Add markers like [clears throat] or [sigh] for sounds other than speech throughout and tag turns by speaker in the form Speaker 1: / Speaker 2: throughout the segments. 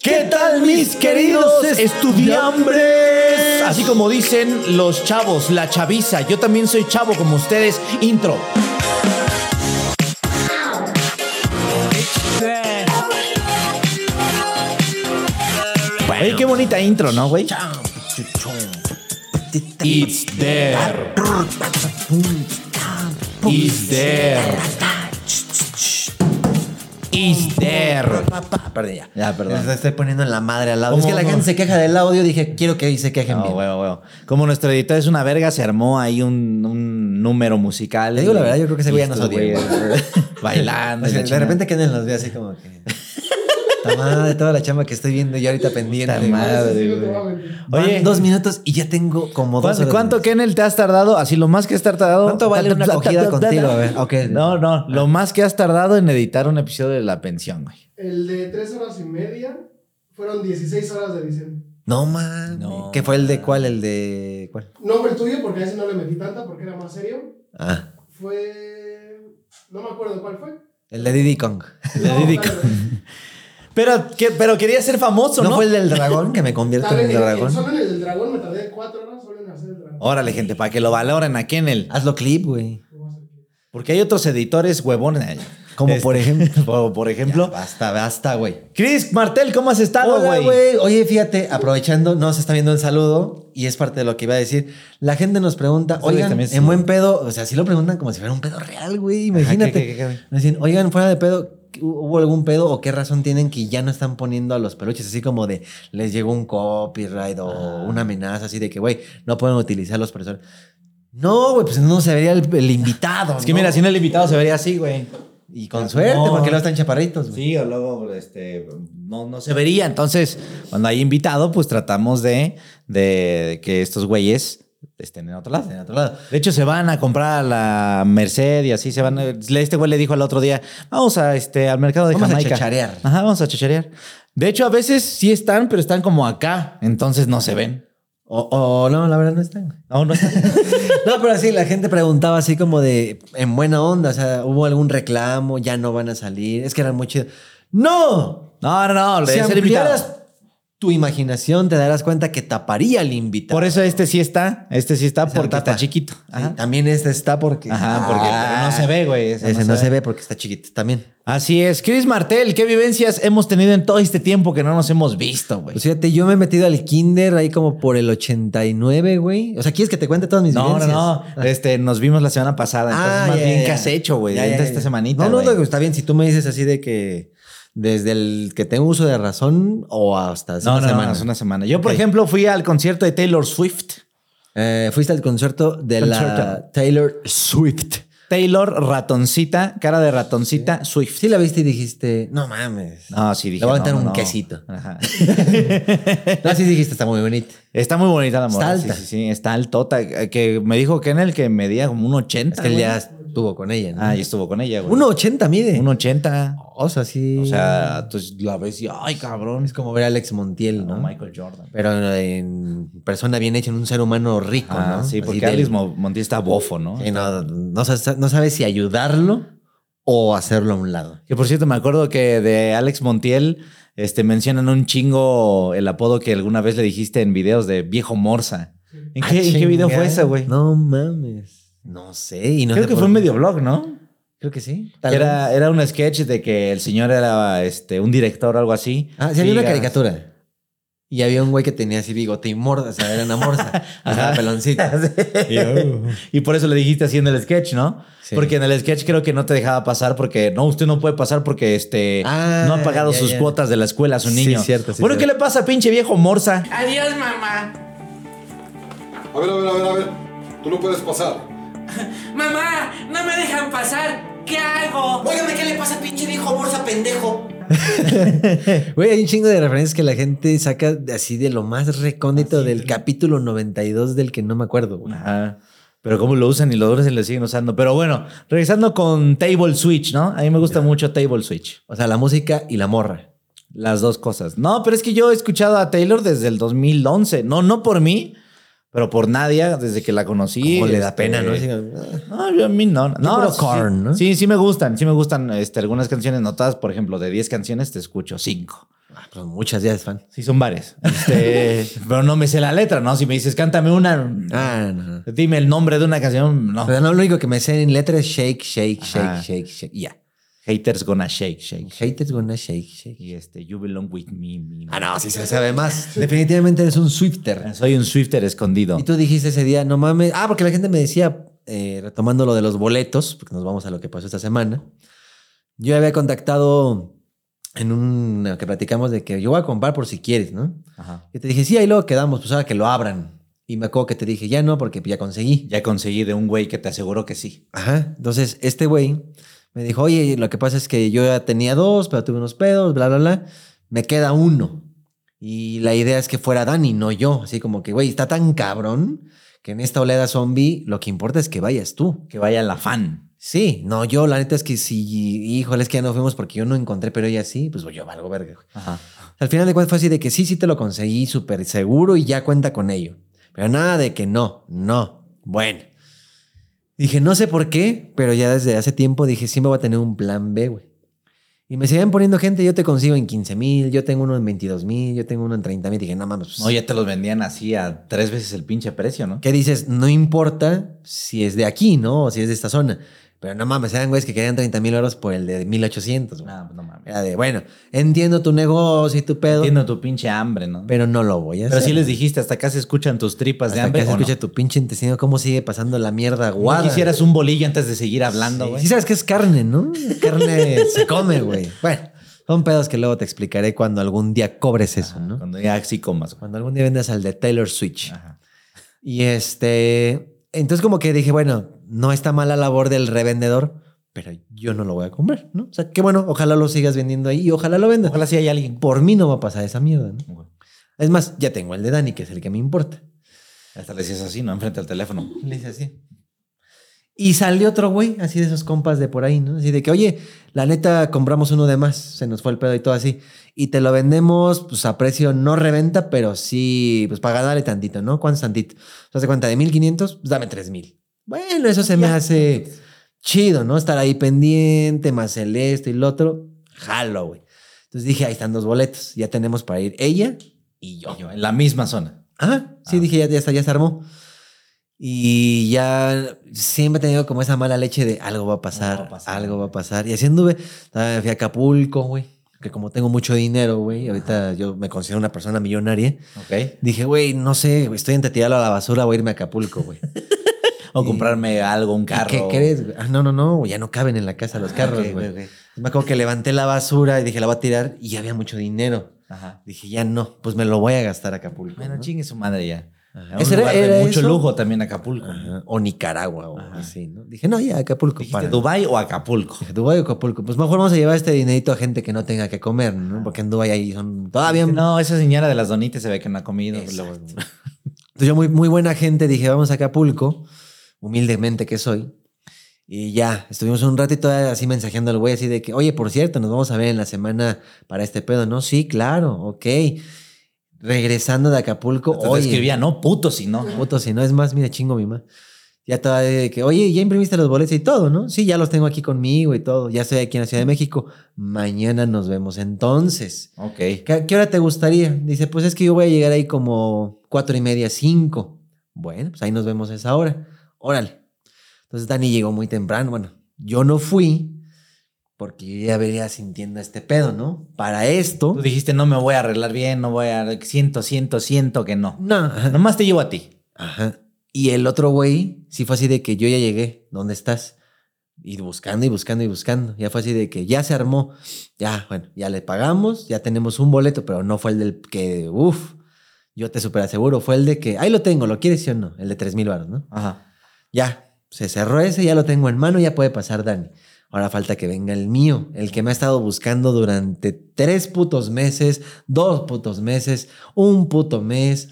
Speaker 1: ¿Qué tal, mis queridos estudiambres?
Speaker 2: Así como dicen los chavos, la chaviza. Yo también soy chavo como ustedes. Intro. Oye, qué bonita intro, ¿no, güey? It's there. It's there. It's there.
Speaker 1: Perdón, ya.
Speaker 2: Ya, perdón.
Speaker 1: Les estoy poniendo en la madre al lado. Es
Speaker 2: ¿Cómo Ah,
Speaker 1: que la
Speaker 2: no?
Speaker 1: gente se queja del audio. Dije, quiero que se quejen
Speaker 2: No,
Speaker 1: bien.
Speaker 2: huevo, huevo. Como nuestro editor es una verga, se armó ahí un, un número musical.
Speaker 1: Le digo la verdad, yo creo que ese
Speaker 2: se
Speaker 1: güey ya nos odia.
Speaker 2: [laughs] Bailando. y
Speaker 1: O
Speaker 2: la
Speaker 1: sea, Ah, de
Speaker 2: chingada.
Speaker 1: repente que nos ve así como que. "Ta madre, toda la chamba que estoy viendo y ahorita pendiente.
Speaker 2: Puta madre,
Speaker 3: no te
Speaker 2: güey.
Speaker 3: voy a mentir.
Speaker 2: Oye,
Speaker 1: Oye, dos minutos y ya tengo como dos.
Speaker 2: ¿cuánto,
Speaker 1: horas
Speaker 2: ¿cuánto
Speaker 1: de-
Speaker 2: Kennel te has tardado? Así lo más que has tardado.
Speaker 1: ¿Cuánto vale una acogida contigo? A ver, ok.
Speaker 2: No, no, lo más que has tardado en editar un episodio de La Pensión, güey.
Speaker 3: El de tres horas y media fueron 16 horas de edición.
Speaker 1: No, man.
Speaker 2: No,
Speaker 1: ¿Qué fue el de
Speaker 2: man.
Speaker 1: cuál? El de cuál.
Speaker 3: No fue el tuyo porque a ese no le metí tanta porque era más serio.
Speaker 1: Ah.
Speaker 3: Fue. No me acuerdo cuál
Speaker 1: [laughs]
Speaker 3: fue.
Speaker 1: El de Diddy Kong.
Speaker 2: Le
Speaker 3: No,
Speaker 2: dedico.
Speaker 3: tal vez-
Speaker 2: Pero, que, pero quería ser famoso,
Speaker 1: ¿No,
Speaker 2: ¿no?
Speaker 1: fue el del dragón que me convierto
Speaker 3: tal
Speaker 1: en
Speaker 3: vez
Speaker 1: el
Speaker 3: en- en-
Speaker 1: dragón? Oh.
Speaker 3: Solo en el del dragón me tardé 4 horas solo en hacer el dragón.
Speaker 2: Órale, gente, para que lo valoren a Kennel.
Speaker 1: Hazlo clip, güey.
Speaker 3: Lo voy a hacer.
Speaker 2: Porque hay otros editores huevones. [laughs]
Speaker 1: Como por ejemplo.
Speaker 2: Como Este, [laughs] por
Speaker 1: Ya,
Speaker 2: ejemplo.
Speaker 1: basta, basta, güey.
Speaker 2: Chris Martel, ¿cómo has estado,
Speaker 1: Hola,
Speaker 2: güey?
Speaker 1: güey. Oye, fíjate, aprovechando, no se está viendo el saludo y es parte de lo que iba a decir. La gente nos pregunta,
Speaker 2: güey
Speaker 1: oigan,
Speaker 2: también sí.
Speaker 1: en buen pedo, o sea, sí lo preguntan como si fuera un pedo real, güey. Imagínate.
Speaker 2: Ajá, ¿qué, qué, qué, qué?
Speaker 1: Nos dicen, oigan, fuera de pedo, ¿hubo algún pedo o qué razón tienen que ya no están poniendo a los peluches? Así como de, les llegó un copyright o
Speaker 2: Ah.
Speaker 1: una amenaza así de que, güey, no pueden utilizar los personas. No, güey, pues no se vería el, el invitado.
Speaker 2: Es que
Speaker 1: ¿no?
Speaker 2: mira, sin el invitado se vería así, güey.
Speaker 1: Y con suerte,
Speaker 2: No.
Speaker 1: porque luego están chaparritos, güey.
Speaker 2: Sí, o luego este, no, no se vería. Entonces, cuando hay invitado, pues tratamos de, de que estos güeyes estén en otro lado.
Speaker 1: En otro lado.
Speaker 2: De hecho, se van a comprar a la Merced y así se van. a- Este güey le dijo al otro día, vamos a este, al mercado de
Speaker 1: Vamos a
Speaker 2: Jamaica.
Speaker 1: chacharear.
Speaker 2: Ajá, vamos a chacharear. De hecho, a veces sí están, pero están como acá. Entonces no se ven.
Speaker 1: O, o no, la verdad no están. güey.
Speaker 2: No, no están.
Speaker 1: [laughs] No, pero sí, la gente preguntaba así como de, en buena onda, o sea, hubo algún reclamo, ya no van a salir, es que eran muy chidos. ¡No!
Speaker 2: No, no, no. le
Speaker 1: Si
Speaker 2: debe ser invitado.
Speaker 1: ampliaras tu imaginación, te darás cuenta que taparía al invitado.
Speaker 2: Por eso este sí está. Este sí está
Speaker 1: Ese no
Speaker 2: porque está
Speaker 1: tapa.
Speaker 2: chiquito.
Speaker 1: Sí,
Speaker 2: Ajá.
Speaker 1: también este está porque.
Speaker 2: Ajá, porque pero no se ve, güey.
Speaker 1: Ese, no, se, ve porque está chiquito también.
Speaker 2: Así es. Chris Martel, ¿qué vivencias hemos tenido en todo este tiempo que no nos hemos visto, güey?
Speaker 1: Pues fíjate, yo me he metido al kinder ahí como por el 89, güey. O sea, ¿quieres que te cuente todas mis
Speaker 2: no, no,
Speaker 1: vivencias?
Speaker 2: no.
Speaker 1: [laughs]
Speaker 2: Este, nos vimos la semana pasada. Entonces,
Speaker 1: Ah,
Speaker 2: más
Speaker 1: ya,
Speaker 2: bien,
Speaker 1: ya,
Speaker 2: ¿qué
Speaker 1: ya.
Speaker 2: has hecho, güey?
Speaker 1: Ya,
Speaker 2: Durante
Speaker 1: ya, ya.
Speaker 2: esta semanita.
Speaker 1: No, no,
Speaker 2: güey?
Speaker 1: no, está bien. Si tú me dices así de que desde el que tengo uso de razón o hasta hace
Speaker 2: No,
Speaker 1: una
Speaker 2: no,
Speaker 1: semana.
Speaker 2: no, es una semana. Yo, por
Speaker 1: Ok.
Speaker 2: ejemplo, fui al concierto de Taylor Swift.
Speaker 1: Eh, fuiste al concierto de
Speaker 2: Concierto.
Speaker 1: la Taylor Swift.
Speaker 2: Taylor ratoncita, cara de ratoncita, Swift.
Speaker 1: Sí la viste y dijiste, no mames.
Speaker 2: No, sí, dije.
Speaker 1: Le voy a aventar
Speaker 2: no,
Speaker 1: un
Speaker 2: no.
Speaker 1: quesito.
Speaker 2: Ajá.
Speaker 1: [laughs]
Speaker 2: [laughs]
Speaker 1: No, sí dijiste, está muy bonito.
Speaker 2: Está muy bonita la morra.
Speaker 1: Está
Speaker 2: Sí,
Speaker 1: alta.
Speaker 2: sí, sí. Está altota. Eh, Que me dijo que en el que medía como un 80.
Speaker 1: Es que él
Speaker 2: güey.
Speaker 1: ya estuvo con ella. ¿no?
Speaker 2: Ah, y estuvo con ella, güey.
Speaker 1: 1.80 mide.
Speaker 2: Un 80.
Speaker 1: O sea, sí.
Speaker 2: O sea, entonces la ves y, ay, cabrón.
Speaker 1: es como ver a Alex Montiel,
Speaker 2: No,
Speaker 1: ah, ¿no?
Speaker 2: Michael Jordan.
Speaker 1: Pero en persona bien hecha, en un ser humano rico,
Speaker 2: Ah,
Speaker 1: ¿no?
Speaker 2: sí,
Speaker 1: Así
Speaker 2: porque
Speaker 1: del-
Speaker 2: Alice Mo- Montiel está bofo, ¿no?
Speaker 1: Sí, no, no, sa- no sabe si ayudarlo o hacerlo a un lado.
Speaker 2: Que por cierto, me acuerdo que de Alex Montiel este, mencionan un chingo el apodo que alguna vez le dijiste en videos de viejo morsa. ¿En
Speaker 1: Ah,
Speaker 2: qué, en qué video
Speaker 1: chinga.
Speaker 2: fue ese, güey?
Speaker 1: No mames. No sé. Y no
Speaker 2: Creo
Speaker 1: sé
Speaker 2: que
Speaker 1: por
Speaker 2: fue un
Speaker 1: qué.
Speaker 2: medio blog, ¿no?
Speaker 1: Creo que sí. tal
Speaker 2: Era,
Speaker 1: vez.
Speaker 2: era un sketch de que el señor era este, un director o algo así.
Speaker 1: Ah, sí, había una
Speaker 2: Diga-
Speaker 1: caricatura. Y había un güey que tenía así bigote y morda, o sea, era
Speaker 2: [laughs]
Speaker 1: una morsa. Estaba peloncita. uh.
Speaker 2: Y, y por eso le dijiste así en el sketch, ¿no?
Speaker 1: Sí.
Speaker 2: Porque en el sketch creo que no te dejaba pasar porque no, usted no puede pasar porque este
Speaker 1: Ah,
Speaker 2: no ha pagado
Speaker 1: ya,
Speaker 2: sus
Speaker 1: ya.
Speaker 2: cuotas de la escuela a su
Speaker 1: Sí,
Speaker 2: niño.
Speaker 1: cierto, sí,
Speaker 2: bueno, ¿qué
Speaker 1: cierto.
Speaker 2: le pasa, pinche viejo morsa?
Speaker 4: Adiós, mamá.
Speaker 5: A ver, a ver, a ver, a ver. Tú no puedes pasar.
Speaker 4: Mamá, no me dejan pasar. ¿Qué hago?
Speaker 6: Óigame, ¿qué le pasa, pinche viejo morsa pendejo?
Speaker 1: Güey, hay un chingo de referencias que la gente saca de- así de lo más
Speaker 2: Ah,
Speaker 1: recóndito del capítulo 92 del que no me acuerdo. güey.
Speaker 2: Ajá. Pero cómo lo usan y lo duran y le siguen usando. Pero bueno, regresando con Table Switch, ¿no? A mí me gusta mucho Table Switch.
Speaker 1: O sea, la música y la morra.
Speaker 2: Las dos cosas. No, pero es que yo he escuchado a Taylor desde el 2011. No, no por mí, pero por Nadia, desde que la conocí.
Speaker 1: Como le da
Speaker 2: este,
Speaker 1: pena, ¿no? Así como, ah.
Speaker 2: No, yo a mí no. No,
Speaker 1: puro
Speaker 2: sí,
Speaker 1: Korn, ¿no?
Speaker 2: sí, sí me gustan. Sí me gustan este, algunas canciones notadas. Por ejemplo, de 10 canciones te escucho 5.
Speaker 1: Pues muchas ya es fan.
Speaker 2: Sí, son varias. Este, pero no me sé la letra, ¿no? Si me dices, cántame una,
Speaker 1: Ah, no, no.
Speaker 2: dime el nombre de una canción, no.
Speaker 1: Pero no, lo único que me sé en letra es shake, shake,
Speaker 2: Ajá.
Speaker 1: shake, shake, shake. y Ya.
Speaker 2: Haters gonna shake, shake.
Speaker 1: Haters gonna shake, shake.
Speaker 2: Y este, you belong with me. me.
Speaker 1: Ah, no, sí se sabe más. [laughs] Ah, Definitivamente eres un Swifter.
Speaker 2: Soy un Swifter escondido.
Speaker 1: Y tú dijiste ese día, no mames. Ah, porque la gente me decía, eh, retomando lo de los boletos, porque nos vamos a lo que pasó esta semana. Yo había contactado en un que platicamos de que yo voy a comprar por si quieres, ¿no?
Speaker 2: Ajá.
Speaker 1: Y te dije, sí, ahí luego quedamos, pues ahora que lo abran. Y me acuerdo que te dije, ya no, porque ya conseguí.
Speaker 2: Ya conseguí de un güey que te aseguró que sí.
Speaker 1: Ajá. Entonces, este güey me dijo, oye, lo que pasa es que yo ya tenía dos, pero tuve unos pedos, bla, bla, bla. Me queda uno. Y la idea es que fuera Dani, no yo. Así como que, güey, está tan cabrón que en esta oleada zombie lo que importa es que vayas tú.
Speaker 2: Que vaya la fan.
Speaker 1: Sí, no, yo la neta es que si, híjole, es que ya no fuimos porque yo no encontré, pero ella sí, pues yo valgo verga.
Speaker 2: Ajá.
Speaker 1: Al final de cuentas fue así de que sí, sí te lo conseguí súper seguro y ya cuenta con ello. Pero nada de que no, no. Bueno. Dije, no sé por qué, pero ya desde hace tiempo dije, sí me voy a tener un plan B, güey. Y me siguen poniendo gente, yo te consigo en 15 mil, yo tengo uno en 22 mil, yo tengo uno en 30 mil. Dije, no mames. pues,
Speaker 2: No, ya te los vendían así a tres veces el pinche precio, ¿no?
Speaker 1: que dices, no importa si es de aquí, ¿no? O si es de esta zona. Pero no mames, eran güeyes que querían 30 mil euros por el de 1800, güey.
Speaker 2: Ah, pues No, no mames.
Speaker 1: Era de, bueno, entiendo tu negocio y tu pedo,
Speaker 2: Entiendo tu pinche hambre, ¿no?
Speaker 1: pero no lo voy a
Speaker 2: Pero
Speaker 1: hacer.
Speaker 2: sí les dijiste, hasta acá se escuchan tus tripas
Speaker 1: Hasta
Speaker 2: de hambre.
Speaker 1: que se
Speaker 2: ¿o no?
Speaker 1: escuche tu pinche intestino, cómo sigue pasando la mierda
Speaker 2: ¿No
Speaker 1: guada.
Speaker 2: quisieras un bolillo antes de seguir hablando,
Speaker 1: Sí,
Speaker 2: güey.
Speaker 1: sí sabes que es carne, ¿no?
Speaker 2: [laughs]
Speaker 1: Carne se come, güey. Bueno, son pedos que luego te explicaré cuando algún día
Speaker 2: Ah,
Speaker 1: cobres eso, ¿no?
Speaker 2: Cuando ya así comas, güey.
Speaker 1: Cuando algún día vendas al de Taylor Switch.
Speaker 2: Ajá.
Speaker 1: Y este, entonces como que dije, bueno, no está mala labor del revendedor, pero yo no lo voy a comprar, ¿no? O sea, qué bueno, ojalá lo sigas vendiendo ahí y ojalá lo vendas.
Speaker 2: Ojalá sí haya alguien.
Speaker 1: Por mí no va a pasar esa mierda, ¿no?
Speaker 2: Güey.
Speaker 1: Es más, ya tengo el de Dani, que es el que me importa.
Speaker 2: Hasta le decías así, ¿no? Enfrente al teléfono.
Speaker 1: Le hice así. Y salió otro güey, así de esos compas de por ahí, ¿no? Así de que, oye, la neta, compramos uno de más, se nos fue el pedo y todo así. Y te lo vendemos, pues a precio no reventa, pero sí, pues para ganarle tantito, ¿no? ¿Cuántos tantito? ¿Te das cuenta de 1500? Pues dame 3000. Bueno, eso se me hace chido, ¿no? Estar ahí pendiente, más el esto y el otro. Jalo, güey. Entonces dije, ahí están dos boletos, ya tenemos para ir ella y yo.
Speaker 2: Y yo, en la misma zona.
Speaker 1: Ah, sí,
Speaker 2: Ah.
Speaker 1: dije, ya, ya, está, ya se armó. Y ya siempre he tenido como esa mala leche de algo va a pasar,
Speaker 2: va a pasar,
Speaker 1: algo va
Speaker 2: güey.
Speaker 1: a pasar. Y así anduve, ah, fui a Acapulco, güey, que como tengo mucho dinero, güey, ahorita yo me considero una persona millonaria.
Speaker 2: ¿Ok?
Speaker 1: Dije, güey, no sé, güey, estoy entre tirarlo a la basura, voy a irme a Acapulco, güey.
Speaker 2: O
Speaker 1: Y-
Speaker 2: comprarme algo, un
Speaker 1: ¿Y
Speaker 2: carro.
Speaker 1: ¿Qué crees? güey? Ah, no, no, no, güey, ya no caben en la casa los carros,
Speaker 2: Ah, ok,
Speaker 1: güey. Me acuerdo que levanté la basura y dije, la voy a tirar y ya había mucho dinero.
Speaker 2: Ajá.
Speaker 1: Dije, ya no, pues me lo voy a gastar a Acapulco.
Speaker 2: Bueno,
Speaker 1: ¿no?
Speaker 2: chingue su madre ya.
Speaker 1: Ajá.
Speaker 2: Era un
Speaker 1: Ese era-
Speaker 2: lugar de
Speaker 1: era
Speaker 2: mucho
Speaker 1: eso.
Speaker 2: lujo también Acapulco.
Speaker 1: Ajá, O Nicaragua o
Speaker 2: Ajá.
Speaker 1: así, ¿no? Dije, no, ya Acapulco.
Speaker 2: ¿Dijiste
Speaker 1: para.
Speaker 2: Dubái o Acapulco?
Speaker 1: Dije, Dubái o Acapulco. Pues mejor vamos a llevar este dinerito a gente que no tenga que comer, ¿no? Porque en Dubái ahí son todavía...
Speaker 2: No, esa señora de las donitas se ve que no ha comido.
Speaker 1: Exacto.
Speaker 2: Luego-
Speaker 1: [laughs] Entonces yo muy, muy buena gente dije, vamos a Acapulco, humildemente que soy. Y ya, estuvimos un ratito así mensajeando al güey, así de que, oye, por cierto, nos vamos a ver en la semana para este pedo, ¿no? Sí, claro, ok. Regresando de Acapulco,
Speaker 2: Entonces
Speaker 1: oye...
Speaker 2: escribía, no, puto, si no.
Speaker 1: Puto, si no es más, mira, chingo mi mamá. Ya estaba de que, oye, ya imprimiste los boletos y todo, ¿no? Sí, ya los tengo aquí conmigo y todo. Ya estoy aquí en la Ciudad de México. Mañana nos vemos entonces.
Speaker 2: Ok.
Speaker 1: ¿Qué, a qué hora te gustaría? Dice, pues es que yo voy a llegar ahí como cuatro y media, cinco. Bueno, pues ahí nos vemos a esa hora. Órale. Entonces Dani llegó muy temprano. Bueno, yo no fui porque yo ya venía sintiendo este pedo, ¿no? Para esto.
Speaker 2: Tú dijiste, no me voy a arreglar bien, no voy a... Siento, siento, siento que no.
Speaker 1: No,
Speaker 2: Nomás te llevo a ti.
Speaker 1: Ajá. Y el otro güey, sí fue así de que yo ya llegué, ¿dónde estás? Y buscando y buscando y buscando. Ya fue así de que ya se armó. Ya, bueno, ya le pagamos, ya tenemos un boleto, pero no fue el del que, uff, yo te super aseguro, fue el de que, ahí lo tengo, ¿lo quieres sí o no? El de 3 mil baros, ¿no?
Speaker 2: Ajá.
Speaker 1: Ya, se cerró ese, ya lo tengo en mano, ya puede pasar Dani. Ahora falta que venga el mío, el que me ha estado buscando durante tres putos meses, dos putos meses, un puto mes,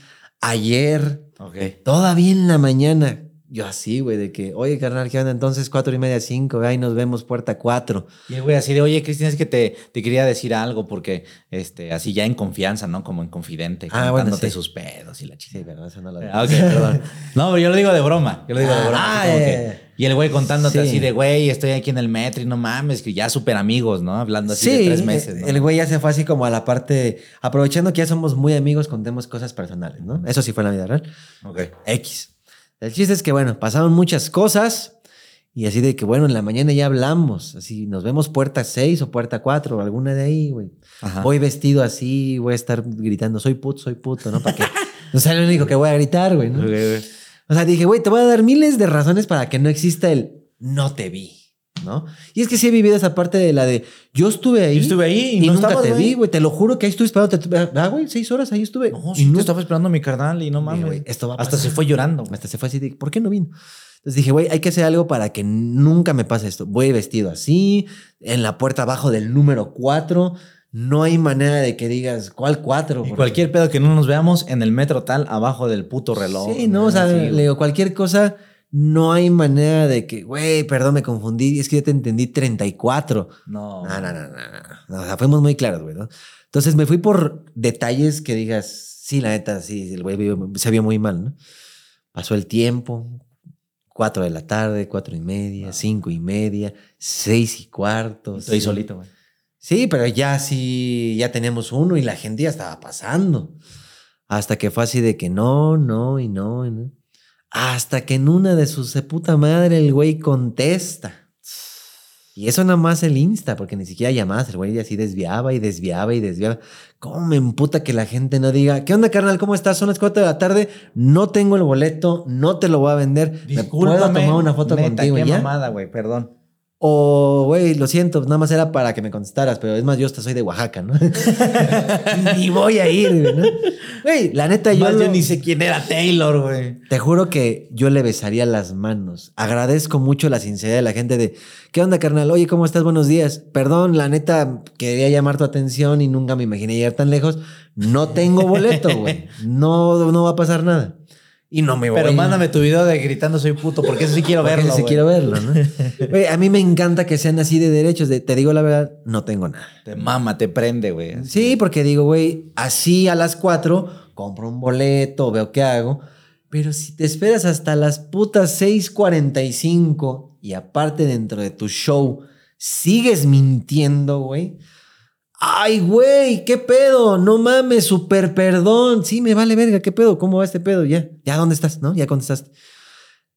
Speaker 1: ayer,
Speaker 2: Ok.
Speaker 1: Todavía en la mañana. Yo así, güey, de que, oye, carnal, ¿qué onda? Entonces, cuatro y media, cinco, ahí nos vemos, puerta cuatro.
Speaker 2: Y el güey así de, oye, Cristina, es que te, te quería decir algo porque, este, así ya en confianza, ¿no? Como en confidente,
Speaker 1: Ah,
Speaker 2: contándote
Speaker 1: bueno, sí.
Speaker 2: sus pedos y la Ah, chica.
Speaker 1: Sí, verdad, eso no lo [laughs]
Speaker 2: Ah, ok, perdón. No, pero yo lo digo de broma. Yo lo digo de broma.
Speaker 1: Ah,
Speaker 2: así como
Speaker 1: ya,
Speaker 2: que,
Speaker 1: ya, ya.
Speaker 2: Y el güey contándote
Speaker 1: Sí.
Speaker 2: así de, güey, estoy aquí en el metro y no mames, que ya súper amigos, ¿no? Hablando así de
Speaker 1: Sí,
Speaker 2: tres meses. ¿no?
Speaker 1: el güey ya se fue así como a la parte, aprovechando que ya somos muy amigos, contemos cosas personales, ¿no? Eso sí fue en la vida real.
Speaker 2: Ok.
Speaker 1: X. El chiste es que, bueno, pasaron muchas cosas y así de que, bueno, en la mañana ya hablamos, así nos vemos puerta 6 o puerta 4 o alguna de ahí, güey.
Speaker 2: Ajá.
Speaker 1: Voy vestido así, voy a estar gritando, soy puto, soy puto, ¿no? Para que [laughs] no sea lo único que voy a gritar, güey, ¿no?
Speaker 2: Ok, güey.
Speaker 1: O sea, dije, güey, te voy a dar miles de razones para que no exista el no te vi, ¿no? Y es que sí he vivido esa parte de la de yo estuve ahí.
Speaker 2: Yo estuve ahí y
Speaker 1: y,
Speaker 2: no
Speaker 1: nunca
Speaker 2: estabas,
Speaker 1: te
Speaker 2: güey.
Speaker 1: vi, güey. Te lo juro que ahí estuve esperándote. Ah, güey, seis horas ahí estuve.
Speaker 2: No,
Speaker 1: Y
Speaker 2: sí, te
Speaker 1: no-
Speaker 2: estaba esperando mi carnal y no
Speaker 1: Dije,
Speaker 2: mames.
Speaker 1: güey, esto va a
Speaker 2: Hasta
Speaker 1: pasar.
Speaker 2: se fue llorando. güey.
Speaker 1: Hasta se fue así de, ¿por qué no vino? Entonces dije, güey, hay que hacer algo para que nunca me pase esto. Voy vestido así, en la puerta abajo del número 4. No hay manera de que digas, ¿cuál 4?
Speaker 2: Y cualquier pedo que no nos veamos en el metro tal, abajo del puto reloj.
Speaker 1: Sí, no, o sea,
Speaker 2: Sí, güey.
Speaker 1: le digo, cualquier cosa, no hay manera de que, güey, perdón, me confundí, es que yo te entendí 34.
Speaker 2: No.
Speaker 1: No, no, no, no, no. O sea, fuimos muy claros, güey, ¿no? Entonces me fui por detalles que digas, sí, la neta, sí, el güey vio- se vio muy mal, ¿no? Pasó el tiempo, cuatro de la tarde, cuatro y media, cinco y media, seis y cuarto.
Speaker 2: Estoy
Speaker 1: sí.
Speaker 2: solito, güey.
Speaker 1: Sí, pero ya sí, ya teníamos uno y la gente ya estaba pasando. Hasta que fue así de que no, no y no y no. Hasta que en una de sus de puta madre el güey contesta. Y eso nada más el Insta, porque ni siquiera llamás, el güey así desviaba y desviaba y desviaba. ¿Cómo me emputa que la gente no diga, ¿qué onda carnal? ¿Cómo estás? Son las 4 de la tarde, no tengo el boleto, no te lo voy a vender. ¿Me puedo tomar una foto
Speaker 2: neta,
Speaker 1: contigo
Speaker 2: qué
Speaker 1: y ya?
Speaker 2: mamada, güey, perdón.
Speaker 1: O, güey, lo siento, nada más era para que me contestaras, pero es más, yo hasta soy de Oaxaca, ¿no? [laughs] ni voy a ir, güey, ¿no? Güey, la neta, yo,
Speaker 2: Más
Speaker 1: lo-
Speaker 2: yo ni sé quién era Taylor, güey.
Speaker 1: te juro que yo le besaría las manos. Agradezco mucho la sinceridad de la gente de, ¿qué onda, carnal? Oye, ¿cómo estás? Buenos días. Perdón, la neta, quería llamar tu atención y nunca me imaginé llegar tan lejos. No tengo boleto, güey. No, no va a pasar nada. Y no me voy a
Speaker 2: Pero
Speaker 1: ir.
Speaker 2: mándame tu video de gritando soy puto, porque eso sí quiero
Speaker 1: Porque
Speaker 2: verlo.
Speaker 1: ese sí
Speaker 2: güey.
Speaker 1: quiero verlo,
Speaker 2: [laughs]
Speaker 1: ¿no? Güey, a mí me encanta que sean así de derechos. de, te digo la verdad, no tengo nada.
Speaker 2: Te mama, te prende, güey.
Speaker 1: Sí, porque digo, güey, así a las 4 compro un boleto, veo qué hago. Pero si te esperas hasta las putas 6:45 y aparte dentro de tu show sigues mintiendo, güey. Ay, güey, qué pedo, no mames, super perdón. Sí, me vale verga, qué pedo, cómo va este pedo, ya, ya, ¿dónde estás? ¿No? Ya contestaste.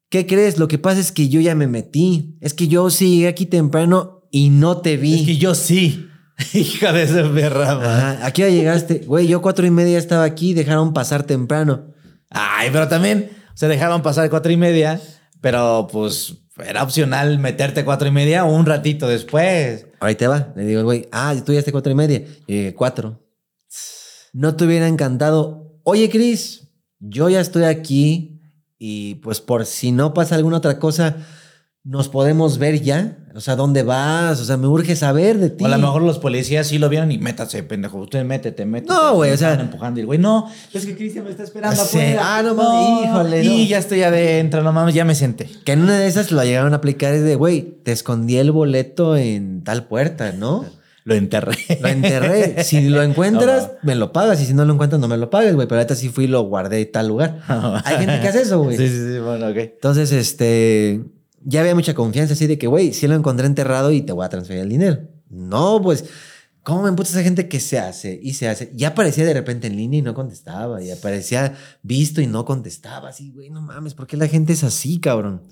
Speaker 1: ¿Qué crees? Lo que pasa es que yo ya me metí. Es que yo sí llegué aquí temprano y no te vi.
Speaker 2: Es que yo sí. [laughs] Hija de esa perra,
Speaker 1: [laughs] Ajá, ¿A qué hora llegaste? Güey, yo cuatro y media estaba aquí, dejaron pasar temprano.
Speaker 2: Ay, pero también se dejaron pasar cuatro y media, pero pues era opcional meterte cuatro y media o un ratito después.
Speaker 1: Ahí te va. Le digo, al güey, ah, tú llegaste cuatro y media. Yo llegué cuatro. No te hubiera encantado. Oye, Cris, yo ya estoy aquí y pues por si no pasa alguna otra cosa, nos podemos ver ya. O sea, ¿dónde vas? O sea, me urge saber de ti.
Speaker 2: O a lo mejor los policías sí lo vieron y métase, pendejo. Usted métete, métete.
Speaker 1: No, güey,
Speaker 2: Me
Speaker 1: o sea-
Speaker 2: estaban empujando y el güey, no, es que Cristian me está esperando
Speaker 1: Sí.
Speaker 2: afuera.
Speaker 1: Ah, no mames, híjole,
Speaker 2: Y
Speaker 1: no.
Speaker 2: ya estoy adentro, no mames, ya me senté.
Speaker 1: Que en una de esas lo llegaron a aplicar es de, güey, te escondí el boleto en tal puerta, ¿no?
Speaker 2: Lo enterré. [laughs]
Speaker 1: Lo enterré. Si lo encuentras,
Speaker 2: No, no.
Speaker 1: me lo pagas. Y si no lo encuentras, no me lo pagues, güey. Pero ahorita sí fui y lo guardé en tal lugar. Hay gente que hace eso, güey.
Speaker 2: Sí, sí, sí, bueno, ok.
Speaker 1: Entonces, este, ya había mucha confianza así de que, güey, sí lo encontré enterrado y te voy a transferir el dinero. No, pues, ¿cómo me emputa esa gente que se hace y se hace? Ya aparecía de repente en línea y no contestaba. Y aparecía visto y no contestaba. Así, güey, no mames, ¿por qué la gente es así, cabrón?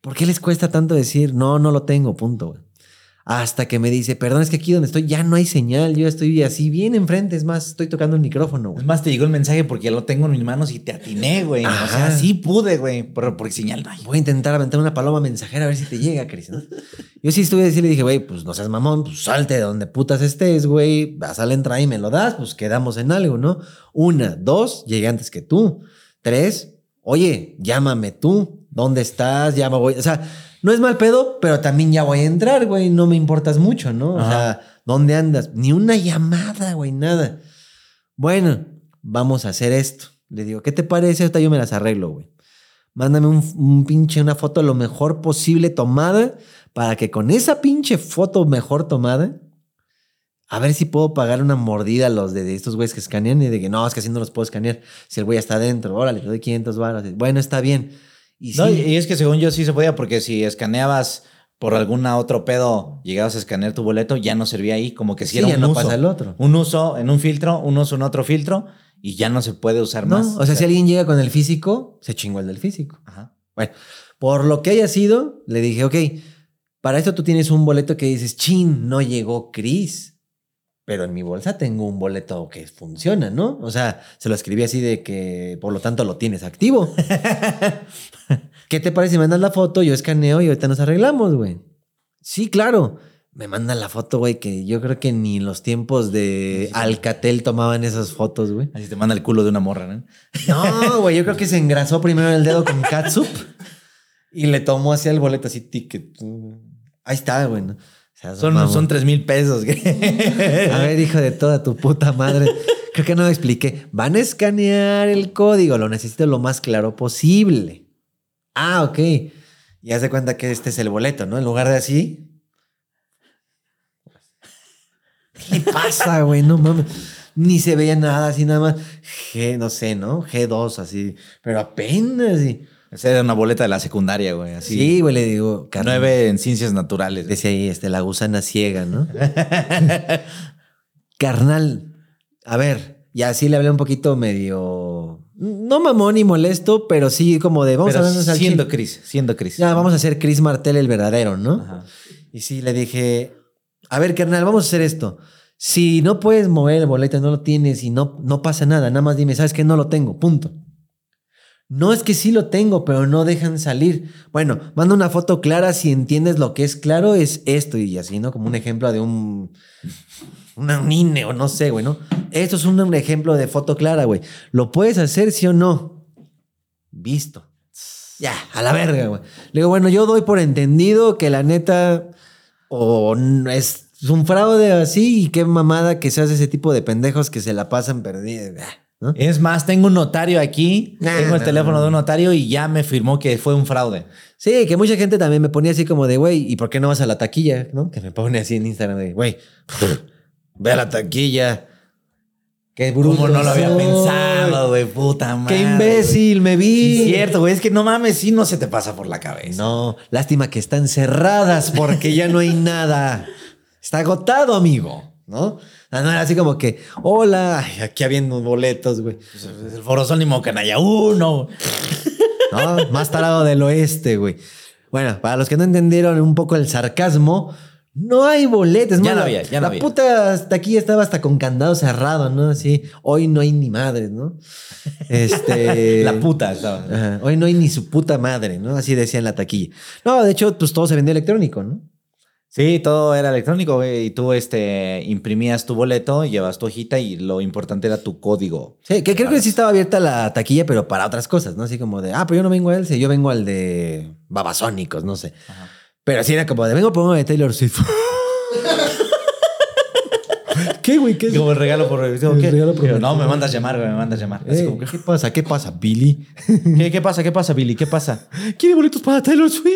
Speaker 1: ¿Por qué les cuesta tanto decir, no, no lo tengo, punto, güey? Hasta que me dice, perdón, es que aquí donde estoy ya no hay señal, yo estoy así bien enfrente, es más, estoy tocando el micrófono,
Speaker 2: Es
Speaker 1: güey.
Speaker 2: más, te llegó el mensaje porque ya lo tengo en mis manos y te atiné, güey. O sea,
Speaker 1: Ajá.
Speaker 2: sí pude, güey, pero porque señal no hay.
Speaker 1: Voy a intentar aventar una paloma mensajera a ver si te llega, Cris. ¿no? Yo sí estuve así, le dije, güey, pues no seas mamón, pues salte de donde putas estés, güey, vas a la entrada y me lo das, pues quedamos en algo, ¿no? Una, dos, llegué antes que tú. Tres, oye, llámame tú, ¿dónde estás? Ya me voy, o sea, no es mal pedo, pero también ya voy a entrar, güey, no me importas mucho, ¿no? O sea, ¿dónde andas? Ni una llamada, güey, nada. Bueno, vamos a hacer esto. Le digo, ¿qué te parece? Ahorita yo me las arreglo, güey. Mándame un, un pinche, una foto lo mejor posible tomada para que con esa pinche foto mejor tomada, a ver si puedo pagar una mordida a los de, de estos güeyes que escanean y de que no, es que así no los puedo escanear. Si el güey está adentro, órale, te doy 500 baros. Bueno, está bien. Y
Speaker 2: No,
Speaker 1: sí,
Speaker 2: y es que según yo sí se podía, porque si escaneabas por alguna otro pedo, llegabas a escanear tu boleto, ya no servía ahí, como que si
Speaker 1: sí,
Speaker 2: era
Speaker 1: ya
Speaker 2: un
Speaker 1: no
Speaker 2: uso.
Speaker 1: pasa el otro.
Speaker 2: Un uso en un filtro, un uso en otro filtro, y ya no se puede usar
Speaker 1: No,
Speaker 2: más.
Speaker 1: o sea, si alguien llega con el físico, se chingó el del físico.
Speaker 2: Ajá.
Speaker 1: Por lo que haya sido, le dije, ok, para esto tú tienes un boleto que dices, chin, no llegó Chris. Pero en mi bolsa tengo un boleto que funciona, ¿no? O sea, se lo escribí así de que, por lo tanto, lo tienes activo. [laughs] ¿Qué te parece si mandas la foto, yo escaneo y ahorita nos arreglamos, güey? Sí, claro. Me mandan la foto, güey, que yo creo que ni en los tiempos de Alcatel tomaban esas fotos, güey.
Speaker 2: Así te manda el culo de una morra, ¿no?
Speaker 1: Ah, No, güey, yo creo que se engrasó primero el dedo con catsup y le tomó así el boleto, así ticket. Ahí está, güey. ¿no? O sea,
Speaker 2: Son,
Speaker 1: mamón.
Speaker 2: son tres mil pesos.
Speaker 1: A ver, hijo de toda tu puta madre. Creo que no lo expliqué. Van a escanear el código, lo necesito lo más claro posible. Ah, ok. Y haz de cuenta que este es el boleto, ¿no? En lugar de así. ¿Qué le pasa, güey? No mames. Ni se veía nada, así nada más. G, no sé, ¿no? G2, así. Pero apenas. y-
Speaker 2: [laughs] Esa era una boleta de la secundaria, güey. Así.
Speaker 1: Sí, güey, le digo. carnal.
Speaker 2: Nueve en ciencias naturales. güey.
Speaker 1: Decía ahí, este, la gusana ciega, ¿no? [laughs] Carnal, a ver, y así le hablé un poquito medio. No mamón y molesto, pero sí como de vamos a
Speaker 2: Pero
Speaker 1: vernos al
Speaker 2: siendo
Speaker 1: chile.
Speaker 2: Chris, siendo Chris.
Speaker 1: Ya, vamos a hacer Chris Martel el verdadero, ¿no?
Speaker 2: Ajá.
Speaker 1: Y sí, le dije, a ver, carnal, vamos a hacer esto. Si no puedes mover el boleto, no lo tienes y no, no pasa nada, nada más dime, ¿sabes que No lo tengo, punto. No es que sí lo tengo, pero no dejan salir. Bueno, manda una foto clara, si entiendes lo que es claro, es esto y así, ¿no? Como un ejemplo de un... Una, un INE o no sé, güey, ¿no? Esto es un, un ejemplo de foto clara, güey. ¿Lo puedes hacer, sí o no? Visto. Ya, a la verga, güey. Le digo, bueno, yo doy por entendido que la neta o n- es un fraude así y qué mamada que se hace ese tipo de pendejos que se la pasan perdida, ¿no?
Speaker 2: Es más, tengo un notario aquí,
Speaker 1: Nah,
Speaker 2: tengo el
Speaker 1: Ah, no,
Speaker 2: teléfono
Speaker 1: no.
Speaker 2: de un notario y ya me firmó que fue un fraude.
Speaker 1: Sí, que mucha gente también me ponía así como de, güey, ¿y por qué no vas a la taquilla? ¿No? Que me pone así en Instagram de, güey, [laughs] ve a la taquilla. Qué bruto.
Speaker 2: ¿Cómo no lo había
Speaker 1: soy.
Speaker 2: pensado, güey? Puta madre.
Speaker 1: Qué imbécil, me vi.
Speaker 2: Sí, cierto, güey. Es que no mames, sí no se te pasa por la cabeza.
Speaker 1: No, lástima que están cerradas porque
Speaker 2: [laughs]
Speaker 1: ya no hay nada. Está agotado, amigo, ¿no? Ah, no, era así como que, hola, ay, aquí habiendo boletos, güey.
Speaker 2: Es Pues, el foro ni canalla uno.
Speaker 1: ¿no? Más tarado del oeste, güey. Bueno, para los que no entendieron un poco el sarcasmo, no hay boletos.
Speaker 2: Ya
Speaker 1: no
Speaker 2: no había, ya no
Speaker 1: La
Speaker 2: había.
Speaker 1: puta hasta aquí estaba hasta con candado cerrado, ¿no? Así, hoy no hay ni madre, ¿no? Este...
Speaker 2: [laughs] La puta estaba.
Speaker 1: Ajá, Hoy no hay ni su puta madre, ¿no? Así decía en la taquilla. No, de hecho, pues todo se vendió electrónico, ¿no?
Speaker 2: Sí, todo era electrónico, güey. Y tú este, imprimías tu boleto, llevas tu hojita y lo importante era tu código.
Speaker 1: Sí, que creo que sí estaba abierta la taquilla, pero para otras cosas, ¿no? Así como de, ah, pero yo no vengo a él, sí, yo vengo al de Babasónicos, no sé.
Speaker 2: Ajá.
Speaker 1: Pero así era como de, vengo por uno de Taylor
Speaker 2: [laughs]
Speaker 1: Swift. ¿Qué, güey? ¿Qué es?
Speaker 2: Como el regalo por Eh. digo,
Speaker 1: El
Speaker 2: ¿qué?
Speaker 1: regalo por-
Speaker 2: Digo, No, me mandas llamar, güey, me mandas llamar. Así
Speaker 1: Ey,
Speaker 2: como que,
Speaker 1: Eh, ¿Qué pasa? ¿Qué pasa, Billy?
Speaker 2: [laughs] ¿Qué, ¿Qué pasa? ¿Qué pasa, Billy? ¿Qué pasa?
Speaker 1: ¿Quiere boletos para Taylor Swift?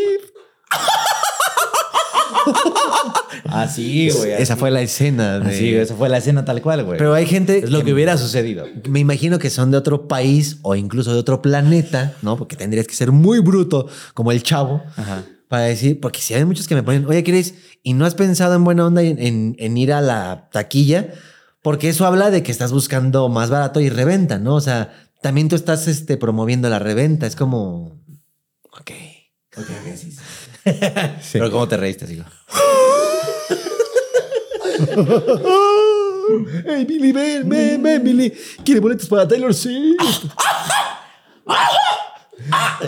Speaker 2: Así, ah, güey.
Speaker 1: Esa fue la escena. De...
Speaker 2: Así, esa fue la escena tal cual, güey.
Speaker 1: Pero hay gente...
Speaker 2: es lo que hubiera sucedido.
Speaker 1: Me imagino que son de otro país o incluso de otro planeta, ¿no? Porque tendrías que ser muy bruto, como el chavo,
Speaker 2: Ajá.
Speaker 1: para decir, porque si hay muchos que me ponen, oye, Chris, ¿y no has pensado en buena onda en, en- en ir a la taquilla? Porque eso habla de que estás buscando más barato y reventa, ¿no? O sea, también tú estás este, promoviendo la reventa, es como... Ok.
Speaker 2: [laughs] Pero ¿cómo te reíste, así?
Speaker 1: Hey, Billy, ven, ven, ven, Billy. ¿Quiere boletos para Taylor Swift?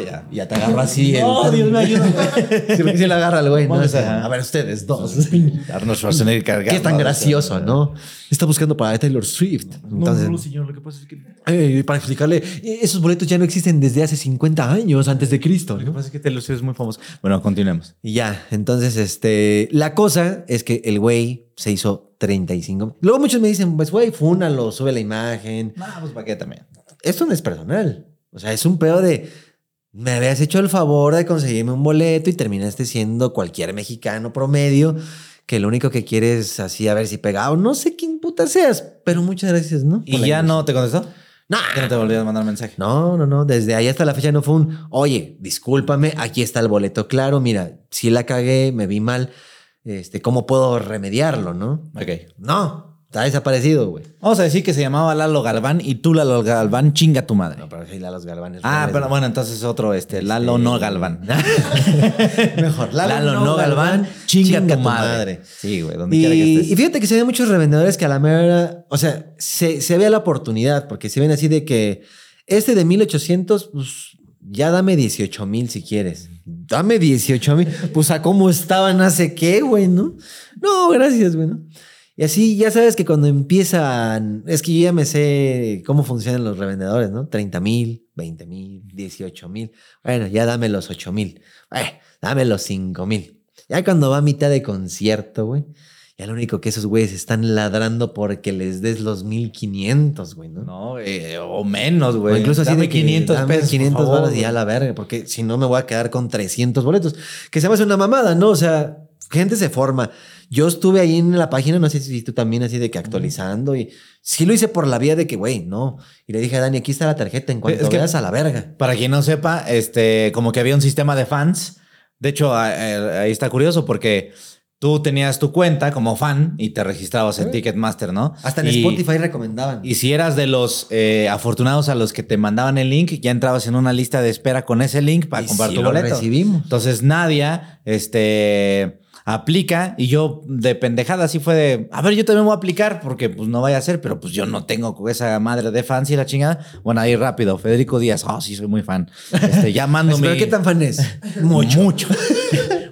Speaker 2: Ya, ya te agarro así.
Speaker 1: No,
Speaker 2: el...
Speaker 1: Dios
Speaker 2: [laughs]
Speaker 1: mío, ayúdame. Si se la agarra el güey, ¿no?
Speaker 2: Vamos
Speaker 1: O sea,
Speaker 2: a-
Speaker 1: a ver, ustedes dos.
Speaker 2: Arnold Schwarzenegger cargando.
Speaker 1: Qué tan gracioso, ¿no? Está buscando para Taylor Swift. Entonces,
Speaker 7: señor, lo que pasa es que, lo
Speaker 1: eh, para explicarle, eh, esos boletos ya no existen desde hace 50 años antes de Cristo.
Speaker 7: que
Speaker 1: ¿no?
Speaker 7: pasa es que
Speaker 2: este
Speaker 7: Taylor Swift es muy famoso.
Speaker 2: Bueno, continuemos.
Speaker 1: Y ya, entonces, este, la cosa es que el güey se hizo 35. Luego muchos me dicen, pues, güey, fúnalo, sube la imagen.
Speaker 2: No, pues para qué también.
Speaker 1: Esto no es personal. O sea, es un pedo de, me habías hecho el favor de conseguirme un boleto y terminaste siendo cualquier mexicano promedio que lo único que quieres así a ver si pegado. No sé quién puta seas, pero muchas gracias, ¿no?
Speaker 2: ¿Y
Speaker 1: Por la
Speaker 2: ya no te contestó?
Speaker 1: No,
Speaker 2: Ya no te volví a mandar mensaje.
Speaker 1: no, no, no. Desde ahí hasta la fecha no fue un, oye, discúlpame, aquí está el boleto. Claro, mira, si la cagué, me vi mal. Este, ¿cómo puedo remediarlo, no?
Speaker 2: Ok.
Speaker 1: No, está desaparecido, güey.
Speaker 2: Vamos a decir que se llamaba Lalo Galván y tú, Lalo Galván, chinga tu madre.
Speaker 1: No, pero sí, Lalo Galván. es
Speaker 2: ah,
Speaker 1: regreso.
Speaker 2: pero bueno, entonces otro, este, Lalo no Galván.
Speaker 1: [laughs] Mejor.
Speaker 2: Lalo, no, Galván, chinga, tu madre. Sí, güey, donde quiera que
Speaker 1: Y,
Speaker 2: estés.
Speaker 1: y fíjate que se ven muchos revendedores que a la mera, o sea, se, se ve la oportunidad, porque se ven así de que este de 1800, pues ya dame 18 mil si quieres. Dame 18 mil. Pues a cómo estaban hace qué, güey, ¿no? No, gracias, güey. ¿no? Y así ya sabes que cuando empiezan, es que yo ya me sé cómo funcionan los revendedores, ¿no? 30 mil, 20 mil, 18 mil. Bueno, ya dame los 8 mil. Eh, dame los 5 mil. Ya cuando va a mitad de concierto, güey. Ya lo único que esos güeyes están ladrando porque les des los 1500, güey, ¿no?
Speaker 2: No, eh, o menos, güey.
Speaker 1: o incluso así
Speaker 2: Dame
Speaker 1: de que,
Speaker 2: 500
Speaker 1: dame
Speaker 2: pesos.
Speaker 1: 500
Speaker 2: por favor,
Speaker 1: varos y ya la verga, porque si no me voy a quedar con 300 boletos. Que se me hace una mamada, ¿no? O sea, gente se forma. Yo estuve ahí en la página, no sé si tú también, así de que actualizando y sí lo hice por la vía de que, güey, no. Y le dije a Dani, aquí está la tarjeta, en cuanto
Speaker 2: Es que-
Speaker 1: veas a la verga.
Speaker 2: Para quien no sepa, este, como que había un sistema de fans. De hecho, a- a- ahí está curioso porque tú tenías tu cuenta como fan y te registrabas en Ticketmaster, ¿no?
Speaker 1: Hasta en
Speaker 2: Y-
Speaker 1: Spotify recomendaban.
Speaker 2: Y si eras de los eh, afortunados a los que te mandaban el link, ya entrabas en una lista de espera con ese link para
Speaker 1: Y
Speaker 2: comprar
Speaker 1: sí
Speaker 2: tu
Speaker 1: lo
Speaker 2: boleto.
Speaker 1: recibimos.
Speaker 2: Entonces Nadia, este, aplica y yo de pendejada así fue de, a ver, yo también voy a aplicar porque pues no vaya a ser, pero pues yo no tengo esa madre de fans y la chingada. Bueno, ahí rápido, Federico Díaz, oh, sí, soy muy fan. Este,
Speaker 1: [laughs]
Speaker 2: ya mando
Speaker 1: Pues,
Speaker 2: mi...
Speaker 1: ¿Pero qué tan fan es?
Speaker 2: Mucho. Mucho. [laughs]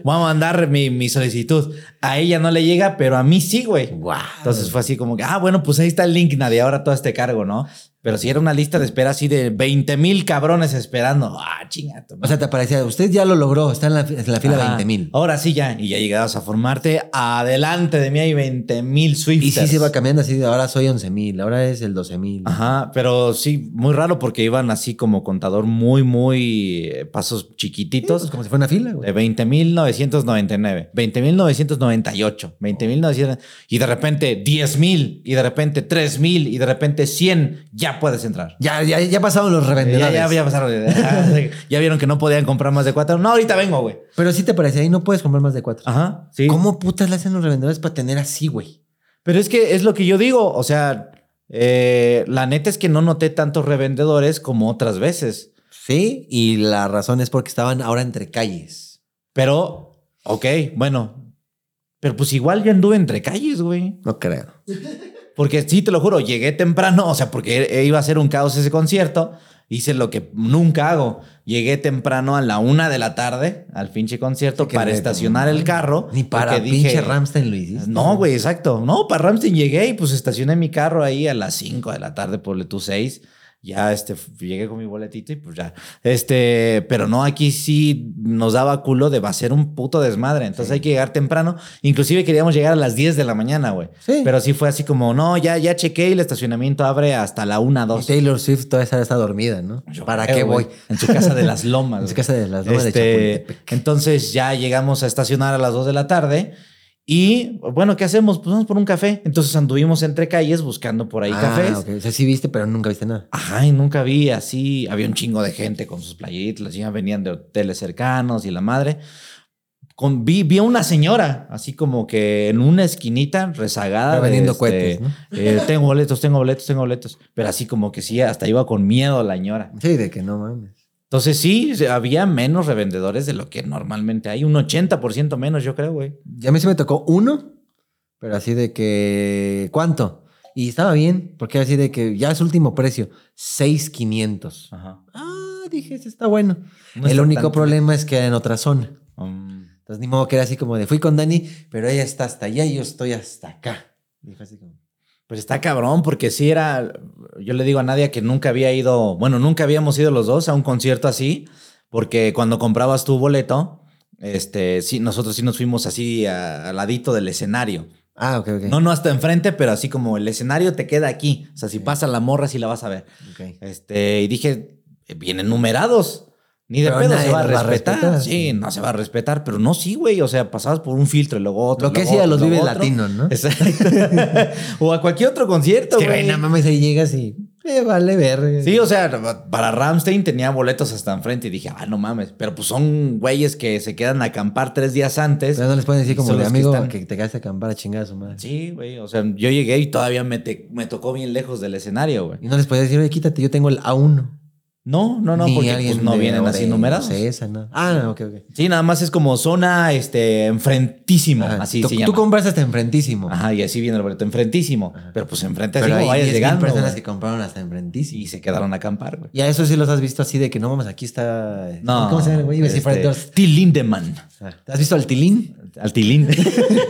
Speaker 2: Voy a mandar mi, mi solicitud. A ella no le llega, pero a mí sí, güey. Entonces fue así como que, ah, bueno, pues ahí está el link, nadie ahora todo este cargo, ¿no? Pero si era una lista de espera así de 20 mil cabrones esperando. Ah, chingato.
Speaker 1: [laughs] O sea, te parecía, usted ya lo logró, está en la, fi- en la fila 20 mil.
Speaker 2: Ahora sí ya. Y ya llegabas a formarte. Adelante de mí hay 20 mil Swifters.
Speaker 1: Y sí se va cambiando así, de ahora soy 11 mil, ahora es el 12 mil.
Speaker 2: Ajá, pero sí, muy raro porque iban así como contador muy, muy eh, pasos chiquititos.
Speaker 1: Pues como si fuera una fila, güey.
Speaker 2: De 20.999, 20.998, 20.900 y de repente 10.000 y de repente 3.000 y de repente 100, ya puedes entrar.
Speaker 1: Ya, ya, ya pasaron los
Speaker 2: Eh, Ya,
Speaker 1: revendedores.
Speaker 2: ya, ya pasaron. ya- [laughs] ya vieron que no podían comprar más de cuatro. No, ahorita vengo, güey.
Speaker 1: Pero sí te parece, ahí no puedes comprar más de cuatro.
Speaker 2: Ajá. Sí.
Speaker 1: ¿Cómo putas le hacen los revendedores para tener así, güey?
Speaker 2: Pero es que es lo que yo digo. O sea, eh, la neta es que no noté tantos revendedores como otras veces.
Speaker 1: Sí, y la razón es porque estaban ahora entre calles.
Speaker 2: Pero, ok, bueno. Pero pues igual yo anduve entre calles, güey.
Speaker 1: No creo.
Speaker 2: Porque sí, te lo juro, llegué temprano, o sea, porque e, iba a ser un caos ese concierto. Hice lo que nunca hago. Llegué temprano a la una de la tarde al pinche concierto
Speaker 1: que
Speaker 2: para
Speaker 1: me-
Speaker 2: estacionar el carro.
Speaker 1: Ni para
Speaker 2: porque
Speaker 1: pinche
Speaker 2: dije,
Speaker 1: Ramstein lo hiciste.
Speaker 2: No, güey, exacto. No, para Ramstein llegué y pues estacioné mi carro ahí a las 5 de la tarde, por tú 6. Ya este, f- llegué con mi boletito y pues ya. Este, pero no, aquí sí nos daba culo de va a ser un puto desmadre. Entonces hay que llegar temprano. Inclusive queríamos llegar a las 10 de la mañana, güey.
Speaker 1: Sí.
Speaker 2: Pero sí fue así como, no, ya, ya chequé y el estacionamiento abre hasta la 1,
Speaker 1: Y
Speaker 2: 2.
Speaker 1: Taylor Swift todavía está- está dormida, ¿no?
Speaker 2: Yo
Speaker 1: ¿Para
Speaker 2: creo,
Speaker 1: qué
Speaker 2: güey.
Speaker 1: voy? Este,
Speaker 2: En su casa de las lomas.
Speaker 1: [laughs] En su
Speaker 2: güey.
Speaker 1: casa de las lomas de Chapultepec.
Speaker 2: Este, Entonces ya llegamos a estacionar a las 2 de la tarde. Y bueno, ¿qué hacemos? Pues vamos por un café. Entonces anduvimos entre calles buscando por ahí
Speaker 1: Ah,
Speaker 2: cafés.
Speaker 1: ok. O sea, sí viste, pero nunca viste nada.
Speaker 2: Ajá, y nunca vi así. Había un chingo de gente con sus playitas. Ya venían de hoteles cercanos y la madre. Con, vi, vi a una señora, así como que en una esquinita rezagada.
Speaker 1: Está
Speaker 2: de,
Speaker 1: vendiendo
Speaker 2: este,
Speaker 1: cohetes, ¿no?
Speaker 2: eh, tengo boletos, tengo boletos, tengo boletos. Pero así como que sí, hasta iba con miedo la señora.
Speaker 1: Sí, de que no mames.
Speaker 2: Entonces sí, había menos revendedores de lo que normalmente hay, un 80% menos, yo creo, güey.
Speaker 1: Y a mí se me tocó uno, pero así de que, ¿cuánto? Y estaba bien, porque era así de que ya es último precio, 6,500.
Speaker 2: Ajá.
Speaker 1: Ah, dije, eso está bueno.
Speaker 2: No
Speaker 1: el
Speaker 2: está
Speaker 1: único
Speaker 2: tanto.
Speaker 1: problema es que era en otra zona.
Speaker 2: Um,
Speaker 1: Entonces, ni modo que era así como de, fui con Dani, pero ella está hasta allá y yo estoy hasta acá. Y fue así como,
Speaker 2: pues está cabrón, porque sí era, yo le digo a Nadia que nunca había ido, bueno, nunca habíamos ido los dos a un concierto así, porque cuando comprabas tu boleto, este, sí, nosotros sí nos fuimos así a- al ladito del escenario.
Speaker 1: ah, ok, ok.
Speaker 2: No, no hasta enfrente, pero así como el escenario te queda aquí. O sea, si pasa la morra, sí la vas a ver.
Speaker 1: Ok.
Speaker 2: Este, y dije, eh, vienen numerados. Ni de
Speaker 1: Pero
Speaker 2: pedo
Speaker 1: nadie
Speaker 2: se va a
Speaker 1: los va a
Speaker 2: respetar.
Speaker 1: respetar,
Speaker 2: sí,
Speaker 1: sí.
Speaker 2: no se va a respetar, pero no, sí, güey. O sea, pasabas por un filtro y luego otro.
Speaker 1: Lo que
Speaker 2: luego
Speaker 1: sí a
Speaker 2: otro,
Speaker 1: los
Speaker 2: luego
Speaker 1: vives
Speaker 2: otro.
Speaker 1: latinos, ¿no?
Speaker 2: Exacto. [laughs] o a cualquier otro concierto,
Speaker 1: Es que, güey,
Speaker 2: este, güey.
Speaker 1: no mames, ahí llegas y Me vale ver.
Speaker 2: Sí, o sea, para Ramstein tenía boletos hasta enfrente y dije, ah, no mames. Pero pues son güeyes que se quedan a acampar tres días antes.
Speaker 1: Pero no les pueden decir como
Speaker 2: Son
Speaker 1: de
Speaker 2: los que
Speaker 1: amigo
Speaker 2: están-
Speaker 1: que, te quedaste a acampar a chingar a su madre.
Speaker 2: Sí, güey. O sea, yo llegué y todavía me, te- me tocó bien lejos del escenario, güey.
Speaker 1: Y no les podías decir, oye, quítate, yo tengo el A1.
Speaker 2: No, no, no,
Speaker 1: Ni
Speaker 2: porque
Speaker 1: alguien
Speaker 2: pues, no
Speaker 1: de-
Speaker 2: vienen
Speaker 1: o
Speaker 2: así
Speaker 1: de-
Speaker 2: numerados.
Speaker 1: no sé, esa, no. Ah, no, ok, ok.
Speaker 2: Sí, nada más es como zona este enfrentísimo,
Speaker 1: Ajá.
Speaker 2: así
Speaker 1: tú,
Speaker 2: se
Speaker 1: tú
Speaker 2: llama.
Speaker 1: compras hasta enfrentísimo.
Speaker 2: Ajá, y así viene el boleto enfrentísimo. Pero pues enfrente así
Speaker 1: Pero
Speaker 2: como
Speaker 1: hay
Speaker 2: vayas
Speaker 1: 10,000
Speaker 2: llegando.
Speaker 1: personas
Speaker 2: güey.
Speaker 1: que compraron hasta enfrentísimo.
Speaker 2: Y se quedaron a acampar, güey.
Speaker 1: Y a eso sí los has visto así de que no mames, aquí está. este,
Speaker 2: No.
Speaker 1: ¿Cómo se llama, el güey? Iba a decir Fred
Speaker 2: este,
Speaker 1: Durst.
Speaker 2: Till Lindemann.
Speaker 1: Ah. ¿Has visto
Speaker 2: [laughs]
Speaker 1: al tilín?
Speaker 2: Al Tilín.
Speaker 1: [laughs]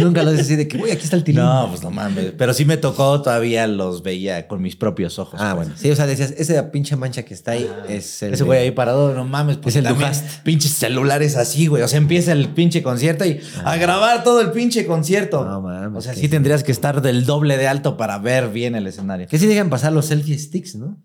Speaker 1: Nunca lo dices así de que, güey, aquí está el tilín.
Speaker 2: no, pues no mames. Pero sí me tocó, todavía los veía con mis propios ojos.
Speaker 1: Ah,
Speaker 2: pues. Ah.
Speaker 1: bueno. Sí, o sea, decías, esa pinche mancha que está ahí es el.
Speaker 2: Ese
Speaker 1: de-
Speaker 2: güey ahí parado, no mames, pues
Speaker 1: Es el
Speaker 2: también
Speaker 1: Dujast.
Speaker 2: pinches celulares así, güey. O sea, empieza el pinche concierto y a grabar todo el pinche concierto.
Speaker 1: Ah. No mames,
Speaker 2: O sea,
Speaker 1: qué-
Speaker 2: sí tendrías que estar del doble de alto para ver bien el escenario.
Speaker 1: Que sí dejan pasar los selfie sticks, ¿no?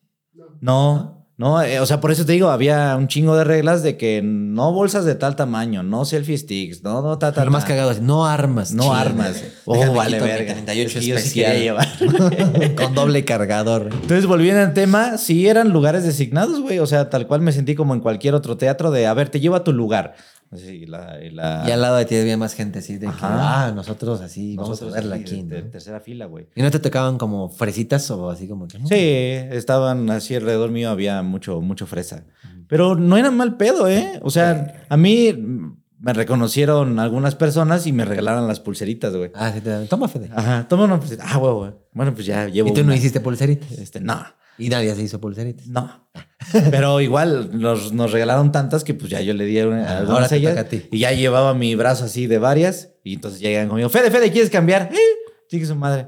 Speaker 2: No, no, eh, o sea, por eso te digo, había un chingo de reglas de que no bolsas de tal tamaño, no selfie sticks, no, no, ta, ta,
Speaker 1: Lo más
Speaker 2: ta.
Speaker 1: cagado es, no armas.
Speaker 2: No
Speaker 1: chingada.
Speaker 2: armas.
Speaker 6: Déjame
Speaker 2: Oh, vale,
Speaker 6: quito mi
Speaker 2: verga.
Speaker 6: 38
Speaker 2: Es que yo sí
Speaker 6: especial.
Speaker 2: quería llevar. [laughs]
Speaker 1: Con doble cargador.
Speaker 2: Entonces, volviendo al tema, sí eran lugares designados, güey. O sea, tal cual me sentí como en cualquier otro teatro de, a ver, te llevo a tu lugar. Así, la- y la-
Speaker 1: Y al lado de ti había más gente así de que,
Speaker 2: Ajá.
Speaker 1: ah, nosotros así,
Speaker 2: nosotros
Speaker 1: vamos a verla
Speaker 2: así,
Speaker 1: aquí.
Speaker 2: de- de
Speaker 1: ¿no?
Speaker 2: tercera fila, güey.
Speaker 1: ¿Y no te tocaban como fresitas o así como que?
Speaker 2: Sí, estaban así alrededor mío, había mucho, mucho fresa. Pero no era mal pedo, ¿eh? O sea, a mí mm, me reconocieron algunas personas y me regalaron las pulseritas, güey.
Speaker 1: Ah, sí, te daban. Toma, Fede.
Speaker 2: Ajá, toma una pulserita. Ah, güey, güey. Bueno, pues ya llevo.
Speaker 1: y tú no
Speaker 2: una.
Speaker 1: hiciste pulseritas.
Speaker 2: Este, no,
Speaker 1: Y nadie se hizo pulseritas.
Speaker 2: no. Pero igual nos, nos regalaron tantas que pues ya yo le di una-
Speaker 1: Ah,
Speaker 2: algunas
Speaker 1: ahora te
Speaker 2: a ellas
Speaker 1: toca a ti.
Speaker 2: Y ya llevaba mi brazo así de varias. Y entonces llegan conmigo, Fede, Fede, ¿quieres cambiar? ¡Eh! Chique su madre.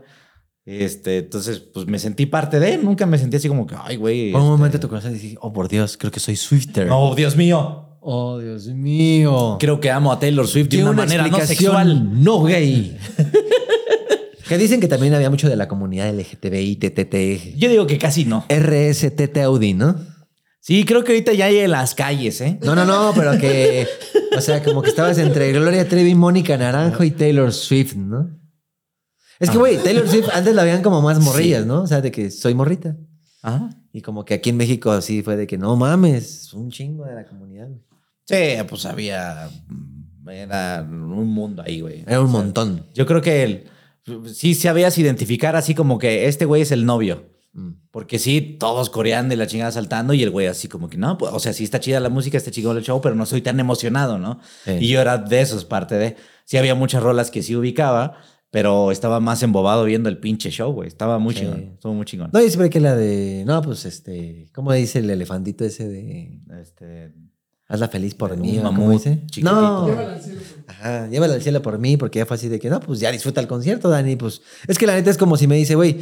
Speaker 2: Este, entonces, pues me sentí parte de, nunca me sentí así como que, ay, güey.
Speaker 1: Por un momento tu corazón dije, oh, por Dios, creo que soy Swifter.
Speaker 2: este, No, Dios mío.
Speaker 1: Oh, Dios mío.
Speaker 2: Creo que amo a Taylor Swift de
Speaker 1: Tiene
Speaker 2: una, manera no
Speaker 1: explicación
Speaker 2: sexual.
Speaker 1: No gay. [laughs] que dicen que también había mucho de la comunidad LGTBI, TTT,
Speaker 2: Yo digo que casi no.
Speaker 1: RSTT Audi, ¿no?
Speaker 2: Sí, creo que ahorita ya hay en las calles, ¿eh?
Speaker 1: No, no, no, pero que. O sea, como que estabas entre Gloria Trevi, Mónica Naranjo y Taylor Swift, ¿no? Es que, güey, Taylor Swift antes la veían como más morrillas, ¿no? O sea, de que soy morrita.
Speaker 2: Ajá.
Speaker 1: Y como que aquí en México así fue de que no mames, un chingo de la comunidad. güey.
Speaker 2: Sí, pues había. Era un mundo ahí, güey.
Speaker 1: Era un montón.
Speaker 2: Yo creo que él. Sí, sabías identificar así como que este güey es el novio.
Speaker 1: Mm.
Speaker 2: Porque sí, todos coreando y la chingada saltando y el güey así como que no, pues, o sea, sí está chida la música, está chido el show, pero no soy tan emocionado, ¿no?
Speaker 1: Sí.
Speaker 2: Y yo era de esos, parte de... Sí había muchas rolas que sí ubicaba, pero estaba más embobado viendo el pinche show, güey. Estaba muy
Speaker 1: Sí.
Speaker 2: chingón, estuvo muy chingón.
Speaker 1: No, yo siempre que la de. No, pues este. ¿Cómo dice el elefantito ese de.
Speaker 2: Este,
Speaker 1: Hazla feliz por
Speaker 2: Un
Speaker 1: mí? o ¿Cómo
Speaker 2: mamut
Speaker 1: dice?
Speaker 2: chiquitito.
Speaker 3: Llévala al cielo. güey.
Speaker 1: Ajá, llévala al cielo por mí, porque ya fue así de que, no, pues ya disfruta el concierto, Dani. Pues es que la neta es como si me dice, güey,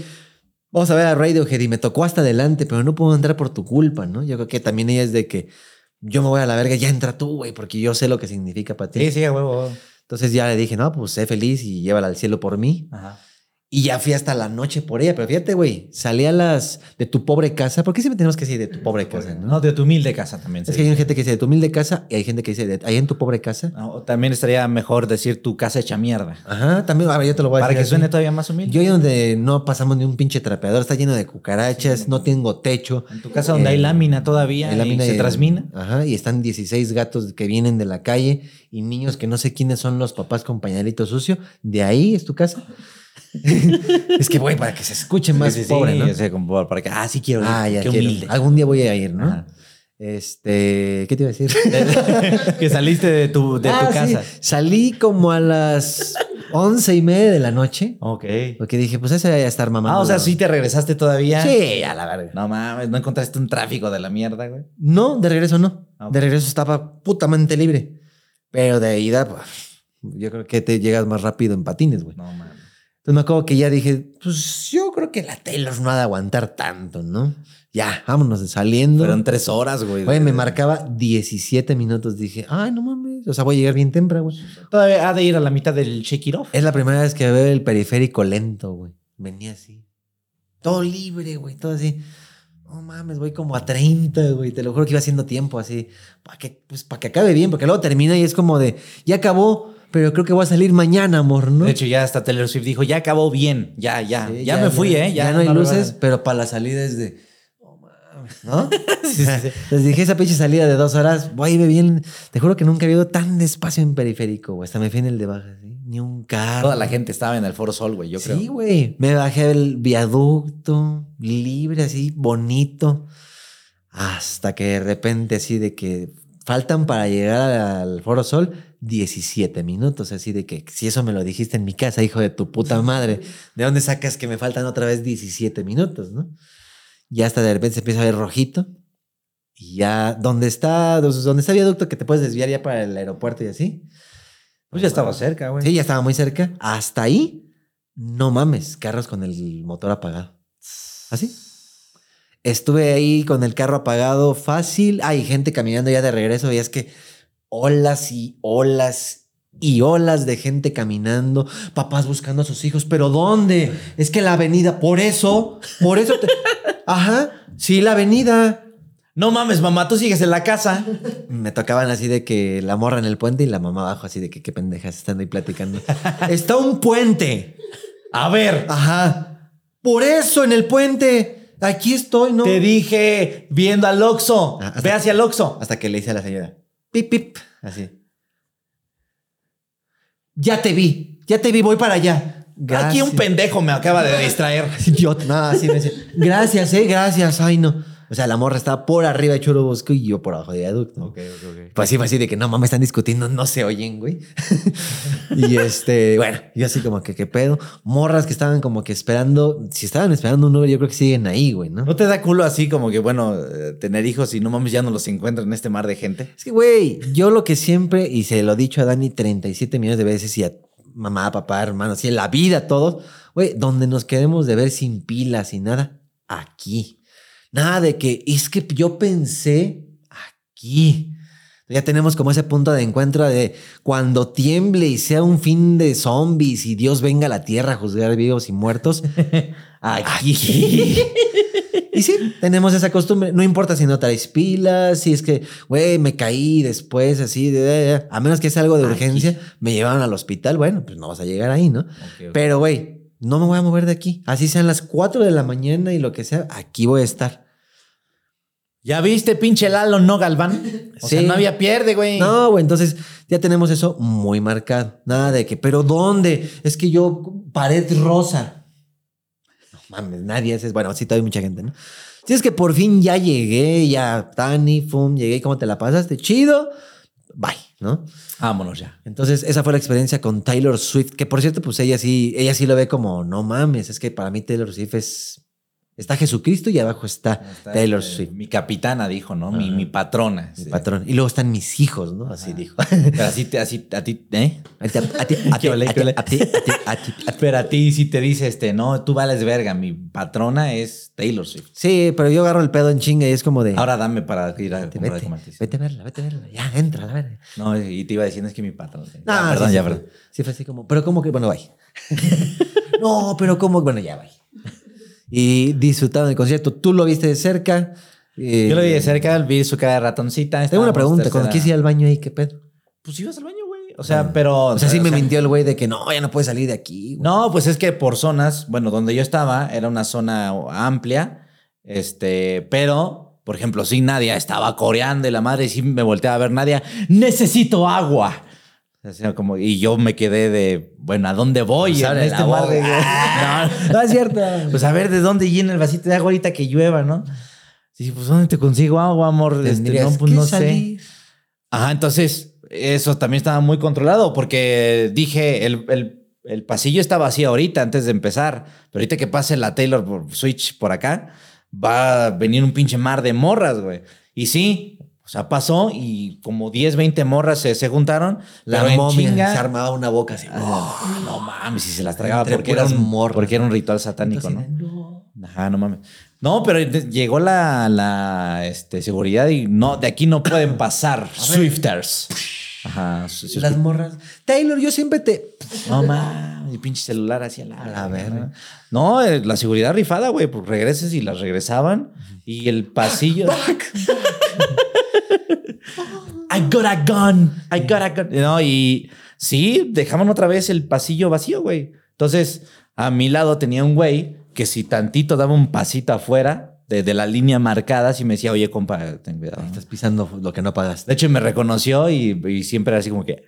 Speaker 1: vamos a ver a Radiohead y me tocó hasta adelante, pero no puedo entrar por tu culpa, ¿no? Yo creo que también ella es de que yo me voy a la verga, ya entra tú, güey, porque yo sé lo que significa para ti.
Speaker 2: sí, sí, a huevo.
Speaker 1: Entonces ya le dije, no, pues sé feliz y llévala al cielo por mí.
Speaker 2: Ajá.
Speaker 1: Y ya fui hasta la noche por ella, pero fíjate, güey, salí a las de tu pobre casa, porque siempre tenemos que decir de tu pobre casa, ¿no?
Speaker 2: Pues, No, de tu humilde casa también.
Speaker 1: Es
Speaker 2: sí.
Speaker 1: que hay gente que dice de tu humilde casa y hay gente que dice de ahí en tu pobre casa.
Speaker 2: No, también estaría mejor decir tu casa hecha mierda.
Speaker 1: Ajá, también, a ver, yo te lo voy a
Speaker 2: Para que
Speaker 1: decir.
Speaker 2: suene
Speaker 1: así.
Speaker 2: todavía más humilde.
Speaker 1: Yo ahí donde no pasamos ni un pinche trapeador, está lleno de cucarachas, no tengo techo.
Speaker 2: en tu casa donde
Speaker 1: Eh,
Speaker 2: hay lámina todavía
Speaker 1: hay
Speaker 2: y se
Speaker 1: de-
Speaker 2: transmina.
Speaker 1: Ajá, y están 16 gatos que vienen de la calle y niños que no sé quiénes son los papás con pañalito sucio. De ahí es tu casa. [laughs] es que, güey, para que se escuche más
Speaker 2: Sí, sí,
Speaker 1: pobre,
Speaker 2: sí,
Speaker 1: ¿no?
Speaker 2: o sea, como para- para que, ah, sí quiero ir.
Speaker 1: Ah, ya
Speaker 2: qué
Speaker 1: quiero.
Speaker 2: humilde.
Speaker 1: Algún día voy a ir, ¿no?
Speaker 2: Ajá.
Speaker 1: Este, ¿qué te iba a
Speaker 2: [laughs]
Speaker 1: decir?
Speaker 2: que saliste de tu, de
Speaker 1: Ah,
Speaker 2: tu
Speaker 1: sí,
Speaker 2: casa.
Speaker 1: Salí como a las once y media de la noche.
Speaker 2: Ok.
Speaker 1: Porque dije, pues esa ya estar mamando.
Speaker 2: Ah, o sea, sí te regresaste todavía.
Speaker 1: Sí, a la verga.
Speaker 2: No mames, no encontraste un tráfico de la mierda, güey.
Speaker 1: No, de regreso no.
Speaker 2: Ah,
Speaker 1: De regreso estaba putamente libre. Pero de ida, pues, yo creo que te llegas más rápido en patines, güey.
Speaker 2: No mames.
Speaker 1: Entonces me acuerdo que ya dije, pues yo creo que la Taylor no ha de aguantar tanto, ¿no? Ya, vámonos saliendo.
Speaker 2: Fueron tres horas, güey.
Speaker 1: Oye, me marcaba 17 minutos. Dije, ay, no mames. O sea, voy a llegar bien temprano, güey.
Speaker 2: Todavía ha de ir a la mitad del shake it off.
Speaker 1: Es la primera vez que veo el periférico lento, güey. Venía así. Todo libre, güey. Todo así. No mames, voy como a 30, güey. Te lo juro que iba haciendo tiempo así. Para que, pues, para que acabe bien, porque luego termina y es como de, ya acabó. pero creo que va a salir mañana, amor, ¿no?
Speaker 2: De hecho, ya hasta Taylor Swift dijo, ya acabó bien, ya, ya,
Speaker 1: Sí,
Speaker 2: ya, me fui, ¿eh?
Speaker 1: Ya, no hay
Speaker 2: lo-
Speaker 1: luces,
Speaker 2: [laughs]
Speaker 1: pero para la salida es de. "Oh, mames", ¿No?
Speaker 2: [laughs]
Speaker 1: Les dije esa pinche salida de dos horas. Voy ve bien. Te juro que nunca he ido tan despacio en periférico, güey. Hasta me fui en el de baja, ¿sí? Ni un carro.
Speaker 2: Toda la gente estaba en el Foro Sol, güey, yo creo.
Speaker 1: Sí, güey. Me bajé del viaducto, libre, así, bonito. Hasta que de repente, así de que faltan para llegar al Foro Sol 17 minutos. Así de que si eso me lo dijiste en mi casa, hijo de tu puta madre, ¿de dónde sacas que me faltan otra vez 17 minutos, no? Ya hasta de repente se empieza a ver rojito. Y ya, donde está, donde está el viaducto que te puedes desviar ya para el aeropuerto y así.
Speaker 2: Pues ya estaba cerca, güey.
Speaker 1: Sí, ya estaba muy cerca. Hasta ahí, no mames, carros con el motor apagado. ¿Así? Estuve ahí con el carro apagado fácil. Hay gente caminando ya de regreso y es que olas y olas y olas de gente caminando, papás buscando a sus hijos, pero ¿dónde? Es que la avenida, por eso, por [laughs] eso... te- Ajá, sí, la avenida.
Speaker 2: No mames, mamá, tú sigues en la casa.
Speaker 1: Me tocaban así de que la morra en el puente y la mamá abajo, así de que qué pendejas están ahí platicando. [laughs] Está un puente.
Speaker 2: A ver,
Speaker 1: Ajá. Por eso en el puente. Aquí estoy, ¿no?
Speaker 2: te dije, viendo al Oxxo,
Speaker 1: Ah, hasta-
Speaker 2: ve hacia el Oxxo.
Speaker 1: Hasta que le hice a la señora. Pip, pip. Así. Ya te vi. Ya te vi. Voy para allá.
Speaker 2: Aquí un pendejo me acaba [laughs] de distraer.
Speaker 7: [laughs]
Speaker 1: Idiota. No, así me decía. Gracias, eh. Gracias. Ay, no. O sea, la morra estaba por arriba de Churubusco y yo por abajo de viaducto.
Speaker 7: ok, ok.
Speaker 1: Pues sí, fue así de que no mames, están discutiendo, no se oyen, güey. [laughs] y este, bueno, yo así como que qué pedo. Morras que estaban como que esperando, si estaban esperando un Uber, yo creo que siguen ahí, güey, ¿no?
Speaker 2: ¿No te da culo así como que, bueno, eh, tener hijos y no mames, ya no los encuentran en este mar de gente?
Speaker 1: Es que, güey, yo lo que siempre, y se lo he dicho a Dani 37 millones de veces y a mamá, papá, hermanos, y en la vida a todos, güey, donde nos quedemos de ver sin pilas y nada, aquí. Nada de que, es que yo pensé aquí. Ya tenemos como ese punto de encuentro de cuando tiemble y sea un fin de zombies y Dios venga a la tierra a juzgar vivos y muertos. Aquí. Y sí, tenemos esa costumbre. No importa si no traes pilas, si es que, güey, me caí después, así, de- de- de- a menos que sea algo de urgencia, me llevaron al hospital. Bueno, pues no vas a llegar ahí, ¿no? Pero, güey, no me voy a mover de aquí. Así sean las 4 de la mañana y lo que sea, aquí voy a estar.
Speaker 2: ¿Ya viste, pinche Lalo, no, Galván? O sea,
Speaker 1: Sí.
Speaker 2: no había pierde, güey.
Speaker 1: No, güey, entonces ya tenemos eso muy marcado. Nada de que, pero ¿dónde? Es que yo, pared rosa. No mames, nadie hace. Bueno, sí, todavía hay mucha gente, ¿no? Si es que por fin ya llegué, ya, Tani, Fum, llegué, ¿cómo te la pasaste? Chido. Bye, ¿no?
Speaker 2: Vámonos ya.
Speaker 1: Entonces, esa fue la experiencia con Taylor Swift, que por cierto, pues ella sí, ella sí lo ve como, no mames, es que para mí Taylor Swift es. Está Jesucristo y abajo está, Taylor
Speaker 2: Este,
Speaker 1: Swift,
Speaker 2: Mi capitana dijo, ¿no? Mi,
Speaker 1: Ajá.
Speaker 2: mi patrona.
Speaker 1: mi
Speaker 2: sí.
Speaker 1: patrón. Y luego están mis hijos, ¿no? Así dijo. [laughs]
Speaker 2: Pero así, te- así, a ti, ¿eh?
Speaker 1: A ti, a ti, a ti,
Speaker 2: Qué ole,
Speaker 1: a
Speaker 2: qué
Speaker 1: ti,
Speaker 2: ole.
Speaker 1: a ti, a ti, a ti.
Speaker 2: Pero a ti sí te dice, este, no, tú vales verga, mi patrona es Taylor Swift.
Speaker 1: Sí, pero yo agarro el pedo en chinga y es como de.
Speaker 2: Ahora dame para ir a
Speaker 1: vete,
Speaker 2: comprar y
Speaker 1: vete,
Speaker 2: comerte.
Speaker 1: vete a verla, vete a verla. Ya, entra, la verga.
Speaker 2: No, y te iba diciendo, es que mi patrona. Ya,
Speaker 1: No, sí,
Speaker 2: perdón,
Speaker 1: sí
Speaker 2: ya,
Speaker 1: fue-
Speaker 2: perdón.
Speaker 1: Sí, fue así como, pero como que, bueno, bye. [laughs] no, pero como, bueno, ya, bye. Y disfrutaron del concierto. Tú lo viste de cerca. eh,
Speaker 2: Yo lo vi de cerca, vi su cara de ratoncita.
Speaker 1: Tengo una
Speaker 2: estábamos
Speaker 1: pregunta.
Speaker 2: tercera-
Speaker 1: Cuando quise ir al baño ahí, ¿qué pedo?
Speaker 2: Pues ibas al baño, güey. Eh. O sea, pero...
Speaker 1: O sea, sí me mintió el güey de que no, ya no puedes salir de aquí. güey.
Speaker 2: No, pues es que por zonas, bueno, donde yo estaba era una zona amplia, este, pero, por ejemplo, sí, Nadia estaba coreando y la madre sí me volteaba a ver, Nadia, necesito agua. O sea, como, y yo me quedé de, bueno, ¿a dónde voy?
Speaker 1: Pues
Speaker 2: en
Speaker 1: abre
Speaker 2: este
Speaker 1: la
Speaker 2: mar
Speaker 1: boca.
Speaker 2: de-
Speaker 1: [laughs]
Speaker 2: No, no es cierto. Pues a ver, ¿de dónde llena el vasito de agua ahorita que llueva, no? Sí, pues ¿dónde te consigo agua, amor? Este,
Speaker 1: Tendrías
Speaker 2: no, pues
Speaker 1: que
Speaker 2: no sé.
Speaker 1: salir.
Speaker 2: Ajá, entonces eso también estaba muy controlado porque dije, el, el- el pasillo está vacío ahorita antes de empezar, pero ahorita que pase la Taylor por- Switch por acá, va a venir un pinche mar de morras, güey. Y sí, o sea, pasó y como 10, 20 morras se, se juntaron.
Speaker 1: La
Speaker 2: pero en
Speaker 1: momia
Speaker 2: chinga-
Speaker 1: se armaba una boca así.
Speaker 2: Oh, no mames, si se las tragaba
Speaker 1: Entre
Speaker 2: porque era,
Speaker 1: puras
Speaker 2: un,
Speaker 1: morras.
Speaker 2: porque era un ritual satánico, ¿no? Ajá, no mames. No, pero de- llegó la, la este, seguridad y no, de aquí no pueden pasar Swifters. Ajá. se- se
Speaker 1: Las morras. Taylor, yo siempre te.
Speaker 2: escucha- No mames, el pinche celular hacia la.
Speaker 1: la verga.
Speaker 2: No, eh, la seguridad rifada, güey, pues regreses y las regresaban y el pasillo. [laughs] I got a gun. I got a gun. No, y sí, dejaban otra vez el pasillo vacío, güey. Entonces, a mi lado tenía un güey que si tantito daba un pasito afuera de, de la línea marcada, sí me decía, oye, compa, ten cuidado. ¿no?".
Speaker 1: Estás pisando lo que no pagaste.
Speaker 2: De hecho, me reconoció y, y siempre era así como que...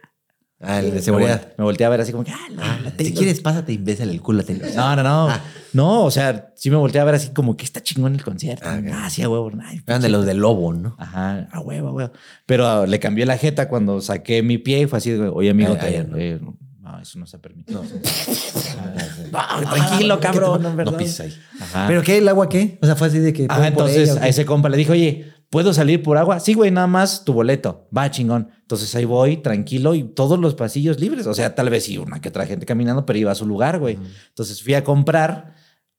Speaker 1: Ah, el de
Speaker 2: me
Speaker 1: seguridad.
Speaker 2: vol- Me volteé a ver así como que... "Ah, la- la
Speaker 1: Si
Speaker 2: tengo".
Speaker 1: quieres, pásate, imbécil, el culo. te-
Speaker 2: Ah. No, no, no. No, o sea, sí me volteé a ver así como que está chingón el concierto.
Speaker 1: Ah, ok.
Speaker 2: Ah, sí, a huevo. Ay,
Speaker 1: Eran de los de lobo, ¿no?
Speaker 2: Ajá, a huevo, a huevo. Pero ah, le cambié la jeta cuando saqué mi pie y fue así, de, oye amigo,
Speaker 1: Eh,
Speaker 2: te-
Speaker 1: ayer, ¿no?
Speaker 2: eh, no. eso no se permite. [laughs] Ah, tranquilo, cabrón. en verdad.
Speaker 1: No pisa ahí.
Speaker 2: Ajá.
Speaker 1: ¿Pero qué? ¿El agua qué? O sea, fue así de que.
Speaker 2: Ajá,
Speaker 1: ¿puedo por
Speaker 2: entonces
Speaker 1: ella o qué?
Speaker 2: a ese compa le dije, oye, ¿puedo salir por agua? Sí, güey, nada más tu boleto. Va, chingón. Entonces ahí voy, tranquilo, y todos los pasillos libres. O sea, tal vez sí una que otra gente caminando, pero iba a su lugar, güey. Entonces fui a comprar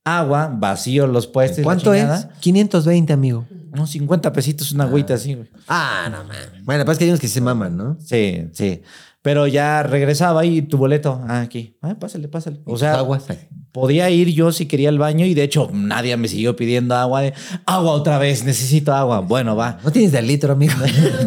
Speaker 2: agua, vacío los puestos. y la
Speaker 1: ¿Cuánto es?
Speaker 2: chingada.
Speaker 1: 520, amigo.
Speaker 2: Unos 50 pesitos, una agüita así, güey.
Speaker 1: Ah, no mames. Bueno, pasa que hay unos que sí se maman, ¿no?
Speaker 2: Sí, sí. Pero ya regresaba y tu boleto, ah, aquí. Ah, pásale, pásale. O sea,
Speaker 1: aguas.
Speaker 2: podía ir yo si quería al baño y de hecho nadie me siguió pidiendo agua. de, agua otra vez, necesito agua. Bueno, va.
Speaker 1: No tienes de
Speaker 2: [laughs]
Speaker 1: litro, amigo.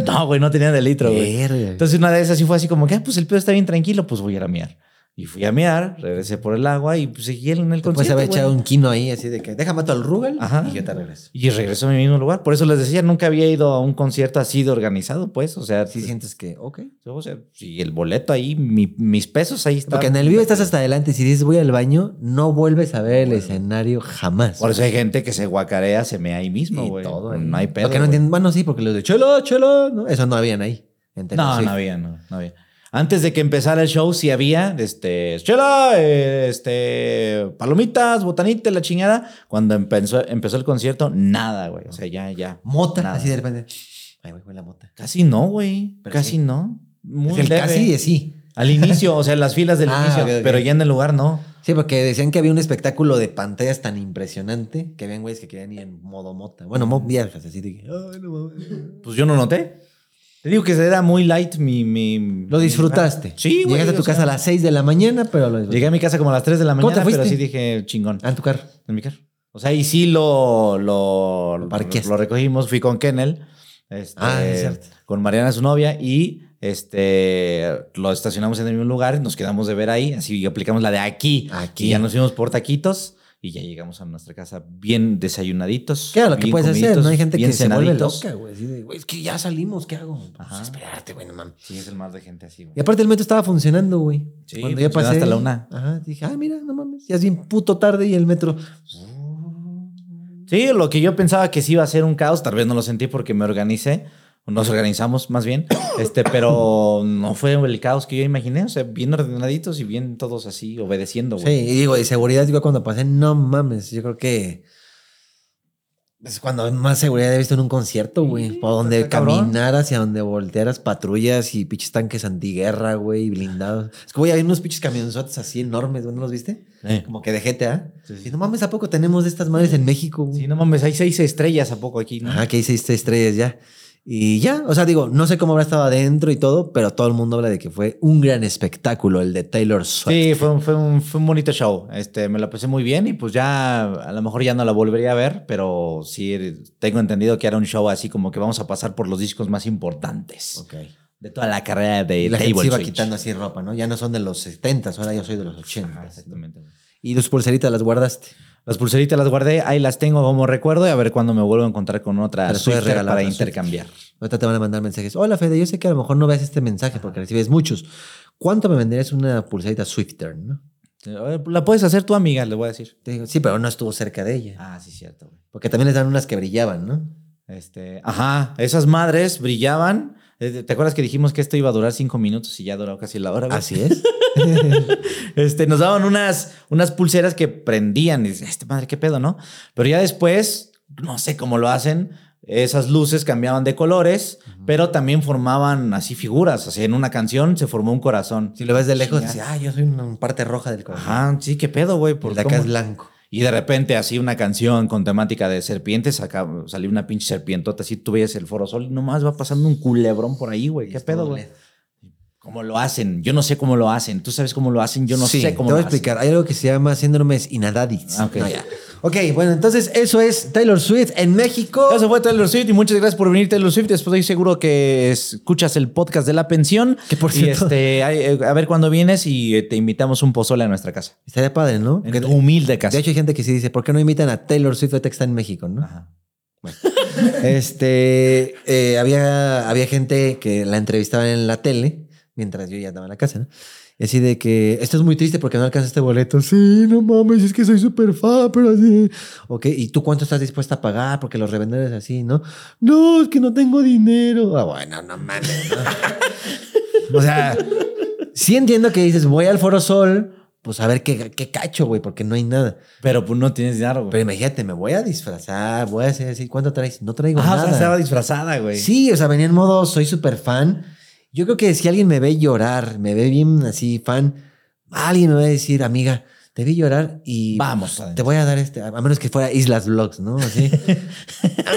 Speaker 2: No, güey, no tenía de litro, güey.
Speaker 1: Verga.
Speaker 2: Entonces una de esas sí fue así como que, ah, pues el pedo está bien tranquilo, pues voy a ir a mear. Y fui a mear, regresé por el agua y pues, seguí en el
Speaker 1: Te puedes
Speaker 2: concierto.
Speaker 1: haber
Speaker 2: güey.
Speaker 1: echado un quino ahí, así de que déjame mato al Rugal
Speaker 2: Ajá.
Speaker 1: y yo te regreso.
Speaker 2: Y regresó a mi mismo lugar. Por eso les decía, nunca había ido a un concierto así de organizado, pues. O sea,
Speaker 1: Si sientes que, ok.
Speaker 2: o sea, sí, el boleto ahí, mi- mis pesos ahí están.
Speaker 1: Porque en el vivo estás hasta adelante. Si dices voy al baño, no vuelves a ver el escenario jamás.
Speaker 2: Por eso hay gente que se guacarea, se mea ahí
Speaker 1: Y
Speaker 2: mismo, güey.
Speaker 1: todo ahí.
Speaker 2: No hay pedo.
Speaker 1: Lo que no
Speaker 2: güey.
Speaker 1: entiendo- Bueno, sí, porque los de chelo, chelo, ¿no? eso no habían ahí. en Taylor
Speaker 2: No,
Speaker 1: Swift.
Speaker 2: no había, no, no había. Antes de que empezara el show, sí había, este, chela, eh, este, palomitas, botanita, la chingada. Cuando empezó, empezó el concierto, nada, güey. O sea, ya, ya.
Speaker 1: Mota,
Speaker 2: Nada.
Speaker 1: así de repente. Ay, güey, huele a mota.
Speaker 2: Casi no, güey.
Speaker 1: Pero
Speaker 2: Casi
Speaker 1: sí.
Speaker 2: no. Muy
Speaker 1: Es el
Speaker 2: leve.
Speaker 1: casi de sí.
Speaker 2: Al inicio, o sea, las filas del
Speaker 1: [laughs] Ah,
Speaker 2: inicio,
Speaker 1: ok, ok.
Speaker 2: pero ya en el lugar no.
Speaker 1: Sí, porque decían que había un espectáculo de pantallas tan impresionante que habían güeyes que querían ir en modo mota. Bueno, modo viejas, así de que. "Ay, no mames".
Speaker 2: Pues yo no noté. Te digo que era muy light mi... mi
Speaker 1: Lo
Speaker 2: mi-
Speaker 1: disfrutaste.
Speaker 2: Sí, güey.
Speaker 1: Llegaste a tu
Speaker 2: o sea,
Speaker 1: casa a las 6 de la mañana, pero lo disfrutaste.
Speaker 2: Llegué a mi casa como a las 3 de la
Speaker 1: ¿Cómo te
Speaker 2: mañana, pero
Speaker 1: fuiste?
Speaker 2: sí dije chingón.
Speaker 1: A tu carro.
Speaker 2: En mi carro. O sea, y sí lo, lo, lo,
Speaker 1: parqueaste.
Speaker 2: lo recogimos. Fui con Kennel. este,
Speaker 1: Ah, es cierto.
Speaker 2: Con Mariana, su novia, y este lo estacionamos en el mismo lugar. Nos quedamos de ver ahí. Así aplicamos la de aquí.
Speaker 1: Aquí.
Speaker 2: Y ya nos fuimos por taquitos. Y ya llegamos a nuestra casa bien desayunaditos.
Speaker 1: Claro, lo que
Speaker 2: bien
Speaker 1: puedes hacer,
Speaker 2: comiditos,
Speaker 1: ¿no? Hay gente
Speaker 2: bien
Speaker 1: que se vuelve
Speaker 2: cenaditos.
Speaker 1: loca, güey. así de, güey, es que ya salimos, ¿qué hago? Pues
Speaker 2: Ajá.
Speaker 1: espérate, güey, no mames.
Speaker 2: Sí, es el mar de gente así. güey.
Speaker 1: Y aparte el metro estaba funcionando, güey.
Speaker 2: Sí, funcionaba hasta la una.
Speaker 1: Ajá, dije, ah, mira, no mames, ya es bien puto tarde y el metro.
Speaker 2: Sí, lo que yo pensaba que sí iba a ser un caos, tal vez no lo sentí porque me organicé, o nos organizamos más bien, [coughs] este, pero no fue el caos que yo imaginé, o sea, bien ordenaditos y bien todos así obedeciendo,
Speaker 1: Sí,
Speaker 2: güey.
Speaker 1: y digo, de seguridad, digo, cuando pasé, no mames, yo creo que es cuando más seguridad he visto en un concierto, güey.
Speaker 2: Sí,
Speaker 1: Por donde
Speaker 2: está cabrón.
Speaker 1: caminaras y a donde voltearas patrullas y pinches tanques antiguerra, güey, y blindados. Es que, güey, hay unos pinches camionzotes así enormes, güey, ¿no los viste?
Speaker 2: Sí.
Speaker 1: Como que de GTA.
Speaker 2: Sí, sí.
Speaker 1: Y no mames, ¿a poco tenemos de estas madres en México, güey?
Speaker 2: Sí, no mames, hay seis estrellas a poco aquí, ¿no?
Speaker 1: Ajá, que hay seis estrellas ya. Y ya, o sea, digo, no sé cómo habrá estado adentro y todo, pero todo el mundo habla de que fue un gran espectáculo el de Taylor Swift.
Speaker 2: Sí, fue un, fue, un, fue un bonito show. Este, me la pasé muy bien y pues ya a lo mejor ya no la volvería a ver, pero sí eh, tengo entendido que era un show así como que vamos a pasar por los discos más importantes
Speaker 1: Ok.
Speaker 2: de toda la carrera de
Speaker 1: Y la gente
Speaker 2: Table
Speaker 1: se iba
Speaker 2: Switch.
Speaker 1: quitando así ropa, ¿no? Ya no son de los 70, ahora yo soy de los 80.
Speaker 2: Ajá, exactamente. güey.
Speaker 1: Y tus pulseritas las guardaste.
Speaker 2: Las pulseritas las guardé, ahí las tengo como recuerdo y a ver cuándo me vuelvo a encontrar con otra
Speaker 1: Pero puedes
Speaker 2: Swifter
Speaker 1: regalar
Speaker 2: para
Speaker 1: otra
Speaker 2: intercambiar.
Speaker 1: Ahorita te van a mandar mensajes. Hola, Fede, yo sé que a lo mejor no ves este mensaje porque recibes muchos. ¿Cuánto me venderías una pulserita Swifter, no?
Speaker 2: Eh, La puedes hacer tú, amiga, le voy a decir.
Speaker 1: Te digo, sí, pero no estuvo cerca de ella.
Speaker 2: Ah, sí, cierto. güey.
Speaker 1: Porque también les dan unas que brillaban, ¿no?
Speaker 2: Este, ajá, esas madres brillaban. Eh, ¿Te acuerdas que dijimos que esto iba a durar cinco minutos y ya duró casi la hora? güey?
Speaker 1: Así es.
Speaker 2: Este, nos daban unas, unas pulseras que prendían y dices, este madre, qué pedo, ¿no? Pero ya después, no sé cómo lo hacen, esas luces cambiaban de colores, pero también formaban así figuras. O sea, en una canción se formó un corazón.
Speaker 1: Si lo ves de lejos,
Speaker 2: Chinga.
Speaker 1: dices, ah, yo soy una parte roja del corazón.
Speaker 2: Ajá, sí, qué pedo, güey.
Speaker 1: Por
Speaker 2: por
Speaker 1: de acá
Speaker 2: cómo-
Speaker 1: es blanco.
Speaker 2: Y de repente, así una canción con temática de serpientes, acá salió una pinche serpientota, así tú veías el foro sol y nomás va pasando un culebrón por ahí, güey. ¿Qué pedo, güey? ¿Cómo lo hacen? Yo no sé cómo lo hacen. Tú sabes cómo lo hacen, yo no
Speaker 1: Sí,
Speaker 2: sé cómo
Speaker 1: Te
Speaker 2: lo
Speaker 1: voy a explicar. Hay algo que se llama síndromes inadadis.
Speaker 2: Ah, ok.
Speaker 1: No, ya. Ok, bueno, entonces eso es Taylor Swift en México.
Speaker 2: Eso fue Taylor Swift y muchas gracias por venir Taylor Swift. Después estoy seguro que escuchas el podcast de la pensión.
Speaker 1: Que por
Speaker 2: Y,
Speaker 1: cierto-
Speaker 2: este, ay, eh, a ver cuándo vienes y eh, te invitamos un pozole a nuestra casa.
Speaker 1: Estaría padre, ¿no?
Speaker 2: En
Speaker 1: Que-
Speaker 2: tu humilde casa.
Speaker 1: de hecho, hay gente que sí dice, ¿por qué no invitan a Taylor Swift ahorita que está en México, no?
Speaker 2: Ajá.
Speaker 1: Este, eh, había, había gente que la entrevistaban en la tele mientras yo ya andaba en la casa, ¿no? Y así de que, esto es muy triste porque no alcanzaste boleto. Sí, no mames, es que soy súper fan, pero así. Ok, ¿y tú cuánto estás dispuesta a pagar? Porque los revendedores así, ¿no? No, es que no tengo dinero. Ah, bueno, no [laughs] mames, ¿no? o sea, sí entiendo que dices, voy al Foro Sol, pues a ver qué, qué cacho, güey, porque no hay nada.
Speaker 2: Pero pues no tienes dinero, güey.
Speaker 1: Pero imagínate, me voy a disfrazar, voy a hacer así. ¿Cuánto traes? No traigo
Speaker 2: Ah, o sea,
Speaker 1: nada.
Speaker 2: estaba disfrazada, güey.
Speaker 1: Sí, o sea, venía en modo soy súper fan. Yo creo que si alguien me ve llorar, me ve bien así fan, alguien me va a decir, amiga, te vi llorar y
Speaker 2: Vamos.
Speaker 1: te voy a dar este, a menos que fuera Islas Vlogs,
Speaker 2: [laughs]
Speaker 1: ¿no? Así.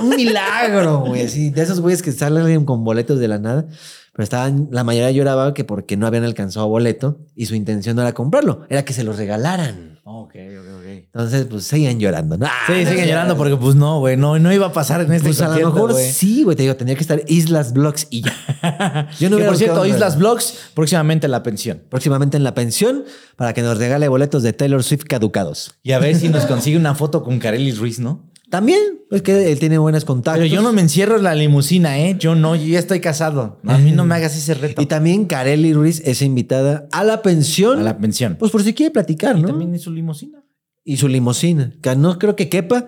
Speaker 1: Un milagro, güey. Así, de esos güeyes que salen con boletos de la nada. Pero estaban, la mayoría lloraba que porque no habían alcanzado boleto y su intención no era comprarlo, era que se los regalaran.
Speaker 2: Ok, ok, ok.
Speaker 1: Entonces, pues seguían llorando, ¿no? Ah,
Speaker 2: Sí,
Speaker 1: no,
Speaker 2: siguen
Speaker 1: ya.
Speaker 2: llorando porque pues no, güey. No, no iba a pasar en este
Speaker 1: Pues a lo
Speaker 2: concierto,
Speaker 1: mejor
Speaker 2: güey.
Speaker 1: sí, güey. Te digo, tendría que estar Islas Vlogs y ya.
Speaker 2: [laughs]
Speaker 1: Yo
Speaker 2: Que,
Speaker 1: no hubiera
Speaker 2: por cierto,
Speaker 1: buscado, pero-
Speaker 2: Islas Vlogs, próximamente la pensión.
Speaker 1: próximamente en la pensión para que nos regale boletos de Taylor Swift caducados.
Speaker 2: Y a ver si nos consigue una foto con Kareli Ruiz, ¿no?
Speaker 1: También, es que él tiene buenos contactos.
Speaker 2: Pero yo no me encierro en la limusina, ¿eh? Yo no, yo ya estoy casado. A mí no me hagas ese reto.
Speaker 1: Y también Kareli Ruiz es invitada a la pensión.
Speaker 2: a la pensión.
Speaker 1: Pues por si quiere platicar,
Speaker 2: y
Speaker 1: ¿no?
Speaker 2: también es su limusina.
Speaker 1: Y su limusina, que no creo que quepa,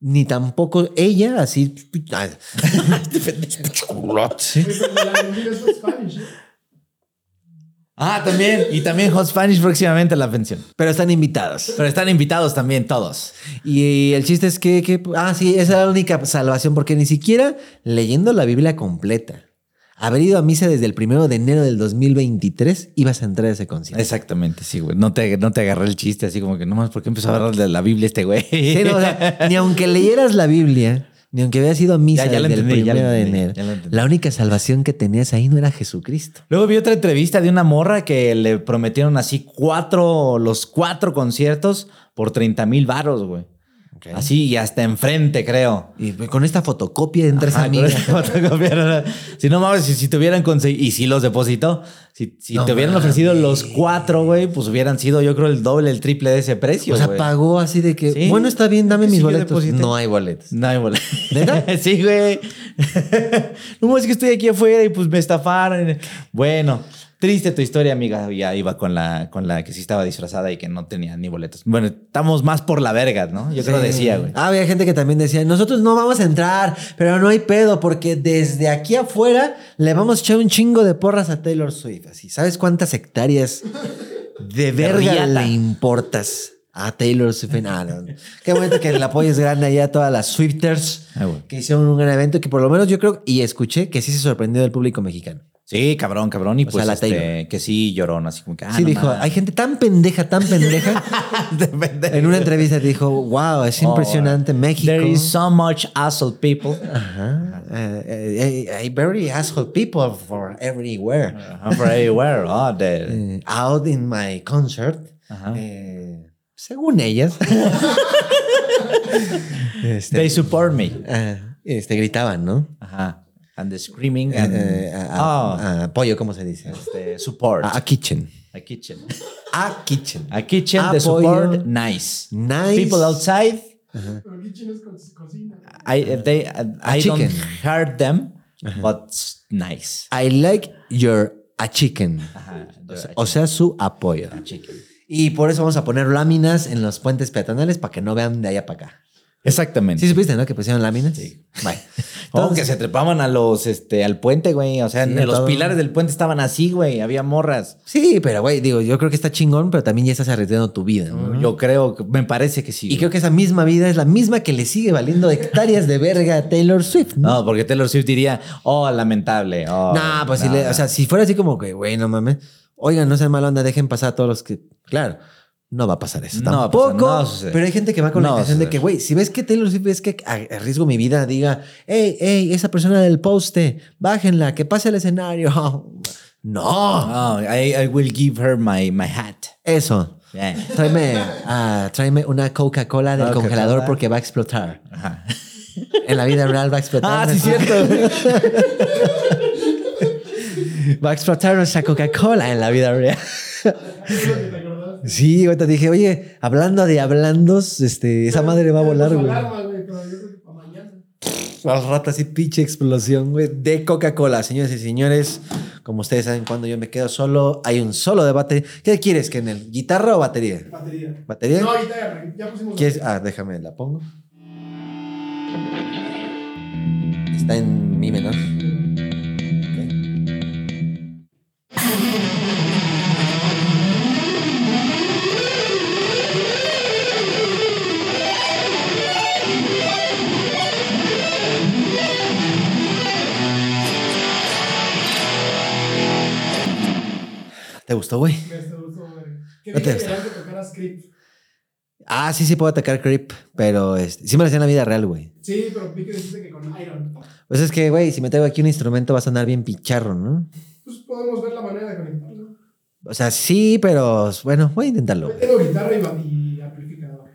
Speaker 1: ni tampoco ella, así. Ah,
Speaker 3: Oye, pero la mentira es Spanish, ¿eh?
Speaker 2: Ah, también. Y también Hot Spanish próximamente a la pensión.
Speaker 1: Pero están invitadas.
Speaker 2: Pero están invitados también todos.
Speaker 1: Y el chiste es que, que- Ah, sí, esa es la única salvación, porque ni siquiera leyendo la Biblia completa. Haber ido a misa desde el primero de enero del 2023, ibas a entrar a ese concierto.
Speaker 2: Exactamente, sí, güey. No te, no te agarré el chiste así como que nomás porque empezó a hablar de la Biblia este güey.
Speaker 1: Sí, no, o sea, ni aunque leyeras la Biblia, ni aunque hubieras ido a misa
Speaker 2: Ya, ya lo
Speaker 1: desde el
Speaker 2: entendí, ya lo
Speaker 1: primero de
Speaker 2: entendí,
Speaker 1: enero,
Speaker 2: ya lo entendí.
Speaker 1: la única salvación que tenías ahí no era Jesucristo.
Speaker 2: Luego vi otra entrevista de una morra que le prometieron así cuatro, los cuatro conciertos por 30 mil varos, güey. Así y hasta enfrente, creo.
Speaker 1: Y pues con esta fotocopia entre esa
Speaker 2: Ajá, con
Speaker 1: amiga.
Speaker 2: [laughs] esta fotocopia. si no mames, si, si te hubieran conseguido, y si los depositó, si, si
Speaker 1: No
Speaker 2: te hubieran
Speaker 1: mames.
Speaker 2: ofrecido los cuatro, güey, pues hubieran sido yo creo el doble, el triple de ese precio.
Speaker 1: O sea,
Speaker 2: güey.
Speaker 1: pagó así de que,
Speaker 2: Sí.
Speaker 1: bueno, está bien, dame
Speaker 2: Sí,
Speaker 1: mis
Speaker 2: yo
Speaker 1: boletos.
Speaker 2: deposité.
Speaker 1: No hay boletos.
Speaker 2: No hay bola.
Speaker 1: ¿Neta?
Speaker 2: [laughs] sí, güey. no, es que estoy aquí afuera y pues me estafaron. Bueno, triste tu historia, amiga. Ya iba con la, con la que sí estaba disfrazada y que no tenía ni boletos. Bueno, estamos más por la verga, ¿no? Yo creo
Speaker 1: Sí.
Speaker 2: decía, güey.
Speaker 1: Ah, había gente que también decía, nosotros no vamos a entrar, pero no hay pedo, porque desde aquí afuera le vamos a echar un chingo de porras a Taylor Swift. Así, ¿sabes cuántas hectáreas de verga
Speaker 2: riata.
Speaker 1: le importas a Taylor Swift? Ah, no. Qué bonito que el apoyo es grande allá a todas las Swifters
Speaker 2: Ah, bueno.
Speaker 1: que hicieron un gran evento que por lo menos yo creo y escuché que sí se sorprendió del público mexicano.
Speaker 2: Sí, cabrón, cabrón. Y
Speaker 1: O sea,
Speaker 2: pues
Speaker 1: la
Speaker 2: este,
Speaker 1: Taylor.
Speaker 2: que sí llorón, así como que. ah,
Speaker 1: sí,
Speaker 2: no
Speaker 1: dijo,
Speaker 2: mames.
Speaker 1: hay gente tan pendeja, tan
Speaker 2: [laughs]
Speaker 1: pendeja. en una entrevista dijo, wow, es
Speaker 2: Oh,
Speaker 1: impresionante México.
Speaker 2: There is so much asshole people.
Speaker 1: Ajá. Eh, eh, eh, very asshole people for everywhere.
Speaker 2: [laughs] I'm very aware. Oh, the-
Speaker 1: Eh, out in my concert.
Speaker 2: Ajá.
Speaker 1: Eh, según ellas. [laughs]
Speaker 2: They support me.
Speaker 1: ah, este, gritaban, ¿no?
Speaker 2: Ajá. And the screaming and.
Speaker 1: Eh, eh,
Speaker 2: Oh.
Speaker 1: a- a- apoyo, ¿cómo se dice?
Speaker 2: Este, support.
Speaker 1: A, a kitchen.
Speaker 2: A kitchen.
Speaker 1: A kitchen.
Speaker 2: A kitchen,
Speaker 1: Apoyo.
Speaker 2: the support, Ah, nice.
Speaker 1: Nice.
Speaker 2: People outside,
Speaker 3: Pero aquí chinos con cocina.
Speaker 1: [laughs]
Speaker 2: I, they, I don't
Speaker 1: chicken.
Speaker 2: hurt them, but nice.
Speaker 1: I like your a chicken. O sea- O sea, su apoyo. Y por eso vamos a poner láminas en los puentes peatonales para que no vean de allá para acá.
Speaker 2: Exactamente.
Speaker 1: Sí supiste, ¿no? Que pusieron láminas. Sí.
Speaker 2: [laughs] que se trepaban a los, este, al puente, güey. O sea,
Speaker 1: Sí,
Speaker 2: en los
Speaker 1: todo.
Speaker 2: pilares del puente estaban así, güey. Había morras.
Speaker 1: Sí, pero güey, digo, yo creo que está chingón, pero también ya estás arriesgando tu vida. ¿no?
Speaker 2: Yo creo, que, me parece que sí.
Speaker 1: Y
Speaker 2: güey.
Speaker 1: creo que esa misma vida es la misma que le sigue valiendo hectáreas de verga a Taylor Swift, ¿no?
Speaker 2: No, porque Taylor Swift diría, oh, lamentable. Oh,
Speaker 1: No, pues si le- o sea, si fuera así como que, güey, no mames, oigan, no sean mala onda, dejen pasar a todos los que, claro, no va a pasar eso
Speaker 2: No va a
Speaker 1: tampoco.
Speaker 2: pasar, no va a suceder.
Speaker 1: pero hay gente que va con
Speaker 2: No
Speaker 1: la
Speaker 2: va a
Speaker 1: intención de
Speaker 2: suceder.
Speaker 1: que, güey, si ves que Taylor Swift es que a- arriesgo mi vida, diga, hey, hey, esa persona del poste, bájenla, que pase el escenario. [laughs] No,
Speaker 2: Oh, I, I will give her my, my hat.
Speaker 1: eso.
Speaker 2: Bien.
Speaker 1: Tráeme, ah, tráeme una Coca-Cola del
Speaker 2: Coca-Cola.
Speaker 1: congelador porque va a explotar.
Speaker 2: Ah, Ajá.
Speaker 1: En la vida real va a explotar.
Speaker 2: Ah, sí,
Speaker 1: nuestra-
Speaker 2: cierto.
Speaker 1: Va a explotar nuestra Coca-Cola en la vida real.
Speaker 3: Es lo que te acordaste.
Speaker 1: Sí, ahorita dije, oye, hablando de hablandos, este, esa madre va a volar,
Speaker 3: Tenemos
Speaker 1: güey.
Speaker 3: alarma, güey, pero yo creo que para mañana.
Speaker 1: Al rato así, pinche explosión, güey, de Coca-Cola. Señores y señores, como ustedes saben, cuando yo me quedo solo, hay un solo debate. ¿Qué quieres, Kenel? ¿Guitarra o batería?
Speaker 3: Batería.
Speaker 1: ¿Batería?
Speaker 3: No, guitarra. Ya pusimos.
Speaker 1: ¿Quieres? Ah, déjame, la pongo. Está en mi menor. ¿Te gustó, güey?
Speaker 3: Me gustó, güey. Que
Speaker 1: No te
Speaker 3: dije que
Speaker 1: gusta.
Speaker 3: era que tocaras script.
Speaker 1: Ah, sí, sí puedo atacar creep, pero este, sí me lo hacía en la vida real, güey.
Speaker 3: Sí, pero vi que dijiste que con Iron.
Speaker 1: Pues es que, güey, si me traigo aquí un instrumento va a sonar bien picharro, ¿no?
Speaker 3: Pues podemos ver la manera de conectarlo.
Speaker 1: O sea, sí, pero bueno, voy a intentarlo.
Speaker 3: Yo
Speaker 1: güey.
Speaker 3: tengo guitarra y, ba- y amplificador.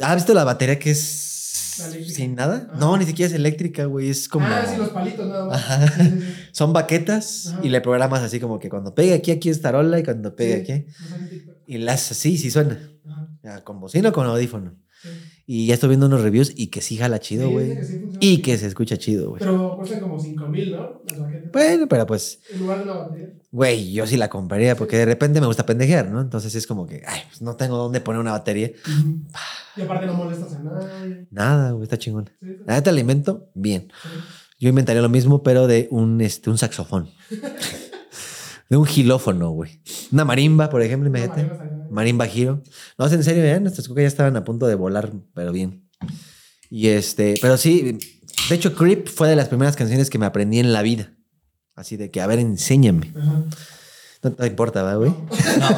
Speaker 1: ¿Has visto la batería que es
Speaker 3: La eléctrica.
Speaker 1: sin nada? No, ni siquiera es eléctrica, güey, es como...
Speaker 3: Ah, sí, los palitos nada más.
Speaker 1: Ajá.
Speaker 3: Sí,
Speaker 1: [laughs]
Speaker 3: sí, sí.
Speaker 1: Son baquetas
Speaker 3: Ajá.
Speaker 1: y le programas así como que cuando pegue aquí, aquí es tarola y cuando pegue
Speaker 3: Sí.
Speaker 1: aquí...
Speaker 3: Los hacen TikTok.
Speaker 1: Y las así, sí suena.
Speaker 3: Ajá.
Speaker 1: Ah, Con bocina o con audífono.
Speaker 3: Sí.
Speaker 1: Y ya estoy viendo unos reviews y que sí jala chido,
Speaker 3: Sí,
Speaker 1: güey.
Speaker 3: dicen que sí funciona.
Speaker 1: y que pues. se escucha chido, güey.
Speaker 3: Pero cuestan como 5 mil, ¿no? Las baquetas.
Speaker 1: Bueno, pero pues...
Speaker 3: En lugar de una batería.
Speaker 1: Güey, yo sí la compraría porque de repente me gusta pendejear, ¿no? Entonces es como que, ay, pues no tengo dónde poner una batería.
Speaker 3: Y aparte no molestas a nadie.
Speaker 1: Nada, güey, está chingón.
Speaker 3: Sí,
Speaker 1: La neta la invento, bien. Yo inventaría lo mismo, pero de un, este, un
Speaker 3: [laughs]
Speaker 1: saxofón. de un gilófono, güey. Una marimba, por ejemplo,
Speaker 3: No,
Speaker 1: imagínate.
Speaker 3: mareas a nadie.
Speaker 1: Marimba giro. No, es en serio, ¿eh? Nuestras cucas ya estaban a punto de volar, pero bien. Y este, pero sí, de hecho, Creep fue de las primeras canciones que me aprendí en la vida. Así de que, a ver, enséñame.
Speaker 3: Ajá.
Speaker 1: No te importa, ¿va, güey?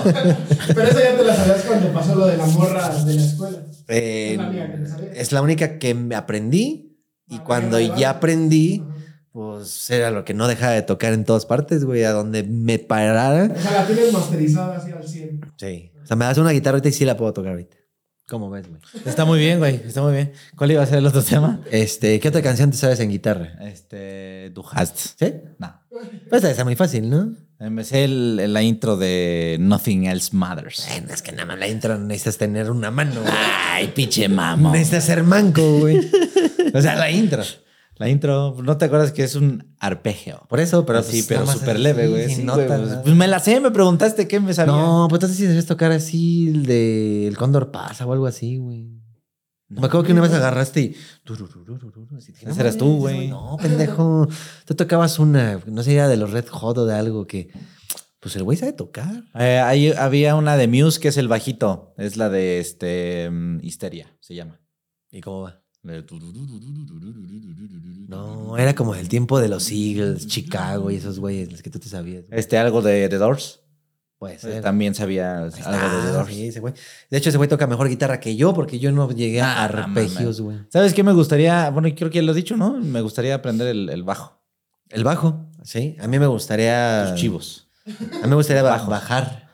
Speaker 3: Pero eso ya te la sabías cuando pasó lo de la morra de la escuela.
Speaker 1: Eh,
Speaker 3: Es la única que te sabías.
Speaker 1: es la única que me aprendí y
Speaker 3: Ah,
Speaker 1: cuando
Speaker 3: claro.
Speaker 1: ya aprendí,
Speaker 3: Ajá.
Speaker 1: pues era lo que no dejaba de tocar en todas partes, güey, a donde me parara.
Speaker 3: O sea, la tienes masterizada así al 100.
Speaker 1: Sí. O sea, me das una guitarra ahorita y sí la puedo tocar ahorita. ¿Cómo ves, güey?
Speaker 2: Está muy bien, güey. Está muy bien. ¿Cuál iba a ser el otro tema?
Speaker 1: Este, ¿qué otra canción te sabes en guitarra?
Speaker 2: Este. Du hast.
Speaker 1: ¿Sí?
Speaker 2: No.
Speaker 1: Pues esa está muy fácil, ¿no?
Speaker 2: Eh, Me sé el- la intro de Nothing Else Matters.
Speaker 1: Bueno, es que nada más la intro necesitas tener una mano. güey.
Speaker 2: Ay, pinche Ah, mamón.
Speaker 1: Necesitas ser manco, güey.
Speaker 2: [laughs] O sea, la intro. La intro, ¿no te acuerdas que es un arpegio?
Speaker 1: Por eso, pero
Speaker 2: Pero sí,
Speaker 1: pues,
Speaker 2: pero
Speaker 1: nada más
Speaker 2: súper
Speaker 1: así,
Speaker 2: leve, güey.
Speaker 1: sin
Speaker 2: Sí,
Speaker 1: nota,
Speaker 2: güey, pues,
Speaker 1: nada.
Speaker 2: pues me la sé, me preguntaste qué me sabía.
Speaker 1: No, pues entonces si debes tocar así el de El Cóndor pasa o algo así, güey. Me acuerdo que una vez agarraste y... turururururu, así dije,
Speaker 2: Ese
Speaker 1: no
Speaker 2: eras tú,
Speaker 1: mames,
Speaker 2: güey.
Speaker 1: No,
Speaker 2: [laughs]
Speaker 1: pendejo. Tú tocabas una, no sé, era de los Red Hot o de algo que... Pues el güey sabe tocar.
Speaker 2: Eh, ahí había una de Muse que es el bajito. Es la de este mm, Histeria, se llama.
Speaker 1: ¿Y cómo va?
Speaker 2: De-
Speaker 1: No, era como del tiempo de los Eagles, Chicago y esos güeyes, los que tú te sabías. güey.
Speaker 2: Este, algo de The Doors.
Speaker 1: Puede
Speaker 2: Eh,
Speaker 1: ser.
Speaker 2: También sabía
Speaker 1: Ahí
Speaker 2: algo de The
Speaker 1: está,
Speaker 2: Doors.
Speaker 1: sí, ese güey. De hecho, ese güey toca mejor guitarra que yo porque yo no llegué a
Speaker 2: Ah, no
Speaker 1: arpegios, güey.
Speaker 2: ¿Sabes qué me gustaría? Bueno, creo que lo he dicho, ¿no? Me gustaría aprender el, el bajo.
Speaker 1: El bajo, sí. A mí me gustaría...
Speaker 2: Los chivos.
Speaker 1: A mí me gustaría ba-
Speaker 2: Bajos.
Speaker 1: [laughs] bajar.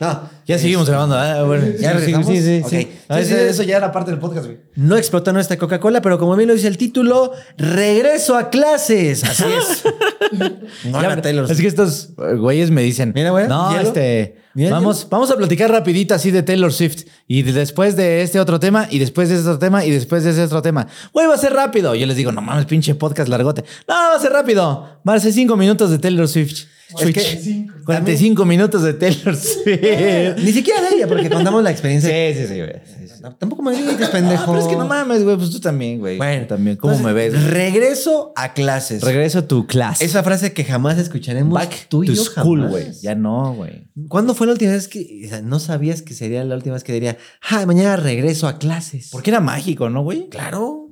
Speaker 1: no,
Speaker 2: Ya seguimos grabando. ¿eh? Bueno,
Speaker 1: ¿Ya
Speaker 2: sí, sí,
Speaker 1: regresamos?
Speaker 2: sí, sí,
Speaker 1: Ok.
Speaker 2: sí. No,
Speaker 1: Sí, sí,
Speaker 2: ese-
Speaker 1: sí.
Speaker 2: Eso ya era parte del podcast, güey.
Speaker 1: No explotó nuestra Coca-Cola, pero como bien lo dice el título, regreso a clases. Así [laughs] es. no,
Speaker 2: Ya,
Speaker 1: Ana Taylor.
Speaker 2: Es que estos eh, güeyes me dicen,
Speaker 1: Mira, güey,
Speaker 2: no,
Speaker 1: hielo.
Speaker 2: este,
Speaker 1: Mira,
Speaker 2: vamos, vamos a platicar rapidito así de Taylor Swift y de- después de este otro tema y después de este otro tema y después de este otro tema. Güey, va a ser rápido. Yo les digo, no mames, pinche podcast largote. No, va a ser rápido. Va a ser cinco minutos de Taylor Swift. Switch.
Speaker 3: 45.
Speaker 2: 45 minutos de Taylor Swift.
Speaker 1: Ni siquiera de ella, porque contamos la experiencia.
Speaker 2: sí, sí, sí, güey. Sí, sí.
Speaker 1: No, Tampoco me grites,
Speaker 2: Ah,
Speaker 1: pendejo.
Speaker 2: pero es que no mames, güey, pues tú también, güey.
Speaker 1: Bueno,
Speaker 2: también, ¿cómo
Speaker 1: entonces,
Speaker 2: me ves? güey?
Speaker 1: Regreso a clases.
Speaker 2: Regreso a tu clase.
Speaker 1: Esa frase que jamás escucharemos
Speaker 2: Back
Speaker 1: tú
Speaker 2: to
Speaker 1: y yo
Speaker 2: school,
Speaker 1: jamás.
Speaker 2: güey. Ya no, güey.
Speaker 1: ¿Cuándo fue la última vez que o sea, no sabías que sería la última vez que diría, ah, mañana regreso a clases?
Speaker 2: Porque era mágico, ¿no, güey?
Speaker 1: Claro.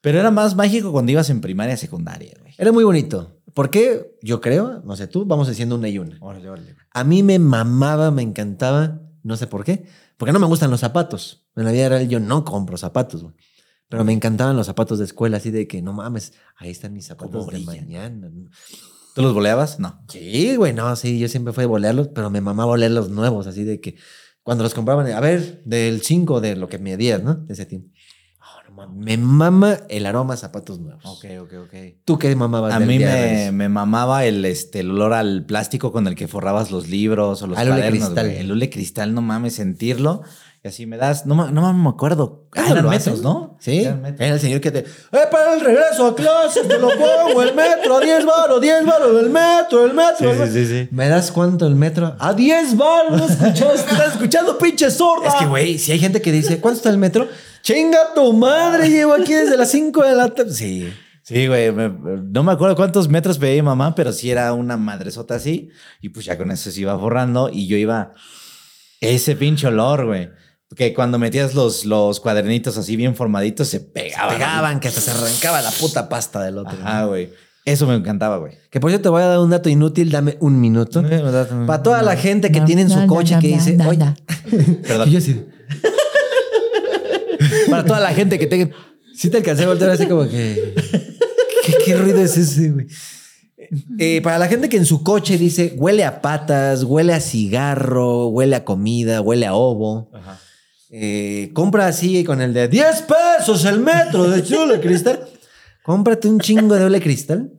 Speaker 2: Pero era más mágico cuando ibas en primaria secundaria, güey.
Speaker 1: Era muy bonito. ¿Por qué? Yo creo, no sé tú, vamos haciendo una y una.
Speaker 2: Órale, órale.
Speaker 1: A mí me mamaba, me encantaba, no sé por qué, porque no me gustan los zapatos. En la vida real yo no compro zapatos, güey. Pero me encantaban los zapatos de escuela, así de que no mames, ahí están mis zapatos
Speaker 2: Cómo
Speaker 1: de
Speaker 2: brillan.
Speaker 1: mañana. ¿no?
Speaker 2: ¿Tú los boleabas? No.
Speaker 1: Sí, güey, no, sí, yo siempre fui de bolearlos, pero me mamaba oler los nuevos, así de que, Cuando los compraban, a ver, del 5 de lo que medías, ¿no? De ese tiempo. Ah, no mames, me mama el aroma a zapatos nuevos.
Speaker 2: ok, ok.
Speaker 1: ¿Tú qué mamabas?
Speaker 2: A
Speaker 1: del
Speaker 2: mí
Speaker 1: día de
Speaker 2: me,
Speaker 1: Reyes?
Speaker 2: me mamaba el, este, el olor al plástico con el que forrabas los libros o los
Speaker 1: Al hule
Speaker 2: cuadernos.
Speaker 1: cristal.
Speaker 2: güey. El hule cristal, no mames, sentirlo. Y así me das, no, ma- no mames, me acuerdo. Ah,
Speaker 1: ¿Cómo
Speaker 2: eran
Speaker 1: lo
Speaker 2: metros,
Speaker 1: hacen?
Speaker 2: ¿no?
Speaker 1: Sí.
Speaker 2: Eran metros.
Speaker 1: Era el señor que te. ¡Eh, para el regreso a clases! ¡Te lo pongo! ¡El metro! ¡10 baros! ¡10 baros! ¡El metro! ¡El metro! el metro. ¿Me das cuánto el metro? ¡A 10 baros! ¿No escuchaste? ¿Estás escuchando, pinche sorda? Es que, güey, si hay gente que dice, ¿cuánto está el metro? ¡Chinga tu
Speaker 2: Ah.
Speaker 1: madre! Llevo aquí desde las 5 de la tarde. Sí.
Speaker 2: Sí, güey. me- no me acuerdo cuántos metros pedí mamá, pero sí era una madresota así. Y pues ya con eso se iba forrando y yo iba. Ese pinche olor, güey. Que cuando metías los, los cuadernitos así bien formaditos, se pegaban.
Speaker 1: Pegaban que hasta se arrancaba la puta pasta del otro.
Speaker 2: Ajá, güey. Eso me encantaba, güey.
Speaker 1: Que por cierto, te voy a dar un dato inútil, dame un minuto.
Speaker 2: Mm.
Speaker 1: Para toda la gente que tiene en su coche que dice, oye,
Speaker 2: Perdón.
Speaker 1: Y yo así de- [laughs] Para toda la gente que tenga. Sí te alcancé a voltear así como que. ¿Qué, qué ruido es ese, güey? Eh, para la gente que en su coche dice huele a patas, huele a cigarro, huele a comida, huele a ovo. Eh, compra así con el de 10 pesos el metro de chule cristal. Cómprate un chingo de ole cristal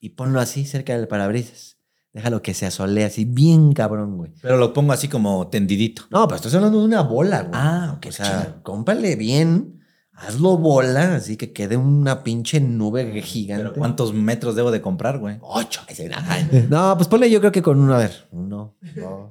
Speaker 1: y ponlo así cerca del parabrisas. Déjalo que se asolee así bien cabrón, güey.
Speaker 2: Pero lo pongo así como tendidito.
Speaker 1: No, pero estoy hablando de una bola, güey.
Speaker 2: Ah, ok,
Speaker 1: O sea, cómprale bien, hazlo bola, así que quede una pinche nube gigante.
Speaker 2: Pero ¿cuántos metros debo de comprar, güey?
Speaker 1: Oh,
Speaker 2: Ocho.
Speaker 1: No, pues ponle yo creo que con uno, a ver, uno,
Speaker 2: [laughs]
Speaker 1: dos,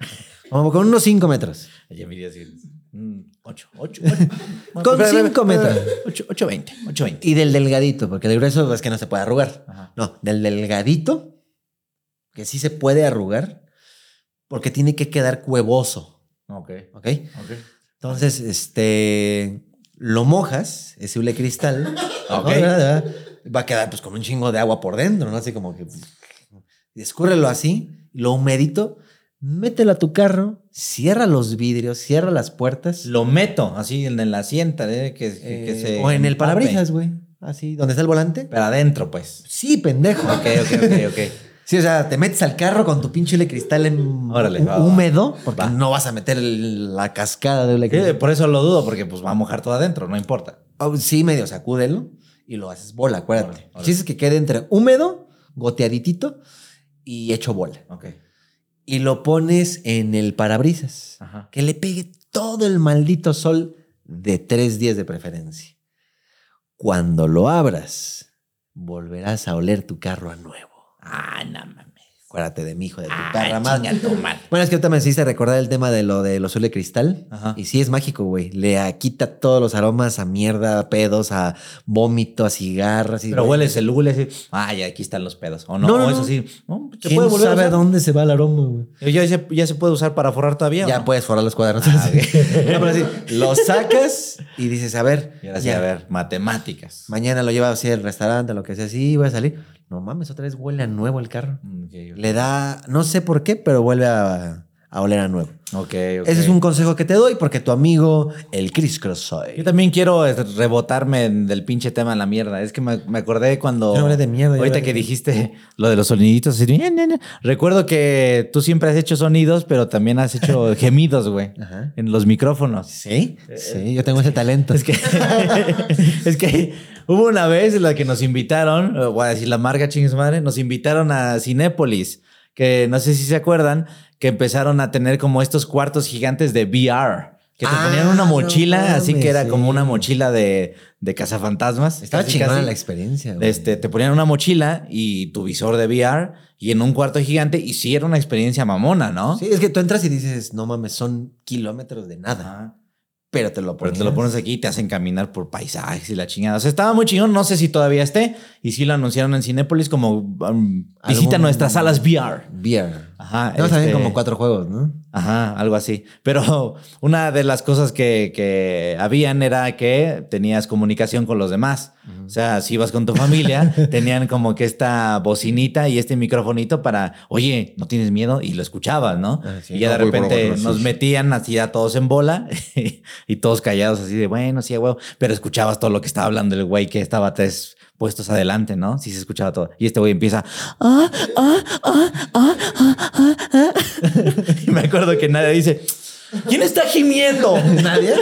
Speaker 1: como con unos cinco metros.
Speaker 2: Ya me así. mm, Ocho, ocho.
Speaker 1: [laughs] Con cinco metros.
Speaker 2: Ocho, ocho veinte, ocho veinte.
Speaker 1: Y del delgadito, porque el grueso es que no se puede arrugar.
Speaker 2: Ajá.
Speaker 1: No, del delgadito, que sí se puede arrugar, porque tiene que quedar cuevoso,
Speaker 2: Ok,
Speaker 1: ¿ok?
Speaker 2: ok.
Speaker 1: Entonces, este, lo mojas, ese
Speaker 2: [laughs]
Speaker 1: hule cristal, ¿no?
Speaker 2: Ok.
Speaker 1: va a quedar pues con un chingo de agua por dentro, ¿no? Así como que escúrrelo así, lo humedito, mételo a tu carro, cierra los vidrios, cierra las puertas
Speaker 2: Lo meto así en la asienta, eh, que, que- que
Speaker 1: eh,
Speaker 2: se.
Speaker 1: o en el
Speaker 2: empape.
Speaker 1: parabrisas, güey, así, donde está el volante.
Speaker 2: Pero adentro, pues.
Speaker 1: Sí, pendejo.
Speaker 2: Ok, ok, ok, ok.
Speaker 1: Sí, o sea, te metes al carro con tu pinche hule cristal en
Speaker 2: Órale,
Speaker 1: hú-
Speaker 2: va, va.
Speaker 1: húmedo, porque
Speaker 2: Va.
Speaker 1: no vas a meter el- la cascada [laughs] de hule
Speaker 2: Eh,
Speaker 1: cristal.
Speaker 2: Por eso lo dudo, porque pues va a mojar todo adentro, no importa.
Speaker 1: Oh, Sí, medio sacúdelo y lo haces bola, acuérdate.
Speaker 2: Órale, órale.
Speaker 1: El chiste es que quede entre húmedo, goteaditito y hecho bola.
Speaker 2: Ok.
Speaker 1: Y lo pones en el parabrisas.
Speaker 2: Ajá.
Speaker 1: Que le pegue todo el maldito sol de tres días de preferencia. Cuando lo abras, volverás a oler tu carro a nuevo.
Speaker 2: Ah, no mames.
Speaker 1: Acuérdate de mi hijo de tu perra
Speaker 2: Ah,
Speaker 1: madre.
Speaker 2: chinga tu madre.
Speaker 1: Bueno, es que ahorita me hiciste recordar el tema de lo de los de cristal.
Speaker 2: Ajá.
Speaker 1: Y sí es mágico, güey. Le ah, quita todos los aromas a mierda, a pedos, a vómito, a cigarros.
Speaker 2: Pero hueles el hule así. Ay, aquí están los pedos. O no,
Speaker 1: No,
Speaker 2: o
Speaker 1: no,
Speaker 2: es
Speaker 1: no.
Speaker 2: así. No, se
Speaker 1: ¿Quién
Speaker 2: puede volver a
Speaker 1: sabe
Speaker 2: usar.
Speaker 1: dónde se va el aroma, güey?
Speaker 2: ¿Ya se, ya se puede usar para forrar todavía? o
Speaker 1: Ya
Speaker 2: no? [laughs] Ah,
Speaker 1: puedes forrar los cuadernos. [laughs] No, pero así, lo sacas y dices, a ver,
Speaker 2: Y ahora sí,
Speaker 1: ya,
Speaker 2: a ver, matemáticas.
Speaker 1: mañana lo llevas así al restaurante, lo que sea, sí, voy a salir. No mames, otra vez huele a nuevo el carro.
Speaker 2: Mm, ok, ok.
Speaker 1: Le da, no sé por qué, pero vuelve a, a oler a nuevo.
Speaker 2: Ok, ok.
Speaker 1: Ese es un consejo que te doy porque tu amigo, el Chris Crossoy.
Speaker 2: Yo también quiero eh, rebotarme en- del pinche tema de la mierda. Es que me, me acordé cuando.
Speaker 1: Yo no hablé de mierda, yo
Speaker 2: Ahorita
Speaker 1: hablé
Speaker 2: que
Speaker 1: de-
Speaker 2: dijiste lo de los soniditos. así, "Nie, nie, nie". Recuerdo que tú siempre has hecho sonidos, pero también has
Speaker 1: [laughs]
Speaker 2: hecho gemidos, güey.
Speaker 1: Ajá.
Speaker 2: En los micrófonos.
Speaker 1: Sí, sí, yo
Speaker 2: [laughs]
Speaker 1: tengo ese talento.
Speaker 2: eh, Es que, [laughs] es que hubo una vez en la que nos invitaron, eh, voy a decir la marca chingues madre, nos invitaron a Cinépolis, que no sé si se acuerdan, que empezaron a tener como estos cuartos gigantes de VR. Que te
Speaker 1: Ah,
Speaker 2: ponían una
Speaker 1: no
Speaker 2: mochila, así
Speaker 1: mames,
Speaker 2: que era
Speaker 1: sí.
Speaker 2: como una mochila de, de cazafantasmas.
Speaker 1: Estaba
Speaker 2: casi,
Speaker 1: chingona
Speaker 2: casi.
Speaker 1: la experiencia, güey.
Speaker 2: Este, te ponían una mochila y tu visor de VR y en un cuarto gigante y sí era una experiencia mamona, ¿no?
Speaker 1: Sí, es que tú entras y dices, no mames, son kilómetros de nada.
Speaker 2: Ajá.
Speaker 1: Pero te lo
Speaker 2: Pero
Speaker 1: pones.
Speaker 2: te lo pones aquí y te hacen caminar por paisajes y la chingada. O sea, estaba muy chingón. No sé si todavía esté. Y sí lo anunciaron en Cinépolis como um, visita
Speaker 1: Algún-
Speaker 2: nuestras salas VR.
Speaker 1: Beer.
Speaker 2: Ajá.
Speaker 1: No, saben
Speaker 2: Ah. este,
Speaker 1: como cuatro juegos,
Speaker 2: [laughs]
Speaker 1: ¿no?
Speaker 2: Ajá, algo así. Pero [laughs] una de las cosas que, que habían era que tenías comunicación con los demás. O sea, si ibas con tu familia, tenían como que esta bocinita y este microfonito para, oye, ¿no tienes miedo? Y lo escuchabas, ¿no?
Speaker 1: Ah, sí,
Speaker 2: y ya
Speaker 5: no,
Speaker 2: de
Speaker 5: voy, voy,
Speaker 2: repente
Speaker 5: voy, voy,
Speaker 2: nos
Speaker 5: sí.
Speaker 2: metían así a todos en bola [laughs] y todos callados así de, bueno, sí, a huevo. Pero escuchabas todo lo que estaba hablando el güey que estaba tres puestos adelante, ¿no? Sí se escuchaba todo. Y este güey empieza, [laughs] ah, ah, ah, ah, ah, ah, ah. Y me acuerdo que nadie dice, ¿Quién está gimiendo? [laughs]
Speaker 1: ¿Nadie?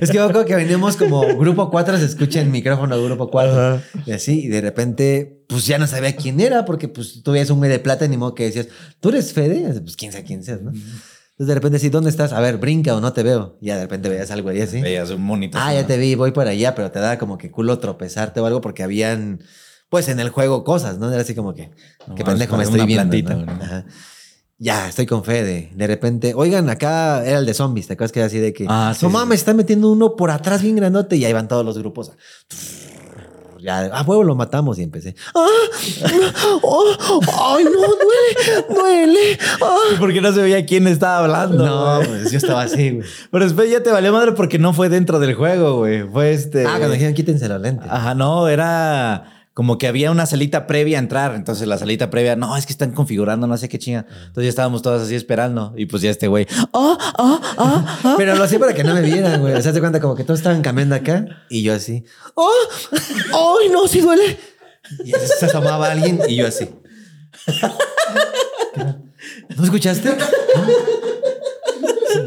Speaker 1: es que yo creo que veníamos como grupo 4, se escucha en micrófono grupo 4. Y así, y de repente, pues ya no sabía quién era, porque pues tú veías un güey de plata, ni modo que decías, ¿tú eres Fede? Pues quién sabe quién seas, ¿no? Entonces de repente, sí, ¿dónde estás? A ver, brinca o no te veo. Y ya de repente veías algo ahí así.
Speaker 2: Veías un monito.
Speaker 1: Ah,
Speaker 2: así,
Speaker 1: ya
Speaker 2: ¿no?
Speaker 1: te vi, voy para allá, pero te da como que culo tropezarte o algo porque habían, pues en el juego cosas, ¿no? Era así como que,
Speaker 2: No
Speaker 1: qué
Speaker 2: mames,
Speaker 1: pendejo me
Speaker 2: parece
Speaker 1: estoy
Speaker 2: una
Speaker 1: viendo.
Speaker 2: plantita,
Speaker 1: ¿no?
Speaker 2: güey.
Speaker 1: Ajá. Ya, estoy con Fede. De repente, oigan, acá era el de zombies, ¿te acuerdas que era así de que,
Speaker 2: Ah, sí,
Speaker 1: no
Speaker 2: sí,
Speaker 1: mames, está metiendo uno por atrás bien grandote y ahí van todos los grupos. Ya, a huevo lo matamos y empecé. ¡Ah! ¡Oh! ¡Ay, no! ¡Duele!
Speaker 2: [laughs]
Speaker 1: ¡Duele! ¡Ah!
Speaker 2: Porque no se veía quién estaba hablando.
Speaker 1: No,
Speaker 2: güey.
Speaker 1: pues yo estaba así, güey.
Speaker 2: [laughs] Pero después ya te valió madre porque no fue dentro del juego, güey. Fue este.
Speaker 1: Ah, cuando dijeron quítense los lentes.
Speaker 2: Ajá, no, era como que había una salita previa a entrar. Entonces la salita previa, no, es que están configurando, no sé qué chinga.
Speaker 1: Ah.
Speaker 2: Entonces ya estábamos todas así esperando. Y pues ya este güey, [laughs] ah, ah, ah, ah.
Speaker 1: Pero lo hacía para que no me vieran, güey. O sea, te cuenta como que todos estaban caminando acá y yo así. ¡Oh! ¡Ay, no! ¡Sí duele! Y así se asomaba alguien y yo así. ¿No escuchaste? Ah.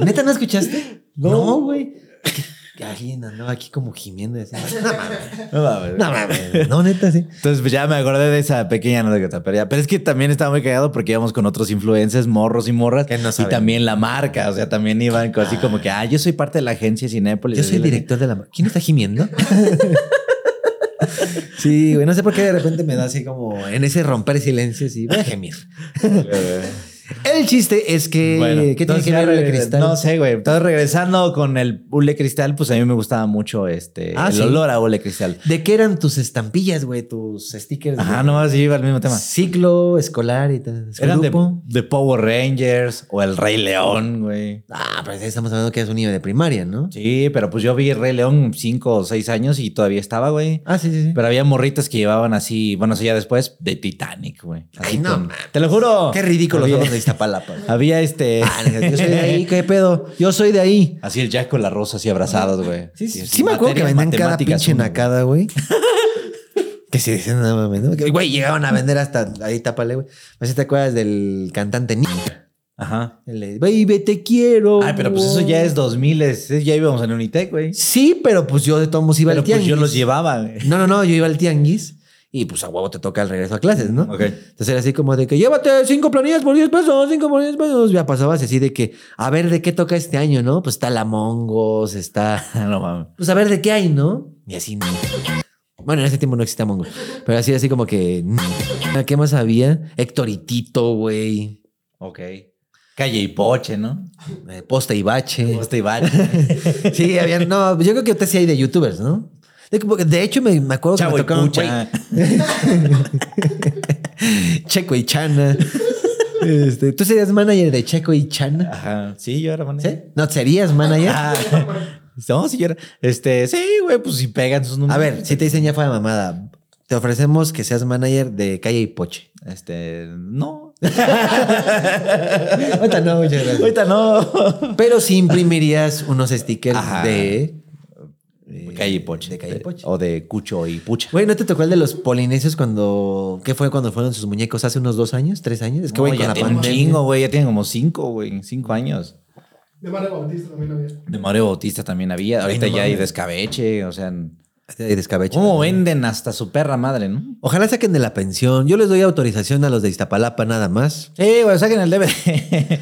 Speaker 1: ¿Neta no escuchaste? No, güey. Que- que Alguien andaba aquí como gimiendo. y así. No mames.
Speaker 2: No mames.
Speaker 1: No mames. No, neta, sí.
Speaker 2: Entonces pues, ya me acordé de esa pequeña anécdota, pero ya. Pero es que también estaba muy cagado porque íbamos con otros influencers, morros y morras.
Speaker 1: Que no
Speaker 2: y
Speaker 1: saben.
Speaker 2: también la marca. O sea, también iban co- así como que, ah, yo soy parte de la agencia Cinépolis.
Speaker 1: Yo soy el
Speaker 2: Así,
Speaker 1: director de la... ¿Quién está gimiendo? [laughs] Sí, güey, no sé por qué de repente me da así como en ese romper silencio, así, voy a gemir. El chiste es que...
Speaker 2: Bueno,
Speaker 1: ¿Qué tiene
Speaker 2: entonces
Speaker 1: que
Speaker 2: ya
Speaker 1: ver el
Speaker 2: regre-
Speaker 1: cristal?
Speaker 2: No sé, güey. Entonces, regresando con el hule cristal, pues a mí me gustaba mucho este
Speaker 1: Ah,
Speaker 2: el
Speaker 1: sí.
Speaker 2: olor a hule cristal.
Speaker 1: ¿De qué eran tus estampillas, güey? Tus stickers.
Speaker 2: Ajá,
Speaker 1: de
Speaker 2: nomás iba al mismo tema.
Speaker 1: Ciclo, escolar y tal.
Speaker 2: Eran de,
Speaker 1: grupo.
Speaker 2: de Power Rangers o el Rey León, güey.
Speaker 1: Ah, pero ahí estamos hablando que es un niño de primaria, ¿no?
Speaker 2: Sí, pero pues yo vi Rey León cinco o seis años y todavía estaba, güey.
Speaker 1: Ah, sí, sí, sí.
Speaker 2: Pero había morritas que llevaban así, bueno, eso ya después, de Titanic, güey. Así
Speaker 1: Ay, no
Speaker 2: con-
Speaker 1: mames.
Speaker 2: Te lo juro.
Speaker 1: Qué ridículo
Speaker 2: Había,
Speaker 1: somos de Iztapalapa.
Speaker 2: había este.
Speaker 1: Ah, yo soy de ahí, ¿qué pedo? Yo soy de ahí.
Speaker 2: Así el Jack con la rosa, así abrazados, güey.
Speaker 1: Sí, sí, sí me acuerdo que vendían cada pinche
Speaker 2: acá
Speaker 1: nacada, güey. [laughs] que se dicen nada mames, ¿no? Que, Güey, llegaban a vender hasta ahí, tápale, güey. No sé si te acuerdas del cantante Niño.
Speaker 2: Ajá.
Speaker 1: El de, Baby, te quiero.
Speaker 2: Ay, pero pues eso ya es 2000, es- ya íbamos en Unitec, güey.
Speaker 1: Sí, pero pues yo de todos modos iba
Speaker 2: Pero
Speaker 1: al
Speaker 2: pues
Speaker 1: tianguis.
Speaker 2: yo los llevaba,
Speaker 1: [laughs]
Speaker 2: güey.
Speaker 1: No, no, no, yo iba al tianguis y pues a huevo te toca el regreso a clases, ¿no?
Speaker 2: Ok.
Speaker 1: Entonces era así como de que llévate cinco planillas por 10 pesos, cinco por 10 pesos. Ya pasabas así de que a ver de qué toca este año, ¿no? Pues está la Mongos, está [laughs]
Speaker 2: no mames.
Speaker 1: pues a ver de qué hay, ¿no? Y así. no. Bueno, en ese tiempo no existía Mongo. Pero así, así como que. no. ¿Qué más había? Héctoritito, güey.
Speaker 2: Ok. Calle y Poche, ¿no?
Speaker 1: eh, Posta y bache.
Speaker 2: Costa
Speaker 1: [laughs]
Speaker 2: y Valle.
Speaker 1: Sí, había. No, yo creo que usted sí hay de youtubers, ¿no? De, porque de hecho, me, me acuerdo
Speaker 2: Chavo
Speaker 1: que
Speaker 2: y
Speaker 1: me tocaron,
Speaker 2: Pucha.
Speaker 1: güey, Checo y Chana. [laughs] Este, ¿Tú serías manager de Checo y Chana?
Speaker 2: Ajá. Sí, yo era mané.
Speaker 1: ¿Sí? ¿No serías manager?
Speaker 2: Ah, no, sí, yo era. Este, sí, güey, pues si pegan sus
Speaker 1: A
Speaker 2: números. [laughs]
Speaker 1: ver, si te dicen ya fue de mamada, te ofrecemos que seas manager de Calle y Poche.
Speaker 2: Este, no.
Speaker 1: Ahorita no, muchas gracias.
Speaker 2: [laughs] Ahorita no.
Speaker 1: Pero sí imprimirías unos stickers
Speaker 2: Ajá.
Speaker 1: de.
Speaker 2: Calle y Poche.
Speaker 1: De Calle y Poche.
Speaker 2: O de Cucho y Pucha.
Speaker 1: Güey, ¿no te tocó el de los polinesios cuando. ¿Qué fue cuando fueron sus muñecos? ¿Hace unos dos años? ¿Tres años? Es que,
Speaker 2: No,
Speaker 1: güey, con
Speaker 2: ya
Speaker 1: la
Speaker 2: tiene un
Speaker 1: pandemia.
Speaker 2: chingo, güey. Ya tienen como cinco, güey. Cinco años.
Speaker 3: De Mario Bautista también había.
Speaker 2: De Mario Bautista también había. Ahorita ya hay descabeche, o sea.
Speaker 1: Y descabeche.
Speaker 2: ¿Cómo venden hasta su perra madre, no?
Speaker 1: Ojalá saquen de la pensión. Yo les doy autorización a los de Iztapalapa nada más.
Speaker 2: Sí, güey, saquen el DVD.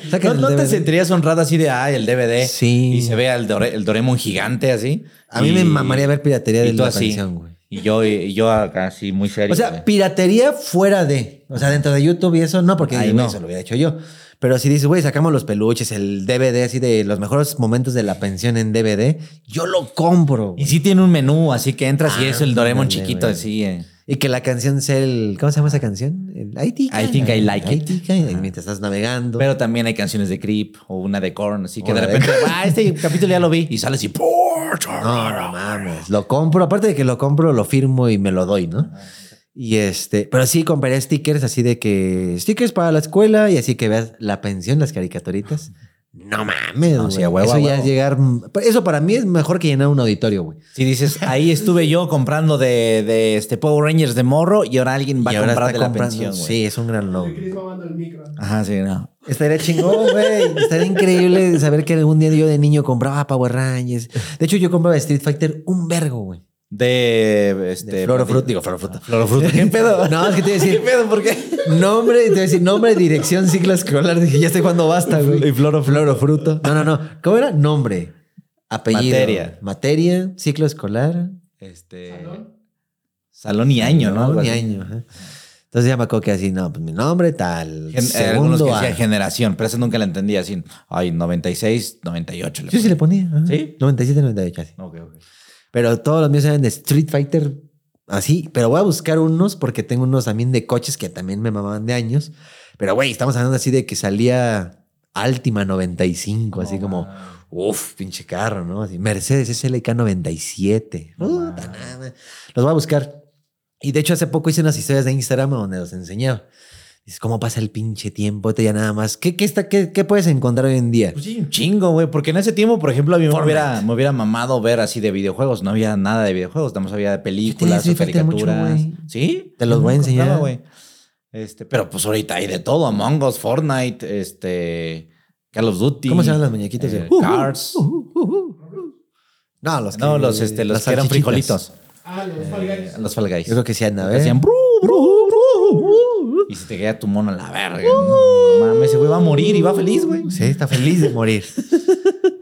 Speaker 2: [laughs]
Speaker 1: Saquen
Speaker 2: ¿No,
Speaker 1: el
Speaker 2: no te
Speaker 1: DVD.
Speaker 2: sentirías honrado así de, ay, el DVD?
Speaker 1: Sí.
Speaker 2: Y se ve al Dore- el Doraemon gigante así.
Speaker 1: A mí
Speaker 2: Y-
Speaker 1: me mamaría ver piratería de
Speaker 2: y tú
Speaker 1: la
Speaker 2: así.
Speaker 1: pensión, güey.
Speaker 2: Y yo, y yo acá así muy serio.
Speaker 1: O sea,
Speaker 2: güey.
Speaker 1: piratería fuera de. O sea, dentro de YouTube y eso, no, porque
Speaker 2: Ahí
Speaker 1: digo, güey,
Speaker 2: no.
Speaker 1: eso lo hubiera hecho yo. Pero si dices, güey, sacamos los peluches, el DVD así de los mejores momentos de la pensión en DVD, yo lo compro.
Speaker 2: y
Speaker 1: güey.
Speaker 2: sí tiene un menú, así que entras y
Speaker 1: Ah,
Speaker 2: es el Doraemon
Speaker 1: ándale,
Speaker 2: chiquito
Speaker 1: güey.
Speaker 2: así. eh.
Speaker 1: Y que la canción sea el. ¿Cómo se llama esa canción? El I think
Speaker 2: I think I like it.
Speaker 1: think I- Mientras estás navegando.
Speaker 2: Pero también hay canciones de Creep o una de Korn, así que de
Speaker 1: Una de
Speaker 2: repente, [laughs] ah, este capítulo ya lo vi. Y sale así,
Speaker 1: no, no mames. Lo compro. Aparte de que lo compro, lo firmo y me lo doy, ¿no? Y este. Pero sí compraré stickers así de que. Stickers para la escuela y así que veas la pensión, las caricaturitas. No mames.
Speaker 2: No,
Speaker 1: güey.
Speaker 2: sí, a huevo,
Speaker 1: eso
Speaker 2: a
Speaker 1: ya
Speaker 2: huevo.
Speaker 1: es llegar. Eso para mí es mejor que llenar un auditorio, güey.
Speaker 2: Si [laughs] dices, ahí estuve yo comprando de, de este Power Rangers de morro y ahora alguien va
Speaker 1: Y
Speaker 2: a
Speaker 1: ahora
Speaker 2: comprar de
Speaker 1: está
Speaker 2: la
Speaker 1: comprando-
Speaker 2: pensión, güey.
Speaker 1: Sí, es un gran
Speaker 3: El
Speaker 1: logro.
Speaker 3: Chris mamando el micro.
Speaker 2: Ajá, sí, no.
Speaker 1: Estaría chingón, güey. Estaría increíble saber que algún día yo de niño compraba Power Rangers. De hecho, yo compraba Street Fighter un vergo, güey.
Speaker 2: De, este, Ah.
Speaker 1: De Floro Fruit, digo Floro Fruta.
Speaker 2: Floro Fruta. ¿Qué pedo?
Speaker 1: No, es que te iba a decir.
Speaker 2: ¿Qué pedo? ¿Por qué?
Speaker 1: Nombre, te voy a decir, nombre, dirección, ciclo escolar. Dije, ya sé cuándo basta, güey.
Speaker 2: Y Floro
Speaker 1: Floro, fruto. No, no, no. ¿Cómo era? Nombre, apellido.
Speaker 2: Materia.
Speaker 1: Materia, ciclo escolar. Eh.
Speaker 2: Este.
Speaker 3: ¿Salón?
Speaker 2: Salón y año, ¿no?
Speaker 1: Ni
Speaker 2: Algo así.
Speaker 1: año. ajá. Entonces ya me acuerdo que así, no, pues mi nombre tal.
Speaker 2: Gen- eh, algunos
Speaker 1: segundo
Speaker 2: que
Speaker 1: A.
Speaker 2: decían generación, pero eso nunca la entendía así. Ay, 96, 98. le
Speaker 1: Yo sí le
Speaker 2: ponía.
Speaker 1: ponía. ajá.
Speaker 2: ¿Sí?
Speaker 1: 97, 98, así.
Speaker 2: Ok, ok.
Speaker 1: Pero todos los míos eran de Street Fighter, así. Pero voy a buscar unos porque tengo unos también de coches que también me mamaban de años. Pero, güey, estamos hablando así de que salía Altima 95, así como, uff, pinche carro, ¿no? Así, Mercedes SLK 97. Puta nada. Los voy a buscar. Y de hecho, hace poco hice unas historias de Instagram donde los enseñaba. Dices, ¿cómo pasa el pinche tiempo? Te ya nada más. ¿Qué, qué, está, qué, qué puedes encontrar hoy en día?
Speaker 2: Pues sí, un chingo, güey. Porque en ese tiempo, por ejemplo, a mí me hubiera, me hubiera mamado ver así de videojuegos. No había nada de videojuegos, nada más había de películas
Speaker 1: Sí,
Speaker 2: o
Speaker 1: tenía Street Fighter mucho,
Speaker 2: caricaturas.
Speaker 1: güey.
Speaker 2: sí,
Speaker 1: Te los voy
Speaker 2: Yo
Speaker 1: a
Speaker 2: me
Speaker 1: enseñar.
Speaker 2: compraba, güey. Este, pero pues ahorita hay de todo: Among Us, Fortnite, este, Call of Duty.
Speaker 1: ¿Cómo se llaman las muñequitas?
Speaker 2: Eh,
Speaker 1: Uh, uh,
Speaker 2: Cars.
Speaker 1: uh, uh, uh. No, los que-
Speaker 2: No, los, este, los
Speaker 1: las
Speaker 2: que eran
Speaker 1: salchichitas.
Speaker 2: frijolitos.
Speaker 3: Ah, los Fall Guys.
Speaker 2: Eh, Los Fall Guys.
Speaker 1: Yo creo que sí, Ana,
Speaker 2: Los
Speaker 1: ¿eh?
Speaker 2: que hacían bru, bru, bru, bru. Y si te queda tu mono a la verga. No, mames, ese güey va a morir y va feliz, güey.
Speaker 1: Sí, está feliz de morir.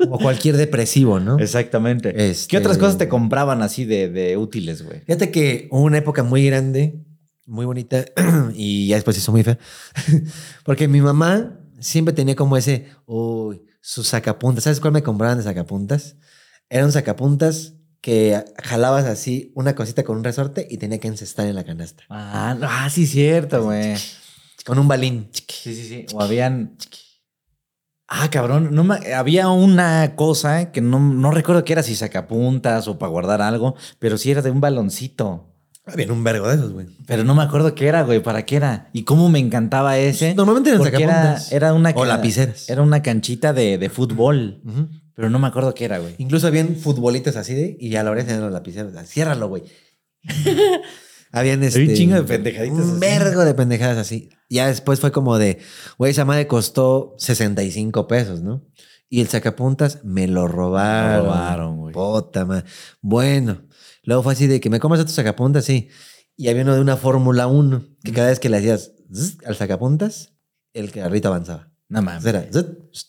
Speaker 1: o cualquier depresivo, ¿no?
Speaker 2: Exactamente.
Speaker 1: Este-
Speaker 2: ¿Qué otras cosas te compraban así de, de útiles, güey?
Speaker 1: Fíjate que hubo una época muy grande, muy bonita, [clears throat] y ya después se hizo muy fea. [laughs] Porque mi mamá siempre tenía como ese, uy, sus sacapuntas. ¿Sabes cuál me compraban de sacapuntas? Eran sacapuntas que jalabas así una cosita con un resorte y tenía que encestar en la canasta.
Speaker 2: Ah, no, ah, sí, cierto, güey.
Speaker 1: Con un balín.
Speaker 2: Sí, sí, sí. O habían. Ah, cabrón. No me- Había una cosa que no, no recuerdo que era si sacapuntas o para guardar algo, pero sí era de un baloncito.
Speaker 1: Había Ah, un vergo de esos, güey.
Speaker 2: Pero no me acuerdo qué era, güey, para qué era. Y cómo me encantaba ese.
Speaker 1: Normalmente eran
Speaker 2: porque era,
Speaker 1: sacapuntas.
Speaker 2: era una
Speaker 1: O lapiceras.
Speaker 2: Era una canchita de, de fútbol.
Speaker 1: Ujú.
Speaker 2: Pero no me acuerdo qué era, güey.
Speaker 1: Incluso habían futbolitas así de, y a la hora de los lapiceros, ciérralo, güey. [laughs] habían este,
Speaker 2: un chingo de pendejaditas
Speaker 1: Un
Speaker 2: así.
Speaker 1: vergo de pendejadas así. Ya después fue como de, güey, esa madre costó 65 pesos, ¿no? Y el sacapuntas me lo robaron.
Speaker 2: robaron, güey.
Speaker 1: Puta madre. Bueno, luego fue así de que me comas a tu sacapuntas, sí. Y había uno de una Fórmula 1 que cada vez que le hacías zzz al sacapuntas, el carrito avanzaba.
Speaker 2: No mames.
Speaker 1: Era zzz, zzz, zzz.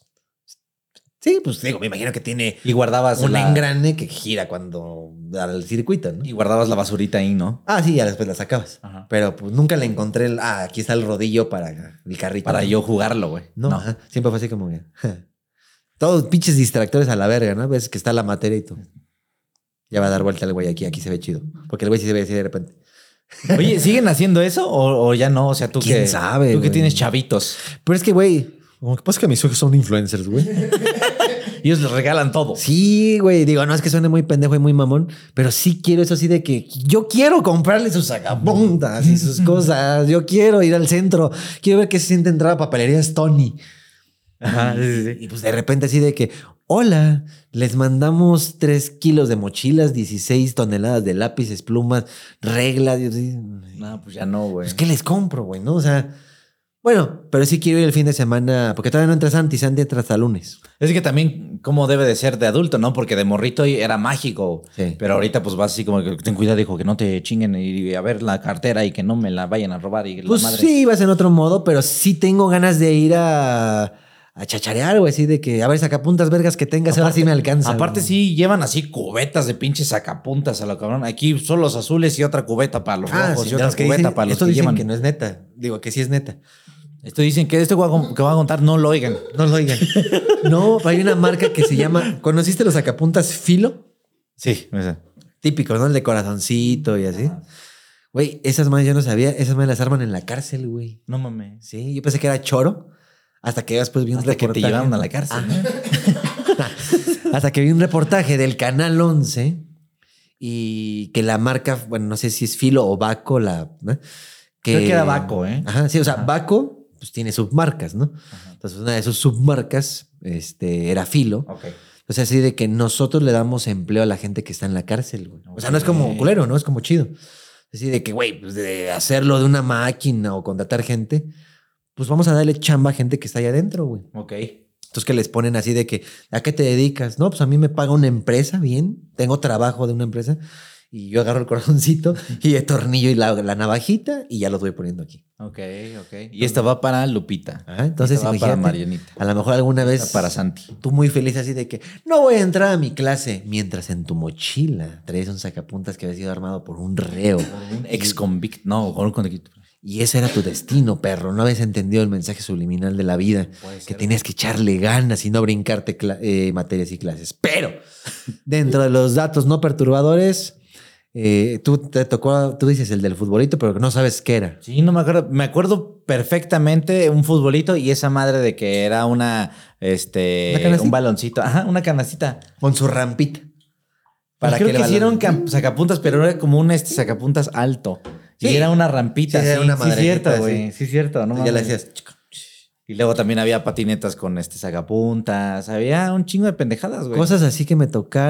Speaker 1: Sí, pues digo, me imagino que tiene
Speaker 2: Y guardabas
Speaker 1: un
Speaker 2: la,
Speaker 1: engrane que gira cuando al circuito, ¿no?
Speaker 2: y guardabas la basurita ahí, ¿no?
Speaker 1: Ah, sí, ya después la sacabas.
Speaker 2: Ajá.
Speaker 1: Pero pues nunca le encontré el. Ah, aquí está el rodillo para el carrito.
Speaker 2: Para
Speaker 1: ¿no?
Speaker 2: yo jugarlo, güey.
Speaker 1: No, ajá. siempre fue así como que. ja. Todos pinches distractores a la verga, ¿no? Ves que está la materia y tú. Ya va a dar vuelta el güey aquí, aquí se ve chido. Porque el güey sí se ve así de repente.
Speaker 2: Oye, ¿siguen haciendo eso o, o ya no? O sea, tú
Speaker 1: ¿Quién
Speaker 2: que
Speaker 1: sabe,
Speaker 2: tú que
Speaker 1: güey?
Speaker 2: tienes chavitos.
Speaker 1: Pero es que, güey. Como que pasa que mis ojos son influencers, güey.
Speaker 2: Ellos les regalan todo.
Speaker 1: Sí, güey. Digo, no es que suene muy pendejo y muy mamón, pero sí quiero eso así de que yo quiero comprarle sus sacapuntas
Speaker 2: [laughs]
Speaker 1: y sus cosas. Yo quiero ir al centro. Quiero ver qué se siente entrar a papelerías Tony.
Speaker 2: Ajá, sí, sí, sí.
Speaker 1: Y pues de repente así de que, hola, les mandamos 3 kilos de mochilas, 16 toneladas de lápices, plumas, reglas. Y yo así,
Speaker 2: No, pues ya no, güey.
Speaker 1: pues, ¿qué les compro, güey? ¿No? O sea, bueno, pero sí quiero ir el fin de semana, porque todavía no entra Santi, Santi entra hasta lunes.
Speaker 2: Es que también cómo debe de ser de adulto, ¿no? Porque de morrito era mágico.
Speaker 1: Sí.
Speaker 2: Pero ahorita pues vas así como que ten cuidado, hijo, que no te chinguen y a ver la cartera y que no me la vayan a robar y
Speaker 1: Pues
Speaker 2: la madre.
Speaker 1: sí, ibas en otro modo, pero sí tengo ganas de ir a, a chacharear, güey, así de que, a ver, sacapuntas vergas que tengas, ahora sí me alcanza.
Speaker 2: Aparte
Speaker 1: güey.
Speaker 2: sí llevan así cubetas de pinches sacapuntas a lo cabrón. Aquí son los azules y otra cubeta para los
Speaker 1: Ah,
Speaker 2: rojos
Speaker 1: sí,
Speaker 2: y
Speaker 1: de
Speaker 2: otra
Speaker 1: los que
Speaker 2: cubeta
Speaker 1: dicen-
Speaker 2: para los
Speaker 1: esto
Speaker 2: que
Speaker 1: dicen
Speaker 2: llevan.
Speaker 1: que no es neta, digo que sí es neta.
Speaker 2: Esto dicen que este guago- que va a contar no lo oigan.
Speaker 1: No lo oigan. [laughs] No, hay una marca que se llama. ¿Conociste los sacapuntas filo?
Speaker 2: Sí,
Speaker 1: Típicos, ¿no? El de corazoncito y así. Güey, esas manos yo no sabía. Esas manos las arman en la cárcel, güey.
Speaker 2: no mames.
Speaker 1: Sí, yo pensé que era choro. Hasta que después vi un
Speaker 2: Hasta que
Speaker 1: reportaje.
Speaker 2: te llevaron a la cárcel. ¿no?
Speaker 1: Hasta que vi un reportaje del Canal 11 y que la marca, bueno, no sé si es Filo o Baco, la. ¿no?
Speaker 2: Creo que era Baco, ¿eh?
Speaker 1: Ajá, sí, o sea, Baco pues, tiene submarcas, ¿no? Entonces, una de sus submarcas este, era Filo.
Speaker 2: Ok.
Speaker 1: O sea, así de que nosotros le damos empleo a la gente que está en la cárcel, güey. O sea, no es como
Speaker 2: Ok.
Speaker 1: culero, ¿no? Es como chido. Así de que, güey, pues de hacerlo de una máquina o contratar gente, pues vamos a darle chamba a gente que está allá adentro, güey.
Speaker 2: Ok.
Speaker 1: Entonces que les ponen así de que, ¿a qué te dedicas? No, pues a mí me paga una empresa, bien, tengo trabajo de una empresa y yo agarro el corazoncito y el tornillo y la, la navajita y ya los voy poniendo aquí.
Speaker 2: Ok, ok. Y esta va para Lupita.
Speaker 1: Ajá, entonces,
Speaker 2: Esta va para
Speaker 1: imagínate,
Speaker 2: Marianita.
Speaker 1: a lo mejor alguna vez
Speaker 2: Esta para Santi.
Speaker 1: tú muy feliz así de que no voy a entrar a mi clase, mientras en tu mochila traes un sacapuntas que había sido armado por un reo.
Speaker 2: Un ex convicto. No, con un convicto.
Speaker 1: Y ese era tu destino, perro. No habías entendido el mensaje subliminal de la vida, que tenías que echarle ganas y no brincarte cla- eh, materias y clases. Pero dentro de los datos no perturbadores, eh, tú te tocó, tú dices el del futbolito, pero que no sabes qué era.
Speaker 2: Sí, no me acuerdo. Me acuerdo perfectamente un futbolito y esa madre de que era una,
Speaker 1: ¿Una
Speaker 2: este,
Speaker 1: canastita?
Speaker 2: un baloncito. Ajá, una canastita.
Speaker 1: Con su rampita.
Speaker 2: Para
Speaker 1: Pues
Speaker 2: Pues
Speaker 1: creo
Speaker 2: que, le
Speaker 1: que sí era
Speaker 2: hicieron
Speaker 1: un cam-
Speaker 2: sacapuntas, pero era como un este sacapuntas alto.
Speaker 1: Sí.
Speaker 2: Y era una rampita.
Speaker 1: Sí,
Speaker 2: Sí,
Speaker 1: era una
Speaker 2: sí,
Speaker 1: madrecita,
Speaker 2: cierto,
Speaker 1: sí.
Speaker 2: güey. Sí, cierto. No
Speaker 1: ya
Speaker 2: mames.
Speaker 1: le hacías. chico.
Speaker 2: Y luego también había patinetas con este sacapuntas. Había un chingo de pendejadas, güey.
Speaker 1: Cosas así que me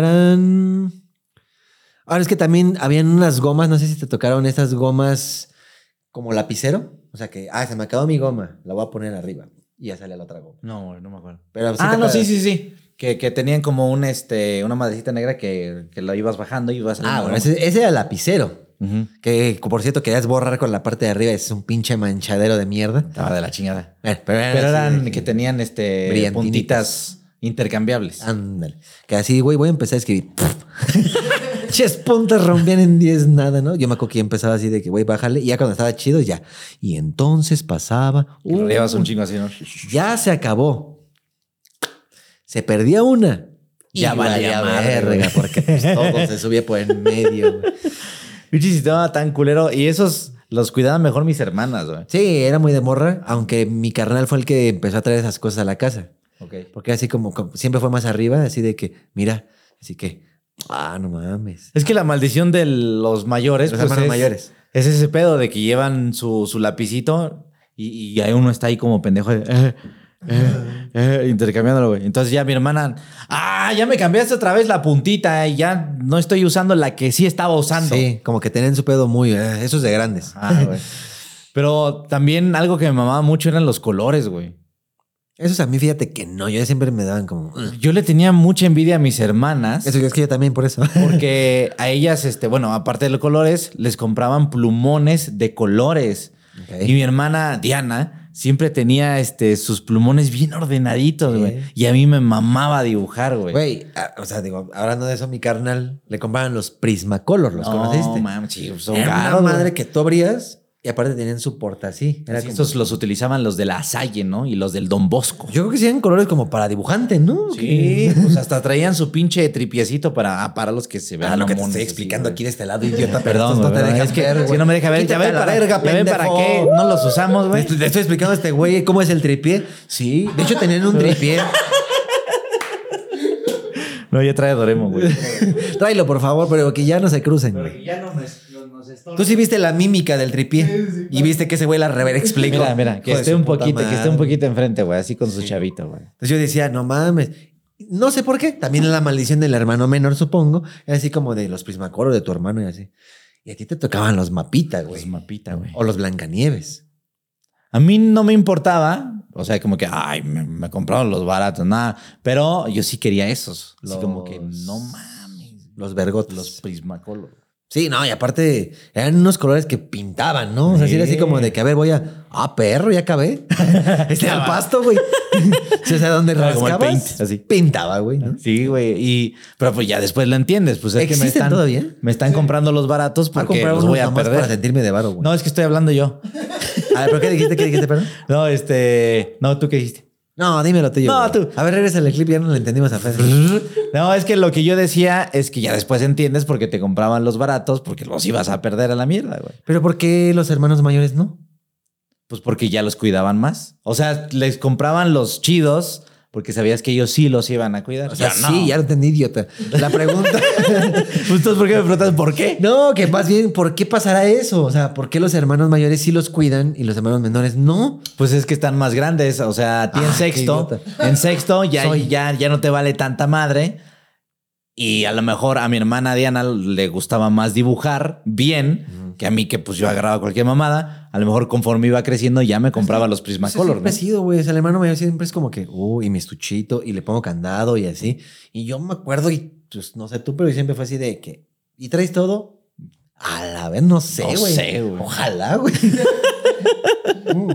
Speaker 1: tocaran. Ahora es que también habían unas gomas, no sé si te tocaron estas gomas como lapicero. O sea que, ah, se me acabó mi goma, la voy a poner arriba. Y ya sale la otra goma.
Speaker 2: No, güey, no me acuerdo.
Speaker 1: Pero
Speaker 2: ah,
Speaker 1: te
Speaker 2: no,
Speaker 1: acuerdas.
Speaker 2: sí, sí, sí. Que, que tenían como un, este, una madrecita negra que, que la ibas bajando y ibas
Speaker 1: Ah,
Speaker 2: saliendo, ¿no?
Speaker 1: bueno, ese, ese era lapicero.
Speaker 2: Ujú.
Speaker 1: Que por cierto querías borrar con la parte de arriba, es un pinche manchadero de mierda.
Speaker 2: Estaba de la chingada.
Speaker 1: Bueno,
Speaker 2: Ah. Pero
Speaker 1: así
Speaker 2: eran
Speaker 1: de
Speaker 2: que tenían este
Speaker 1: Brillantinitas.
Speaker 2: puntitas intercambiables.
Speaker 1: Ándale. Que así, güey, voy a empezar a escribir. [laughs] Ches puntas rompían en 10 nada, ¿no? Yo me acuerdo que empezaba así de que, güey, bájale. Y ya cuando estaba chido, ya. Y entonces pasaba.
Speaker 2: Y lo
Speaker 1: uh,
Speaker 2: llevas un chingo así, ¿no?
Speaker 1: ya se acabó. Se perdía una. Y
Speaker 2: Ya valía madre,
Speaker 1: verga,
Speaker 2: güey.
Speaker 1: porque pues, todo
Speaker 2: [laughs]
Speaker 1: se subía por en medio. güey.
Speaker 2: Pinche sistema tan culero. Y esos los cuidaban mejor mis hermanas, güey.
Speaker 1: Sí, era muy de morra, aunque mi carnal fue el que empezó a traer esas cosas a la casa.
Speaker 2: Ok.
Speaker 1: Porque así como, como siempre fue más arriba, así de que, mira, así que, ah, no mames.
Speaker 2: Es que la maldición de los mayores.
Speaker 1: Los
Speaker 2: pues,
Speaker 1: hermanos
Speaker 2: es-
Speaker 1: mayores.
Speaker 2: Es ese pedo de que llevan su, su lapicito y, y ahí uno está ahí como pendejo de, eh, eh, eh, intercambiándolo, güey. Entonces ya mi hermana, ah, ya me cambiaste otra vez la puntita y ya no estoy usando la que sí estaba usando.
Speaker 1: Sí, como que tenían su pedo muy, eh, eso es de grandes.
Speaker 2: Ah, güey. Pero también algo que me mamaba mucho eran los colores, güey.
Speaker 1: Esos a mí, fíjate que no, yo siempre me daban como, "Ugh".
Speaker 2: Yo le tenía mucha envidia a mis hermanas
Speaker 1: eso es que yo también por eso. [laughs]
Speaker 2: porque a ellas, este, bueno, aparte de los colores, les compraban plumones de colores.
Speaker 1: Ok.
Speaker 2: Y mi hermana Diana siempre tenía este, sus plumones bien ordenaditos,
Speaker 1: Sí.
Speaker 2: güey. Y a mí me mamaba dibujar, güey.
Speaker 1: Güey, ah, o sea, digo, hablando de eso, mi carnal, le compraban los Prismacolor, ¿los
Speaker 2: No,
Speaker 1: conociste?
Speaker 2: mames, sí, son
Speaker 1: Era una
Speaker 2: caros,
Speaker 1: madre
Speaker 2: güey.
Speaker 1: que tú abrías y aparte tenían su porta así. Era
Speaker 2: Sí,
Speaker 1: como-
Speaker 2: Estos los utilizaban los de la Salle, ¿no? Y los del Don Bosco.
Speaker 1: Yo creo que sí eran colores como para dibujante, ¿no?
Speaker 2: Sí,
Speaker 1: [laughs]
Speaker 2: pues hasta traían su pinche tripiecito para, ah, para los que se vean.
Speaker 1: Ah, lo que te
Speaker 2: mamones,
Speaker 1: estoy
Speaker 2: así,
Speaker 1: explicando
Speaker 2: güey.
Speaker 1: aquí de este
Speaker 2: [laughs]
Speaker 1: lado, idiota.
Speaker 2: Perdón,
Speaker 1: estos
Speaker 2: güey,
Speaker 1: no te
Speaker 2: perdón,
Speaker 1: dejan
Speaker 2: es que
Speaker 1: ver,
Speaker 2: si
Speaker 1: güey.
Speaker 2: no me deja ver, ya
Speaker 1: Quítate
Speaker 2: ven
Speaker 1: la
Speaker 2: para,
Speaker 1: verga,
Speaker 2: ya ven para
Speaker 1: pendejo.
Speaker 2: qué no los usamos,
Speaker 1: Le
Speaker 2: güey.
Speaker 1: estoy [laughs] le estoy explicando a este güey cómo es el tripié. Sí, de hecho
Speaker 2: [laughs]
Speaker 1: tenían un tripié.
Speaker 2: No, ya trae Doremo, [laughs] güey.
Speaker 1: Tráelo, por favor, pero que ya no se crucen. güey.
Speaker 6: Porque ya no nos, no- nos estorba.
Speaker 1: Tú sí viste la mímica del tripié
Speaker 3: Sí, sí,
Speaker 1: y viste que ese güey la rever explicó.
Speaker 2: Mira, mira, que
Speaker 1: Hijo de
Speaker 2: esté
Speaker 1: su
Speaker 2: un
Speaker 1: puta
Speaker 2: poquito, que esté un
Speaker 1: madre.
Speaker 2: poquito enfrente, güey, así con su chavito, güey.
Speaker 1: Entonces yo decía, no mames. No sé por qué. También la maldición del hermano menor, supongo. Era así como de los prismacoros de tu hermano y así. Y a ti te tocaban los mapitas, güey.
Speaker 2: Pues mapita, güey.
Speaker 1: O los Blancanieves.
Speaker 2: A mí no me importaba, o sea, como que, ay, me, me compraron los baratos, nada. Pero yo sí quería esos. Así como que,
Speaker 1: Los-
Speaker 2: no mames.
Speaker 1: Los vergotes.
Speaker 2: Los Prismacolor.
Speaker 1: Sí, no, y aparte eran unos colores que pintaban, ¿no? O sea, sí era así
Speaker 2: Sí.
Speaker 1: como de que, a ver, voy a. Ah, perro,
Speaker 2: [laughs]
Speaker 1: ya acabé. este al pasto, güey. Sí, o sea, donde
Speaker 2: Era como el
Speaker 1: rascabas,
Speaker 2: paint, así.
Speaker 1: pintaba, güey. ¿no?
Speaker 2: Sí, güey. Y, pero pues ya después lo entiendes. Pues es que me
Speaker 1: ¿Existen
Speaker 2: están,
Speaker 1: todavía?
Speaker 2: me están comprando los baratos
Speaker 1: Voy a
Speaker 2: porque
Speaker 1: comprar
Speaker 2: los
Speaker 1: unos
Speaker 2: voy a
Speaker 1: nomás para
Speaker 2: perder.
Speaker 1: sentirme de varo, güey.
Speaker 2: No, es que estoy hablando yo.
Speaker 1: [laughs] A ver, ¿pero qué dijiste? ¿Qué dijiste, perdón?
Speaker 2: [laughs] No, este. No, tú qué dijiste.
Speaker 1: No, dímelo tú.
Speaker 2: No, tú.
Speaker 1: A ver, regresa el clip, ya no lo entendimos a Fede.
Speaker 2: [laughs] No, es que lo que yo decía es que ya después entiendes porque te compraban los baratos porque los ibas a perder a la mierda, güey.
Speaker 1: Pero ¿por qué los hermanos mayores no?
Speaker 2: Pues porque ya los cuidaban más. O sea, les compraban los chidos porque sabías que ellos sí los iban a cuidar.
Speaker 1: O sea, sí, ya lo entendí, idiota. La pregunta.
Speaker 2: ¿Ustedes por [laughs] qué me preguntas por qué?
Speaker 1: no, que más bien, ¿por qué pasará eso? O sea, ¿por qué los hermanos mayores sí los cuidan y los hermanos menores no?
Speaker 2: Pues es que están más grandes. O sea, a ti en
Speaker 1: Ah, qué
Speaker 2: sexto, en sexto ya,
Speaker 1: Soy.
Speaker 2: ya, ya no te vale tanta madre. Y a lo mejor a mi hermana Diana le gustaba más dibujar bien que a mí, que pues yo agarraba cualquier mamada. A a lo mejor conforme iba creciendo ya
Speaker 1: Pues,
Speaker 2: me compraba los Prismacolor,
Speaker 1: siempre
Speaker 2: ¿no?
Speaker 1: ha sido, güey. O sea, el hermano mayor siempre es como que, uh, y mi estuchito, y le pongo candado y así. Y yo me acuerdo, y pues no sé tú, pero siempre fue así de que, ¿y traes todo? A la vez, no sé,
Speaker 2: No
Speaker 1: güey.
Speaker 2: sé, güey.
Speaker 1: Ojalá, güey. [laughs] Mm.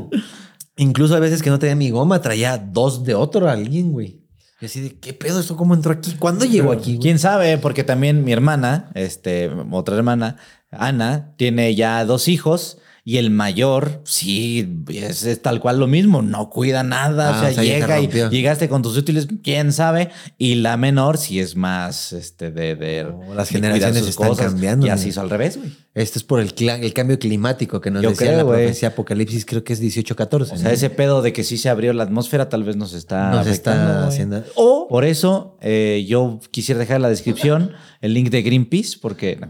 Speaker 1: Incluso a veces que no traía mi goma, traía dos de otro a alguien, güey. Y así de, ¿qué pedo? ¿Esto cómo entró aquí? ¿Cuándo llegó aquí? güey?
Speaker 2: Quién sabe, porque también mi hermana, este, otra hermana, Ana, tiene ya dos hijos y el mayor, sí, es, es tal cual lo mismo, no cuida nada,
Speaker 1: Ah,
Speaker 2: o sea,
Speaker 1: o sea, ya
Speaker 2: llega y
Speaker 1: interrumpió.
Speaker 2: llegaste con tus útiles, quién sabe, y la menor sí es más, este, de, de
Speaker 1: No, las
Speaker 2: de
Speaker 1: generaciones
Speaker 2: cuidar sus
Speaker 1: están cambiando,
Speaker 2: y así
Speaker 1: güey.
Speaker 2: hizo al revés, güey.
Speaker 1: Esto Este es por el, cla- el cambio climático que nos
Speaker 2: Yo
Speaker 1: decía
Speaker 2: creo,
Speaker 1: la
Speaker 2: güey.
Speaker 1: profecía Apocalipsis, creo que es 18-14.
Speaker 2: O sea,
Speaker 1: ¿no?
Speaker 2: ese pedo de que sí se abrió la atmósfera tal vez nos está
Speaker 1: nos
Speaker 2: afectando,
Speaker 1: está
Speaker 2: güey.
Speaker 1: haciendo...
Speaker 2: O por eso eh, yo quisiera dejar en la descripción el link de Greenpeace porque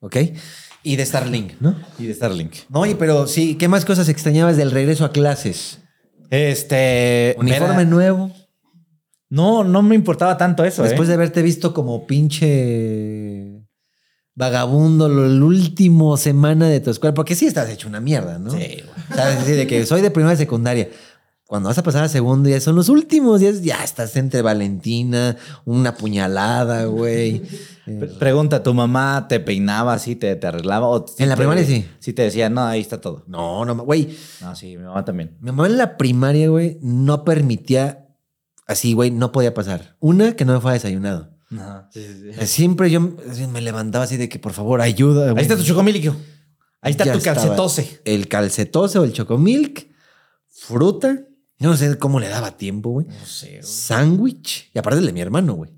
Speaker 1: ¿Ok? Y de Starlink, ¿no?
Speaker 2: y de Starlink.
Speaker 1: No, oye, pero sí, ¿qué más cosas extrañabas del regreso a clases?
Speaker 2: Este
Speaker 1: Uniforme
Speaker 2: mira,
Speaker 1: nuevo.
Speaker 2: no no me importaba tanto eso. ¿eh?
Speaker 1: Después de haberte visto como pinche vagabundo lo- la última semana de tu escuela, porque sí estás hecho una mierda, ¿no?
Speaker 2: Sí, güey.
Speaker 1: O sea, es decir, de que soy de primera y secundaria. Cuando vas a pasar a segundo, ya son los últimos días, ya estás entre Valentina, una
Speaker 2: [laughs]
Speaker 1: puñalada, güey. Eh,
Speaker 2: Pre- Pregunta, ¿tu mamá te peinaba así, te, te arreglaba? O si
Speaker 1: En la
Speaker 2: te-
Speaker 1: primaria sí.
Speaker 2: Sí te decía, no, ahí está todo.
Speaker 1: No, no, güey.
Speaker 2: No, sí, mi mamá también.
Speaker 1: Mi mamá en la primaria, güey, no permitía, así, güey, no podía pasar. Una, que no me fuera desayunado.
Speaker 2: No, sí, sí, sí.
Speaker 1: Eh, Siempre yo me levantaba así de que, por favor, ayuda.
Speaker 2: Ahí
Speaker 1: Ah, güey.
Speaker 2: está tu chocomiliquio. Ahí está
Speaker 1: Ya
Speaker 2: tu
Speaker 1: estaba.
Speaker 2: calcetose.
Speaker 1: El calcetose o el chocomilk, fruta. Yo no sé cómo le daba tiempo, güey.
Speaker 2: No sé. güey.
Speaker 1: Sándwich. Y aparte el de mi hermano, güey.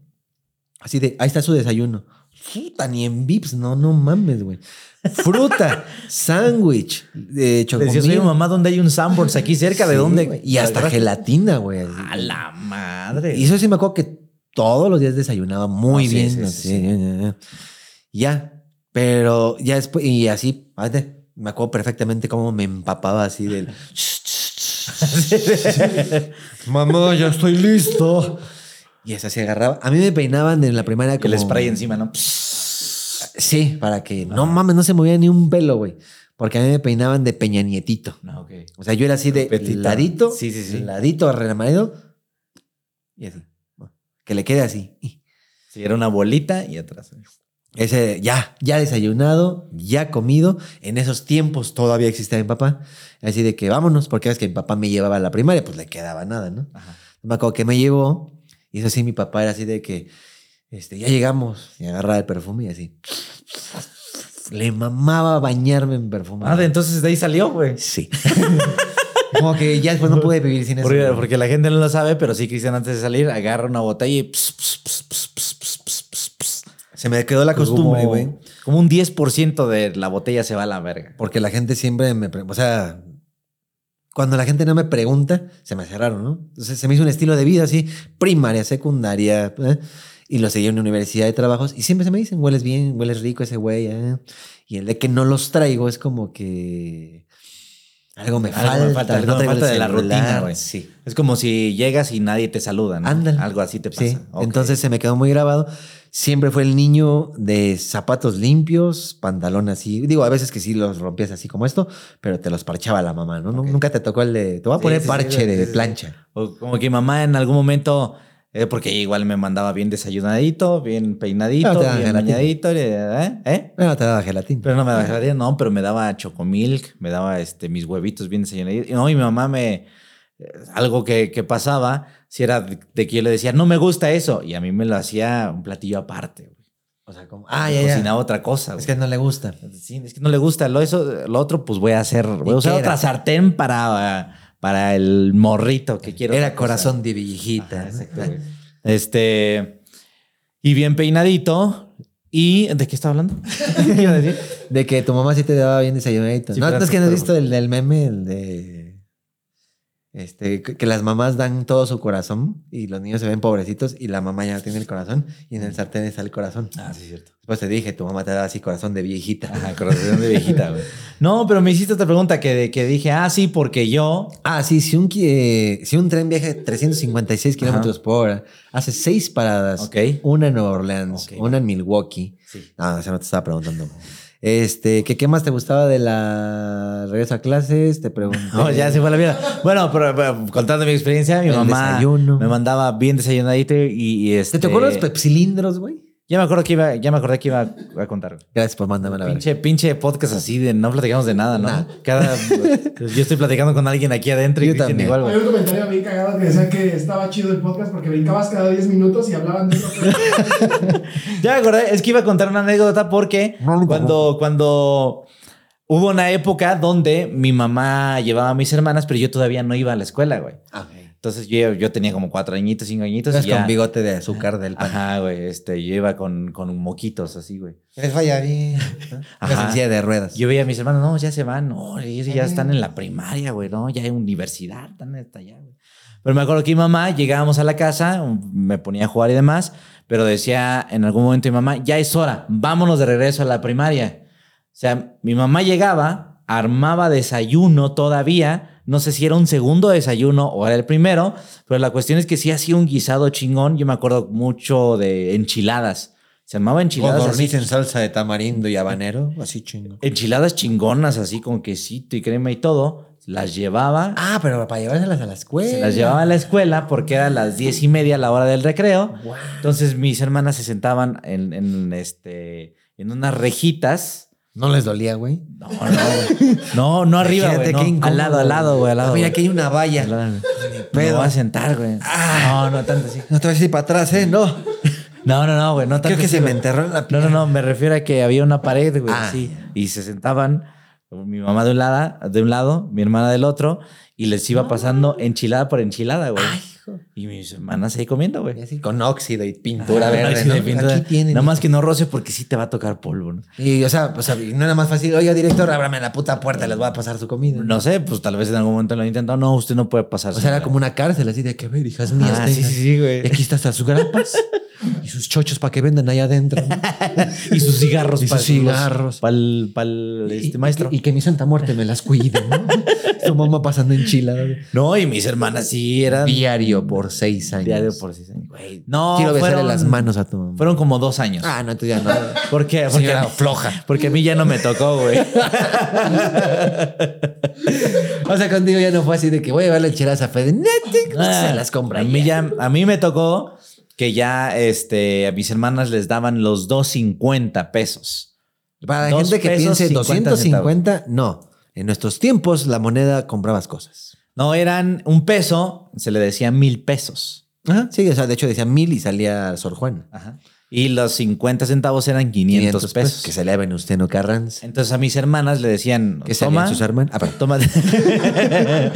Speaker 1: Así de, ahí está su desayuno. Puta, ni en Vips. No, no mames, güey.
Speaker 2: [laughs]
Speaker 1: Fruta, sándwich, eh,
Speaker 2: Decía, soy
Speaker 1: chocomilk.
Speaker 2: mi mamá, ¿dónde hay un Sanborns aquí cerca? ¿De
Speaker 1: Sí,
Speaker 2: dónde?
Speaker 1: güey. Y hasta gelatina, güey. así.
Speaker 2: A la madre.
Speaker 1: Y eso sí me acuerdo que todos los días desayunaba muy
Speaker 2: Ah, sí,
Speaker 1: bien.
Speaker 2: sí,
Speaker 1: ¿no?
Speaker 2: sí,
Speaker 1: Sí, ya, ya, ya. Ya, pero ya después, y así, fíjate, me acuerdo perfectamente cómo me empapaba así del... Mamá, ya estoy listo. Y esa se agarraba. A mí me peinaban en la primaria
Speaker 2: Y
Speaker 1: como...
Speaker 2: el spray encima,
Speaker 1: [sniffs]
Speaker 2: ¿no?
Speaker 1: Sí, para que no mames, no se movía ni un pelo, güey. Porque a mí me peinaban de peña nietito.
Speaker 2: No, ok.
Speaker 1: O sea, yo era así de
Speaker 2: Petita.
Speaker 1: ladito,
Speaker 2: Sí, sí, sí.
Speaker 1: ladito arremanado y así. Que le quede así.
Speaker 2: Sí, era una bolita y atrás.
Speaker 1: Ese ya, ya desayunado, ya comido. En esos tiempos todavía existía mi papá. Así de que vámonos, porque es que mi papá me llevaba a la primaria, pues le quedaba nada, ¿no?
Speaker 2: Ajá.
Speaker 1: Me acuerdo que me llevó y eso sí, mi papá era así de que, este, ya llegamos y agarraba el perfume y así. Le mamaba bañarme en perfume.
Speaker 2: Ah, de entonces de ahí salió, güey.
Speaker 1: Sí. [laughs] Como que ya después no pude vivir sin eso.
Speaker 2: Porque,
Speaker 1: güey.
Speaker 2: porque la gente no lo sabe, pero sí, Cristian, antes de salir, agarra una botella y. ps, ps, ps, ps, ps, ps, ps, ps, ps.
Speaker 1: Se me quedó la costumbre,
Speaker 2: Como-
Speaker 1: güey.
Speaker 2: Como un 10% de la botella se va a la verga.
Speaker 1: Porque la gente siempre me... pre- O sea, cuando la gente no me pregunta, se me cerraron, ¿no? Entonces se me hizo un estilo de vida así, primaria, secundaria, ¿eh? y lo seguí en la universidad de trabajos, y siempre se me dicen, hueles bien, hueles rico ese güey, ¿eh? y el de que no los traigo es como que... Algo me
Speaker 2: Algo
Speaker 1: falta,
Speaker 2: me falta, algo me
Speaker 1: traigo el
Speaker 2: falta de la
Speaker 1: celular,
Speaker 2: rutina, güey.
Speaker 1: Sí.
Speaker 2: Es como si llegas y nadie te saluda, ¿no?
Speaker 1: Ándale.
Speaker 2: Algo así te pasa.
Speaker 1: Sí,
Speaker 2: Ok.
Speaker 1: entonces se me quedó muy grabado. Siempre fue el niño de zapatos limpios, pantalón así. Digo, a veces que sí los rompías así como esto, pero te los parchaba la mamá, ¿no? No-
Speaker 2: Ok.
Speaker 1: Nunca te tocó el de, te voy a
Speaker 2: Sí,
Speaker 1: poner
Speaker 2: sí, sí,
Speaker 1: parche
Speaker 2: sí,
Speaker 1: de
Speaker 2: sí, sí.
Speaker 1: plancha.
Speaker 2: O como que mamá en algún momento, eh, porque igual me mandaba bien desayunadito, bien peinadito,
Speaker 1: No, te daban
Speaker 2: bien
Speaker 1: gelatina.
Speaker 2: bañadito, ¿eh? ¿Eh?
Speaker 1: Bueno, te daba gelatina.
Speaker 2: Pero no me daba gelatina, no, pero me daba chocomilk, me daba este, mis huevitos bien desayunaditos. Y No, y mi mamá me. eh, Algo que, que pasaba, si era de, de que yo le decía, no me gusta eso, y a mí me lo hacía un platillo aparte. güey.
Speaker 1: o sea, como, ah,
Speaker 2: Me
Speaker 1: ya, ya.
Speaker 2: Cocinaba otra cosa.
Speaker 1: Es
Speaker 2: güey.
Speaker 1: que no le gusta.
Speaker 2: Sí, es que no le gusta. Lo, eso, lo otro, pues voy a hacer, voy
Speaker 1: ¿Y
Speaker 2: a usar
Speaker 1: qué era?
Speaker 2: otra sartén para, para el morrito que quiero.
Speaker 1: Era
Speaker 2: otra cosa.
Speaker 1: corazón de viejita.
Speaker 2: Ajá,
Speaker 1: ¿no?
Speaker 2: exacto, güey. Este. Y bien peinadito. ¿Y de qué estaba hablando?
Speaker 1: [laughs]
Speaker 2: ¿Qué iba a [laughs] decir?
Speaker 1: De que tu mamá sí te daba bien desayunadito.
Speaker 2: Sí,
Speaker 1: no,
Speaker 2: pero-
Speaker 1: no, es que no has
Speaker 2: pero-
Speaker 1: visto el del meme, el de. Este, que que las mamás dan todo su corazón y los niños se ven pobrecitos y la mamá ya no tiene el corazón y en el sartén está el corazón.
Speaker 2: Ah, sí, es cierto.
Speaker 1: Pues te dije, tu mamá te da así corazón de viejita.
Speaker 2: Ajá, corazón de
Speaker 1: [laughs]
Speaker 2: viejita, güey. [laughs] No, pero me hiciste otra pregunta que, que dije, ah, sí, porque
Speaker 1: [laughs]
Speaker 2: yo.
Speaker 1: Ah, sí, si un, qui- eh, si un tren viaja 356 kilómetros por hora, hace seis paradas,
Speaker 2: Ok.
Speaker 1: una en Nueva Orleans,
Speaker 2: Ok.
Speaker 1: una en Milwaukee.
Speaker 2: Sí.
Speaker 1: Ah, o sea, no te estaba preguntando. Este, ¿qué, ¿qué más te gustaba de la regreso a clases? Te pregunté.
Speaker 2: No, ya se fue la vida. Bueno, pero, pero contando mi experiencia, mi
Speaker 1: El
Speaker 2: mamá
Speaker 1: desayuno.
Speaker 2: me mandaba bien desayunadito y, y
Speaker 1: ¿Te
Speaker 2: este.
Speaker 1: tocó los pe- cilindros, güey?
Speaker 2: Ya me acuerdo que iba, ya me acordé que iba a contar.
Speaker 1: Gracias por mandarme la verga.
Speaker 2: Pinche, pinche podcast así de no platicamos de nada, ¿no?
Speaker 1: [laughs]
Speaker 2: Cada, pues, yo estoy platicando con alguien aquí adentro y
Speaker 1: Yo
Speaker 2: Cristian
Speaker 1: también.
Speaker 2: igual,
Speaker 3: Hay
Speaker 2: güey.
Speaker 3: un comentario bien cagado que decía que estaba chido el podcast porque brincabas cada 10 minutos y hablaban
Speaker 1: [laughs]
Speaker 3: de eso.
Speaker 2: Ya me acordé, es que iba a contar una anécdota porque cuando, cuando hubo una época donde mi mamá llevaba a mis hermanas, pero yo todavía no iba a la escuela, güey. Entonces yo, yo tenía como cuatro añitos, cinco añitos.
Speaker 1: Ah, Entonces,
Speaker 2: y ya-
Speaker 1: con bigote de azúcar del pan.
Speaker 2: Ajá, güey, este, yo iba con, con moquitos así, güey.
Speaker 1: Eres bailarín.
Speaker 2: Ajá.
Speaker 1: Una silla de ruedas.
Speaker 2: Yo veía a mis hermanos, no, ya se van, no, ellos ya están en la primaria, güey, no, ya en universidad, están hasta allá, güey. Pero me acuerdo que mi mamá, llegábamos a la casa, um, me ponía a jugar y demás, pero decía en algún momento mi mamá, ya es hora, vámonos de regreso a la primaria. O sea, mi mamá llegaba, armaba desayuno todavía, no sé si era un segundo desayuno o era el primero, pero la cuestión es que sí hacía un guisado chingón, yo me acuerdo mucho de enchiladas. Se armaba
Speaker 1: o
Speaker 2: enchiladas. así
Speaker 1: dormís en salsa de tamarindo y habanero, así chingo.
Speaker 2: enchiladas chingonas así con quesito y crema y todo, las llevaba,
Speaker 1: Ah, pero para llevárselas a la escuela.
Speaker 2: se las llevaba a la escuela porque era las diez y media la hora del recreo. Entonces mis hermanas se sentaban en, en, este, en unas rejitas.
Speaker 1: No les dolía, güey.
Speaker 2: No, no, güey. no, no arriba, güey,
Speaker 1: Imagínate
Speaker 2: no.
Speaker 1: qué incómodo,
Speaker 2: al lado, al lado, güey, al lado.
Speaker 1: Ah, mira,
Speaker 2: güey.
Speaker 1: aquí hay una valla.
Speaker 2: Al lado, güey. Me
Speaker 1: pedo. Ah.
Speaker 2: voy a sentar, güey. No, no tanto así.
Speaker 1: No te vas a ir para atrás, ¿eh? No.
Speaker 2: No, no, no, güey, no tanto
Speaker 1: Creo que
Speaker 2: así,
Speaker 1: se me
Speaker 2: güey.
Speaker 1: enterró en la
Speaker 2: No, no, no, me refiero a que había una pared, güey,
Speaker 1: Ah.
Speaker 2: así, Y se sentaban, mi mamá de un, lado, de un lado, mi hermana del otro, y les
Speaker 1: Ah.
Speaker 2: iba pasando enchilada por enchilada, güey. Y mis hermanas ahí comiendo,
Speaker 1: Y
Speaker 2: güey.
Speaker 1: así, Con óxido y pintura verde.
Speaker 2: Así
Speaker 1: ¿no?
Speaker 2: de pintura.
Speaker 1: Aquí tienen.
Speaker 2: Nada más que no roce porque sí te va a tocar polvo, ¿no?
Speaker 1: Y, o sea, o sea, y no era más fácil. Oiga, director, ábrame la puta puerta, les voy a pasar su comida.
Speaker 2: No sé, pues tal vez en algún momento lo han intentado. No, usted no puede pasar.
Speaker 1: O sea, era
Speaker 2: señora.
Speaker 1: como una cárcel, así de que ver, hijas mías.
Speaker 2: Ah,
Speaker 1: tengan.
Speaker 2: sí, sí, sí, güey.
Speaker 1: Y aquí está hasta sus grapas y sus chochos para que vendan allá adentro. ¿no?
Speaker 2: Y sus cigarros.
Speaker 1: [laughs] Y sus cigarros.
Speaker 2: Para el
Speaker 1: Y-
Speaker 2: este,
Speaker 1: y
Speaker 2: maestro.
Speaker 1: que- Y, que mi santa muerte me las cuide, ¿no? [laughs] Su mamá pasando enchilada.
Speaker 2: no, y mis hermanas sí eran...
Speaker 1: Diario por seis años.
Speaker 2: Diario por sí, señor. Güey, No,
Speaker 1: Quiero besarle
Speaker 2: fueron-
Speaker 1: las manos a tu mamá.
Speaker 2: Fueron como dos años.
Speaker 1: Ah, no, tú ya no.
Speaker 2: ¿Por qué? Porque,
Speaker 1: Señora floja.
Speaker 2: Porque a mí ya no me tocó, güey.
Speaker 1: O sea, contigo ya no fue así de que voy a llevar lecheras a Fede. Nete,
Speaker 2: Ah,
Speaker 1: se las compra.
Speaker 2: A mí ya, a mí me tocó que ya este, a mis hermanas les daban los 250 pesos.
Speaker 1: Para la
Speaker 2: Dos
Speaker 1: gente que
Speaker 2: pesos,
Speaker 1: piense
Speaker 2: 50
Speaker 1: 250, no. En nuestros tiempos, la moneda comprabas cosas.
Speaker 2: No eran un peso, se le decía mil pesos.
Speaker 1: Ajá. Sí, o sea, de hecho decía mil y salía Sor Juana.
Speaker 2: Ajá. Y los 50 centavos eran 500, pesos.
Speaker 1: Que salía Venustiano Carranza.
Speaker 2: Entonces a mis hermanas le decían,
Speaker 1: Que salían
Speaker 2: toma,
Speaker 1: sus hermanos. Ah, perdón.
Speaker 2: toma, [laughs]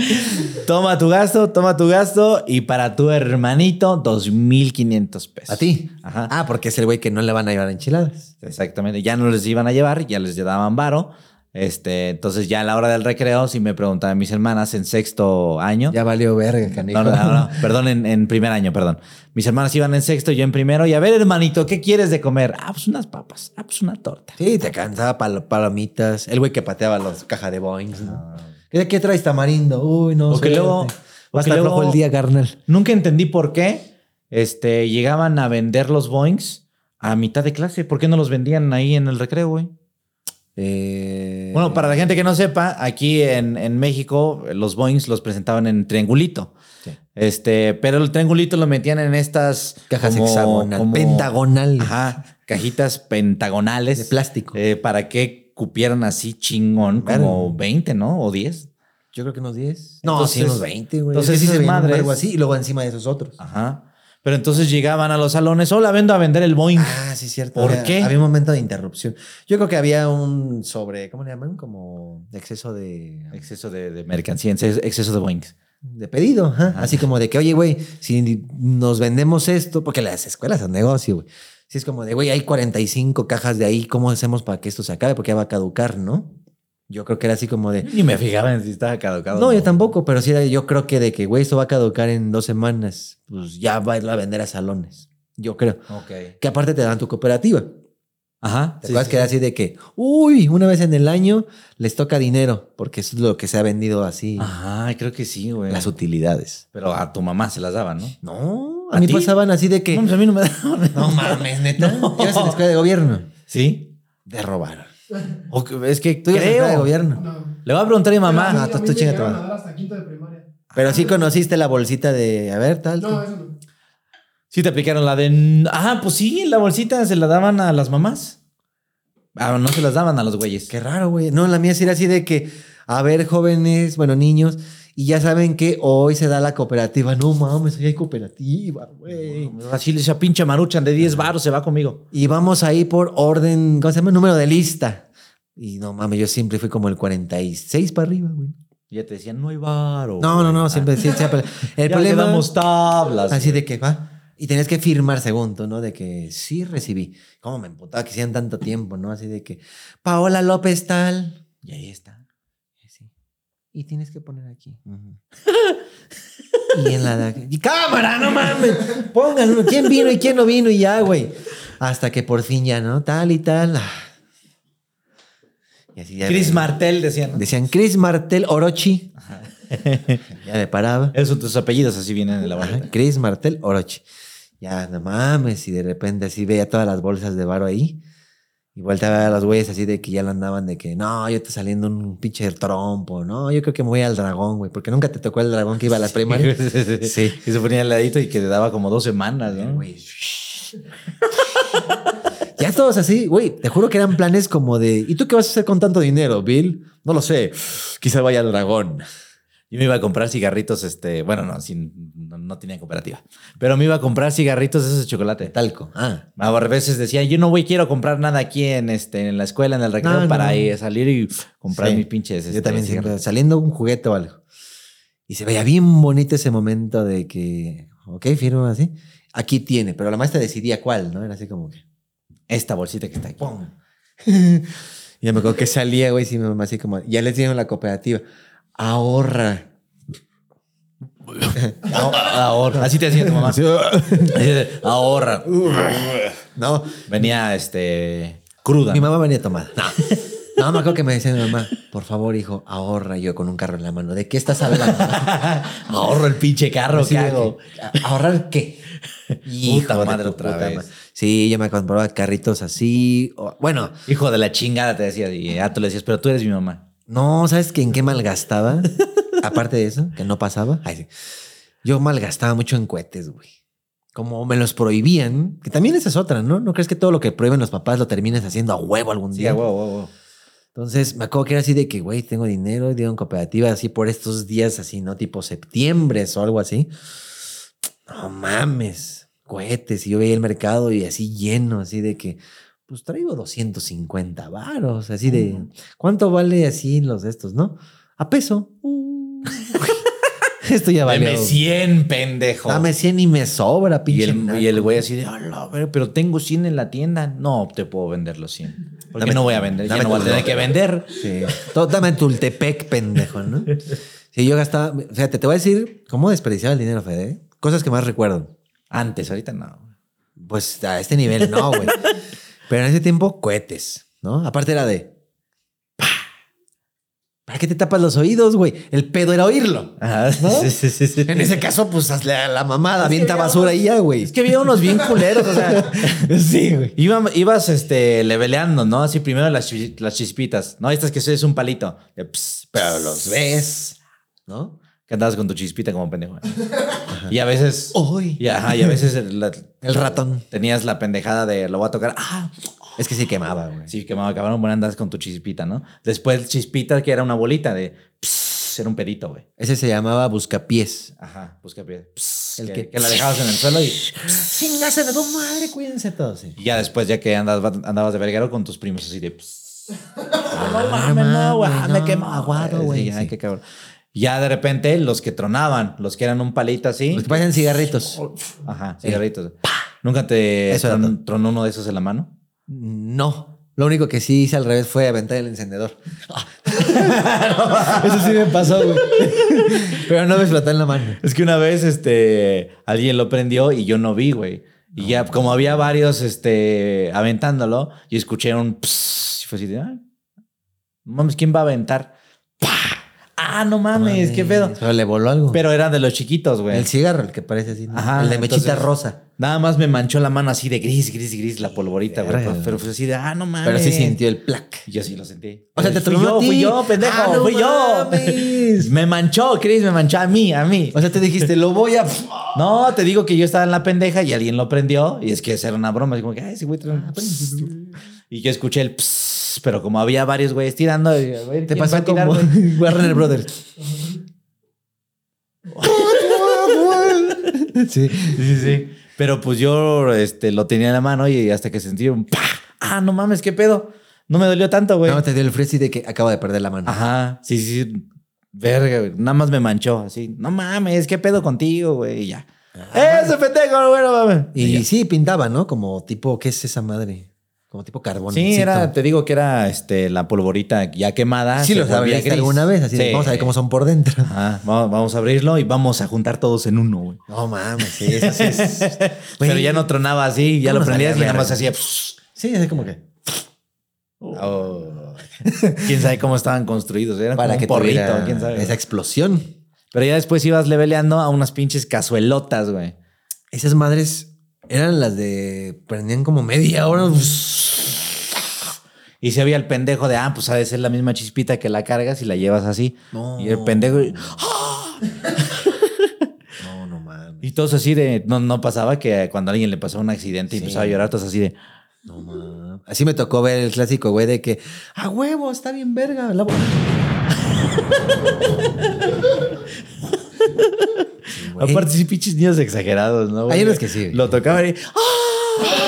Speaker 2: toma tu gasto, toma tu gasto y para tu hermanito 2500 pesos.
Speaker 1: ¿A ti?
Speaker 2: Ajá.
Speaker 1: Ah, porque es el güey que no le van a llevar enchiladas.
Speaker 2: Exactamente, ya no les iban a llevar, ya les daban varo. Este, entonces ya a la hora del recreo, si me preguntaban mis hermanas en sexto año.
Speaker 1: Ya valió verga, canijo.
Speaker 2: no, no, no, no, perdón, en, en primer año, perdón. Mis hermanas iban en sexto, yo en primero. Y a ver, hermanito, ¿qué quieres de comer? Ah, pues unas papas, ah, pues una torta.
Speaker 1: Sí, te cansaba pal- palomitas. El güey que pateaba las cajas de boings. ¿no? ¿Qué, qué traes tamarindo? Uy, no.
Speaker 2: O que
Speaker 1: suerte.
Speaker 2: luego- o
Speaker 1: Va a
Speaker 2: que
Speaker 1: estar
Speaker 2: luego-
Speaker 1: rojo el día, carnal.
Speaker 2: Nunca entendí por qué este, llegaban a vender los Boings a mitad de clase. ¿Por qué no los vendían ahí en el recreo, güey?
Speaker 1: Eh,
Speaker 2: Bueno, para la gente que no sepa, aquí en, en México eh, los Boeings los presentaban en triangulito.
Speaker 1: Sí.
Speaker 2: Este, pero el triangulito lo metían en estas
Speaker 1: Cajas
Speaker 2: como-
Speaker 1: hexagonal.
Speaker 2: como-
Speaker 1: Pentagonal.
Speaker 2: Ajá, cajitas
Speaker 1: De
Speaker 2: pentagonales
Speaker 1: plástico.
Speaker 2: eh, para que cupieran así chingón, como
Speaker 1: Verga.
Speaker 2: 20, ¿no? O 10.
Speaker 1: Yo creo que unos 10. No,
Speaker 2: Entonces-
Speaker 1: sí, unos 20, güey.
Speaker 2: entonces
Speaker 1: Es que sí
Speaker 2: esas
Speaker 1: se veían un
Speaker 2: madres-
Speaker 1: vergo así y luego encima de esos otros.
Speaker 2: Ah, Ajá. Pero entonces llegaban a los salones, hola, vendo a vender el Boeing.
Speaker 1: Ah, sí, cierto.
Speaker 2: ¿Por
Speaker 1: Había-
Speaker 2: qué?
Speaker 1: Había un momento de interrupción. Yo creo que había un sobre, ¿cómo le llaman? Como de exceso de,
Speaker 2: Exceso de, de mercancía, ex- exceso de Boeings.
Speaker 1: de pedido. ajá. Así como de que, oye, güey, si nos vendemos esto, porque las escuelas son negocio, güey. Si es como de, güey, hay 45 cajas de ahí, ¿cómo hacemos para que esto se acabe? Porque ya va a caducar, ¿no? Yo creo que era así como de,
Speaker 2: Ni me fijaba en si estaba caducado.
Speaker 1: No, yo tampoco, pero sí, era- yo creo que de que, güey, esto va a caducar en dos semanas, pues ya va a irlo a vender a salones. Yo creo.
Speaker 2: Ok.
Speaker 1: Que aparte te dan tu cooperativa. ¿Te
Speaker 2: Ajá. sí,
Speaker 1: acuerdas
Speaker 2: sí,
Speaker 1: que era
Speaker 2: sí.
Speaker 1: así de que, uy, una vez en el año les toca dinero, porque eso es lo que se ha vendido así,
Speaker 2: Ajá, creo que sí, güey.
Speaker 1: las utilidades.
Speaker 2: Pero a tu mamá se las daban, ¿no?
Speaker 1: No, a,
Speaker 2: ¿A
Speaker 1: mí
Speaker 2: ti?
Speaker 1: pasaban así de que,
Speaker 2: No,
Speaker 1: no,
Speaker 2: [laughs] pues a mí no me daban.
Speaker 1: mames, neta, ¿qué vas en la escuela de gobierno?
Speaker 2: ¿Sí?
Speaker 1: Te robaron.
Speaker 2: O que- es que
Speaker 1: Tú ibas a entrar al
Speaker 2: creo.
Speaker 1: gobierno.
Speaker 3: No.
Speaker 2: Le voy a preguntar a mi mamá.
Speaker 1: no,
Speaker 3: A mí-
Speaker 1: ah, tú-
Speaker 3: a mí
Speaker 1: tú
Speaker 3: me
Speaker 1: chinga tu
Speaker 3: llegaron
Speaker 1: madre.
Speaker 3: a dar hasta quinto de primaria.
Speaker 1: Pero sí conociste la bolsita de, a ver, tal.
Speaker 3: No, eso no.
Speaker 2: Sí, te aplicaron la de. Ah, pues sí, la bolsita se la daban a las mamás. Ah, no se las daban a los güeyes.
Speaker 1: Qué raro, güey. No, la mía sí era así de que, a ver, jóvenes, bueno, niños, y ya saben que hoy se da la cooperativa. No mames, hoy hay cooperativa, güey.
Speaker 2: Así esa pinche maruchan de 10 baros se va conmigo.
Speaker 1: Y vamos ahí por orden, ¿cómo se llama? Número de lista. Y no mames, yo siempre fui como el 46 para arriba, güey.
Speaker 2: Y ya te decían, no hay varo.
Speaker 1: No, no, no, siempre, sí, siempre. El problema.
Speaker 2: damos tablas.
Speaker 1: Así
Speaker 2: güey.
Speaker 1: de que va. Y tenías que firmar según tú, ¿no? De que sí recibí. ¿Cómo me emputaba que hicieran tanto tiempo, no? Así de que Paola López tal.
Speaker 2: Y ahí está.
Speaker 1: Así. Y tienes que poner aquí. [laughs] y en la de- y cámara, no mames. Pónganlo. ¿Quién vino y quién no vino? Y ya, güey. Hasta que por fin ya, ¿no? Tal y tal. Ah. Y así ya.
Speaker 2: Chris Martel decían. ¿no?
Speaker 1: Decían Chris Martel Orochi. [laughs] ya me paraba.
Speaker 2: Esos son tus apellidos, así vienen en la
Speaker 1: Ajá,
Speaker 2: boleta.
Speaker 1: Chris Martel Orochi. Ya, no mames, y de repente así veía todas las bolsas de varo ahí. Y volteaba a ver a los güeyes así de que ya lo andaban de que, no, yo te saliendo un pinche trompo, no, yo creo que me voy al dragón, güey, porque nunca te tocó el dragón que iba a la primaria. Sí.
Speaker 2: Y se ponía al ladito y que te daba como dos semanas, ¿no?
Speaker 1: Güey, shh. ya todos así, güey, te juro que eran planes como de, ¿y tú qué vas a hacer con tanto dinero, Bill? No lo sé, quizá vaya al dragón.
Speaker 2: Yo me iba a comprar cigarritos, este, bueno, no, sin, no, no tenía cooperativa, pero me iba a comprar cigarritos de esos de chocolate. Talco.
Speaker 1: Ah,
Speaker 2: A veces decía, yo no voy, quiero comprar nada aquí en, este, en la escuela, en el recreo,
Speaker 1: No, no,
Speaker 2: para
Speaker 1: no.
Speaker 2: ir, salir y comprar
Speaker 1: Sí.
Speaker 2: mis pinches.
Speaker 1: Yo
Speaker 2: este,
Speaker 1: también siempre
Speaker 2: cigarritos.
Speaker 1: saliendo un juguete o algo. Y se veía bien bonito ese momento de que, ok, firma así. Aquí tiene, pero la maestra decidía cuál, ¿no? Era así como que,
Speaker 2: Esta bolsita que está aquí.
Speaker 1: ¡pum! [laughs] y ya me acuerdo que salía, güey, y mi mamá así como, ya les dieron la cooperativa. Ahorra. [laughs]
Speaker 2: Ah, Ahorra. Así te decía tu mamá. Así de, Ahorra.
Speaker 1: No,
Speaker 2: Venía, este, cruda.
Speaker 1: mi
Speaker 2: ¿no?
Speaker 1: mamá venía tomada. No. No, me acuerdo que me decía mi mamá, por favor, hijo, ahorra Y yo con un carro en la mano. ¿De qué estás hablando?
Speaker 2: Ahorro el pinche carro
Speaker 1: Así
Speaker 2: que
Speaker 1: de
Speaker 2: hago.
Speaker 1: que, ¿a-
Speaker 2: [laughs]
Speaker 1: ¿Ahorrar qué? Hijo de
Speaker 2: madre,
Speaker 1: tu
Speaker 2: otra
Speaker 1: puta
Speaker 2: vez.
Speaker 1: ma- Sí, yo me compraba carritos así. o- bueno,
Speaker 2: Hijo de la chingada, te decía. Y ya tú le decías, pero tú eres mi mamá.
Speaker 1: no, ¿sabes que en
Speaker 2: [laughs]
Speaker 1: qué malgastaba? Aparte de eso, que no pasaba. Ay, sí. Yo malgastaba mucho en cohetes, güey. Como me los prohibían, que también esa es otra, ¿no? ¿No crees que todo lo que prohíben los papás lo termines haciendo a huevo algún
Speaker 2: Sí,
Speaker 1: día?
Speaker 2: a huevo, a huevo.
Speaker 1: Entonces, me acuerdo que era así de que, güey, tengo dinero, dieron cooperativa, así por estos días, así, ¿no? Tipo septiembre o algo así. No mames, cohetes. Y yo veía el mercado y así lleno, así de que, pues traigo 250 varos, así de, ¿cuánto vale así los de estos, no? A peso. Uh. [laughs] Esto ya vale.
Speaker 2: Dame 100, pendejo.
Speaker 1: Dame 100 y me sobra,
Speaker 2: Y
Speaker 1: pinche.
Speaker 2: el,
Speaker 1: naco.
Speaker 2: y el güey así de, "Hola, pero- pero tengo 100 en la tienda. No, te puedo vender los 100. Porque
Speaker 1: Dame-
Speaker 2: no voy a vender, ya
Speaker 1: dame
Speaker 2: no voy a
Speaker 1: tu
Speaker 2: tener que vender.
Speaker 1: Sí. Todo, dame Tultepec, pendejo, ¿no? Sí, yo gastaba. Fíjate, te voy a decir cómo desperdiciaba el dinero, Fede. ¿eh? Cosas que más recuerdo.
Speaker 2: Antes, ahorita no.
Speaker 1: Pues a este nivel no, güey. Pero en ese tiempo, cohetes, ¿no? Aparte era de. ¡pa! ¿Para qué te tapas los oídos, güey? El pedo era oírlo.
Speaker 2: Ajá, [laughs] sí, sí, sí, sí.
Speaker 1: En ese caso, pues hazle a la mamada, avienta basura y ya, güey.
Speaker 2: Es que había unos bien culeros, o
Speaker 1: [laughs]
Speaker 2: sea. sí, güey. ibas este, leveleando, ¿no? Así primero las, chi- las chispitas, ¿no? Estas que es un palito. De ps, pero los ves, ¿no? Que andabas con tu chispita como
Speaker 1: [laughs]
Speaker 2: pendejo. Y a veces.
Speaker 1: Uy.
Speaker 2: Y, ajá, y a veces el, la-
Speaker 1: Oh. El ratón.
Speaker 2: Tenías la pendejada de lo voy a tocar. Ah,
Speaker 1: Es que sí quemaba, güey.
Speaker 2: Sí, que me acabaron, bueno, andas con tu chispita, ¿no? Después chispita, que era una bolita de... pss, era un perito, güey.
Speaker 1: Ese se llamaba Buscapiés.
Speaker 2: Ajá, busca pie. pss,
Speaker 1: Pues, El
Speaker 2: que,
Speaker 1: que-
Speaker 2: que la dejabas en el suelo y...
Speaker 1: Chingase de tu madre, cuídense todos. sí.
Speaker 2: y ya después, ya que andabas, andabas de verguero con tus primos así de... pss.
Speaker 1: Ah, no
Speaker 2: mames, no, güey,
Speaker 1: mames,
Speaker 2: me
Speaker 1: no,
Speaker 2: quemó,
Speaker 1: aguado,
Speaker 2: Sí,
Speaker 1: güey,
Speaker 2: ya,
Speaker 1: sí.
Speaker 2: qué cabrón. Ya de repente, los que tronaban, los que eran un palito así...
Speaker 1: Los que parecen cigarritos.
Speaker 2: Oh. Ajá, cigarritos. ¿Nunca te
Speaker 1: Eso era
Speaker 2: tron- tronó uno de esos en la mano?
Speaker 1: No. Lo único que sí hice al revés fue aventar el encendedor.
Speaker 2: Ah.
Speaker 1: [laughs] Eso sí me pasó, güey. Pero no me explotó en la mano.
Speaker 2: Es que una vez, este, alguien lo prendió y yo no vi, güey. Y ya, como había varios, este, aventándolo, y escuché un pss, y fue así de, "Ah, no mames, ¿quién va a aventar? ¡Pah! ah, no mames, qué pedo.
Speaker 1: Pero le voló algo.
Speaker 2: Pero eran de los chiquitos, güey.
Speaker 1: el cigarro, el que parece así. ¿no?
Speaker 2: Ajá,
Speaker 1: el de
Speaker 2: entonces-
Speaker 1: mechita rosa.
Speaker 2: Nada más me manchó la mano así de gris, gris, gris, la polvorita, güey.
Speaker 1: Verga.
Speaker 2: Pero fue así de, ah, no mames.
Speaker 1: Pero sí sintió el plac.
Speaker 2: Y Yo sí lo sentí.
Speaker 1: O sea, te
Speaker 2: Fui
Speaker 1: tronó
Speaker 2: yo,
Speaker 1: a ti.
Speaker 2: fui yo, pendejo,
Speaker 1: Ah, no
Speaker 2: fui yo.
Speaker 1: mames.
Speaker 2: Me manchó, Chris, me manchó a mí, a mí.
Speaker 1: O sea, te dijiste, lo voy a.
Speaker 2: No, te digo que yo estaba en la pendeja y alguien lo prendió. Y es que esa era una broma. Así como que, ay, ese güey trae un pss". Y yo escuché el pss, pero como había varios güeyes tirando.
Speaker 1: Te pasó como [laughs] Warner Brothers.
Speaker 2: [laughs] Sí, sí, sí. Pero pues yo este, lo tenía en la mano y hasta que sentí un ¡pa! ¡Ah, no mames, qué pedo! No me dolió tanto, güey.
Speaker 1: Nada más te dio el frizzy de que acaba de perder la mano.
Speaker 2: Ajá, sí, sí, sí. Verga, güey. Nada más me manchó así. No mames, qué pedo contigo, güey. Y ya. ¡Ese pendejo, bueno, mames!
Speaker 1: Ah, y
Speaker 2: ya.
Speaker 1: sí, pintaba, ¿no? Como tipo, ¿qué es esa madre? Como tipo carbón.
Speaker 2: Sí, era, te digo que era este, la polvorita ya quemada.
Speaker 1: Sí,
Speaker 2: se
Speaker 1: lo
Speaker 2: volvía
Speaker 1: sabías
Speaker 2: gris.
Speaker 1: Ah, alguna vez. Así de,
Speaker 2: Sí.
Speaker 1: vamos a ver cómo son por dentro.
Speaker 2: Ajá, vamos, vamos a abrirlo y vamos a juntar todos en uno, güey.
Speaker 1: [laughs] No mames, sí, eso sí es. [laughs] Güey,
Speaker 2: Pero ya no tronaba así, ya lo
Speaker 1: ¿cómo nos
Speaker 2: prendías y
Speaker 1: valía
Speaker 2: nada más
Speaker 1: verga?
Speaker 2: hacía. pss.
Speaker 1: Sí, es como que.
Speaker 2: Oh. quién sabe cómo estaban construidos. Era
Speaker 1: Para
Speaker 2: como
Speaker 1: que
Speaker 2: un porrito,
Speaker 1: tuviera
Speaker 2: quién sabe.
Speaker 1: esa explosión.
Speaker 2: Pero ya después ibas leveleando a unas pinches cazuelotas, güey.
Speaker 1: Esas madres eran las de. Prendían como media hora.
Speaker 2: Y se había el pendejo de, ah, pues ha de ser la misma chispita que la cargas y la llevas así.
Speaker 1: No.
Speaker 2: Y el pendejo,
Speaker 1: No, no mames.
Speaker 2: y todos así de, no, no pasaba que cuando a alguien le pasaba un accidente y
Speaker 1: Sí.
Speaker 2: empezaba a llorar, todos así de,
Speaker 1: No mames. Así me tocó ver el clásico, güey, de que. ¡A huevo! Está bien verga. la bo-". [laughs] Sí, güey.
Speaker 2: Aparte, sí, pinches niños exagerados, ¿no? güey?
Speaker 1: Hay unos que sí, güey.
Speaker 2: Lo tocaban y. "Ah,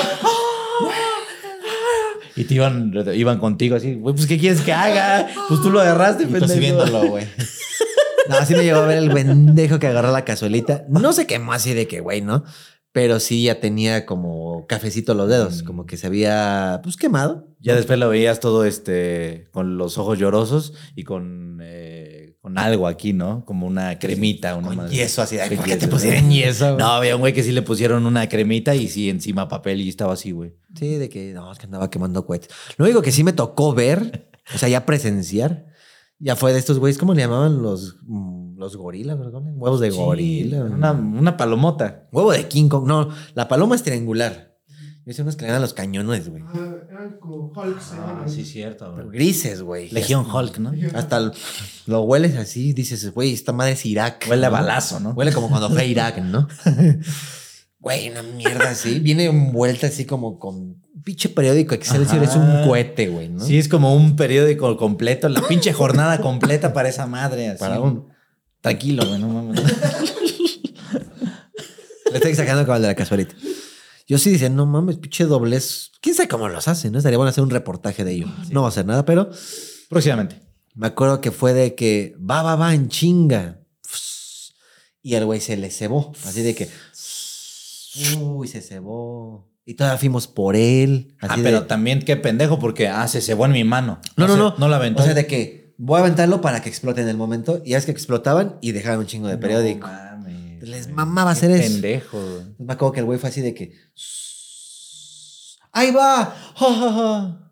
Speaker 2: Y te iban, iban contigo así, güey, pues ¿qué quieres que haga? Pues tú lo agarraste,
Speaker 1: tú así viéndolo,
Speaker 2: güey.
Speaker 1: No, así me llegó a ver el pendejo que agarró la cazuelita. No se quemó así de que, güey, ¿no? Pero sí ya tenía como cafecito los dedos,
Speaker 2: Mm.
Speaker 1: como que se había, pues, quemado.
Speaker 2: [laughs] Ya después lo veías todo este, con los ojos llorosos y con, eh, con algo aquí, ¿no? Como una cremita, una madre.
Speaker 1: así.
Speaker 2: Con
Speaker 1: ¿Por qué te
Speaker 2: yeso,
Speaker 1: pusieron
Speaker 2: ¿no?
Speaker 1: yeso?
Speaker 2: No, había un güey que sí le pusieron una cremita y sí, encima papel y estaba así, güey.
Speaker 1: Sí, de que, no, es que andaba quemando cohetes. Lo único que sí me tocó ver, o sea, ya presenciar, ya fue de estos güeyes, ¿cómo le llamaban los, mm, los gorilas? ¿verdad? Huevos de gorila.
Speaker 2: Sí, Una, una palomota.
Speaker 1: Huevo de King Kong. No, la paloma es triangular. Yo sé unos que le dan a los cañones, güey.
Speaker 3: Ah, eran como Hulk, se
Speaker 1: Ah,
Speaker 3: llaman.
Speaker 2: cierto.
Speaker 1: Pero Grises, güey.
Speaker 2: Legión Hulk, ¿no?
Speaker 1: Hasta lo, lo hueles así, dices, güey, esta madre es Irak.
Speaker 2: Huele a
Speaker 1: ¿no?
Speaker 2: balazo, ¿no?
Speaker 1: Huele como cuando fue a
Speaker 2: [laughs]
Speaker 1: Irak, ¿no? Güey, una mierda así. Viene envuelta así como con pinche periódico
Speaker 2: Ajá.
Speaker 1: Excelsior. Es un cohete, güey, ¿no?
Speaker 2: Sí, es como un periódico completo, la pinche jornada completa para esa madre. así.
Speaker 1: Para un-
Speaker 2: Tranquilo, güey, no mames.
Speaker 1: Le estoy sacando como el de la casualita. Yo sí dice, no mames, pinche doblez. ¿Quién sabe cómo los hacen? ¿no? Estaría bueno hacer un reportaje de ello. No va a hacer nada, pero
Speaker 2: Próximamente.
Speaker 1: me acuerdo que fue de que va, va, va, en chinga. Fss. Y al güey se le cebó. Así de que. Uy, se cebó. Y todavía fuimos por él.
Speaker 2: Ah,
Speaker 1: Así de-
Speaker 2: pero también qué pendejo, porque ah, se cebó en mi mano.
Speaker 1: No, no,
Speaker 2: sé,
Speaker 1: no.
Speaker 2: No la aventó.
Speaker 1: O sea, de que voy a aventarlo para que explote en el momento. Y es que explotaban y dejaban un chingo de periódico.
Speaker 2: No mames,
Speaker 1: Les
Speaker 2: güey.
Speaker 1: mamaba
Speaker 2: Qué
Speaker 1: hacer eso.
Speaker 2: Pendejo, güey.
Speaker 1: Me acuerdo que el güey fue así de que. ¡Ahí va! ¡Ja, ja, ja!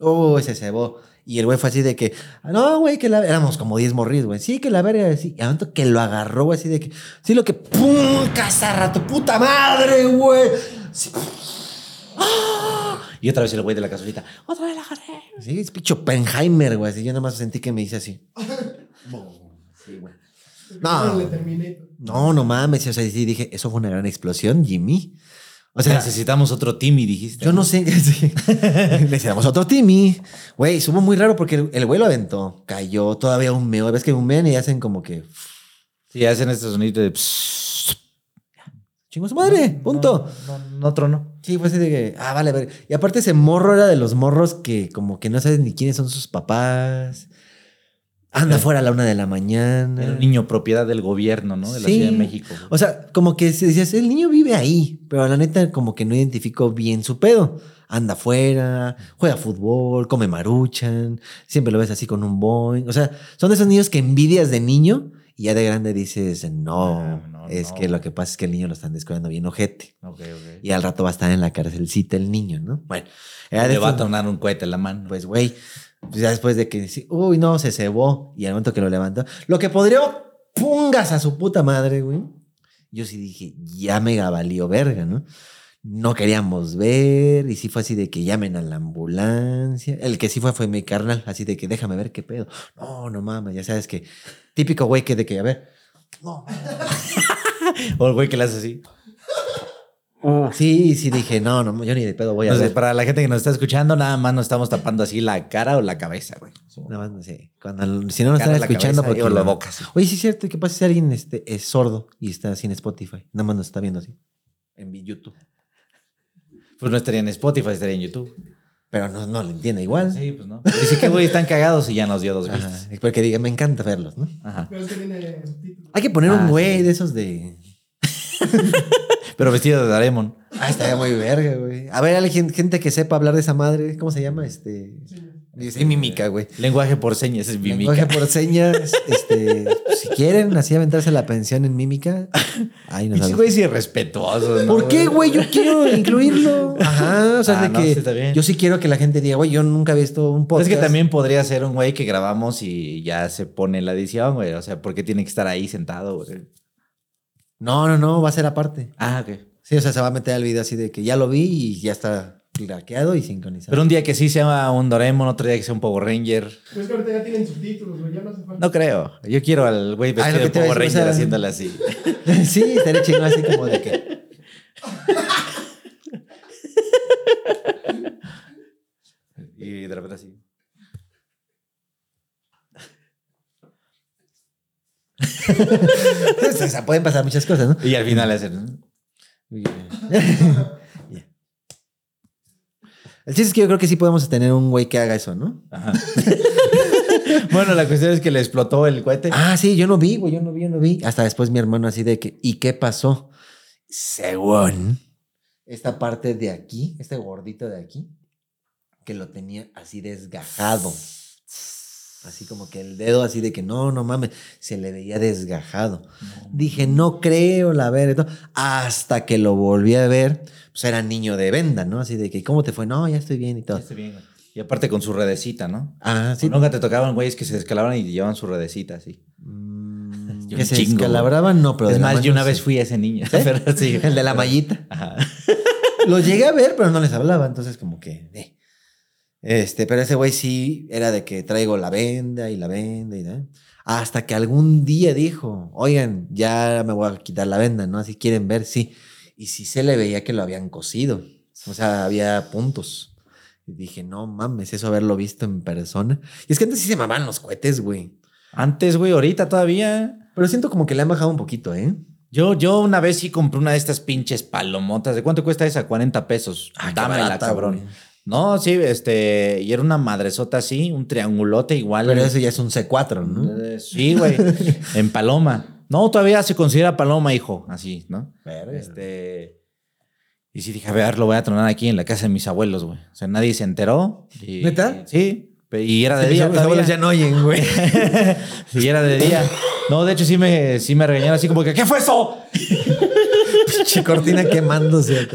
Speaker 1: Oh, se cebó. Y el güey fue así de que. No, güey, que la. Éramos como 10 morris, güey. Sí, que la verga. así. Y al momento que lo agarró, güey, así de que. Sí, lo que. ¡Pum! ¡Cazarra tu puta madre, güey! Sí,
Speaker 2: Y otra vez el güey de la casolita. Otra vez la agarré.
Speaker 1: sí, es pinche Oppenheimer, güey. Así yo nada más sentí que me hice así. No.
Speaker 3: Le terminé.
Speaker 1: No, no mames. O sea, sí dije, eso fue una gran explosión, Jimmy. O
Speaker 2: O sea,
Speaker 1: sea,
Speaker 2: necesitamos otro Timmy, dijiste.
Speaker 1: Yo no sé. [laughs] sí. Necesitamos otro Timmy. Güey, estuvo muy raro porque el- el güey lo aventó. Cayó todavía un meo. Ves que humean y hacen como que.
Speaker 2: Sí, hacen este sonido de. pss.
Speaker 1: Chingo su madre. Punto.
Speaker 2: No, no, no tronó.
Speaker 1: Sí, fue así de que. Ah, vale, a ver. Y aparte, ese morro era de los morros que como que no sabes ni quiénes son sus papás. Anda fuera a la una de la mañana.
Speaker 2: Era un niño propiedad del gobierno, ¿no? De la
Speaker 1: Eh. Sí.
Speaker 2: Ciudad de México. güey.
Speaker 1: O sea, como que se decías, el niño vive ahí, pero la neta como que no identificó bien su pedo. Anda afuera, juega fútbol, come maruchan, siempre lo ves así con un boing. O sea, son de esos niños que envidias de niño y ya de grande dices, no,
Speaker 2: Ah, no,
Speaker 1: es
Speaker 2: no,
Speaker 1: que lo
Speaker 2: güey.
Speaker 1: que pasa es que el niño lo están descubriendo bien ojete.
Speaker 2: Ok, ok.
Speaker 1: Y al rato va a estar en la cárcelcita el niño, ¿no? Bueno, era de
Speaker 2: Le va a
Speaker 1: estos-
Speaker 2: tronar un cohete en la mano.
Speaker 1: pues, güey, Pues ya después de que, sí, uy, no, se cebó. Y al momento que lo levantó, lo que podría, pungas a su puta madre, güey. Yo sí dije, ya mega valió verga, ¿no? No queríamos ver, y sí fue así de que llamen a la ambulancia. El que sí fue fue mi carnal, así de que déjame ver qué pedo. No, no mames, ya sabes que típico güey que de que, a ver,
Speaker 2: O el güey que le hace así.
Speaker 1: Sí, sí, dije, no, no, yo ni de pedo voy a
Speaker 2: Entonces,
Speaker 1: ver.
Speaker 2: para la gente que nos está escuchando, nada más nos estamos tapando así la cara o la cabeza, güey.
Speaker 1: Nada más, no sé. Cuando, si no nos
Speaker 2: Cara,
Speaker 1: están
Speaker 2: la
Speaker 1: escuchando,
Speaker 2: cabeza
Speaker 1: porque
Speaker 2: o la boca, sí.
Speaker 1: Oye, sí es cierto, ¿qué pasa si alguien este, es sordo y está sin Spotify? Nada más nos está viendo así. En YouTube.
Speaker 2: Pues no estaría en Spotify, estaría en YouTube.
Speaker 1: Pero no, no le entiende igual.
Speaker 2: Sí, pues no. Dice que, güey, están cagados y ya nos dio dos vistas.
Speaker 1: Ajá, es porque diga, me encanta verlos, ¿no?
Speaker 2: Ajá.
Speaker 3: Pero es que viene subtítulo.
Speaker 1: Hay que poner
Speaker 2: Ah,
Speaker 1: un güey
Speaker 2: sí.
Speaker 1: de esos de.
Speaker 2: Pero vestido de Daremon.
Speaker 1: Ah, estaría muy verga, güey. A ver, alguien, gente que sepa hablar de esa madre, ¿cómo se llama? Este. Dice mímica, güey.
Speaker 2: Lenguaje por señas, es mímica.
Speaker 1: Lenguaje por señas. este, si quieren así aventarse la pensión en mímica, ahí nos
Speaker 2: Pinches
Speaker 1: hablan.
Speaker 2: güeyes irrespetuosos, ¿no,
Speaker 1: ¿Por qué, güey? Yo quiero
Speaker 2: [laughs]
Speaker 1: incluirlo. Ajá, o sea,
Speaker 2: Ah,
Speaker 1: de
Speaker 2: no,
Speaker 1: que
Speaker 2: sí, está bien.
Speaker 1: yo sí quiero que la gente diga, güey, yo nunca había visto un
Speaker 2: Es
Speaker 1: podcast.
Speaker 2: que también podría ser un güey que grabamos y ya se pone en la edición, güey. O sea, ¿por qué tiene que estar ahí sentado, güey?
Speaker 1: No, no, no, va a ser aparte.
Speaker 2: Ah, ok.
Speaker 1: Sí, o sea, se va a meter al video así de que ya lo vi y ya está craqueado y sincronizado.
Speaker 2: Pero un día que sí sea un Doremon, otro día que sea un Power Ranger.
Speaker 3: Pero es que ahorita ya tienen subtítulos, güey. Ya no hace falta.
Speaker 2: No creo. Yo quiero al güey
Speaker 1: Ah,
Speaker 2: vestido
Speaker 1: es lo
Speaker 2: de
Speaker 1: que te iba a
Speaker 2: Power
Speaker 1: decir, o
Speaker 2: Ranger
Speaker 1: sea,
Speaker 2: haciéndole así.
Speaker 1: [laughs] sí, estaría chingón así como de que.
Speaker 2: Y de repente así.
Speaker 1: pues, o sea, pueden pasar muchas cosas, ¿no?
Speaker 2: Y al final le hacen.
Speaker 1: [laughs] Ya. El chiste es que yo creo que sí podemos tener un güey que haga eso, ¿no?
Speaker 2: Ajá. bueno, la cuestión es que le explotó el cohete.
Speaker 1: Ah, sí, yo no vi, güey, yo no vi, yo no vi. Hasta después mi hermano así de que, ¿y qué pasó? Según esta parte de aquí, este gordito de aquí, que lo tenía así desgajado. Así como que el dedo así de que no, no mames, se le veía desgajado. Dije, no creo la verga. ¿no? Hasta que lo volví a ver, pues era niño de venda, ¿no? Así de que, ¿cómo te fue? No, ya estoy bien y todo.
Speaker 2: Y aparte con su redecita, ¿no?
Speaker 1: Ah, sí.
Speaker 2: Nunca te tocaban güeyes que se descalaban y llevaban su redecita así.
Speaker 1: Mm,
Speaker 2: Yo
Speaker 1: que
Speaker 2: un
Speaker 1: se
Speaker 2: chingo, güey.
Speaker 1: descalabraban, no, pero de
Speaker 2: es
Speaker 1: la
Speaker 2: más,
Speaker 1: mano
Speaker 2: yo una
Speaker 1: sí.
Speaker 2: vez fui ese niño.
Speaker 1: [laughs] ¿Sí?
Speaker 2: Pero sí.
Speaker 1: ¿Eh? El de la mallita.
Speaker 2: Ajá.
Speaker 1: [laughs] Lo llegué a ver, pero no les hablaba, entonces como que... eh. Este, pero ese güey sí era de que traigo la venda y la venda y da. Hasta que algún día dijo, oigan, ya me voy a quitar la venda, ¿no? Si quieren ver, sí. Y sí se le veía que lo habían cosido. O sea, había puntos. Y dije, no mames, eso haberlo visto en persona. Y es que antes sí se mamaban los cohetes, güey.
Speaker 2: Antes, güey, ahorita todavía.
Speaker 1: Pero siento como que le han bajado un poquito, ¿eh?
Speaker 2: Yo, yo una vez sí compré una de estas pinches palomotas. ¿De cuánto cuesta esa? 40 pesos.
Speaker 1: Ah, qué
Speaker 2: Dámela,
Speaker 1: barata,
Speaker 2: cabrón.
Speaker 1: güey.
Speaker 2: No, sí, este. Y era una madresota así, un triangulote igual.
Speaker 1: Pero eso ya es un C4, ¿no?
Speaker 2: Eh, Sí,
Speaker 1: [laughs]
Speaker 2: güey. en paloma. No, todavía se considera paloma, hijo. Así, ¿no? Este. Y sí dije, a ver, lo voy a tronar aquí en la casa de mis abuelos, güey. O sea, nadie se enteró. Y,
Speaker 1: ¿Neta?
Speaker 2: Sí. Pe- Y era de
Speaker 1: Mis
Speaker 2: día.
Speaker 1: abuelos
Speaker 2: todavía.
Speaker 1: ya no
Speaker 2: [laughs]
Speaker 1: oyen, güey.
Speaker 2: Y era de día. No, de hecho, sí me, sí me regañaron así como que, ¿qué fue eso?
Speaker 1: Pinche cortina quemándose.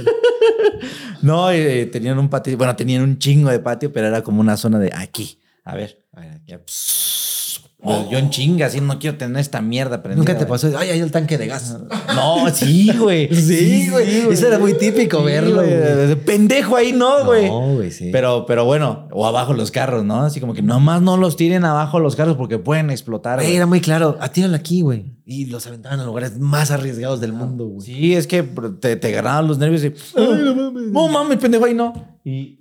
Speaker 2: No, eh, tenían un patio, bueno, tenían un chingo de patio, pero era como una zona de aquí. A ver, ya, pss, pues, Yo en chinga, así no quiero tener esta mierda prendida.
Speaker 1: Nunca te
Speaker 2: güey.
Speaker 1: pasó. Ay, hay el tanque de gas.
Speaker 2: No, sí, güey.
Speaker 1: [laughs] Sí, güey. Eso era muy típico
Speaker 2: Sí,
Speaker 1: verlo,
Speaker 2: güey.
Speaker 1: güey.
Speaker 2: De Pendejo ahí, no, güey.
Speaker 1: No, güey, sí.
Speaker 2: Pero, pero bueno, o abajo los carros, ¿no? Así como que nomás no los tiren abajo los carros porque pueden explotar.
Speaker 1: Güey,
Speaker 2: güey.
Speaker 1: era muy claro. Atíralo aquí, güey. Y los aventaban a lugares más arriesgados del mundo, güey.
Speaker 2: Sí, es que te, te agarraban los nervios y. "Oh, no mames. pendejo, ahí no. Y.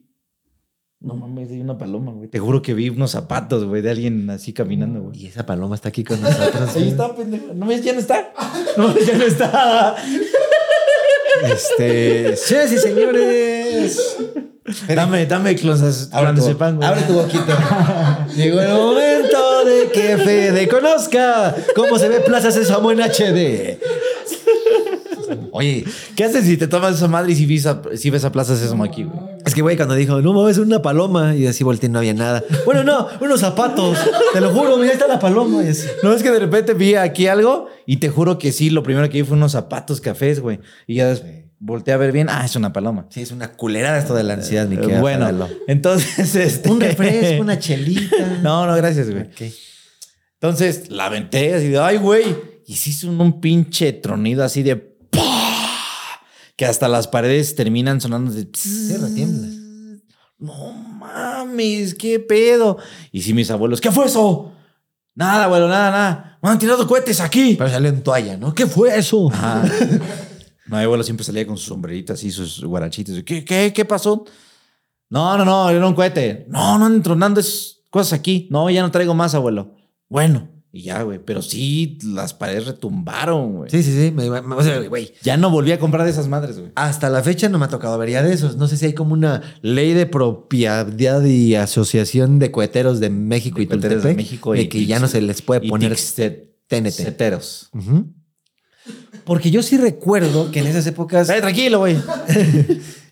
Speaker 2: No mames, hay una paloma, güey. Te juro que vi unos zapatos, güey, de alguien así caminando, güey.
Speaker 1: Y esa paloma está aquí con nosotros.
Speaker 2: Ahí
Speaker 1: güey.
Speaker 2: está, pendejo. No ves, ya no está. No ves, ya no está.
Speaker 1: Este. Señoras y señores.
Speaker 2: Dame, dame closas.
Speaker 1: Abre tu,
Speaker 2: Clonazepam, güey.
Speaker 1: abre
Speaker 2: [laughs]
Speaker 1: tu boquita. Llegó el momento de que Fede conozca cómo se ve Plaza Sésamo en HD. Oye,
Speaker 2: ¿Qué haces si te tomas esa madre y si ves a, si ves a Plaza Sésamo aquí, güey?
Speaker 1: es que güey, cuando dijo, no mames, una paloma, y así volteé, no había nada. Bueno, no, unos zapatos, te lo juro, mira, ahí está la paloma. Y así.
Speaker 2: No, es que de repente vi aquí algo y te juro que sí, lo primero que vi fue unos zapatos cafés, güey. Y ya después. volteé a ver bien. Ah, es una paloma. Eh,
Speaker 1: Sí, es una culerada esto de la ansiedad, mi querida.
Speaker 2: bueno,
Speaker 1: Fabiola.
Speaker 2: entonces [laughs] este...
Speaker 1: Un refresco, una [laughs] chelita.
Speaker 2: No, no, gracias, güey.
Speaker 1: Ok.
Speaker 2: Entonces la aventé así de, ay, güey. Y sí son un pinche tronido así de... ¡pah! Que hasta las paredes terminan sonando de...
Speaker 1: retiembla.
Speaker 2: No mames, qué pedo. Y sí, mis abuelos, ¿qué fue eso? Nada, abuelo, nada, nada. Me han tirado cohetes aquí.
Speaker 1: Pero salió en toalla, ¿no? ¿Qué fue eso? [laughs]
Speaker 2: Ajá. No, mi abuelo siempre salía con sus sombreritas y sus guarachitos. ¿Qué, qué, qué pasó? No, no, no, era un cohete. No, no anden tronando esas cosas aquí. No, ya no traigo más, abuelo. Bueno, y ya, güey. Pero sí, las paredes retumbaron, güey.
Speaker 1: Sí, sí, sí. Me, me- o sea, güey.
Speaker 2: Ya no volví a comprar de esas madres, güey.
Speaker 1: Hasta la fecha no me ha tocado ver ya de esos. No sé si hay como una ley de propiedad y asociación de coheteros de México
Speaker 2: De
Speaker 1: y
Speaker 2: coheteros de
Speaker 1: Tultepec.
Speaker 2: México y
Speaker 1: de que ya no se les puede
Speaker 2: Y
Speaker 1: poner
Speaker 2: tixte-
Speaker 1: TNT.
Speaker 2: seteros.
Speaker 1: Ujú. Porque yo sí recuerdo que en esas épocas...
Speaker 2: Eh, tranquilo, güey.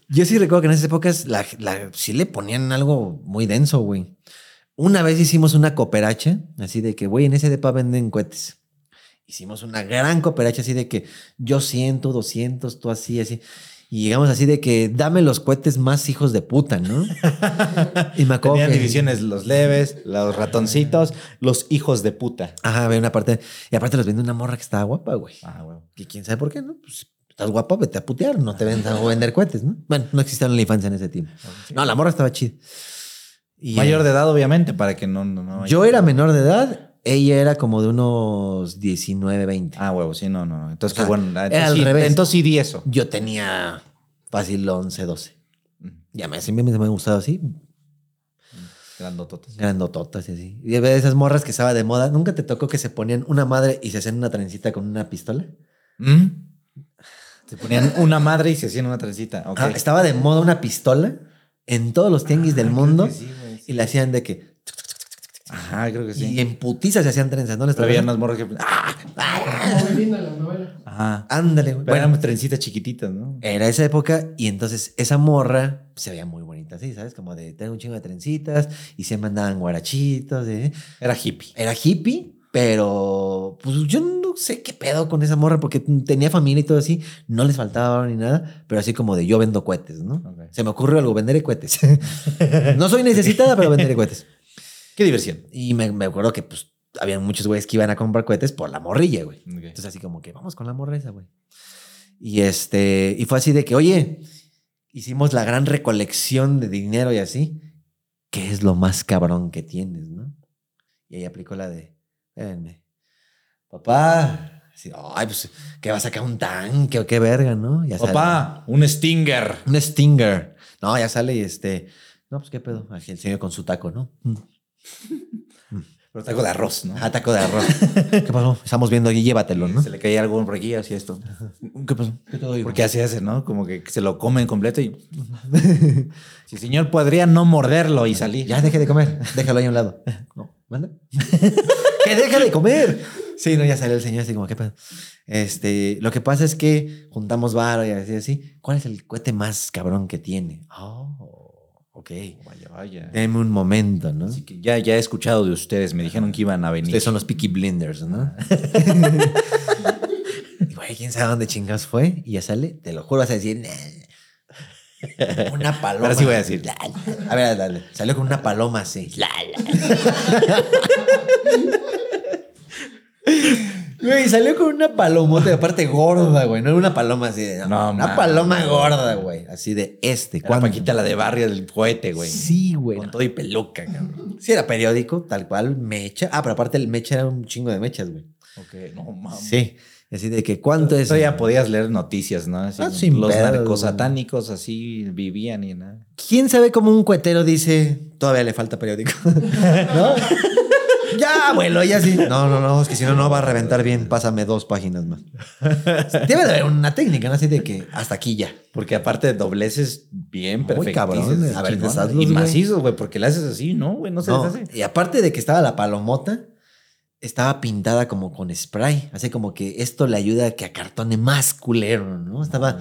Speaker 1: Yo sí recuerdo que en esas épocas la, la- sí le ponían algo muy denso, güey. Una vez hicimos una cooperacha, así de que, güey, en ese depa venden cohetes. Hicimos una gran cooperacha, así de que yo siento 200, tú así, así. Y llegamos así de que dame los cohetes más hijos de
Speaker 2: [laughs]
Speaker 1: puta, ¿no? y me acuerdo
Speaker 2: Tenían
Speaker 1: que-
Speaker 2: divisiones los leves,
Speaker 1: Ah.
Speaker 2: los ratoncitos, los hijos de puta.
Speaker 1: Ajá, había una parte. Y aparte los vende una morra que estaba guapa, güey.
Speaker 2: Ah, güey.
Speaker 1: Que quién sabe por qué, ¿no? Pues, estás guapa, vete a putear, no te vendan o vender cohetes, ¿no? Bueno, no existía la infancia en ese tiempo. No, la morra estaba chida. Y,
Speaker 2: Mayor
Speaker 1: eh,
Speaker 2: de edad, obviamente, para que no... no, no haya-
Speaker 1: Yo era menor de edad, ella era como de unos 19, 20.
Speaker 2: Ah, huevo, sí, no, no. Entonces,
Speaker 1: O sea,
Speaker 2: qué bueno. ah, Entonces,
Speaker 1: era al
Speaker 2: sí,
Speaker 1: revés.
Speaker 2: entonces sí di eso.
Speaker 1: Yo tenía fácil 11, 12. Ya me, siempre me han gustado así,
Speaker 2: Grandototas.
Speaker 1: grandototas y así. Y de esas morras que estaba de moda, ¿nunca te tocó que se ponían una madre y se hacían una trencita con una pistola?
Speaker 2: ¿Mm? Se ponían una madre y se hacían una trencita. ok. Ah,
Speaker 1: Ah, estaba de moda una pistola en todos los tianguis del mundo y la hacían de que
Speaker 2: Ajá, creo que
Speaker 1: Y
Speaker 2: sí.
Speaker 1: en putiza se hacían trenzas, ¿no? Les
Speaker 2: Pero había
Speaker 1: tocaba?
Speaker 2: unas morras que... ¡Ah!
Speaker 3: Muy linda la novela.
Speaker 2: Ajá.
Speaker 1: Ándale, güey.
Speaker 2: Pero Eh,
Speaker 1: Bueno,
Speaker 2: eran trencitas chiquititas, ¿no?
Speaker 1: era esa época y entonces esa morra se veía muy bonita, ¿sí? ¿Sabes? Como de tener un chingo de trencitas y se mandaban guarachitos. ¿eh?
Speaker 2: Era hippie.
Speaker 1: Era hippie, pero pues yo no sé qué pedo con esa morra porque tenía familia y todo así. No les faltaba varo ni nada, pero así como de yo vendo cohetes, ¿no?
Speaker 2: Ok.
Speaker 1: Se me ocurre algo, venderé cohetes. [laughs] no soy necesitada, pero venderé cohetes.
Speaker 2: Qué diversión.
Speaker 1: Y me, me acuerdo que pues había muchos güeyes que iban a comprar cohetes por la morrilla, güey.
Speaker 2: Ok.
Speaker 1: Entonces así como que vamos con la morra esa, güey. Y este, y fue así de que, oye, hicimos la gran recolección de dinero y así. ¿Qué es lo más cabrón que tienes, no? Y ahí aplicó la de, espérenme, papá. Así, Ay, pues, ¿qué vas a sacar un tanque o qué verga, no? Ya sale.
Speaker 2: Papá, un Stinger.
Speaker 1: Un Stinger. No, ya sale y este, no, pues, ¿qué pedo? Aquí el señor con su taco, ¿no? Mm.
Speaker 2: Pero taco de arroz, ¿no?
Speaker 1: Ah, taco de arroz. [laughs] ¿Qué pasó? Estamos viendo aquí, llévatelo, ¿no?
Speaker 2: Se le caía algo por aquí, así esto.
Speaker 1: ¿Qué pasó? ¿Qué te doy?
Speaker 2: Porque así hace, ¿no? Como que se lo comen completo y. [laughs] Si señor podría no morderlo y salir.
Speaker 1: Ya deje de comer, déjalo ahí a
Speaker 2: [laughs]
Speaker 1: un lado. No, manda. que deje de comer. Sí, no, ya salió el señor así como, ¿qué pasa? Este, lo que pasa es que juntamos varo y así, así. ¿Cuál es el cohete más cabrón que tiene? Oh, ok.
Speaker 2: Vaya, vaya.
Speaker 1: Deme un momento, ¿no?
Speaker 2: Así que Eh, ya, ya he escuchado de ustedes. Me dijeron que iban a venir.
Speaker 1: Ustedes son los Peaky Blinders,
Speaker 2: [laughs]
Speaker 1: ¿no? Y, Güey, quién sabe dónde chingados fue. Y ya sale, te lo juro, vas a decir. "Nah". Una paloma.
Speaker 2: Ahora sí voy a decir.
Speaker 1: A ver, dale. Salió con una paloma así. La, Güey, salió con una palomota, y aparte gorda, güey. No era una paloma así de.
Speaker 2: No,
Speaker 1: una
Speaker 2: mames.
Speaker 1: paloma gorda, güey. Así de este.
Speaker 2: Era
Speaker 1: ¿cuándo?
Speaker 2: Paquita la de barrio del cohete, güey.
Speaker 1: Sí, güey.
Speaker 2: Con todo y peluca, cabrón.
Speaker 1: Sí, era periódico, tal cual, mecha. Ah, pero aparte el mecha era un chingo de mechas, güey.
Speaker 2: Ok, no mames.
Speaker 1: Sí. Así de que, ¿cuánto es?
Speaker 2: Eso ya podías leer noticias, ¿no? Así,
Speaker 1: Ah, sin
Speaker 2: los
Speaker 1: pedos,
Speaker 2: narcosatánicos así vivían y nada.
Speaker 1: ¿Quién sabe cómo un cuetero dice todavía le falta periódico? [laughs] ¿No? ya, abuelo, ya sí. No, no, no, es que si no, no va a reventar bien. Pásame dos páginas más. Debe de haber una técnica, ¿no? Así de que hasta aquí ya.
Speaker 2: Porque aparte de dobleces bien
Speaker 1: Muy cabrón,
Speaker 2: perfectos.
Speaker 1: a ver, deshazlos,
Speaker 2: y
Speaker 1: güey.
Speaker 2: macizos, güey, porque le haces así, ¿no? Güey, no se
Speaker 1: No,
Speaker 2: deshace.
Speaker 1: Y aparte de que estaba la palomota, estaba pintada como con spray. Así como que esto le ayuda a que acartone más culero, ¿no? Estaba,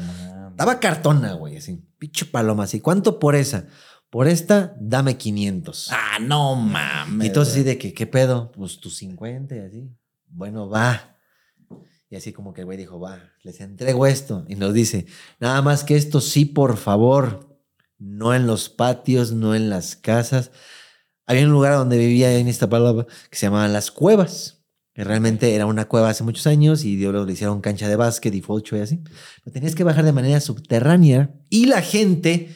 Speaker 1: estaba cartona, güey, así. Picho paloma, así. ¿Cuánto por esa? Por esta, dame 500.
Speaker 2: Ah, no mames.
Speaker 1: Y entonces así de que, ¿qué pedo? Pues tus 50 y así. Bueno, va. Y así como que el güey dijo, va, les entrego esto. Y nos dice, nada más que esto sí, por favor, no en los patios, no en las casas. Había un lugar donde vivía en Iztapalapa que se llamaba Las Cuevas. Que realmente era una cueva hace muchos años y luego le hicieron cancha de básquet y focho y así. Pero tenías que bajar de manera subterránea y la gente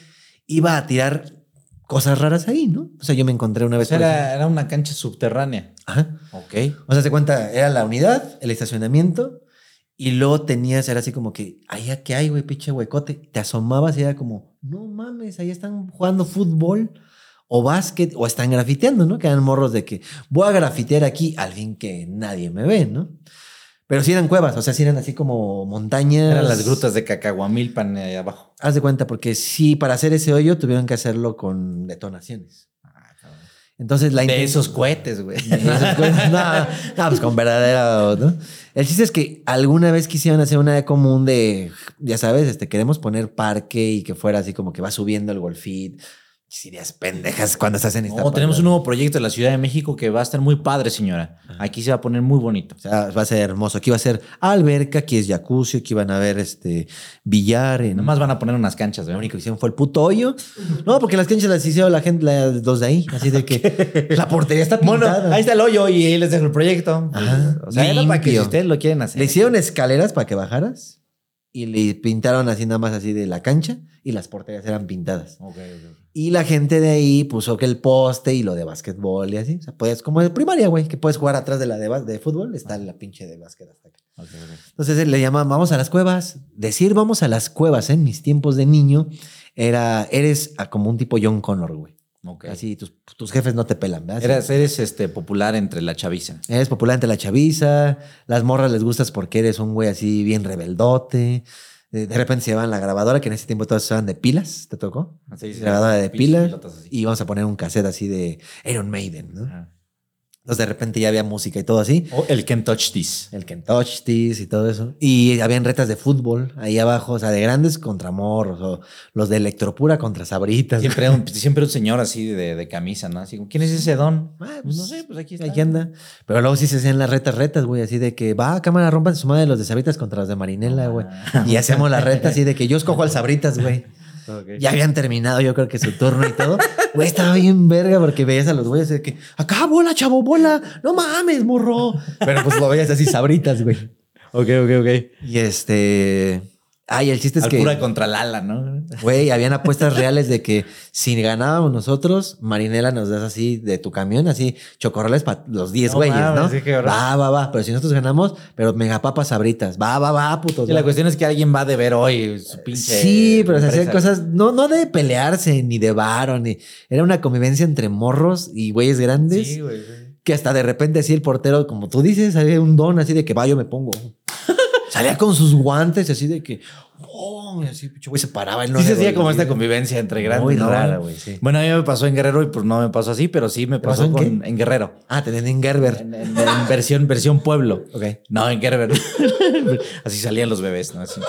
Speaker 1: iba a tirar cosas raras ahí, ¿no? O sea, yo me encontré una vez... pues, por ejemplo-
Speaker 2: Era, era una cancha subterránea.
Speaker 1: Ajá.
Speaker 2: Ok.
Speaker 1: O sea, se cuenta, era la unidad, el estacionamiento, y luego tenías, era así como que, ahí qué hay, güey, pinche huecote. Te asomabas y era como, no mames, ahí están jugando fútbol o básquet, o están grafiteando, ¿no? Que eran morros de que voy a grafitear aquí, al fin que nadie me ve, ¿no? Pero sí eran cuevas, o sea, sí eran así como montañas.
Speaker 2: Eran las grutas de Cacahuamilpan eh, abajo.
Speaker 1: Haz de cuenta, porque sí, para hacer ese hoyo tuvieron que hacerlo con detonaciones. Entonces la
Speaker 2: Ah, De
Speaker 1: inten-
Speaker 2: esos cohetes,
Speaker 1: [laughs]
Speaker 2: güey.
Speaker 1: y no se
Speaker 2: [laughs]
Speaker 1: encuentra- no, no, pues con verdadera. ¿no? El chiste es que alguna vez quisieron hacer una común de, ya sabes, este, queremos poner parque y que fuera así como que va subiendo el golfit. Chis Ideas pendejas cuando estás en esta.
Speaker 2: No, tenemos un nuevo proyecto de la Ciudad de México que va a estar muy padre, señora. Aquí se va a poner muy bonito.
Speaker 1: O sea, va a ser hermoso. Aquí va a ser alberca, aquí es jacuzzi, aquí van a haber este billar. En...
Speaker 2: Nada más van a poner unas canchas,
Speaker 1: Lo
Speaker 2: güey.
Speaker 1: único que hicieron fue el puto hoyo. No, porque las canchas las hicieron la gente, la- los de ahí. Así
Speaker 2: [laughs]
Speaker 1: de que la portería está
Speaker 2: Bueno,
Speaker 1: pintada.
Speaker 2: ahí está el hoyo y ahí les dejo el proyecto.
Speaker 1: Ajá.
Speaker 2: O sea, era para que si
Speaker 1: Limpio.
Speaker 2: ustedes lo quieren hacer.
Speaker 1: Le hicieron escaleras para que bajaras y le pintaron así nada más así de la cancha y las porterías eran pintadas.
Speaker 2: Ok, ok.
Speaker 1: Y la gente de ahí puso que el poste y lo de básquetbol y así. O sea, puedes, como de primaria, güey, que puedes jugar atrás de la de, bas- de fútbol, está la pinche de básquet hasta acá.
Speaker 2: ok, ok.
Speaker 1: Entonces le llaman, vamos a las cuevas. Decir vamos a las cuevas ¿eh? en mis tiempos de niño era, eres a como un tipo John Connor, güey.
Speaker 2: Ok.
Speaker 1: Así tus, tus jefes no te pelan, ¿verdad?
Speaker 2: Eras, eres este, popular entre la chaviza.
Speaker 1: Eres popular ante la chaviza, las morras les gustas porque eres un güey así bien rebeldote. Eh, De repente se llevan la grabadora, que en ese tiempo todas se llevaban de pilas, ¿te tocó?
Speaker 2: Así, sí,
Speaker 1: grabadora de
Speaker 2: pinches
Speaker 1: pila
Speaker 2: pilotas así.
Speaker 1: Y vamos a poner un cassette así de Iron Maiden, ¿no?
Speaker 2: Ajá.
Speaker 1: Entonces de repente ya había música y todo así.
Speaker 2: O el Can Touch This.
Speaker 1: El Kentucky Tees y todo eso. Y habían retas de fútbol ahí abajo, o sea, de grandes contra morros, o los de Electropura contra Sabritas.
Speaker 2: Siempre era un, siempre un señor así de, de camisa, ¿no? Así como, ¿quién es ese don?
Speaker 1: Ah,
Speaker 2: Pues no sé, pues aquí está.
Speaker 1: Aquí anda. Pero luego sí se hacían las retas, retas, güey. Así de que va, cámara, rompan su madre los de Sabritas contra los de Marinela, güey. Y hacemos la reta así de que yo escojo al Sabritas,
Speaker 2: [laughs]
Speaker 1: güey. Ya habían terminado, yo creo que su turno y todo. Güey, estaba bien verga porque veías a los güeyes de que acá bola, chavo, bola. No mames, morro. Pero pues lo veías así, Sabritas, güey.
Speaker 2: Ok, ok, ok.
Speaker 1: Y este. Ay, el chiste es que.
Speaker 2: Alcura contra Lala, ¿no?
Speaker 1: Güey, habían apuestas reales de que si ganábamos nosotros, Marinela nos das así de tu camión, así chocorrales para los
Speaker 2: No
Speaker 1: 10
Speaker 2: Ah,
Speaker 1: güeyes,
Speaker 2: mames,
Speaker 1: ¿no?
Speaker 2: sí, qué horror.
Speaker 1: Va, va, va. Pero si nosotros ganamos, pero megapapas sabritas. Va, va, va, putos.
Speaker 2: Y pues la
Speaker 1: va.
Speaker 2: cuestión es que alguien va a deber hoy su pinche.
Speaker 1: Sí, pero se hacían
Speaker 2: empresa.
Speaker 1: cosas, no, no de pelearse, ni de varo, ni. Era una convivencia entre morros y güeyes grandes.
Speaker 2: Sí, güey. güey.
Speaker 1: Que hasta de repente así el portero, como tú dices, había un don así de que va, yo
Speaker 2: [laughs]
Speaker 1: me pongo. Salía con sus guantes así de que. ¡Oh! y así, pinche güey, se paraba. él no
Speaker 2: Sí, se
Speaker 1: le
Speaker 2: hacía
Speaker 1: dolía.
Speaker 2: como esta convivencia entre grandes.
Speaker 1: Muy ¿eh?
Speaker 2: ¿no?
Speaker 1: rara, güey, sí.
Speaker 2: Bueno, a mí me pasó en Guerrero y pues no me pasó así, pero sí me
Speaker 1: pasó
Speaker 2: pasó,
Speaker 1: en
Speaker 2: con- en Guerrero.
Speaker 1: Ah, te tenían Gerber.
Speaker 2: En, en- en versión, versión pueblo.
Speaker 1: Ok.
Speaker 2: [laughs] No, en
Speaker 1: [laughs]
Speaker 2: Gerber. Así salían los bebés, ¿no? Así.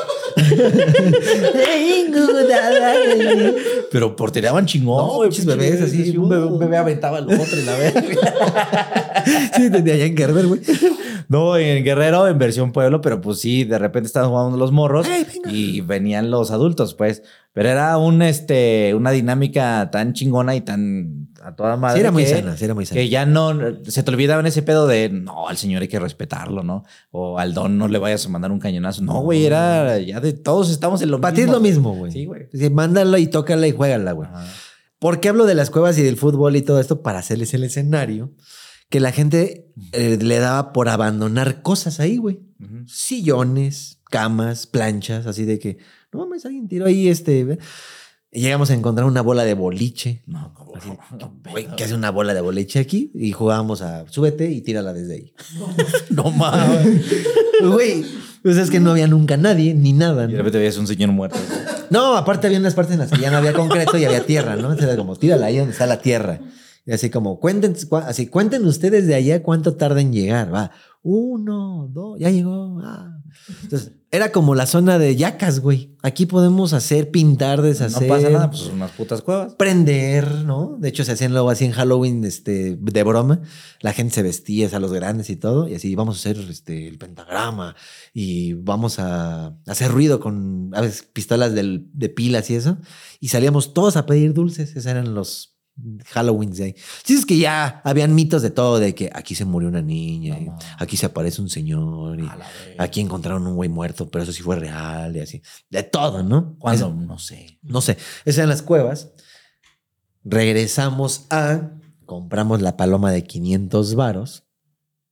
Speaker 2: Pero portereaban chingón.
Speaker 1: No,
Speaker 2: güey,
Speaker 1: pinches
Speaker 2: pinche
Speaker 1: bebés, así,
Speaker 2: Un bebé, un bebé aventaba al otro y la
Speaker 1: [laughs]
Speaker 2: verga.
Speaker 1: Sí, tenía ya en Gerber, güey.
Speaker 2: No, en Guerrero, en versión pueblo, pero pues sí, de repente estaban jugando los morros
Speaker 1: Ey, venga.
Speaker 2: y venían los adultos, pues. Pero era un, este, una dinámica tan chingona y tan a toda madre.
Speaker 1: Sí, era muy
Speaker 2: que-
Speaker 1: sana, sí, era muy sana.
Speaker 2: Que ya no, se te olvidaban ese pedo de, no, al señor hay que respetarlo, ¿no? O al don no le vayas a mandar un cañonazo. No, güey, era ya de todos estamos en lo
Speaker 1: Para ti
Speaker 2: mismo.
Speaker 1: es lo mismo, güey.
Speaker 2: Sí, güey.
Speaker 1: Sí, mándala y tócala y juégala, güey.
Speaker 2: Ajá.
Speaker 1: ¿Por qué hablo de las cuevas y del fútbol y todo esto? Para hacerles el escenario que la gente eh, le daba por abandonar cosas ahí, güey.
Speaker 2: Ujú.
Speaker 1: Sillones, camas, planchas, así de que, no mames, alguien tiró ahí este. ve". Y Llegamos a encontrar una bola de boliche.
Speaker 2: No, como-
Speaker 1: Así, Güey, ¿qué hace una bola de boliche aquí? Y jugábamos a súbete y tírala desde ahí. [laughs]
Speaker 2: no mames.
Speaker 1: Güey, pues es que no había nunca nadie ni
Speaker 2: [laughs]
Speaker 1: nada.
Speaker 2: Y de
Speaker 1: ¿no?
Speaker 2: repente veías un señor muerto.
Speaker 1: [laughs] No, aparte había unas partes en las que ya no había concreto y había tierra, ¿no? Entonces era como, tírala ahí donde está la tierra. Y así como, cuenten, cua- así, cuenten ustedes de allá cuánto tarda en llegar. Va, uno, dos, ya llegó. ah. Entonces, era como la zona de yacas, güey. Aquí podemos hacer, pintar,
Speaker 2: No
Speaker 1: deshacer.
Speaker 2: pasa nada, pues unas putas cuevas.
Speaker 1: prender, ¿no? De hecho, se hacían luego así en Halloween, este, de broma. La gente se vestía, o sea, los grandes y todo, y así vamos a hacer este, el pentagrama y vamos a hacer ruido con a veces, pistolas del- de pilas y eso. Y salíamos todos a pedir dulces, esos eran los Halloweens de ahí. Sí, es que ya habían mitos de todo, de que aquí se murió una niña, y aquí se aparece un señor, y aquí encontraron un güey muerto, pero eso sí fue real y así. De todo, ¿no?
Speaker 2: ¿Cuándo?
Speaker 1: Eso-
Speaker 2: No sé.
Speaker 1: no sé, esas eran las cuevas. Regresamos a, compramos la paloma de 500 varos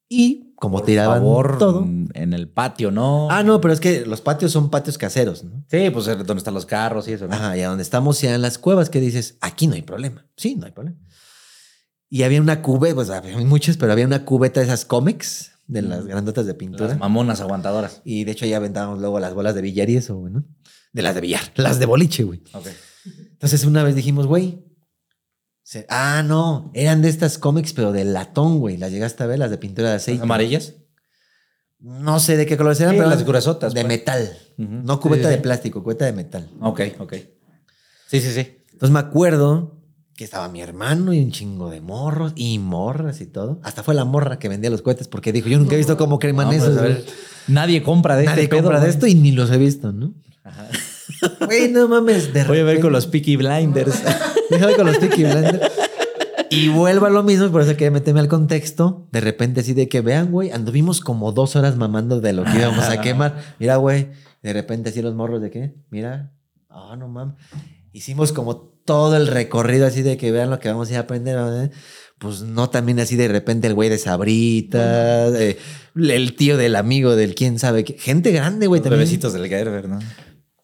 Speaker 1: y como tiraban
Speaker 2: favor,
Speaker 1: todo.
Speaker 2: mm, En el patio, ¿no?
Speaker 1: Ah, no, pero es que los patios son patios caseros, ¿no?
Speaker 2: Sí, pues es donde están los carros y eso. ¿no?
Speaker 1: Ajá, y a donde estamos ya en las cuevas que dices, aquí no hay problema. Sí, no hay problema. Y había una cubeta, pues había muchas, pero había una cubeta de esas cómics, de las grandotas de pintura.
Speaker 2: Las mamonas aguantadoras.
Speaker 1: y de hecho ya aventábamos luego las bolas de billar y eso, güey, ¿no? De las de billar, las de boliche, güey. Entonces una vez dijimos, güey. se- ah, no, eran de estas cómics, pero de latón, güey. Las llegaste a ver, las de pintura de aceite.
Speaker 2: ¿Amarillas?
Speaker 1: No sé de qué color eran,
Speaker 2: Sí,
Speaker 1: pero
Speaker 2: las
Speaker 1: eran
Speaker 2: gruesotas,
Speaker 1: De
Speaker 2: pues.
Speaker 1: metal.
Speaker 2: Ujú.
Speaker 1: No cubeta
Speaker 2: Sí, sí,
Speaker 1: de
Speaker 2: sí.
Speaker 1: plástico, cubeta de metal.
Speaker 2: Ok, ok. Sí, sí, sí.
Speaker 1: Entonces me acuerdo que estaba mi hermano y un chingo de morros y morras y todo. Hasta fue la morra que vendía los cohetes porque dijo, yo nunca he visto cómo creman
Speaker 2: Vamos
Speaker 1: esos,
Speaker 2: pues, a ver.
Speaker 1: güey.
Speaker 2: Nadie compra de
Speaker 1: pues, Nadie
Speaker 2: este pedo,
Speaker 1: compra de
Speaker 2: güey.
Speaker 1: esto y ni los he visto, ¿no? [laughs] Güey, no mames. de
Speaker 2: Voy a ver
Speaker 1: repente-
Speaker 2: con los Peaky
Speaker 1: [laughs]
Speaker 2: Blinders.
Speaker 1: Déjame con los Tiki Blinders. Y vuelvo a lo mismo, por eso quería meterme al contexto. De repente, así de que vean, güey, anduvimos como dos horas mamando de lo que íbamos a quemar. Mira, güey, de repente, así los morros de qué? Mira, ah, no mames. Hicimos como todo el recorrido, así de que vean lo que vamos a ir a aprender. ¿eh? Pues no, también así de repente el güey de Sabritas, eh, el tío del amigo del quién sabe qué. Gente grande, güey, también.
Speaker 2: Bebecitos del Gerber, ¿no?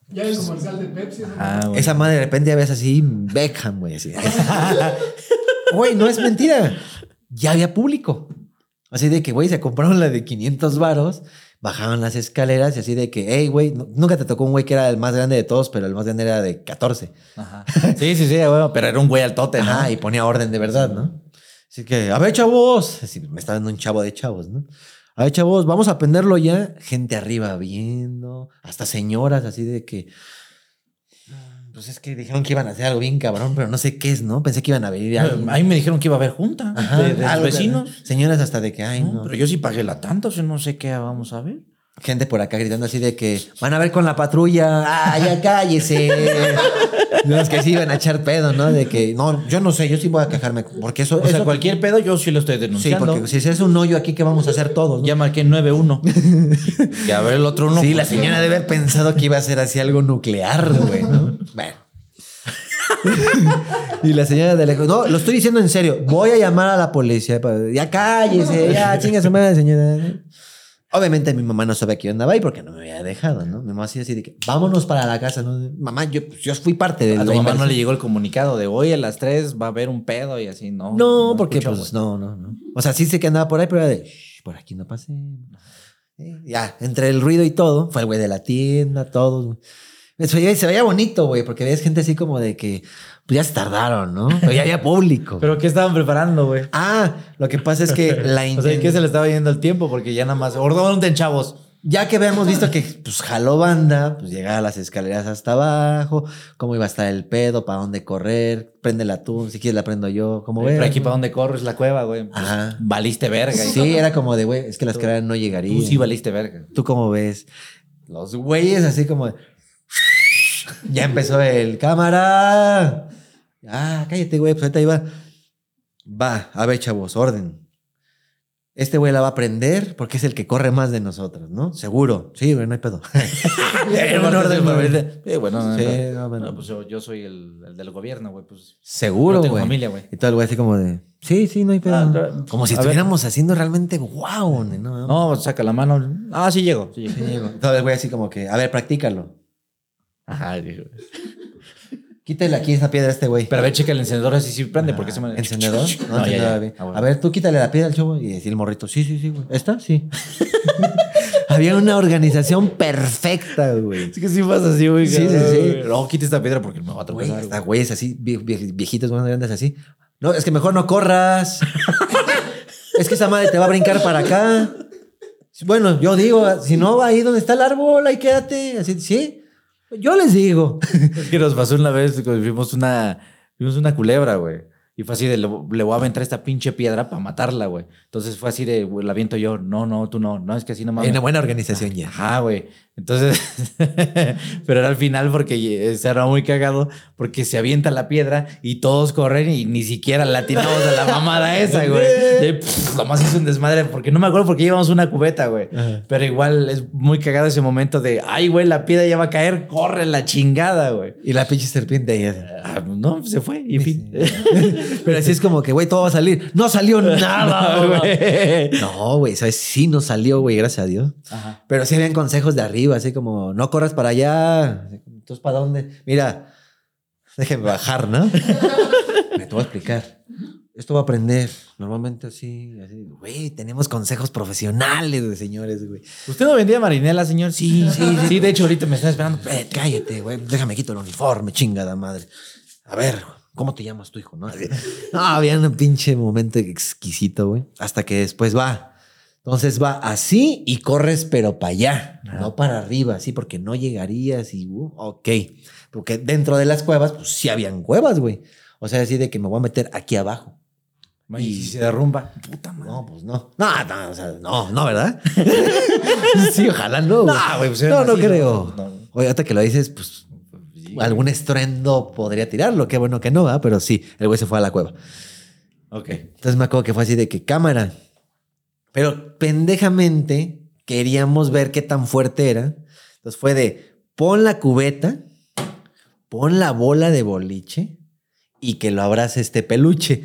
Speaker 3: Ya hay un comercial de Pepsi. ¿no?
Speaker 2: Ah, güey.
Speaker 1: Esa madre de repente ya ves así Beckham, güey. Así. Güey, no es mentira. Ya había público. Así de que, güey, se compraron la de 500 varos, bajaban las escaleras y así de que, hey, güey, nu- nunca te tocó un güey que era el más grande de todos, pero el más grande era de 14.
Speaker 2: Ajá. Sí, sí, sí, güey, pero era un güey altote, ¿no?
Speaker 1: Ajá, y ponía orden de verdad, ¿no? Así que, a ver, chavos. Así, me está dando un chavo de chavos, ¿no? A ver, chavos, vamos a aprenderlo ya. Gente arriba viendo, hasta señoras así de que. "Mm, Pues es que dijeron que iban a hacer algo bien cabrón, pero no sé qué es, ¿no? Pensé que iban a venir alguien.
Speaker 2: Ahí me dijeron que iba a haber junta
Speaker 1: Ajá,
Speaker 2: de, de
Speaker 1: algo,
Speaker 2: vecinos.
Speaker 1: ¿no? Señoras hasta de que, ay,
Speaker 2: No,
Speaker 1: no.
Speaker 2: Pero yo sí pagué la tanta, o sea, no sé qué vamos a ver.
Speaker 1: Gente por acá gritando así de que van a ver con la patrulla, ah,
Speaker 2: [laughs]
Speaker 1: ya cállese. Los que sí iban a echar pedo, ¿no? De que, no, yo no sé, yo sí voy a quejarme, porque eso.
Speaker 2: O sea,
Speaker 1: eso-
Speaker 2: cualquier pedo yo sí lo estoy
Speaker 1: Sí,
Speaker 2: denunciando.
Speaker 1: porque si se hace un hoyo aquí, ¿qué vamos a hacer todos? no?
Speaker 2: Ya marqué
Speaker 1: [laughs]
Speaker 2: 9-1. y a ver el otro uno.
Speaker 1: Sí, la señora debe haber pensado que iba a ser así algo nuclear, güey, ¿no? Bueno. [laughs] y la señora de lejos, no, lo estoy diciendo en serio, voy a llamar a la policía. para- Ya cállese, ya chinga su madre, señora. Obviamente mi mamá no sabía que yo andaba ahí porque no me había dejado, ¿no? Mi mamá así así de que vámonos para la casa, ¿no? Mamá, yo, pues, yo fui parte de
Speaker 2: A
Speaker 1: la
Speaker 2: tu mamá no
Speaker 1: inversión".
Speaker 2: le llegó el comunicado de hoy a las 3 va a haber un pedo y así, ¿no?
Speaker 1: No, porque
Speaker 2: escucho,
Speaker 1: pues no, no, no. O sea, sí sé que andaba por ahí, pero era de, "Shh, por aquí no pasé. Eh, Ya, entre el ruido y todo, fue el güey de la tienda, todos. güey. Se veía, se veía bonito, güey, porque veías gente así como de que pues ya se tardaron, ¿no? Pero
Speaker 2: [laughs]
Speaker 1: ya había público.
Speaker 2: güey. Pero ¿qué estaban preparando, güey?
Speaker 1: ah, lo que pasa es que la
Speaker 2: [laughs] O sea,
Speaker 1: inten-
Speaker 2: ¿qué se le estaba yendo el tiempo? Porque ya nada más. Ordónten, chavos.
Speaker 1: Ya que habíamos visto que pues jaló banda, pues llegar a las escaleras hasta abajo, cómo iba a estar el pedo, para dónde correr, prende tú, si quieres la prendo yo, como ves.
Speaker 2: Pero aquí para dónde corro es la cueva, güey. Pues,
Speaker 1: Ajá.
Speaker 2: Valiste verga.
Speaker 1: Sí, era como de, güey, es que las escaleras no llegarían.
Speaker 2: Tú sí valiste
Speaker 1: [laughs]
Speaker 2: verga.
Speaker 1: ¿Tú cómo ves? Los güeyes así como... de- [laughs] Ya empezó el cámara. Ah, cállate, güey. Pues ahorita iba. Va, a ver, chavos, orden. Este güey la va a prender porque es el que corre más de nosotros, ¿no? Seguro. Sí, güey, no hay pedo. [laughs]
Speaker 2: Eh,
Speaker 1: Un orden, güey.
Speaker 2: bueno,
Speaker 1: Sí,
Speaker 2: no,
Speaker 1: no, bueno.
Speaker 2: no, pues yo, yo soy el, el del gobierno, güey. Pues
Speaker 1: Seguro,
Speaker 2: No tengo
Speaker 1: güey.
Speaker 2: familia, güey.
Speaker 1: Y todo el güey así como de... Sí, sí, no hay pedo.
Speaker 2: Ah, claro.
Speaker 1: como si
Speaker 2: A ver.
Speaker 1: estuviéramos haciendo realmente wow, ¿no?
Speaker 2: No, pues, saca la mano. Ah, sí llego. Sí llego.
Speaker 1: Todo el güey así como que... A ver, practícalo.
Speaker 2: Ajá, digo.
Speaker 1: Quítale aquí esa piedra a este güey.
Speaker 2: Pero a ver, checa el encendedor así sí prende,
Speaker 1: Ah,
Speaker 2: porque se me. [laughs]
Speaker 1: ¿Encendedor?
Speaker 2: No,
Speaker 1: No,
Speaker 2: ya,
Speaker 1: encendedor,
Speaker 2: ya.
Speaker 1: bien.
Speaker 2: Ah, bueno.
Speaker 1: A ver, tú quítale la piedra al chavo y decir el morrito, sí, sí, sí, güey. ¿Esta? Sí. [laughs] Había una organización perfecta, güey.
Speaker 2: Es que sí pasa así, güey.
Speaker 1: Sí, sí, sí.
Speaker 2: No, quita esta piedra porque me va a
Speaker 1: Güey,
Speaker 2: atropellar.
Speaker 1: hasta
Speaker 2: güey.
Speaker 1: güeyes así, vie- vie- viejitos, más grandes así. No, es que mejor no corras. es que esa madre te va a brincar para acá. Bueno, yo digo, si no, ahí donde está el árbol, ahí quédate. Así, sí. Yo les digo.
Speaker 2: Es que nos pasó una vez, que vimos una, vimos una culebra, güey. Y fue así de, le, le voy a aventar esta pinche piedra para matarla, güey. Entonces fue así de, güey, la aviento yo. No, no, tú no. No, es que así no mames.
Speaker 1: Una buena organización ya.
Speaker 2: Ajá, güey. Entonces, [laughs] pero era al final porque eh, se era muy cagado porque se avienta la piedra y todos corren y ni siquiera la tiramos a la
Speaker 1: [laughs]
Speaker 2: mamada esa, güey. De, pff, Nomás hizo un desmadre porque no me acuerdo porque llevamos una cubeta, güey. Pero igual es muy cagado ese momento de, ay, güey, la piedra ya va a caer, corre la chingada, güey.
Speaker 1: Y la pinche serpiente ahí. así.
Speaker 2: Ah, No, se fue. Y en fin.
Speaker 1: [laughs] Pero así es como que, güey, todo va
Speaker 2: [laughs]
Speaker 1: a salir. No salió [laughs] nada,
Speaker 2: No,
Speaker 1: güey.
Speaker 2: güey.
Speaker 1: No, güey, ¿sabes? Sí nos salió, güey, gracias a Dios.
Speaker 2: Ajá.
Speaker 1: Pero sí habían consejos de arriba, así como, no corras para allá. Entonces, ¿para dónde? Mira, déjeme bajar,
Speaker 2: [laughs]
Speaker 1: ¿no? Me te voy a explicar. Esto va a aprender. Normalmente así, así. Güey, tenemos consejos profesionales, güey, señores, güey.
Speaker 2: ¿Usted no vendía marinela, señor? Sí, sí, sí. de hecho, ahorita me están esperando.
Speaker 1: Eh, cállate, güey. Déjame quito el uniforme, chingada madre. A ver, ¿cómo te llamas tu hijo? No, Así- no había un pinche momento exquisito, güey. Hasta que después va. Entonces va así y corres, pero para allá, no para arriba, así, porque no llegarías y, uh, ok. Porque dentro de las cuevas, pues sí habían cuevas, güey. O sea, así de que me voy a meter aquí abajo.
Speaker 2: Y si se derrumba. Puta madre.
Speaker 1: No, pues no. No, no, o sea, no, no, ¿verdad? [laughs] sí, ojalá no. güey.
Speaker 2: No, güey, pues,
Speaker 1: no, no
Speaker 2: así,
Speaker 1: creo.
Speaker 2: no, no.
Speaker 1: Oye, hasta que lo dices, pues algún estruendo podría tirarlo. Qué bueno que no, ¿verdad? Pero sí, el güey se fue a la cueva.
Speaker 2: Ok.
Speaker 1: Entonces me acuerdo que fue así de que cámara. Pero pendejamente queríamos ver qué tan fuerte era. Entonces fue de pon la cubeta, pon la bola de boliche y que lo abrace
Speaker 2: [laughs]
Speaker 1: este peluche.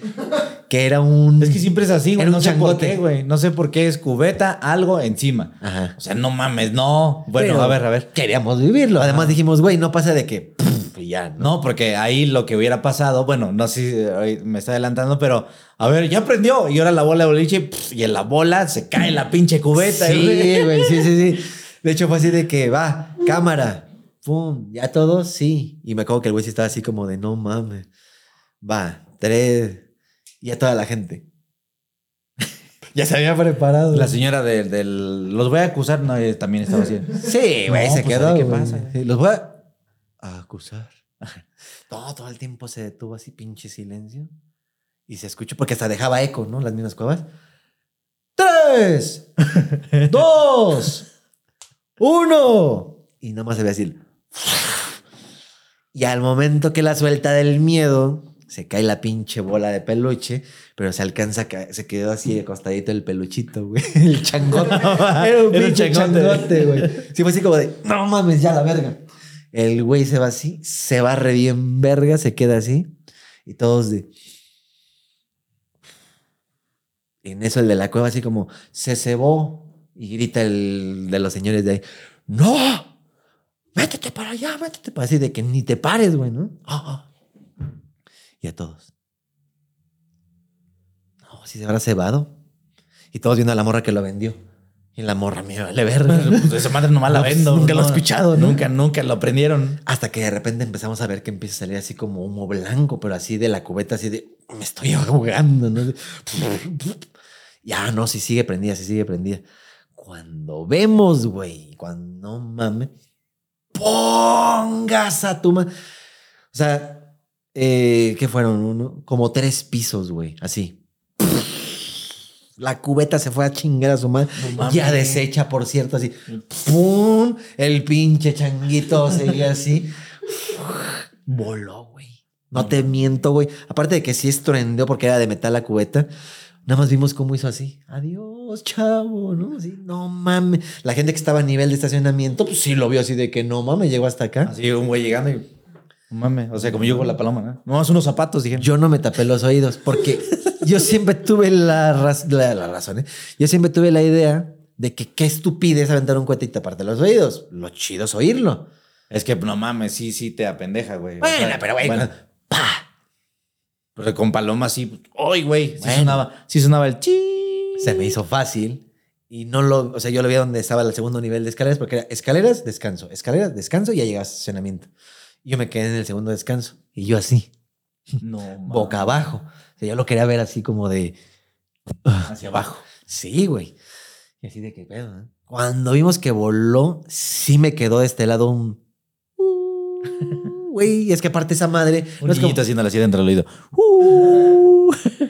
Speaker 1: Que era un.
Speaker 2: Es que siempre es así, güey.
Speaker 1: Era
Speaker 2: No
Speaker 1: un
Speaker 2: sé por
Speaker 1: changote.
Speaker 2: qué, güey. No sé por qué es cubeta, algo encima.
Speaker 1: Ajá.
Speaker 2: O sea, no mames, no. Bueno,
Speaker 1: Pero
Speaker 2: a ver, a ver.
Speaker 1: Queríamos vivirlo. Además dijimos, güey, no pasa de que pff, y ya, ¿no?
Speaker 2: No, porque ahí lo que hubiera pasado, bueno, no sé si ay, me está adelantando, pero a ver, ya prendió. Y ahora la bola de boliche pf, y en la bola se cae la pinche cubeta. güey. [laughs]
Speaker 1: Sí, güey, sí, sí, sí. De hecho, fue así de que va, cámara, pum, ya todos, sí. Y me acuerdo que el güey sí estaba así como de no mames. Va, tres, y a toda la gente. ya se había preparado.
Speaker 2: La señora del, del- Los voy a acusar, no, eh, también estaba así.
Speaker 1: Sí, güey,
Speaker 2: No,
Speaker 1: se
Speaker 2: pues,
Speaker 1: quedó.
Speaker 2: a ver qué
Speaker 1: ¿Qué
Speaker 2: pasa.
Speaker 1: pasa? Los voy a, a acusar. [laughs] todo, todo el tiempo se detuvo así, pinche silencio. Y se escuchó, porque hasta dejaba eco, ¿no? Las mismas cuevas. ¡Tres! [laughs] ¡Dos! ¡Uno! Y nada más se ve así. el- Y al momento que la suelta del miedo, se cae la pinche bola de peluche, pero se alcanza a ca- se quedó así acostadito el peluchito, güey. [laughs] El changote. Era un
Speaker 2: Era un
Speaker 1: pinche
Speaker 2: changote.
Speaker 1: changote, güey. Sí, fue así como de, no mames, ya la verga. El güey se va así, se va re bien verga, se queda así. Y todos de... En eso el de la cueva así como, se cebó. Y grita el de los señores de ahí, ¡no! métete para allá, métete para así de que ni te pares, güey, ¿no? Ah, ah. Y a todos. No, si se habrá cebado. Y todos viendo a la morra que lo vendió. Y la morra me vale
Speaker 2: [laughs]
Speaker 1: verga. ¿no?
Speaker 2: [laughs] Pues esa madre nomás la
Speaker 1: No, pues,
Speaker 2: vendo.
Speaker 1: nunca lo he
Speaker 2: no.
Speaker 1: escuchado, ¿no?
Speaker 2: Nunca, nunca lo aprendieron.
Speaker 1: Hasta que de repente empezamos a ver que empieza a salir así como humo blanco, pero así de la cubeta, así de me estoy ahogando, ¿no? Ya, no, si sigue prendida, si sigue prendida. Cuando vemos, güey, cuando no mames, pongas a tu ma- O sea, eh, ¿qué fueron? Uno, como tres pisos, güey, así. La cubeta se fue a chingar a su madre. ya deshecha, por cierto, así. ¡Pum! El pinche changuito seguía así. Voló, güey. No te miento, güey. Aparte de que sí estruendeó porque era de metal la cubeta. Nada más vimos cómo hizo así. Adiós, chavo, ¿no? Así, no mames. La gente que estaba a nivel de estacionamiento, pues sí lo vio así de que no mames, llegó hasta acá.
Speaker 2: Así un güey llegando y. Mame, o sea, como yo con la paloma, ¿no? Nomás unos zapatos, dije.
Speaker 1: Yo no me tapé los oídos porque yo siempre tuve la, raz- la, la razón, ¿eh? Yo siempre tuve la idea de que qué estupidez aventar un cohete y taparte los oídos. Lo chido es oírlo.
Speaker 2: Es que no mames, sí, sí te apendeja, güey. O
Speaker 1: Bueno,
Speaker 2: sea,
Speaker 1: pero güey,
Speaker 2: bueno,
Speaker 1: con- pa.
Speaker 2: pero con paloma sí. ¡Ay, güey! Sí
Speaker 1: Bueno.
Speaker 2: sonaba, sí sonaba el chi.
Speaker 1: Se me hizo fácil y no lo, o sea, yo lo vi donde estaba el segundo nivel de escaleras porque era escaleras, descanso, escaleras, descanso y ya llegaba a estacionamiento. Y Yo me quedé en el segundo descanso y yo así.
Speaker 2: No, mames.
Speaker 1: boca abajo. O sea, yo lo quería ver así como de,
Speaker 2: Hacia abajo.
Speaker 1: sí, güey. Y así de qué pedo, ¿no? Cuando vimos que voló, sí me quedó de este lado un... "Uh, Güey, es que aparte esa madre...
Speaker 2: Un
Speaker 1: no es como-
Speaker 2: niñito haciendo la silla entre el oído.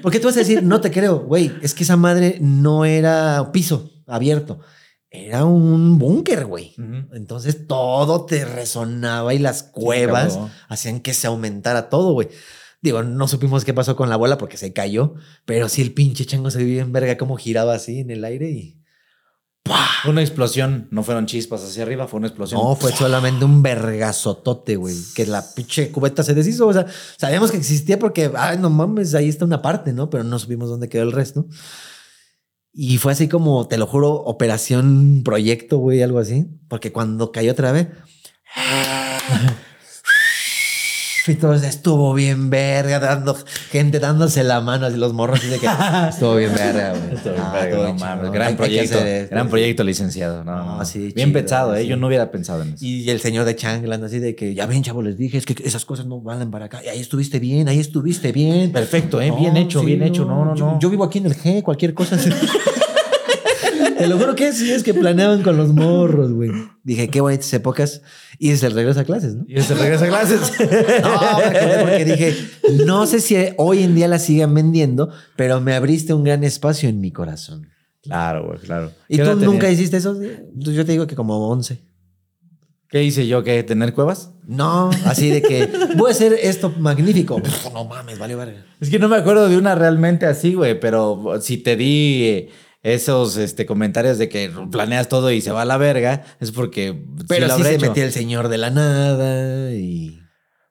Speaker 1: ¿Por qué tú vas a decir, no te creo, güey? Es que esa madre no era piso abierto, era un búnker, güey. Entonces todo te resonaba y las cuevas
Speaker 2: cabrón.
Speaker 1: hacían que se aumentara todo, güey. Digo, no supimos qué pasó con la bola porque se cayó, pero sí el pinche chango se vio en verga cómo giraba así en el aire y...
Speaker 2: Fue Una explosión. No fueron chispas hacia arriba, fue una explosión.
Speaker 1: No, fue solamente un vergazotote, güey. Que la pinche cubeta se deshizo. O sea, sabíamos que existía porque, ay, no mames, ahí está una parte, ¿no? Pero no supimos dónde quedó el resto. Y fue así como, te lo juro, operación proyecto, güey, algo así. Porque cuando cayó otra vez. [laughs] Y todos estuvo bien verga, dando gente dándose la mano, así los morros, así de que estuvo bien verga, güey.
Speaker 2: Esto,
Speaker 1: Ah,
Speaker 2: verga,
Speaker 1: todo
Speaker 2: no
Speaker 1: chingón.
Speaker 2: mames.
Speaker 1: Hay-
Speaker 2: Gran
Speaker 1: hay que
Speaker 2: proyecto.
Speaker 1: hacer esto.
Speaker 2: Gran proyecto, licenciado. No,
Speaker 1: No,
Speaker 2: no.
Speaker 1: sí,
Speaker 2: Bien
Speaker 1: chido,
Speaker 2: pensado, ¿eh?
Speaker 1: sí.
Speaker 2: Yo no hubiera pensado en eso.
Speaker 1: Y el señor de Changland, así de que ya ven, chavo, les dije, es que esas cosas no valen para acá. Y ahí estuviste bien, ahí estuviste bien.
Speaker 2: Perfecto, ¿eh?
Speaker 1: No,
Speaker 2: bien hecho,
Speaker 1: sí,
Speaker 2: bien hecho. No, no,
Speaker 1: yo,
Speaker 2: no.
Speaker 1: Yo vivo aquí en el G, cualquier cosa. [laughs] se- Te lo juro que sí es que planeaban con los morros, güey. Dije, qué bonitas épocas. Y es el regreso a clases, ¿no?
Speaker 2: Y se regresa a clases.
Speaker 1: No, ahora que te- porque dije, no sé si hoy en día la sigan vendiendo, pero me abriste un gran espacio en mi corazón.
Speaker 2: [laughs] claro, güey, claro.
Speaker 1: ¿Y
Speaker 2: ¿Qué
Speaker 1: tú
Speaker 2: edad
Speaker 1: nunca
Speaker 2: tenías?
Speaker 1: hiciste eso? Yo te digo que como 11.
Speaker 2: ¿Qué hice yo? ¿Qué? ¿Tener cuevas?
Speaker 1: No, así de que voy a hacer esto magnífico. Pff, no mames, vale, vale.
Speaker 2: Es que no me acuerdo de una realmente así, güey, pero si te di eh, esos este, comentarios de que planeas todo y se va a la verga, es porque...
Speaker 1: Pero
Speaker 2: lo
Speaker 1: sí,
Speaker 2: habré
Speaker 1: se
Speaker 2: hecho.
Speaker 1: metía el señor de la nada y.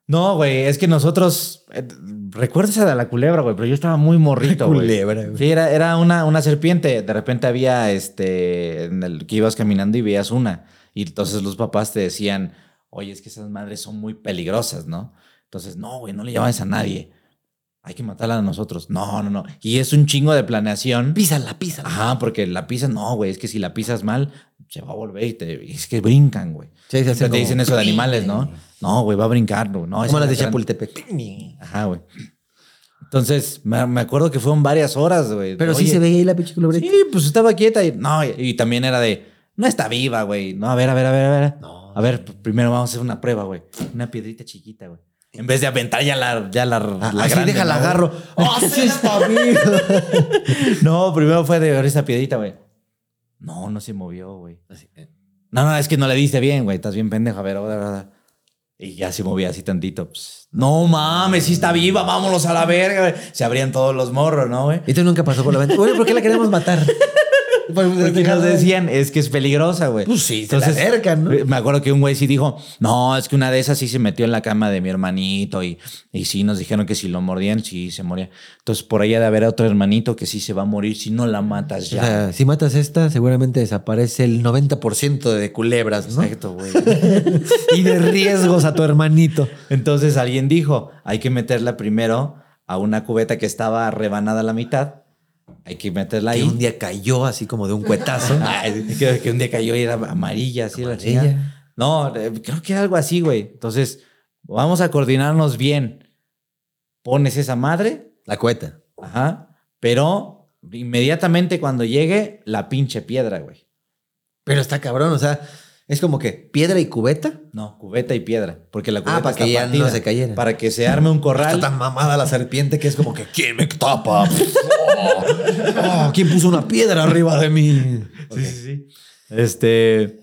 Speaker 2: No, güey, es que nosotros... eh, Recuerda esa de la culebra, güey, pero yo estaba muy morrito, güey.
Speaker 1: Culebra, güey.
Speaker 2: Sí, era, era una, una serpiente. De repente había, este, en el que ibas caminando y veías una. Y entonces los papás te decían, oye, es que esas madres son muy peligrosas, ¿no? Entonces, no, güey, no le llames a nadie. Hay que matarla a nosotros. No, no, no. Y es un chingo de planeación.
Speaker 1: Písala, písala.
Speaker 2: Ajá, porque la pisas, no, güey, es que si la pisas mal, se va a volver y te, es que brincan, güey.
Speaker 1: Sí, sí,
Speaker 2: Siempre
Speaker 1: sí,
Speaker 2: te
Speaker 1: como-
Speaker 2: dicen eso de animales, ¿no? No, güey, va a brincar, güey. No,
Speaker 1: Como
Speaker 2: esa
Speaker 1: las de
Speaker 2: gran-
Speaker 1: Chapultepec.
Speaker 2: Ajá, güey. Entonces, me, me acuerdo que fueron varias horas, güey.
Speaker 1: Pero sí
Speaker 2: Oye,
Speaker 1: se veía ahí la pinche culebra.
Speaker 2: Sí, pues estaba quieta y no, y, y también era de, no está viva, güey. No, a ver, a ver, a ver, a ver.
Speaker 1: No.
Speaker 2: A ver, p- primero vamos a hacer una prueba, güey. Una piedrita chiquita, güey. En vez de aventar ya la, ya la,
Speaker 1: Ah,
Speaker 2: la
Speaker 1: así
Speaker 2: grande,
Speaker 1: déjala,
Speaker 2: ¿no? [laughs] ¡Oh,
Speaker 1: agarro. ¡Ah, sí está bien!
Speaker 2: No, primero fue de ver esa piedrita, güey. No, no se movió, güey.
Speaker 1: eh.
Speaker 2: No, no, es que no le diste bien, güey. Estás bien pendejo. A ver, ahora, ahora. Y ya se movía así tantito. pues. No mames, sí está viva, vámonos a la verga, güey. Se abrían todos los morros, ¿no, güey?
Speaker 1: Y tú nunca pasó por la venta. Bueno, ¿por qué la
Speaker 2: [laughs]
Speaker 1: queremos matar?
Speaker 2: Porque nos Pues decían, es que es peligrosa, güey.
Speaker 1: Pues sí, se la acercan, ¿no?
Speaker 2: eh, Me acuerdo que un güey sí dijo, no, es que una de esas sí se metió en la cama de mi hermanito y, y sí nos dijeron que si lo mordían, sí se moría. Entonces, por ahí ha de haber otro hermanito que sí se va a morir si no la matas
Speaker 1: O
Speaker 2: ya. [laughs]
Speaker 1: sea, si matas esta, seguramente desaparece el 90% de culebras, ¿no?
Speaker 2: Exacto, güey.
Speaker 1: Y de riesgos a tu hermanito.
Speaker 2: Entonces alguien dijo, hay que meterla primero a una cubeta que estaba rebanada a la mitad. Hay que meterla
Speaker 1: Y un
Speaker 2: ahí.
Speaker 1: día cayó así como de un cuetazo.
Speaker 2: [laughs] Ay, que, que un día cayó y era amarilla, así la
Speaker 1: Amarilla.
Speaker 2: chingada. No, eh, creo que era algo así, güey. Entonces, vamos a coordinarnos bien. Pones esa madre,
Speaker 1: La cueta.
Speaker 2: ajá, pero inmediatamente cuando llegue, la pinche piedra, güey.
Speaker 1: Pero está cabrón, o sea, es como que piedra y cubeta. Ah,
Speaker 2: No, cubeta y piedra, porque la cubeta
Speaker 1: para
Speaker 2: está
Speaker 1: que ya no
Speaker 2: partida.
Speaker 1: se cayera.
Speaker 2: Para que se arme un corral.
Speaker 1: Está tan mamada la serpiente que es como que, ¿quién me tapa? [laughs] Oh, oh, ¿Quién puso una piedra arriba de mí?
Speaker 2: Sí, sí, sí. Este.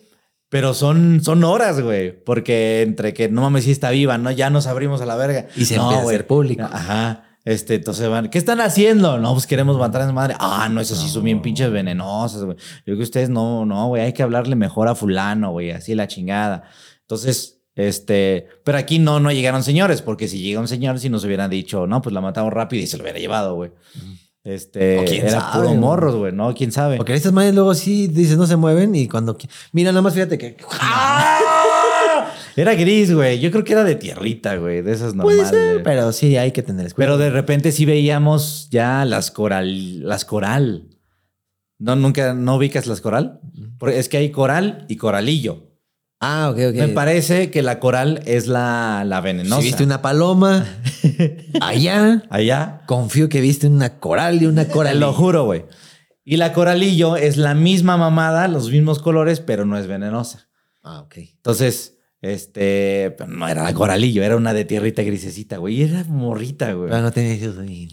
Speaker 2: Pero son, son horas, güey. Porque entre que no mames, si está viva, ¿no? Ya nos abrimos a la verga.
Speaker 1: Y se
Speaker 2: no,
Speaker 1: empieza a
Speaker 2: güey.
Speaker 1: hacer público.
Speaker 2: Ajá. Este, entonces van, ¿qué están haciendo? No, pues queremos matar a su madre. Ah, no, eso sí son bien pinches venenosas, güey. Yo creo que ustedes no, no, güey, hay que hablarle mejor a fulano, güey, así la chingada. Entonces, este, pero aquí no, no llegaron señores, porque si llega un señor, si nos hubieran dicho, no, pues la matamos rápido y se lo hubiera llevado, güey. Este,
Speaker 1: O quién
Speaker 2: era
Speaker 1: sabe,
Speaker 2: puro
Speaker 1: güey.
Speaker 2: morros, güey, ¿no? ¿Quién sabe?
Speaker 1: Porque estas madres luego sí dicen no se mueven y cuando... qui- Mira, nada más fíjate que... "Ah,
Speaker 2: Era gris, güey. Yo creo que era de tierrita, güey. De esas normales. pero...
Speaker 1: Pero sí, hay que tener cuidado.
Speaker 2: de repente sí veíamos ya las coral. Las coral. No, nunca, no ubicas las coral. Porque es que hay coral y coralillo.
Speaker 1: Ah, ok, ok.
Speaker 2: Me parece que la coral es la, la venenosa.
Speaker 1: Si viste una paloma [laughs] allá,
Speaker 2: Allá.
Speaker 1: confío que viste una coral y una
Speaker 2: Te
Speaker 1: coral.
Speaker 2: lo juro, güey. Y la coralillo es la misma mamada, los mismos colores, pero no es venenosa.
Speaker 1: Ah, ok.
Speaker 2: Entonces, este, pero no era la coralillo, era una de tierrita grisecita, güey. Y era morrita, güey.
Speaker 1: Pero no tenía hijos, güey.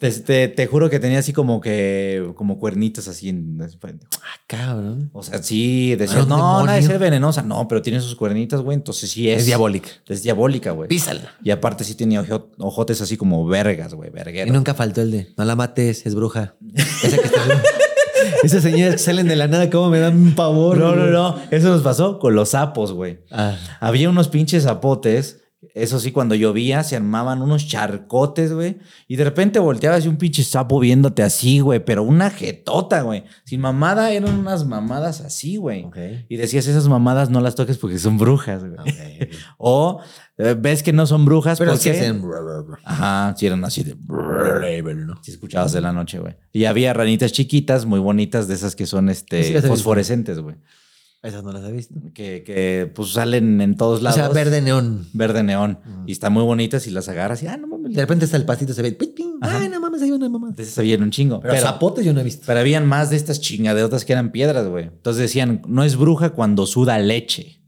Speaker 2: Te, te- te juro que tenía así como que, como cuernitos así. En,
Speaker 1: Ah, cabrón.
Speaker 2: o sea, sí, decía,
Speaker 1: Era un
Speaker 2: no, no ha de
Speaker 1: demonio.
Speaker 2: ser venenosa. No, pero tiene sus cuernitas, güey. Entonces sí es.
Speaker 1: Es diabólica.
Speaker 2: Es diabólica, güey.
Speaker 1: Písala.
Speaker 2: Y aparte sí tenía ojo- ojotes así como vergas, güey,
Speaker 1: Y
Speaker 2: verguero.
Speaker 1: nunca faltó el de no la mates, es bruja. Esa que está- [laughs] Esas señoras que salen de la nada, como me dan un pavor.
Speaker 2: No, no,
Speaker 1: güey.
Speaker 2: no. Eso nos pasó con los sapos, güey.
Speaker 1: Ah,
Speaker 2: Había unos pinches zapotes. Eso sí, cuando llovía se armaban unos charcotes, güey. Y de repente volteabas y un pinche sapo viéndote así, güey. Pero una jetota, güey. Sin mamada eran unas mamadas así, güey.
Speaker 1: ok.
Speaker 2: Y decías, esas mamadas no las toques porque son brujas, güey.
Speaker 1: Ok.
Speaker 2: O eh, ves que no son brujas
Speaker 1: Pero sí
Speaker 2: porque...
Speaker 1: hacen.
Speaker 2: Ajá, sí eran así de... Si escuchabas de la noche, güey. Y había ranitas chiquitas, muy bonitas, de esas que son este,
Speaker 1: Sí las he visto.
Speaker 2: fosforescentes, güey.
Speaker 1: Esas no las he visto.
Speaker 2: Que, que pues salen en todos
Speaker 1: O
Speaker 2: lados.
Speaker 1: sea, verde neón.
Speaker 2: Verde neón.
Speaker 1: Ujú.
Speaker 2: Y están muy bonitas y las agarras y, ah, no mames.
Speaker 1: De repente hasta el pastito se ve. pit, pin.
Speaker 2: Ajá.
Speaker 1: Ay, no mames, hay una mamá.
Speaker 2: Entonces habían un chingo.
Speaker 1: Pero,
Speaker 2: Pero,
Speaker 1: zapotes yo no he visto.
Speaker 2: pero habían más de estas chingadeotas que eran piedras, güey. Entonces decían, no es bruja cuando suda leche.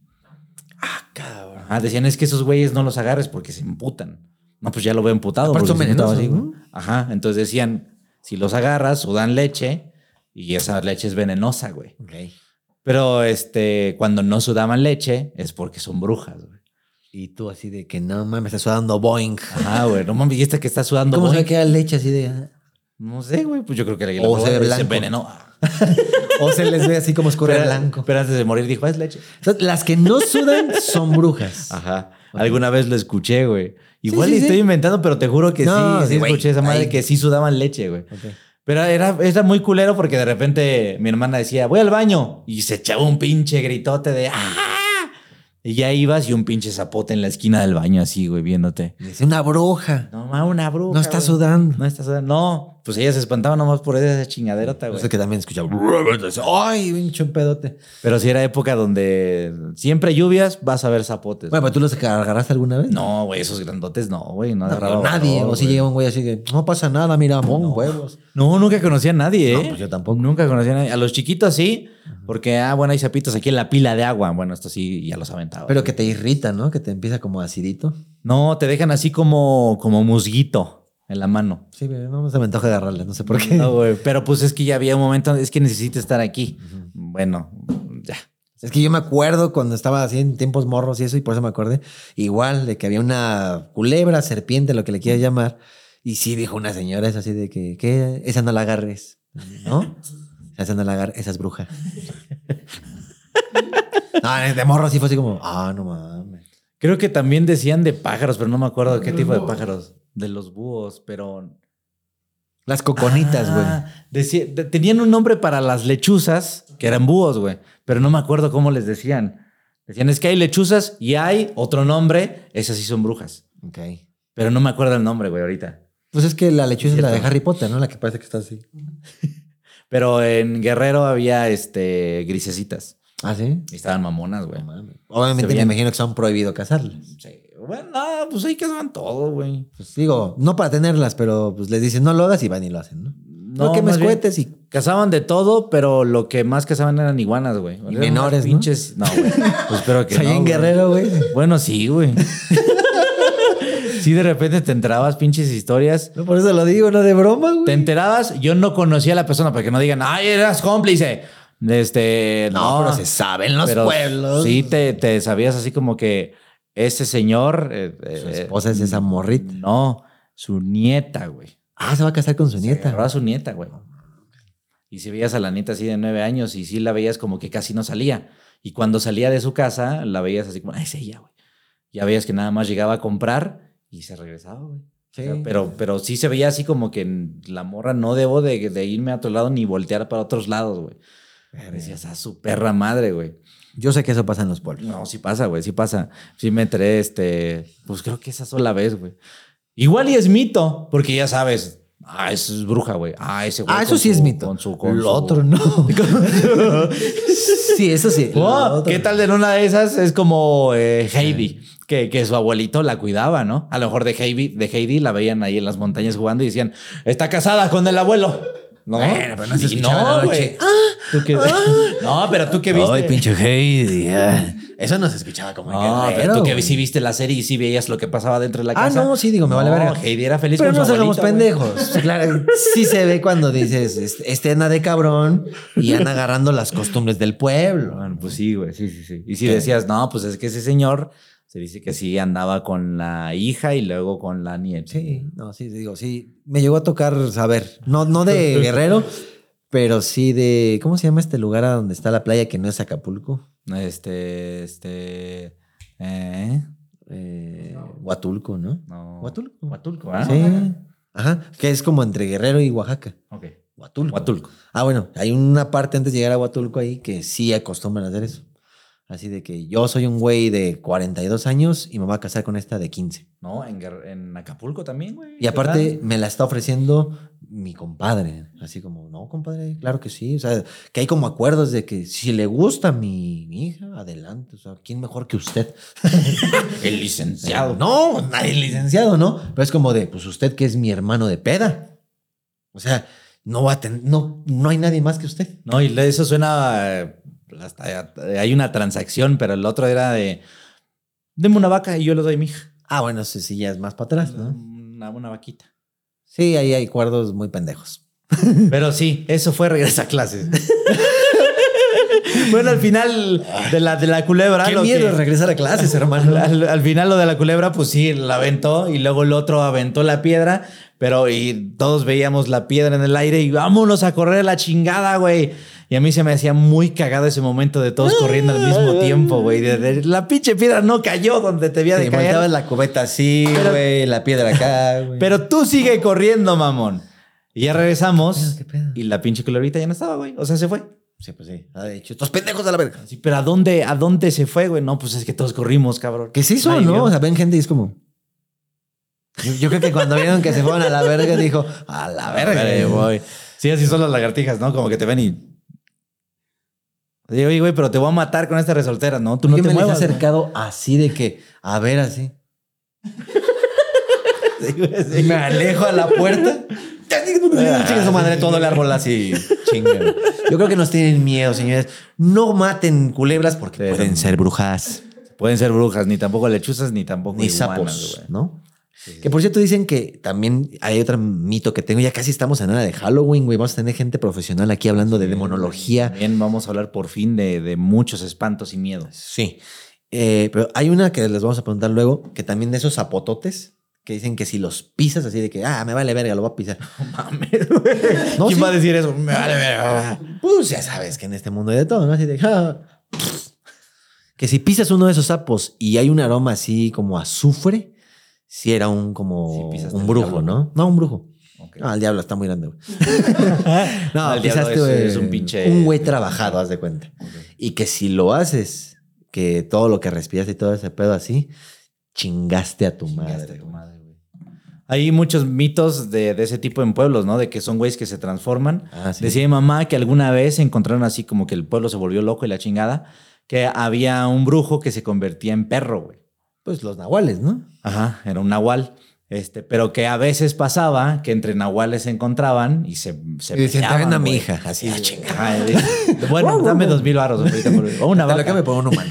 Speaker 2: Ah, cabrón. Ah, decían, es que esos güeyes no los agarres porque se emputan. No, pues ya lo veo emputado.
Speaker 1: Aparte
Speaker 2: porque
Speaker 1: son
Speaker 2: se emputaba
Speaker 1: venenosos,
Speaker 2: así, güey. Ajá. Entonces decían, si los agarras, sudan leche y esa leche es venenosa, güey. Pero este, cuando no sudaban leche es porque son brujas, güey.
Speaker 1: Y tú así de que no mames, está sudando Boeing.
Speaker 2: Ajá, güey. No mames, y esta que está sudando.
Speaker 1: ¿Cómo se
Speaker 2: boing?
Speaker 1: ve que era leche así de.? ah?
Speaker 2: No sé, güey. Pues yo creo que la
Speaker 1: O se ve blanco.
Speaker 2: envenenó.
Speaker 1: [laughs] O se les ve así como escurre
Speaker 2: Pero-
Speaker 1: blanco.
Speaker 2: Pero antes de morir dijo, es leche.
Speaker 1: O sea, Las que no sudan son brujas.
Speaker 2: Ajá. Alguna vez lo escuché, güey. Igual
Speaker 1: sí,
Speaker 2: le
Speaker 1: sí.
Speaker 2: estoy inventando, pero te juro que
Speaker 1: No,
Speaker 2: sí, sí
Speaker 1: güey,
Speaker 2: escuché esa madre
Speaker 1: ahí.
Speaker 2: que sí sudaban leche, güey.
Speaker 1: Ok.
Speaker 2: Pero era, era muy culero porque de repente mi hermana decía, voy al baño. Y se echaba un pinche gritote de, ¡ah! Y ya ibas y un pinche zapote en la esquina del baño así, güey, viéndote.
Speaker 1: Dice, una bruja.
Speaker 2: No, ma, una bruja.
Speaker 1: No está
Speaker 2: güey.
Speaker 1: sudando.
Speaker 2: No está sudando. No, pues ella se espantaba nomás por esa chingaderota,
Speaker 1: No
Speaker 2: güey.
Speaker 1: sé Pues que también escuchaba. Ay, pinche pedote.
Speaker 2: Pero si era época donde siempre lluvias, vas a ver zapotes.
Speaker 1: Bueno, pero tú los agarraste alguna vez?
Speaker 2: no, güey, esos grandotes no, güey. No,
Speaker 1: No,
Speaker 2: agarraba
Speaker 1: nadie.
Speaker 2: valor,
Speaker 1: o si
Speaker 2: güey.
Speaker 1: llega un güey así que no pasa nada, mira, pon huevos.
Speaker 2: No, nunca conocí a nadie, ¿eh?
Speaker 1: No, pues yo tampoco.
Speaker 2: Nunca conocí a nadie. A los chiquitos sí, porque, ah, bueno, hay zapitos aquí en la pila de agua. Bueno, esto sí, ya los aventaba.
Speaker 1: Pero que te irrita, ¿no? Que te empieza como acidito.
Speaker 2: no, te dejan así como, como musguito en la mano.
Speaker 1: Sí, pero no se me antoja agarrarle, no sé por qué.
Speaker 2: No, güey, Pero pues es que ya había un momento, es que necesito estar aquí.
Speaker 1: Ujú.
Speaker 2: Bueno, ya.
Speaker 1: Es que yo me acuerdo cuando estaba así en tiempos morros y eso, y por eso me acordé, igual de que había una culebra, serpiente, lo que le quieras llamar, y sí dijo una señora, es así de que, ¿qué? Esa no la agarres, ¿no? Esa no la agarres, esa es bruja. [laughs] No, de morro sí fue así como, ah, no mames.
Speaker 2: Creo que también decían de pájaros, pero no me acuerdo qué
Speaker 3: Los
Speaker 2: tipo de
Speaker 3: búhos.
Speaker 2: pájaros. De los búhos, pero
Speaker 1: Las coconitas, güey.
Speaker 2: Ah, decía- de- tenían un nombre para las lechuzas, que eran búhos, güey. Pero no me acuerdo cómo les decían. Decían, es que hay lechuzas y hay otro nombre, esas sí son brujas.
Speaker 1: Ok.
Speaker 2: Pero no me acuerdo el nombre, güey, ahorita.
Speaker 1: Pues es que la lechuza
Speaker 2: Es
Speaker 1: es la de
Speaker 2: cierto.
Speaker 1: Harry Potter, ¿no? La que parece que está así.
Speaker 2: Pero en Guerrero había este grisecitas.
Speaker 1: ¿Ah, sí?
Speaker 2: Y estaban mamonas, güey.
Speaker 1: No mames. Obviamente me
Speaker 2: veían-
Speaker 1: imagino que son prohibido cazarlas.
Speaker 2: Sí. Bueno, no, pues ahí casaban todo, güey.
Speaker 1: Pues digo, no para tenerlas, pero pues les dicen no lo hagas y van y lo hacen, ¿no? No, que me
Speaker 2: más bien,
Speaker 1: escuetes y
Speaker 2: Cazaban de todo, pero lo que más cazaban eran iguanas, güey. Eran unas
Speaker 1: menores, ¿no?
Speaker 2: pinches. No, güey. Pues espero que
Speaker 1: Allá
Speaker 2: no,
Speaker 1: en
Speaker 2: güey.
Speaker 1: Guerrero, güey.
Speaker 2: Bueno, sí, güey. [laughs] sí, de repente te enterabas pinches historias.
Speaker 1: No, por eso lo digo, no de broma,
Speaker 2: Te
Speaker 1: güey.
Speaker 2: enterabas, yo no conocía a la persona para que no digan, ay, eras cómplice. Este, no,
Speaker 1: saben
Speaker 2: pero Sí, te, te sabías así como que ese señor. eh,
Speaker 1: Su
Speaker 2: eh,
Speaker 1: esposa es esa morrita.
Speaker 2: No, su nieta, güey.
Speaker 1: Ah, se va a casar con su
Speaker 2: Se agarró
Speaker 1: nieta.
Speaker 2: a su nieta, güey. Y si veías a la nieta así de nueve años y sí la veías como que casi no salía. Y cuando salía de su casa, la veías así como, ah, es ella, güey. Ya veías que nada más llegaba a comprar y se regresaba, güey.
Speaker 1: Sí.
Speaker 2: O sea, Pero, pero sí se veía así como que la morra no debo de, de irme a otro lado ni voltear para otros lados, güey. Decías a su perra madre, güey.
Speaker 1: Yo sé que eso pasa en los pueblos.
Speaker 2: No, sí pasa, güey, sí pasa. Sí me enteré, este, pues creo que esa sola vez, güey. Igual y es mito, porque ya sabes, Ah, eso es bruja, güey. Ah, ese güey.
Speaker 8: Ah,
Speaker 2: con
Speaker 8: eso sí
Speaker 2: su-
Speaker 8: es mito.
Speaker 2: Con su. Con
Speaker 8: Lo
Speaker 2: su-
Speaker 8: otro no.
Speaker 2: [laughs]
Speaker 8: sí, eso sí. lo
Speaker 2: Oh,
Speaker 8: otro
Speaker 2: ¿Qué
Speaker 8: no.
Speaker 2: tal en una de esas? Es como eh, Heidi, que, que su abuelito la cuidaba, ¿no? A lo mejor de Heidi, de Heidi la veían ahí en las montañas jugando y decían, está casada con el abuelo. No,
Speaker 8: Bueno, pero no se
Speaker 2: Y
Speaker 8: escuchaba en la noche.
Speaker 2: güey. ¿Tú qué-
Speaker 8: [laughs]
Speaker 2: No, pero tú que viste.
Speaker 1: Ay, pinche Heidi. ah. Eso no se escuchaba como en
Speaker 2: No,
Speaker 1: Guerrero,
Speaker 2: pero tú Ah, que
Speaker 1: güey.
Speaker 2: sí viste la serie y sí veías lo que pasaba dentro de la
Speaker 1: Ah,
Speaker 2: casa.
Speaker 1: no, sí, digo, me vale
Speaker 2: No,
Speaker 1: verga.
Speaker 2: Heidi era feliz
Speaker 1: Pero
Speaker 2: con
Speaker 1: no
Speaker 2: su
Speaker 1: hagamos
Speaker 2: abuelito, güey.
Speaker 1: pendejos. [laughs] Claro, sí se ve cuando dices, este, este anda de cabrón y anda agarrando las costumbres del pueblo.
Speaker 2: Bueno, pues sí, güey, sí, sí, sí. Y si decías, no, pues es que ese señor se dice que sí andaba con la hija y luego con la nieta.
Speaker 1: Sí, no, sí, digo, sí. Me llegó a tocar saber, no,
Speaker 2: [laughs]
Speaker 1: no de Guerrero, pero sí de, ¿cómo se llama este lugar a donde está la playa que no es Acapulco?
Speaker 2: Este, este. ¿Eh?
Speaker 1: Eh, Huatulco, ¿no?
Speaker 2: No.
Speaker 1: Huatulco.
Speaker 2: Huatulco, ¿ah?
Speaker 1: Sí. Ajá, que es como entre Guerrero y Oaxaca.
Speaker 2: Ok.
Speaker 1: Huatulco.
Speaker 2: Huatulco.
Speaker 1: Ah, bueno, hay una parte antes de llegar a Huatulco ahí que sí acostumbran a hacer eso. Así de que yo soy un güey de 42 años y me voy a casar con esta de 15.
Speaker 2: No, en, Guer- en Acapulco también, güey.
Speaker 1: Y aparte me la está ofreciendo mi compadre. Así como, no, compadre, claro que sí. O sea, que hay como acuerdos de que si le gusta mi hija, adelante. O sea, ¿quién mejor que usted?
Speaker 2: El licenciado.
Speaker 1: No, nadie licenciado, ¿no? Pero es como de, pues usted que es mi hermano de peda. O sea, no va a tener, no, no hay nadie más que usted.
Speaker 2: No, y le- eso suena. eh, Hasta, eh, hay una transacción, pero el otro era de. Deme una vaca y yo le doy mi hija.
Speaker 1: Ah, bueno, sí, sí, ya es más para atrás, ¿no?
Speaker 2: Una, una vaquita.
Speaker 1: Sí, ahí hay cuerdos muy pendejos.
Speaker 2: Pero sí, eso fue regreso a
Speaker 1: [laughs]
Speaker 2: clases. bueno, al final de la, de la culebra.
Speaker 1: Qué
Speaker 2: lo
Speaker 1: miedo
Speaker 2: que-
Speaker 1: regresar a [laughs] clases, hermano.
Speaker 2: Al, al final lo de la culebra, pues sí, la aventó y luego el otro aventó la piedra, pero y todos veíamos la piedra en el aire y vámonos a correr a la chingada, güey. Y a mí se me hacía muy cagado ese momento de todos corriendo al
Speaker 1: [laughs]
Speaker 2: mismo tiempo, güey. De- de- la pinche piedra no cayó donde te había
Speaker 1: Te
Speaker 2: de caer.
Speaker 1: montabas la cubeta así, güey, la piedra acá, Ah, güey.
Speaker 2: Pero tú sigue corriendo, mamón. Y ya regresamos
Speaker 1: ¿Qué pedo?
Speaker 2: y la pinche culebrita ya no estaba, güey. O sea, se fue.
Speaker 1: Sí, pues sí. Ha dicho, estos pendejos a la verga.
Speaker 2: Sí, pero ¿a dónde, ¿a dónde se fue, güey? No, pues es que todos corrimos, cabrón.
Speaker 1: Que sí son,
Speaker 2: Nadie
Speaker 1: ¿no?
Speaker 2: vio.
Speaker 1: O sea, ven gente y es como. Yo, yo creo que cuando vieron que se fueron a la verga, dijo, a la verga.
Speaker 2: Verga, güey. Sí, así son las lagartijas, ¿no? Como que te ven y. Oye, oye, güey, pero te voy a matar con esta resoltera, ¿no? Tú no
Speaker 1: Yo
Speaker 2: te
Speaker 1: me les he
Speaker 2: muevas. güey. [laughs]
Speaker 1: acercado así de que, a ver, [laughs] así.
Speaker 2: Sí, güey, sí.
Speaker 1: Me alejo a la puerta.
Speaker 2: Ah,
Speaker 1: Chinga su madre, todo el árbol así. Chinga. Yo creo que nos tienen miedo, señores. No maten culebras porque
Speaker 2: Sí.
Speaker 1: pueden ser brujas.
Speaker 2: [laughs] Pueden ser brujas, ni tampoco lechuzas, ni tampoco
Speaker 1: ni
Speaker 2: iguanas,
Speaker 1: sapos,
Speaker 2: güey.
Speaker 1: ¿no? Que por cierto dicen que también hay otro mito que tengo, ya casi estamos en hora de Halloween, güey, vamos a tener gente profesional aquí hablando de demonología.
Speaker 2: También vamos a hablar por fin de, de muchos espantos y miedos.
Speaker 1: Sí. Eh, pero hay una que les vamos a preguntar luego, que también de esos zapototes, que dicen que si los pisas así de que, ah, me vale verga, lo voy a pisar.
Speaker 2: [laughs] No mames, güey.
Speaker 1: No,
Speaker 2: ¿Quién
Speaker 1: sí.
Speaker 2: va a decir eso? Me vale verga.
Speaker 1: Pues ya sabes que en este mundo hay de todo, ¿no? Así de, "Ah". Que si pisas uno de esos sapos y hay un aroma así como azufre, si era un como
Speaker 2: Sí, pisaste
Speaker 1: un
Speaker 2: al
Speaker 1: brujo,
Speaker 2: diablo.
Speaker 1: ¿no? No, un brujo.
Speaker 2: Ok.
Speaker 1: Ah, el diablo está
Speaker 2: [laughs]
Speaker 1: muy grande, güey. no,
Speaker 2: El diablo
Speaker 1: pisaste,
Speaker 2: es-
Speaker 1: güey,
Speaker 2: es un pinche-
Speaker 1: Un güey trabajado, haz de cuenta. Y que si lo haces, que todo lo que respiras y todo ese pedo así, chingaste a tu madre. güey.
Speaker 2: Hay muchos mitos de, de ese tipo en pueblos, ¿no? De que son güeyes que se transforman.
Speaker 1: Ah, sí.
Speaker 2: Decía mi mamá que alguna vez encontraron así como que el pueblo se volvió loco y la chingada, que había un brujo que se convertía en perro, güey.
Speaker 1: Pues los nahuales, ¿no?
Speaker 2: Ajá, era un nahual. Este, pero que a veces pasaba que entre nahuales se encontraban y se, se
Speaker 1: Y decían,
Speaker 2: peleaban,
Speaker 1: "Traen a mi
Speaker 2: güey".
Speaker 1: hija, así, "Ah, chinga".
Speaker 2: Ajá, y dice, bueno, dame dos mil baros ahorita por- o
Speaker 1: [laughs]
Speaker 2: una
Speaker 1: Te lo que me
Speaker 2: vaca.
Speaker 1: pongo un
Speaker 2: [laughs]
Speaker 1: humano.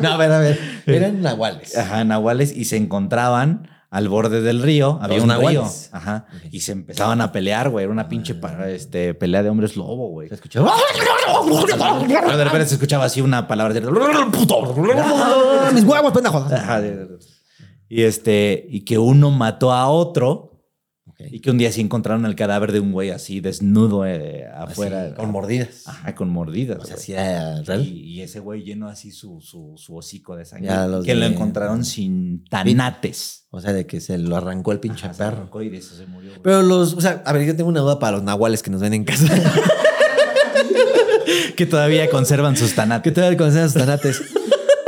Speaker 1: no, a ver, a ver. Eran nahuales.
Speaker 2: Ajá, nahuales y se encontraban al borde del río, había
Speaker 1: Los
Speaker 2: un
Speaker 1: nahuales.
Speaker 2: río, ajá,
Speaker 1: Ok. Ah.
Speaker 2: y se empezaban a pelear, güey, era una pinche pa- este, pelea de hombres lobo, güey.
Speaker 1: ¿Se escuchó? [laughs]
Speaker 2: Pero de repente se escuchaba así una palabra. de-
Speaker 1: ¡Ah, Mis huevos, pendejo.
Speaker 2: Ajá, de- de- de- Y este, y que uno mató a otro
Speaker 1: Ok.
Speaker 2: y que un día sí encontraron el cadáver de un güey así desnudo eh, afuera.
Speaker 1: Así, con mordidas.
Speaker 2: Ajá, con mordidas.
Speaker 1: O
Speaker 2: güey.
Speaker 1: sea, ah, sí era
Speaker 2: y,
Speaker 1: real.
Speaker 2: y ese güey llenó así su, su, su hocico de sangre.
Speaker 1: Ya los
Speaker 2: Que lo
Speaker 1: vi.
Speaker 2: encontraron sin tanates.
Speaker 1: O sea, de que se lo arrancó el pinche
Speaker 2: Ajá, se
Speaker 1: perro.
Speaker 2: arrancó Y de eso se murió. güey.
Speaker 1: Pero los, o sea, a ver, yo tengo una duda para los nahuales que nos ven en casa. [laughs]
Speaker 2: que todavía conservan sus
Speaker 1: ¿Qué
Speaker 2: tanates.
Speaker 1: tal con esos tanates?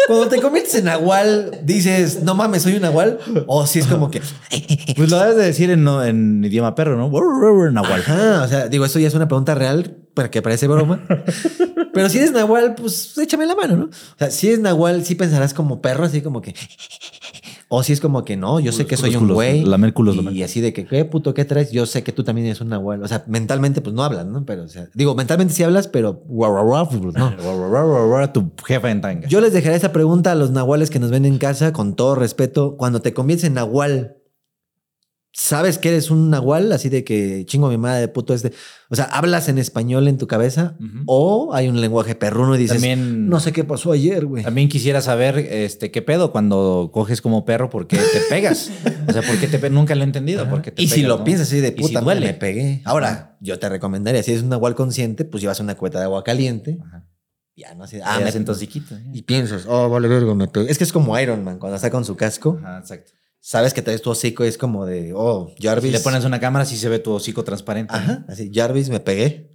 Speaker 1: Cuando te conviertes en nahual, dices, no mames, soy un nahual. O si es como que.
Speaker 2: Pues lo debes de decir en, no- en idioma perro, ¿no? Nahual.
Speaker 1: Ajá, o sea, digo, eso ya es una pregunta real, para que parece broma. Pero si eres nahual, pues échame la mano, ¿no? O sea, si eres nahual, sí pensarás como perro, así como que. [laughs] O si es como que no, yo sé que soy un
Speaker 2: culos,
Speaker 1: güey.
Speaker 2: lamer culos, lamer
Speaker 1: Y así de que, ¿qué puto qué traes? Yo sé que tú también eres un nahual. O sea, mentalmente, pues no hablan, ¿no? Pero, o sea, digo, mentalmente sí hablas, pero. guau, guau, guau, pues, No.
Speaker 2: Tu jefa en tanga.
Speaker 1: Yo les dejaré esa pregunta a los nahuales que nos ven en casa, con todo respeto. Cuando te conviertes en nahual, ¿sabes que eres un nahual? Así de que chingo a mi madre de puto este. O sea, ¿hablas en español en tu cabeza? O hay un lenguaje perruno y dices,
Speaker 2: También-
Speaker 1: no sé qué pasó ayer, güey.
Speaker 2: También quisiera saber este, qué pedo cuando coges como perro, ¿por qué te pegas? O sea, ¿por qué te pe- Nunca lo he entendido. ¿por qué te
Speaker 1: Y si
Speaker 2: pegas,
Speaker 1: lo
Speaker 2: no?
Speaker 1: piensas así
Speaker 2: Y
Speaker 1: de
Speaker 2: si
Speaker 1: puta, madre,
Speaker 2: duele.
Speaker 1: me pegué. Ahora, yo te recomendaría, si eres un nahual consciente, pues llevas una cubeta de agua caliente.
Speaker 2: Ajá.
Speaker 1: Ya no sé.
Speaker 2: Ah,
Speaker 1: Ah,
Speaker 2: me
Speaker 1: me
Speaker 2: hacen chiquito.
Speaker 1: Y piensas, oh, vale, verga, me pegué. Es que es como Iron Man, cuando está con su casco.
Speaker 2: Ajá, exacto.
Speaker 1: sabes que traes tu hocico y es como de, oh, Jarvis.
Speaker 2: Si le pones una cámara, sí se ve tu hocico transparente.
Speaker 1: Ajá, así, Jarvis, me pegué.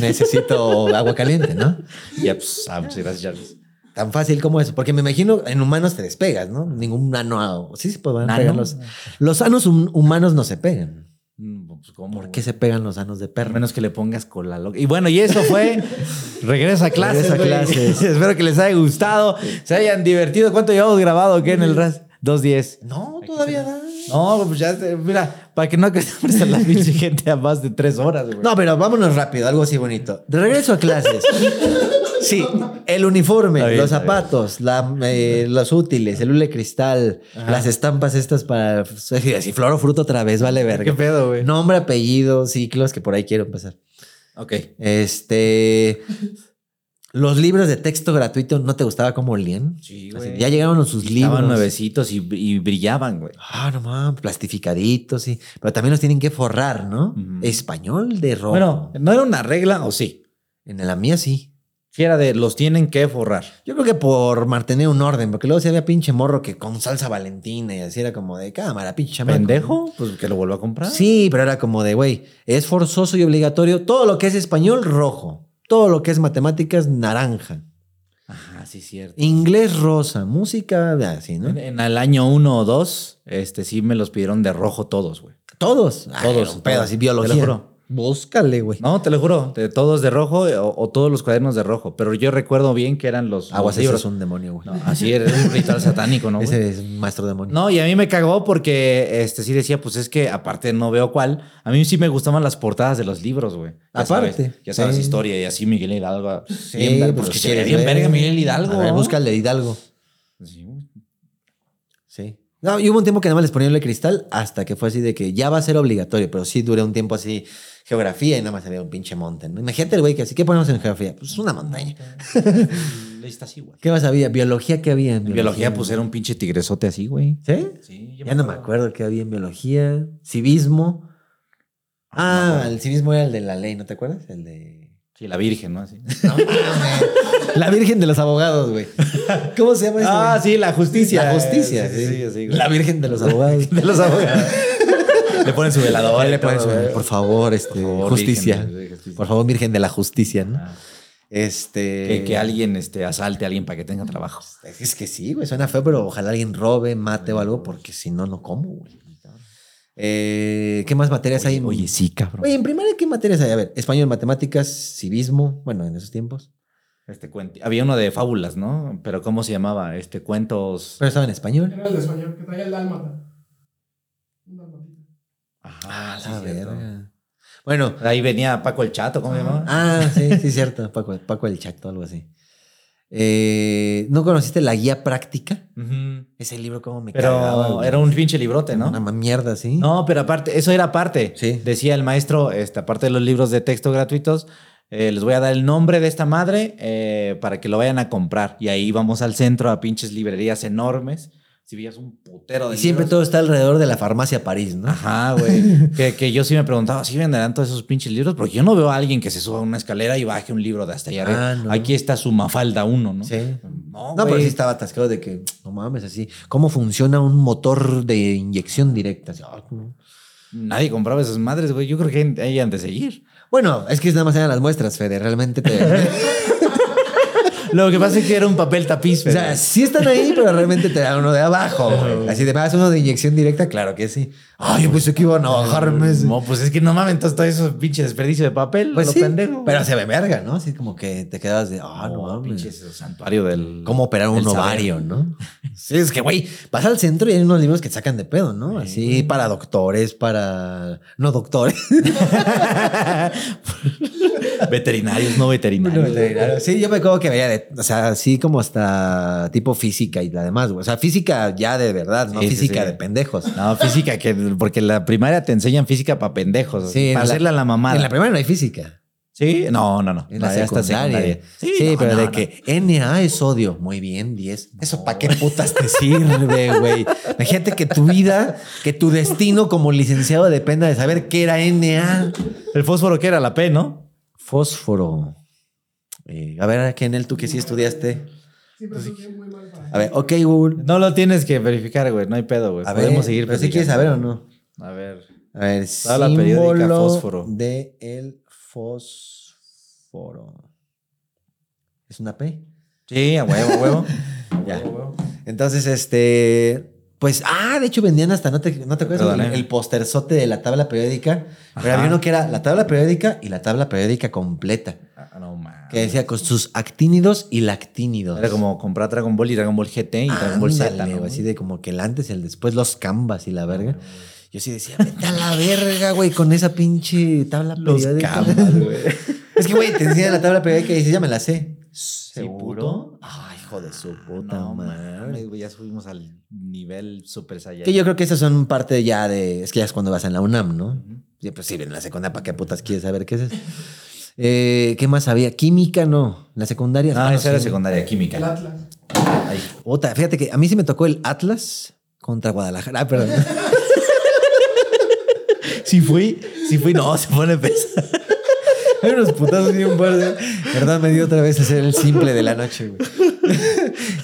Speaker 1: Necesito agua caliente, ¿no?
Speaker 2: Ya, pues, ah, muchas gracias, Jarvis.
Speaker 1: Tan fácil como eso, porque me imagino en humanos te despegas, ¿no? Ningún nano. Sí, se pueden
Speaker 2: ¿Nano?
Speaker 1: pegar los. Los sanos hum- humanos no se pegan.
Speaker 2: Mm, Pues, ¿cómo?
Speaker 1: ¿Por qué se pegan los sanos de
Speaker 2: A
Speaker 1: perro?
Speaker 2: menos que le pongas cola loca. Y bueno, y eso [laughs] fue Regresa a clases.
Speaker 1: Regresa a
Speaker 2: güey. [laughs]
Speaker 1: clases.
Speaker 2: Espero que les haya gustado, se hayan divertido. ¿Cuánto llevamos grabado qué en el RAS? 2.10.
Speaker 1: No, todavía da.
Speaker 2: No, pues ya, se- mira, para que no acostumbres a
Speaker 1: [laughs]
Speaker 2: la pinche gente a más de tres horas, güey.
Speaker 1: No, pero vámonos rápido, algo así bonito. De regreso a clases. Sí, el uniforme,
Speaker 2: Está bien,
Speaker 1: los
Speaker 2: está bien.
Speaker 1: zapatos, la, eh, los útiles, el hule de cristal, las estampas estas para... [laughs] Si flor o fruto otra vez, vale verga.
Speaker 2: ¿Qué pedo, güey?
Speaker 1: Nombre, apellido, ciclos, que por ahí quiero empezar.
Speaker 2: Ok.
Speaker 1: Este... Los libros de texto gratuito, ¿no te gustaba cómo olían?
Speaker 2: Sí,
Speaker 1: Así,
Speaker 2: güey.
Speaker 1: ya llegaron sus libros.
Speaker 2: Estaban nuevecitos y, y brillaban, güey.
Speaker 1: Ah, no mames, plastificaditos, sí. Pero también los tienen que forrar, ¿no?
Speaker 2: Ujú.
Speaker 1: Español de rojo.
Speaker 2: Bueno, ¿no era una regla o sí?
Speaker 1: en la mía sí.
Speaker 2: Si era de los tienen que forrar.
Speaker 1: Yo creo que por mantener un orden, porque luego se había pinche morro que con salsa valentina y así era como de cámara, pinche chamaco.
Speaker 2: ¿Pendejo? Pues que lo vuelva a comprar.
Speaker 1: Sí, pero era como de, güey, es forzoso y obligatorio. Todo lo que es español, rojo. Todo lo que es matemáticas, naranja.
Speaker 2: Ajá, Ah, sí, cierto.
Speaker 1: Inglés, rosa. Música, así, ¿no?
Speaker 2: En, en el año uno o dos, este sí me los pidieron de rojo todos, güey.
Speaker 1: Todos. Ay,
Speaker 2: Todos,
Speaker 1: era un pedo
Speaker 2: todos.
Speaker 1: así,
Speaker 2: Te lo
Speaker 1: biología.
Speaker 2: juro.
Speaker 1: Búscale, güey.
Speaker 2: No, te lo juro, de todos de rojo eh, o, o todos los cuadernos de rojo. Pero yo recuerdo bien que eran los, los
Speaker 1: Aguas, ese
Speaker 2: libros.
Speaker 1: es un demonio, Ah, güey.
Speaker 2: No, así era un ritual satánico, ¿no? güey?
Speaker 1: [laughs] ese es un maestro demonio.
Speaker 2: No, y a mí me cagó porque este sí decía, pues es que aparte no veo cuál. A mí sí me gustaban las portadas de los libros, güey. Ya
Speaker 1: Aparte,
Speaker 2: sabes, ya sabes,
Speaker 1: sí.
Speaker 2: historia y así Miguel Hidalgo.
Speaker 1: Sí,
Speaker 2: bien, ver-
Speaker 1: pues,
Speaker 2: pues que se
Speaker 1: quieres
Speaker 2: ve bien
Speaker 1: ver.
Speaker 2: verga Miguel Hidalgo.
Speaker 1: A ver,
Speaker 2: ¿no?
Speaker 1: búscale Hidalgo.
Speaker 2: Sí, güey.
Speaker 1: Sí. No, y hubo un tiempo que nada más les ponían el cristal hasta que fue así de que ya va a ser obligatorio, pero sí duré un tiempo así geografía y nada más había un pinche monte. ¿no? Imagínate el güey que así, ¿qué ponemos en geografía? Pues una montaña. [laughs]
Speaker 2: Está así, güey.
Speaker 1: ¿Qué más había? Biología, ¿qué había? En
Speaker 2: Biología, pues era un pinche tigresote así, güey.
Speaker 1: ¿Sí?
Speaker 2: Sí, yo
Speaker 1: Ya no me acuerdo qué había en biología. Civismo. Ah, el civismo era el de la ley, ¿no te acuerdas? El de...
Speaker 2: Sí, la Virgen, ¿no?
Speaker 1: [laughs]
Speaker 2: Así.
Speaker 1: La Virgen de los Abogados, güey. [laughs] ¿Cómo se llama ese?
Speaker 2: Ah,
Speaker 1: güey?
Speaker 2: sí, la justicia.
Speaker 1: La justicia,
Speaker 2: Sí,
Speaker 1: sí.
Speaker 2: sí, sí, sí, güey.
Speaker 1: la Virgen de los Abogados.
Speaker 2: de los abogados. le ponen su velador,
Speaker 1: le ponen su- Por favor, este,
Speaker 2: favor,
Speaker 1: justicia.
Speaker 2: Virgen, justicia.
Speaker 1: Por favor, Virgen de la Justicia, ¿no?
Speaker 2: Ah.
Speaker 1: Este. pues,
Speaker 2: Que, que alguien este, asalte a alguien para que tenga trabajo.
Speaker 1: Es que sí, güey. Suena feo, pero ojalá alguien robe, mate o algo, porque si no, no como, güey. Eh, ¿Qué más materias hay?
Speaker 2: Oye,
Speaker 1: en-
Speaker 2: oye, sí, cabrón.
Speaker 1: Oye, en primaria, ¿qué materias hay? A ver, español, matemáticas, civismo, bueno, en esos tiempos.
Speaker 2: Este cuento. Había uno de fábulas, ¿no? Pero ¿cómo se llamaba? Este cuentos.
Speaker 1: Pero estaba en español.
Speaker 3: Era el de español, que traía el dálmata. Un dálmatita.
Speaker 2: Ajá, Ah, sí,
Speaker 1: A ver.
Speaker 2: cierto.
Speaker 1: Bueno.
Speaker 2: Ahí venía Paco el Chato, ¿cómo se llamaba?
Speaker 1: Ah, sí, sí, cierto. Paco, Paco el Chato, algo así. Eh, ¿No conociste la guía práctica?
Speaker 2: Ujú.
Speaker 1: Ese libro, ¿cómo me
Speaker 2: Pero
Speaker 1: cagaba, güey.
Speaker 2: era un pinche librote, ¿no?
Speaker 1: Una mierda, sí.
Speaker 2: No, pero aparte, eso era aparte.
Speaker 1: Sí.
Speaker 2: Decía el maestro, este, aparte de los libros de texto gratuitos, eh, les voy a dar el nombre de esta madre eh, para que lo vayan a comprar. Y ahí vamos al centro a pinches librerías enormes. Si veías un putero de
Speaker 1: Y siempre
Speaker 2: libros.
Speaker 1: todo está alrededor de la farmacia París, ¿no?
Speaker 2: Ajá,
Speaker 1: [laughs]
Speaker 2: güey. que, que yo sí me preguntaba, ¿sí venderán todos esos pinches libros? Porque yo no veo a alguien que se suba a una escalera y baje un libro de hasta allá. arriba.
Speaker 1: Ah, no.
Speaker 2: Aquí está su Mafalda 1, ¿no?
Speaker 1: Sí.
Speaker 2: No,
Speaker 1: No, pero
Speaker 2: güey.
Speaker 1: sí estaba atascado de que, no mames, así. ¿Cómo funciona un motor de inyección directa? Así, ah, ¿cómo?
Speaker 2: Nadie compraba esas madres, güey. Yo creo que ahí han de seguir. [laughs]
Speaker 1: Bueno, es que nada más eran las muestras, Fede. Realmente te.
Speaker 2: Lo que pasa es que era un papel tapiz.
Speaker 1: O
Speaker 2: pero-
Speaker 1: sea, sí están ahí, pero realmente te dan uno de abajo. güey. Así de más uno de inyección directa, claro que sí. Ay, yo pensé que iban a bajarme. ese.
Speaker 2: No, pues es que no mames, entonces todo eso pinche desperdicio de papel,
Speaker 1: Pues
Speaker 2: lo
Speaker 1: sí,
Speaker 2: pendejo.
Speaker 1: pero se ve verga, ¿no? Así como que te quedas de, ah, no mames.
Speaker 2: pinche ese santuario del.
Speaker 1: cómo operar un
Speaker 2: El saber.
Speaker 1: ovario, ¿no? Sí, es que, güey, vas al centro y hay unos libros que te sacan de pedo, ¿no? Así para doctores, para no doctores.
Speaker 2: Veterinarios, [laughs] no
Speaker 1: [laughs]
Speaker 2: veterinarios.
Speaker 1: Sí, yo me acuerdo que veía de, o sea, así como hasta tipo física y la demás, güey. O sea, física ya de verdad, no
Speaker 2: Sí, sí,
Speaker 1: física
Speaker 2: sí.
Speaker 1: de pendejos.
Speaker 2: No, física, que, porque en la primaria te enseñan física para pendejos. así, para
Speaker 1: Sí, en la-
Speaker 2: hacerle a la mamada.
Speaker 1: En la primera no hay física.
Speaker 2: sí, no, no, no.
Speaker 1: En
Speaker 2: No,
Speaker 1: la
Speaker 2: ya está
Speaker 1: secundaria. Sí,
Speaker 2: no,
Speaker 1: pero
Speaker 2: no,
Speaker 1: de
Speaker 2: no.
Speaker 1: que NA es sodio. Muy bien, 10. ¿Eso para qué putas te sirve, güey? Imagínate que tu vida, que tu destino como licenciado dependa de saber qué era NA.
Speaker 2: El fósforo que era la P, ¿no?
Speaker 1: Fósforo. Eh, a ver, Kenel, tú que sí estudiaste.
Speaker 3: Siempre estuve muy mal para.
Speaker 1: A ver, ok, Google.
Speaker 2: No lo tienes que verificar, güey. No hay pedo, güey.
Speaker 1: A
Speaker 2: Podemos
Speaker 1: ver,
Speaker 2: seguir.
Speaker 1: Pero si quieres saber o no.
Speaker 2: no. A ver.
Speaker 1: A ver,
Speaker 2: Tabla periódica,
Speaker 1: símbolo
Speaker 2: fósforo.
Speaker 1: de el fósforo. ¿Es una P?
Speaker 2: Sí, a huevo, a huevo.
Speaker 1: [laughs] Ya. Entonces, este. Pues, ah, de hecho vendían hasta, ¿no te, no te acuerdas?
Speaker 2: Perdón,
Speaker 1: El,
Speaker 2: eh.
Speaker 1: el posterzote de la tabla periódica. Pero
Speaker 2: Ajá.
Speaker 1: había uno que era la tabla periódica y la tabla periódica completa.
Speaker 2: Ah, no mames.
Speaker 1: Que decía con sus actínidos y lactínidos.
Speaker 2: Era como comprar Dragon Ball y Dragon Ball GT y Dragon Ball Z,
Speaker 1: Ándale,
Speaker 2: ¿no?
Speaker 1: güey, Así de como que el antes y el después, los cambas y la verga. Yo sí decía, vete a la verga, güey, con esa pinche tabla
Speaker 2: Los
Speaker 1: periódica.
Speaker 2: camas, güey.
Speaker 1: [laughs] Es que, güey, te enseñan la tabla periódica y dices, ya me la sé.
Speaker 2: ¿Seguro?
Speaker 1: Ay, hijo de su
Speaker 2: Ah,
Speaker 1: puta
Speaker 2: no
Speaker 1: madre.
Speaker 2: mames, güey, ya subimos al nivel Super Saiyan.
Speaker 1: Que yo creo que esas son parte ya de. Es que ya es cuando vas en la UNAM, ¿no?
Speaker 2: Ujú.
Speaker 1: Sí, pues sí, en la secundaria, ¿para qué putas quieres saber qué es [laughs] eso? Eh, ¿Qué más había? Química, no. La secundaria.
Speaker 2: Ah,
Speaker 1: bueno,
Speaker 2: esa era
Speaker 1: sí.
Speaker 2: secundaria
Speaker 3: El
Speaker 2: química.
Speaker 3: Atlas.
Speaker 2: Ay,
Speaker 1: Puta, fíjate que a mí sí me tocó el Atlas contra Guadalajara. Ah, [laughs] perdón.
Speaker 2: Si fui, si fui, no, se pone pesado.
Speaker 1: [laughs] Hay unos putazos y un par de. Verdad, me dio otra vez a ser el simple de la noche, güey. [laughs]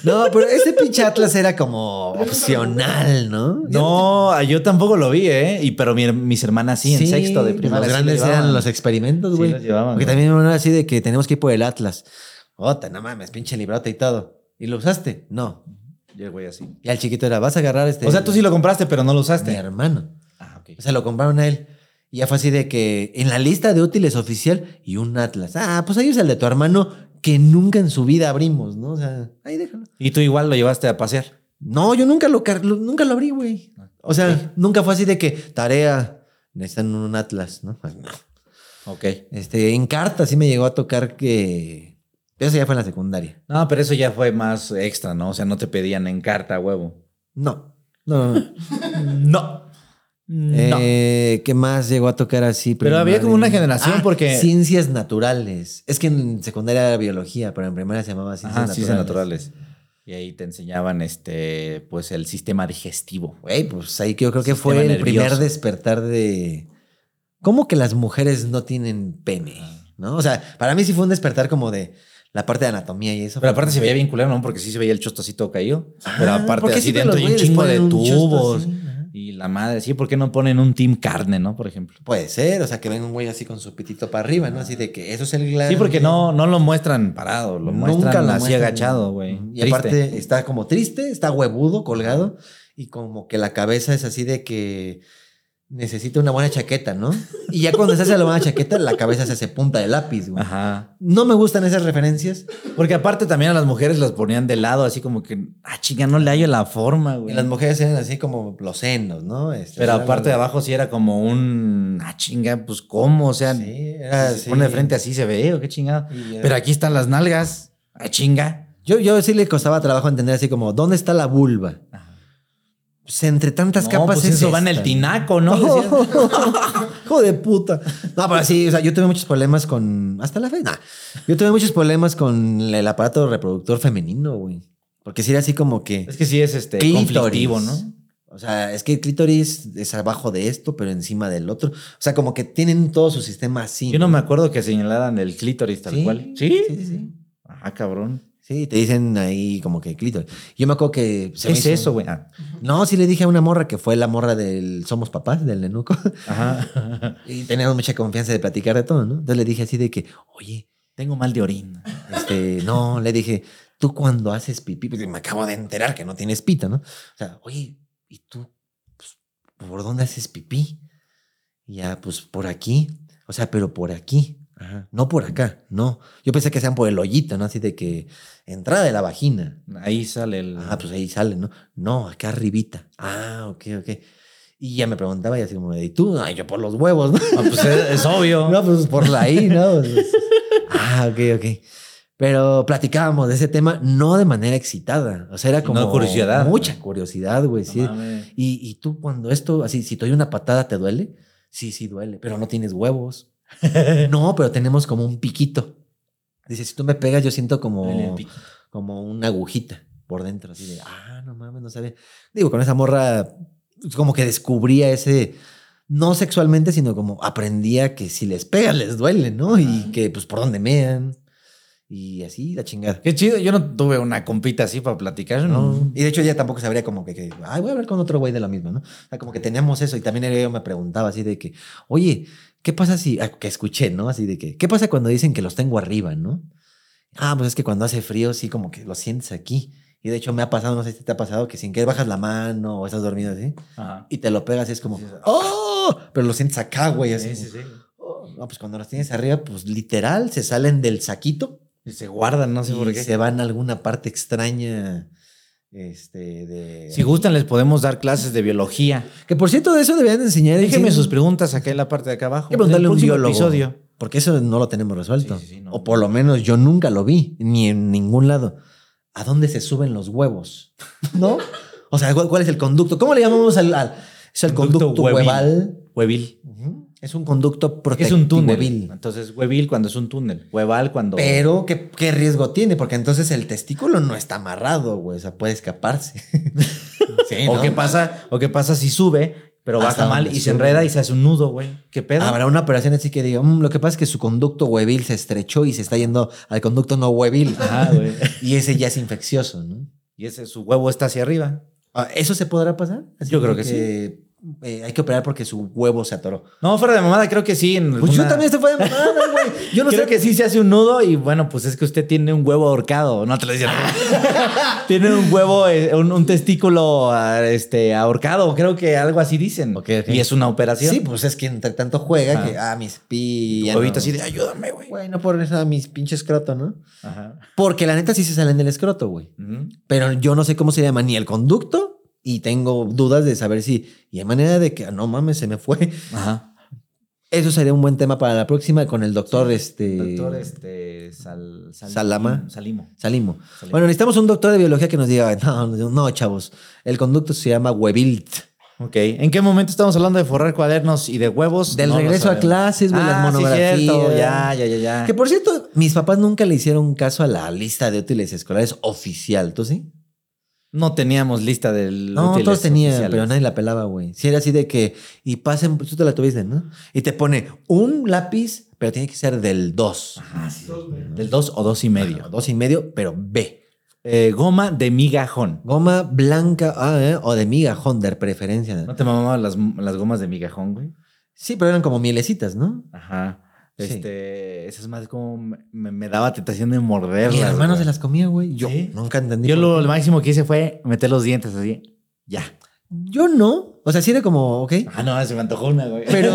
Speaker 1: No, pero ese pinche Atlas era como opcional, ¿no?
Speaker 2: No, ah, yo tampoco lo vi, ¿eh? Y, pero mi- mis hermanas sí, en sexto de primaria.
Speaker 1: pues, Los
Speaker 2: sí
Speaker 1: grandes
Speaker 2: lo
Speaker 1: eran
Speaker 2: llevaban.
Speaker 1: los experimentos,
Speaker 2: Sí,
Speaker 1: güey.
Speaker 2: los llevaban,
Speaker 1: Porque
Speaker 2: güey.
Speaker 1: también era así de que tenemos que ir por el Atlas. Ota, no mames, pinche librota y todo. ¿Y lo usaste? No.
Speaker 2: Y el güey así.
Speaker 1: Y al chiquito era, vas a agarrar este.
Speaker 2: O sea, tú sí lo compraste, pero no lo usaste.
Speaker 1: Mi hermano.
Speaker 2: Ah, ok.
Speaker 1: O sea, lo compraron a él. Y ya fue así de que en la lista de útiles oficial y un Atlas. Ah, pues ahí es el de tu hermano que nunca en su vida abrimos, ¿no? O sea, ahí déjalo.
Speaker 2: Y tú igual lo llevaste a pasear.
Speaker 1: No, yo nunca lo, car- lo- nunca lo abrí, güey. O sea, nunca fue así de que tarea, necesitan un Atlas, ¿no? Pues no.
Speaker 2: Ok.
Speaker 1: Este, en carta sí me llegó a tocar que. Eso ya fue en la secundaria.
Speaker 2: No, pero eso ya fue más extra, ¿no? O sea, no te pedían en carta, huevo.
Speaker 1: No. No, no, no.
Speaker 2: No. [laughs] No.
Speaker 1: Eh, ¿Qué más llegó a tocar así?
Speaker 2: Pero había como una
Speaker 1: Primaria. Ah,
Speaker 2: generación porque-
Speaker 1: Ciencias naturales. Es que en secundaria era biología, pero en primaria se llamaba ciencias
Speaker 2: Ajá,
Speaker 1: naturales.
Speaker 2: ciencias naturales. Y ahí te enseñaban este, pues el sistema digestivo.
Speaker 1: Güey, pues ahí yo creo que
Speaker 2: Sistema
Speaker 1: fue el
Speaker 2: nervioso.
Speaker 1: primer despertar de. ¿Cómo que las mujeres no tienen pene?
Speaker 2: Ah.
Speaker 1: ¿No? O sea, para mí sí fue un despertar como de la parte de anatomía y eso.
Speaker 2: Pero aparte se veía bien culero, ¿no? Porque sí se veía el chostocito caído. pero
Speaker 1: Ah, ¿por
Speaker 2: aparte
Speaker 1: qué
Speaker 2: así
Speaker 1: siempre
Speaker 2: dentro
Speaker 1: los
Speaker 2: hay un
Speaker 1: güeyes
Speaker 2: chingo de
Speaker 1: ponen un chosto
Speaker 2: tubos.
Speaker 1: así? Ajá.
Speaker 2: Y la madre, sí, ¿por qué no ponen un team carne, no? Por ejemplo.
Speaker 1: Puede ser, o sea, que venga un güey así con su pitito para arriba, ¿no? Así de que eso es el glande.
Speaker 2: Sí, porque no, no lo muestran parado, lo
Speaker 1: Nunca
Speaker 2: muestran
Speaker 1: lo
Speaker 2: así
Speaker 1: muestran.
Speaker 2: agachado, güey.
Speaker 1: Y
Speaker 2: Triste.
Speaker 1: aparte está como triste, está huevudo, colgado, y como que la cabeza es así de que necesita una buena chaqueta, ¿no? Y ya cuando se hace la buena chaqueta, la cabeza se hace punta de lápiz, güey.
Speaker 2: Ajá.
Speaker 1: No me gustan esas referencias.
Speaker 2: Porque aparte también a las mujeres las ponían de lado, así como que, ah, chica, no le hallo la forma,
Speaker 1: Y
Speaker 2: güey.
Speaker 1: las mujeres eran así como los senos, ¿no? Este,
Speaker 2: Pero
Speaker 1: era
Speaker 2: aparte de
Speaker 1: algo-
Speaker 2: abajo sí era como un, ah, chinga, pues cómo, o sea,
Speaker 1: Sí, era
Speaker 2: si
Speaker 1: así.
Speaker 2: se pone de frente así se ve, o qué chingado.
Speaker 1: Y, eh,
Speaker 2: Pero aquí están las nalgas, ah, chinga.
Speaker 1: Yo, yo sí le costaba trabajo entender así como, ¿dónde está la vulva? Pues entre tantas
Speaker 2: No,
Speaker 1: capas
Speaker 2: pues
Speaker 1: es
Speaker 2: eso va en
Speaker 1: esta,
Speaker 2: el
Speaker 1: ¿no? [laughs]
Speaker 2: tinaco, ¿no? Decías,
Speaker 1: Hijo de puta. No, pero sí, o sea, yo tuve muchos problemas con. Hasta la fe. nah. Yo tuve muchos problemas con el aparato reproductor femenino, güey. Porque si era así como que.
Speaker 2: Es que sí es este
Speaker 1: Clítoris.
Speaker 2: conflictivo, ¿no?
Speaker 1: O sea, es que el clítoris es abajo de esto, pero encima del otro. O sea, como que tienen todo su sistema así.
Speaker 2: Yo no me acuerdo que señalaran el clítoris tal
Speaker 1: Sí,
Speaker 2: cual.
Speaker 1: Sí, sí, sí.
Speaker 2: Ah, cabrón.
Speaker 1: Sí, te dicen ahí como que clítoris. Yo me acuerdo que. se
Speaker 2: ¿Qué
Speaker 1: me
Speaker 2: es
Speaker 1: hizo-
Speaker 2: eso, güey? Ah,
Speaker 1: No, sí le dije a una morra que fue la morra del Somos Papás, del Nenuco. [laughs]
Speaker 2: Ajá.
Speaker 1: Y teníamos mucha confianza de platicar de todo, ¿no? Entonces le dije así de que, oye,
Speaker 2: Tengo mal de orina.
Speaker 1: Este, no, le dije, tú cuando haces pipí, porque me acabo de enterar que no tienes pito, ¿no? O sea, oye, ¿y tú pues, por dónde haces pipí? Y ya, pues por aquí. O sea, pero por aquí. Ajá. No por acá, no. Yo pensé que sean por el hoyito, ¿no? Así de que entrada de la vagina.
Speaker 2: Ahí sale el.
Speaker 1: Ah, pues ahí sale, ¿no? No, acá arribita. Ah, ok, ok. Y ya me preguntaba y así como, ¿y tú? Ay, yo por los huevos, ¿no?
Speaker 2: Ah, pues es, es obvio.
Speaker 1: [laughs] No, pues por la
Speaker 2: [laughs]
Speaker 1: I, ¿no? Pues, ah, ok, ok. Pero platicábamos de ese tema no de manera excitada. O sea, era como.
Speaker 2: No, curiosidad.
Speaker 1: Mucha curiosidad, güey.
Speaker 2: No
Speaker 1: sí.
Speaker 2: mames.
Speaker 1: Y, y tú, cuando esto, así, si te doy una patada, ¿te duele? Sí, sí, duele, pero no tienes
Speaker 2: [laughs]
Speaker 1: huevos. no, pero tenemos como un piquito. Dice, si tú me pegas, yo siento
Speaker 2: Duele el
Speaker 1: como,
Speaker 2: pico.
Speaker 1: como una agujita por dentro, así de, ah, no mames, no sabía. Digo, con esa morra, pues, como que descubría ese, no sexualmente, sino como aprendía que si les pegan, les duele, ¿no? Y que, pues, por donde mean. Y así, la chingada.
Speaker 2: Qué chido. Yo no tuve una compita así para platicar, ¿no?
Speaker 1: ¿no? Y de hecho ella tampoco sabría como que, que, ay, voy a hablar con otro güey de lo mismo, ¿no? O sea, como que teníamos eso y también ella me preguntaba así de que, oye, ¿qué pasa si, ah, que escuché, ¿no? Así de que, ¿qué pasa cuando dicen que los tengo arriba, ¿no? Ah, pues es que cuando hace frío sí como que lo sientes aquí. Y de hecho me ha pasado, no sé si te ha pasado, que sin querer bajas la mano o estás dormido así
Speaker 2: Ajá.
Speaker 1: y te lo pegas y es como, ¡oh! Pero lo sientes acá, güey. Así,
Speaker 2: Sí, sí, sí.
Speaker 1: "Oh". No, pues cuando los tienes arriba, pues literal, se salen del saquito
Speaker 2: Y se guardan, no sé por
Speaker 1: y
Speaker 2: qué.
Speaker 1: se van a alguna parte extraña este, de...
Speaker 2: Si gustan, les podemos dar clases de biología.
Speaker 1: Que por cierto, de eso deberían de enseñar.
Speaker 2: Déjenme
Speaker 1: sí.
Speaker 2: sus preguntas acá en la parte de acá abajo.
Speaker 1: Hay que preguntarle a
Speaker 2: Del
Speaker 1: pues, un
Speaker 2: próximo
Speaker 1: biólogo.
Speaker 2: episodio.
Speaker 1: Porque eso no lo tenemos resuelto.
Speaker 2: Sí, sí, sí, no.
Speaker 1: o por lo menos yo nunca lo vi, ni en ningún lado. ¿A dónde se suben los huevos? [laughs] ¿No? o sea, ¿cuál, cuál es el conducto? ¿Cómo le llamamos al, al- es el conducto,
Speaker 2: Conducto huevil.
Speaker 1: hueval?
Speaker 2: Huevil.
Speaker 1: Ujú. Es un conducto
Speaker 2: Es
Speaker 1: protectivo.
Speaker 2: un túnel.
Speaker 1: huevil.
Speaker 2: Entonces, huevil cuando es un túnel. Hueval cuando.
Speaker 1: Pero, ¿qué, ¿qué riesgo tiene? Porque entonces el testículo no está amarrado, güey. O sea, puede escaparse. [laughs] Sí,
Speaker 2: o
Speaker 1: ¿no?
Speaker 2: qué pasa, o qué pasa si sube, pero
Speaker 1: Hasta
Speaker 2: baja mal y
Speaker 1: donde
Speaker 2: se
Speaker 1: sube.
Speaker 2: enreda y se hace un nudo, güey. ¿Qué pedo?
Speaker 1: Habrá una operación así que diga, "Mm, lo que pasa es que su conducto huevil se estrechó y se está yendo al conducto no huevil.
Speaker 2: Ajá, güey. [laughs]
Speaker 1: y ese ya es infeccioso, ¿no?
Speaker 2: Y ese su huevo está hacia arriba.
Speaker 1: Ah, ¿Eso se podrá pasar?
Speaker 2: Yo creo que
Speaker 1: sí. hay que operar porque su huevo se atoró.
Speaker 2: No, fuera de mamada, creo que sí. en
Speaker 1: Pues yo
Speaker 2: alguna-
Speaker 1: también se fue de mamada, güey. Yo no
Speaker 2: creo
Speaker 1: sé.
Speaker 2: que sí se hace un nudo y bueno, pues es que usted tiene un huevo ahorcado, no te lo decía.
Speaker 1: Ah.
Speaker 2: [laughs] tiene un huevo, eh, un, un testículo ah, este, ahorcado, creo que algo así dicen.
Speaker 1: Ok, ok.
Speaker 2: Y es una operación.
Speaker 1: Sí, pues es que entre tanto juega
Speaker 2: Ah.
Speaker 1: que, ah, mis pi.
Speaker 2: huevito así de ayúdame, güey.
Speaker 1: Güey, no por eso a mis pinches escroto, ¿no?
Speaker 2: Ajá.
Speaker 1: Porque la neta sí se salen del escroto, güey.
Speaker 2: Ujú.
Speaker 1: Pero yo no sé cómo se llama ni el conducto y tengo dudas de saber si. Y hay manera de que, ah, no mames, se me fue.
Speaker 2: Ajá.
Speaker 1: Eso sería un buen tema para la próxima con el doctor, este.
Speaker 2: Doctor, este, sal, sal-
Speaker 1: Salama.
Speaker 2: Salimo.
Speaker 1: Salimo.
Speaker 2: Salimo.
Speaker 1: Bueno, necesitamos un doctor de biología que nos diga, no, no, no, chavos, el conducto se llama Webilt.
Speaker 2: Ok. ¿En qué momento estamos hablando de forrar cuadernos y de huevos? Pues
Speaker 1: Del
Speaker 2: No lo
Speaker 1: regreso a
Speaker 2: sabemos.
Speaker 1: clases, güey, las
Speaker 2: Ah, sí,
Speaker 1: monografías.
Speaker 2: cierto. Ya, ya, ya, ya.
Speaker 1: Que por cierto, mis papás nunca le hicieron caso a la lista de útiles escolares oficial, ¿tú sí?
Speaker 2: No teníamos lista del.
Speaker 1: No,
Speaker 2: útiles
Speaker 1: todos tenían,
Speaker 2: oficiales.
Speaker 1: pero nadie la pelaba, güey. Si era así de que, y pasen, pues, tú te la tuviste, ¿no? Y te pone un lápiz, pero tiene que ser del 2.
Speaker 2: Del dos o dos y medio.
Speaker 1: Dos y medio, pero B.
Speaker 2: Eh, goma de migajón.
Speaker 1: Goma blanca ah, ¿eh? o de migajón, de preferencia.
Speaker 2: ¿No te mamaban las, las gomas de migajón, güey?
Speaker 1: Sí, pero eran como mielecitas, ¿no?
Speaker 2: Ajá.
Speaker 1: Sí.
Speaker 2: Este, esas más como me, me daba tentación de
Speaker 1: Mis
Speaker 2: morderlas.
Speaker 1: hermanos
Speaker 2: güey.
Speaker 1: se las comía, güey. Yo
Speaker 2: ¿Sí?
Speaker 1: nunca entendí.
Speaker 2: Yo
Speaker 1: por
Speaker 2: lo,
Speaker 1: qué.
Speaker 2: lo máximo que hice fue meter los dientes así. Ya.
Speaker 1: Yo no. O sea, sí era como, ok.
Speaker 2: Ah, no, se me antojó una, güey.
Speaker 1: [laughs] Pero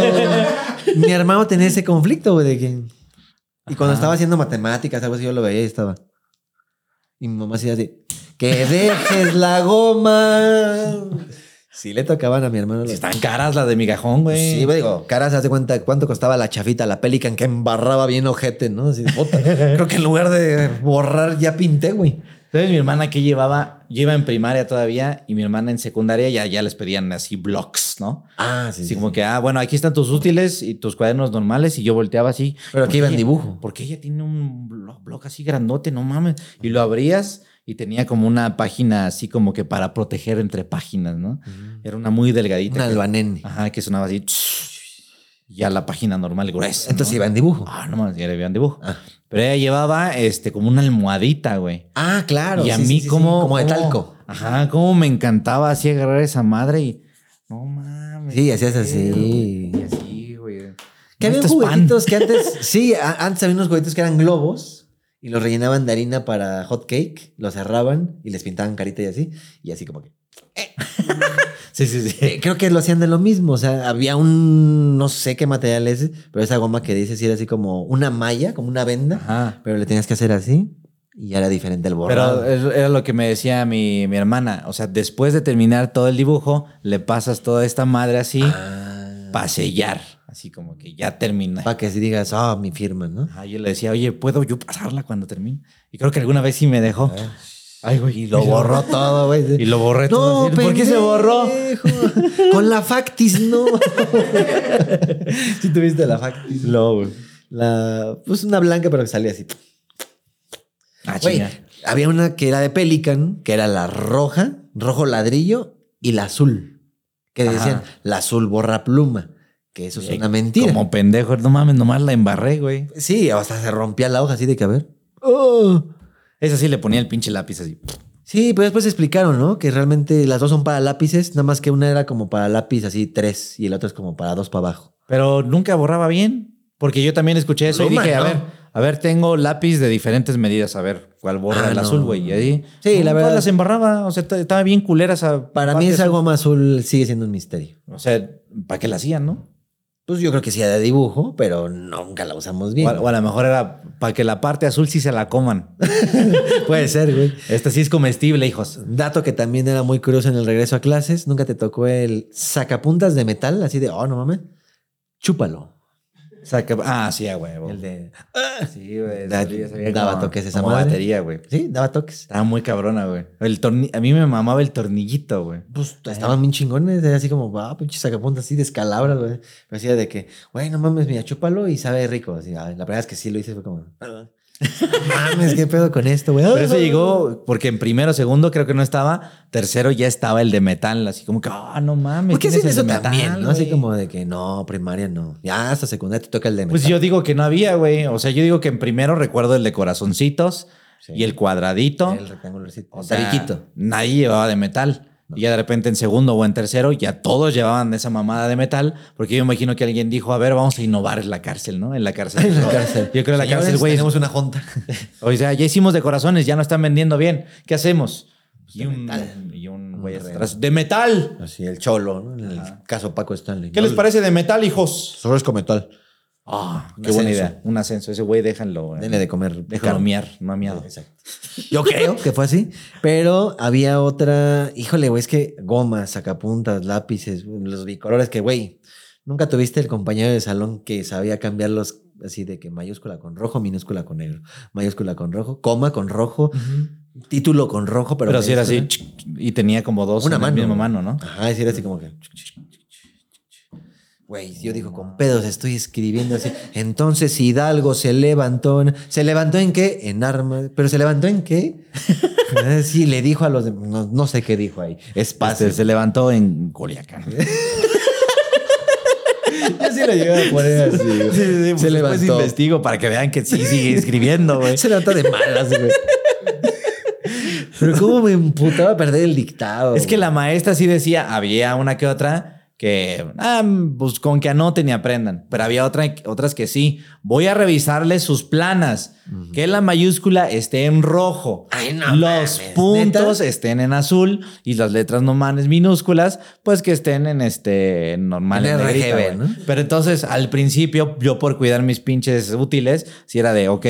Speaker 1: mi hermano tenía ese conflicto, güey, de que. Y cuando
Speaker 2: Ajá.
Speaker 1: estaba haciendo matemáticas, algo así, yo lo veía y estaba. Y mi mamá hacía así: ¡Que dejes la goma! Sí, le tocaban a mi hermano.
Speaker 2: [laughs] Si
Speaker 1: los-
Speaker 2: están caras las de migajón, güey.
Speaker 1: Pues Sí, güey, digo, caras, haz de cuenta cuánto costaba la chafita, la Pelican que embarraba bien ojete, ¿no? Así, [laughs] puta, Creo que en lugar de borrar, ya pinté, güey.
Speaker 2: ¿Sabes? Mi hermana que llevaba, yo iba en primaria todavía y mi hermana en secundaria ya, ya les pedían así blocks, ¿no?
Speaker 1: Ah, sí.
Speaker 2: Así como que, ah, bueno, aquí están tus útiles y tus cuadernos normales y yo volteaba así.
Speaker 1: Pero aquí
Speaker 2: ¿Por
Speaker 1: iba
Speaker 2: qué
Speaker 1: en
Speaker 2: ella-
Speaker 1: dibujo.
Speaker 2: ¿Por qué ella tiene un blo- bloc así grandote? No mames. Y lo abrías y tenía como una página así como que para proteger entre páginas, ¿no? Era una muy delgadita.
Speaker 1: Un
Speaker 2: que-
Speaker 1: albanene.
Speaker 2: Ajá, que sonaba así. Ya la página normal gruesa.
Speaker 1: Entonces
Speaker 2: ¿no?
Speaker 1: iba en dibujo.
Speaker 2: Ah, no mames, ya le habían dibujo.
Speaker 1: Ah.
Speaker 2: Pero ella llevaba este como una almohadita, güey.
Speaker 1: Ah, claro.
Speaker 2: Y a
Speaker 1: sí,
Speaker 2: mí
Speaker 1: sí, sí,
Speaker 2: como...
Speaker 1: sí, Como de
Speaker 2: cómo-
Speaker 1: talco.
Speaker 2: Ajá, cómo me encantaba así agarrar esa madre y... No mames.
Speaker 1: Sí, hacías
Speaker 2: qué
Speaker 1: así.
Speaker 2: pedo, güey. Y así, güey. No,
Speaker 1: Que había
Speaker 2: esto es pan.
Speaker 1: juguetitos que [laughs] antes. sí, a- antes había unos juguetitos que eran globos y los rellenaban de harina para hot cake, los cerraban y les pintaban carita y así. Y así como que. [laughs]
Speaker 2: Sí, sí, sí.
Speaker 1: Eh, creo que lo hacían de lo mismo. O sea, había un. No sé qué material es, pero esa goma que dices sí era así como una malla, como una venda,
Speaker 2: Ajá.
Speaker 1: pero le tenías que hacer así y ya era diferente el borrado.
Speaker 2: Pero es- era lo que me decía mi, mi hermana. O sea, después de terminar todo el dibujo, le pasas toda esta madre así
Speaker 1: Ah.
Speaker 2: para sellar. Así como que ya termina.
Speaker 1: para que así digas, ah, mi firma, ¿no?
Speaker 2: Ajá, yo le decía, oye, ¿puedo yo pasarla cuando termine? Y creo que alguna vez sí me dejó.
Speaker 1: Ah,
Speaker 2: Ay, güey. Y lo borró todo, güey. Y lo borré todo. así. ¿Por qué se borró?
Speaker 1: pendejo. Con la factis, no. sí tuviste la factis.
Speaker 2: No, güey.
Speaker 1: La, pues una blanca, pero que salía así.
Speaker 2: Ah,
Speaker 1: Güey,
Speaker 2: chinga.
Speaker 1: había una que era de Pelican, que era la roja, rojo ladrillo y la azul. Que
Speaker 2: Ajá.
Speaker 1: decían, la azul borra pluma. Que eso es
Speaker 2: Ey,
Speaker 1: una mentira.
Speaker 2: Como pendejo, no mames, nomás la embarré, güey.
Speaker 1: Sí, hasta se rompía la hoja así de que a ver.
Speaker 2: Oh. Esa sí le ponía el pinche lápiz así.
Speaker 1: Sí, pero después explicaron, ¿no? Que realmente las dos son para lápices, nada más que una era como para lápiz así tres y la otra es como para dos para abajo.
Speaker 2: Pero nunca borraba bien. Porque yo también escuché eso
Speaker 1: Pluma,
Speaker 2: y dije, a
Speaker 1: ¿no?
Speaker 2: ver, a ver, tengo lápiz de diferentes medidas, a ver cuál borra
Speaker 1: Ah,
Speaker 2: el
Speaker 1: no.
Speaker 2: azul, güey. Y ahí.
Speaker 1: Sí, la
Speaker 2: todas
Speaker 1: verdad.
Speaker 2: las embarraba. O sea, t- estaba bien culera esa.
Speaker 1: Para mí
Speaker 2: parte
Speaker 1: esa goma azul sigue siendo un misterio.
Speaker 2: O sea, ¿para qué la hacían, no?
Speaker 1: Pues yo creo que sí era de dibujo, pero nunca la usamos bien.
Speaker 2: O a, o a lo mejor era para que la parte azul sí se la
Speaker 1: [laughs]
Speaker 2: coman.
Speaker 1: Puede ser, güey.
Speaker 2: Esta sí es comestible, hijos.
Speaker 1: Dato que también era muy curioso en el regreso a clases, nunca te tocó el sacapuntas de metal, así de, oh, no mames, chúpalo.
Speaker 2: Saca- ah, sí, a huevo.
Speaker 1: El de,
Speaker 2: Sí, güey.
Speaker 1: Da-
Speaker 2: sabía- sabía
Speaker 1: daba
Speaker 2: como-
Speaker 1: toques esa
Speaker 2: como
Speaker 1: madre.
Speaker 2: batería, güey.
Speaker 1: sí, daba toques.
Speaker 2: Estaba muy cabrona, güey. El torni- a mí me mamaba el tornillito, güey.
Speaker 1: Pues estaban bien chingones, era así como, va, pinche sacapuntas, así descalabra, güey. Pero así era de que, güey, no mames, mira, chúpalo y sabe rico. Así, ay, la primera vez que sí lo hice fue como, "Ah, mames, qué pedo con esto, güey.
Speaker 2: Pero eso llegó porque en primero, segundo creo que no estaba. Tercero ya estaba el de metal, así como que, ah, no mames.
Speaker 1: ¿Por Pues, qué
Speaker 2: tienes
Speaker 1: hacen eso
Speaker 2: el de metal,
Speaker 1: también? ¿no? Así
Speaker 2: güey?
Speaker 1: como de que no, primaria no. Ya hasta secundaria te toca el de metal.
Speaker 2: Pues yo digo que no había, güey. O sea, yo digo que en primero recuerdo el de corazoncitos
Speaker 1: Sí.
Speaker 2: y el cuadradito.
Speaker 1: El rectangularcito.
Speaker 2: O
Speaker 1: El
Speaker 2: sea,
Speaker 1: tabiquito.
Speaker 2: Nadie llevaba de metal. Y ya de repente en segundo o en tercero ya todos llevaban esa mamada de metal, porque yo imagino que alguien dijo, a ver, vamos a innovar en la cárcel, ¿no? En la cárcel.
Speaker 1: [laughs] En la cárcel.
Speaker 2: Yo creo en la
Speaker 1: Señores,
Speaker 2: cárcel, güey.
Speaker 1: tenemos una
Speaker 2: [laughs]
Speaker 1: junta.
Speaker 2: O sea, ya hicimos de corazones, ya no están vendiendo bien. ¿Qué hacemos? y,
Speaker 1: de
Speaker 2: un, y
Speaker 1: metal.
Speaker 2: Pues un
Speaker 1: Un
Speaker 2: güey
Speaker 1: reno.
Speaker 2: atrás. ¡De metal!
Speaker 1: Así, el cholo, ¿no? En el caso Paco Stanley.
Speaker 2: ¿Qué les parece de metal, hijos?
Speaker 1: Solo es cometal.
Speaker 2: Ah,
Speaker 1: Un
Speaker 2: qué buena
Speaker 1: ascenso.
Speaker 2: idea. Un ascenso. Ese güey déjenlo. eh.
Speaker 1: Denle de comer.
Speaker 2: Déjalo
Speaker 1: carne.
Speaker 2: miar, no ha miado.
Speaker 1: Yo creo que fue así. Pero había otra. Híjole, güey, es que gomas, sacapuntas, lápices, los bicolores que, güey, nunca tuviste el compañero de salón que sabía cambiarlos así de que mayúscula con rojo, minúscula con negro, mayúscula con rojo, coma con rojo, título con rojo, pero.
Speaker 2: Pero, si era así.
Speaker 1: mayúscula.
Speaker 2: ch- Y tenía como dos
Speaker 1: Una
Speaker 2: en
Speaker 1: mano.
Speaker 2: la misma mano, ¿no?
Speaker 1: Ajá, sí era así como que. Güey, yo digo, con pedos estoy escribiendo así. Entonces Hidalgo se levantó. en- ¿Se levantó en qué? En armas. ¿Pero se levantó en qué? [laughs] Ah, sí, le dijo a los demás. No, no sé qué dijo ahí.
Speaker 2: Pase,
Speaker 1: Es
Speaker 2: [laughs]
Speaker 1: pase.
Speaker 2: Este, se levantó en [laughs] Culiacán.
Speaker 1: Yo sí lo llegué a poner así. güey.
Speaker 2: se
Speaker 1: se levantó.
Speaker 2: pues investigo para que vean que sí sigue escribiendo, güey.
Speaker 1: Se levantó de malas, güey. Pero cómo me emputaba perder el dictado.
Speaker 2: Es que
Speaker 1: güey.
Speaker 2: la maestra sí decía, había una que otra que, ah, pues con que anoten y aprendan, pero había otra, otras que sí, voy a revisarles sus planas, que la mayúscula esté en rojo,
Speaker 1: Ay, no
Speaker 2: los
Speaker 1: mames,
Speaker 2: puntos
Speaker 1: ¿neta?
Speaker 2: estén en azul y las letras no manes minúsculas, pues que estén en este normal.
Speaker 1: En
Speaker 2: negrita,
Speaker 1: RGB,
Speaker 2: güey.
Speaker 1: ¿no?
Speaker 2: Pero entonces al principio yo por cuidar mis pinches útiles, si era de, ok.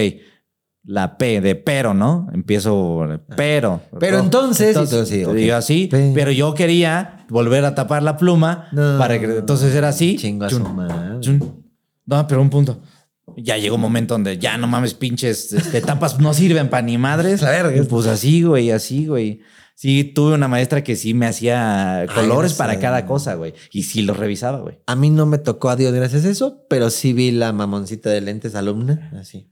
Speaker 2: La P de pero, ¿no? Empiezo pero.
Speaker 1: Pero
Speaker 2: rojo.
Speaker 1: entonces, y tú así, ok.
Speaker 2: y yo así,
Speaker 1: Pe-
Speaker 2: pero yo quería volver a tapar la pluma
Speaker 1: No,
Speaker 2: para que entonces era así.
Speaker 1: Chingo a su
Speaker 2: chun,
Speaker 1: madre.
Speaker 2: chun. No, pero un punto. Ya llegó un momento donde ya no mames, pinches este, tapas no sirven para ni madres.
Speaker 1: La verga.
Speaker 2: Y Pues así, güey, así, güey. Sí, tuve una maestra que sí me hacía colores
Speaker 1: no sé.
Speaker 2: para cada cosa, güey. Y sí los revisaba, güey.
Speaker 1: A mí no me tocó a Dios gracias a eso, pero sí vi la mamoncita de lentes alumna, así.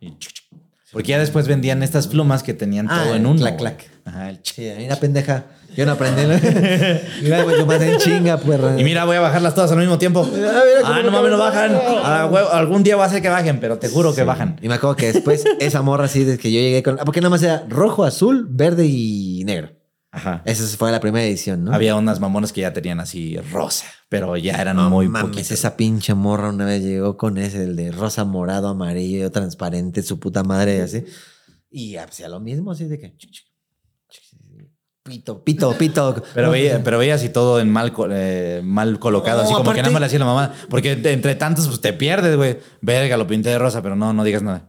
Speaker 2: Y chuc, chuc. Porque ya después vendían estas plumas que tenían
Speaker 1: Ah,
Speaker 2: todo
Speaker 1: el
Speaker 2: en uno.
Speaker 1: clac,
Speaker 2: güey.
Speaker 1: clac.
Speaker 2: Ajá, el chuc.
Speaker 1: Sí, mira, pendeja. Yo no
Speaker 2: [laughs]
Speaker 1: aprendí. ¿no? mira, güey, yo más en chinga, pues, perra.
Speaker 2: Y mira, voy a bajarlas todas al mismo tiempo.
Speaker 1: mira cómo
Speaker 2: ah, no
Speaker 1: no
Speaker 2: mames, no
Speaker 1: bajan.
Speaker 2: bajan. Ah, huevo, algún día va a ser que bajen, pero te juro que bajan.
Speaker 1: Y me acuerdo que después esa morra así, desde que yo llegué con. ah, Porque nada más era rojo, azul, verde y negro.
Speaker 2: Ajá.
Speaker 1: Esa fue la primera edición, ¿no?
Speaker 2: Había unas mamonas que ya tenían así rosa, pero ya eran
Speaker 1: No
Speaker 2: muy
Speaker 1: mames,
Speaker 2: poquitas.
Speaker 1: esa pinche morra una vez llegó con ese, el de rosa, morado, amarillo, transparente, su puta madre, y así. Y hacía lo mismo, así de que. chuc, chuc, chuc, Pito, pito, pito.
Speaker 2: Pero veía, pero veía así todo en mal, co- eh, mal colocado,
Speaker 1: No,
Speaker 2: así como que
Speaker 1: Oh, aparte-
Speaker 2: nada más le hacía la mamá. Porque te- entre tantos pues, te pierdes, güey. Verga, lo pinté de rosa, pero no, no digas nada.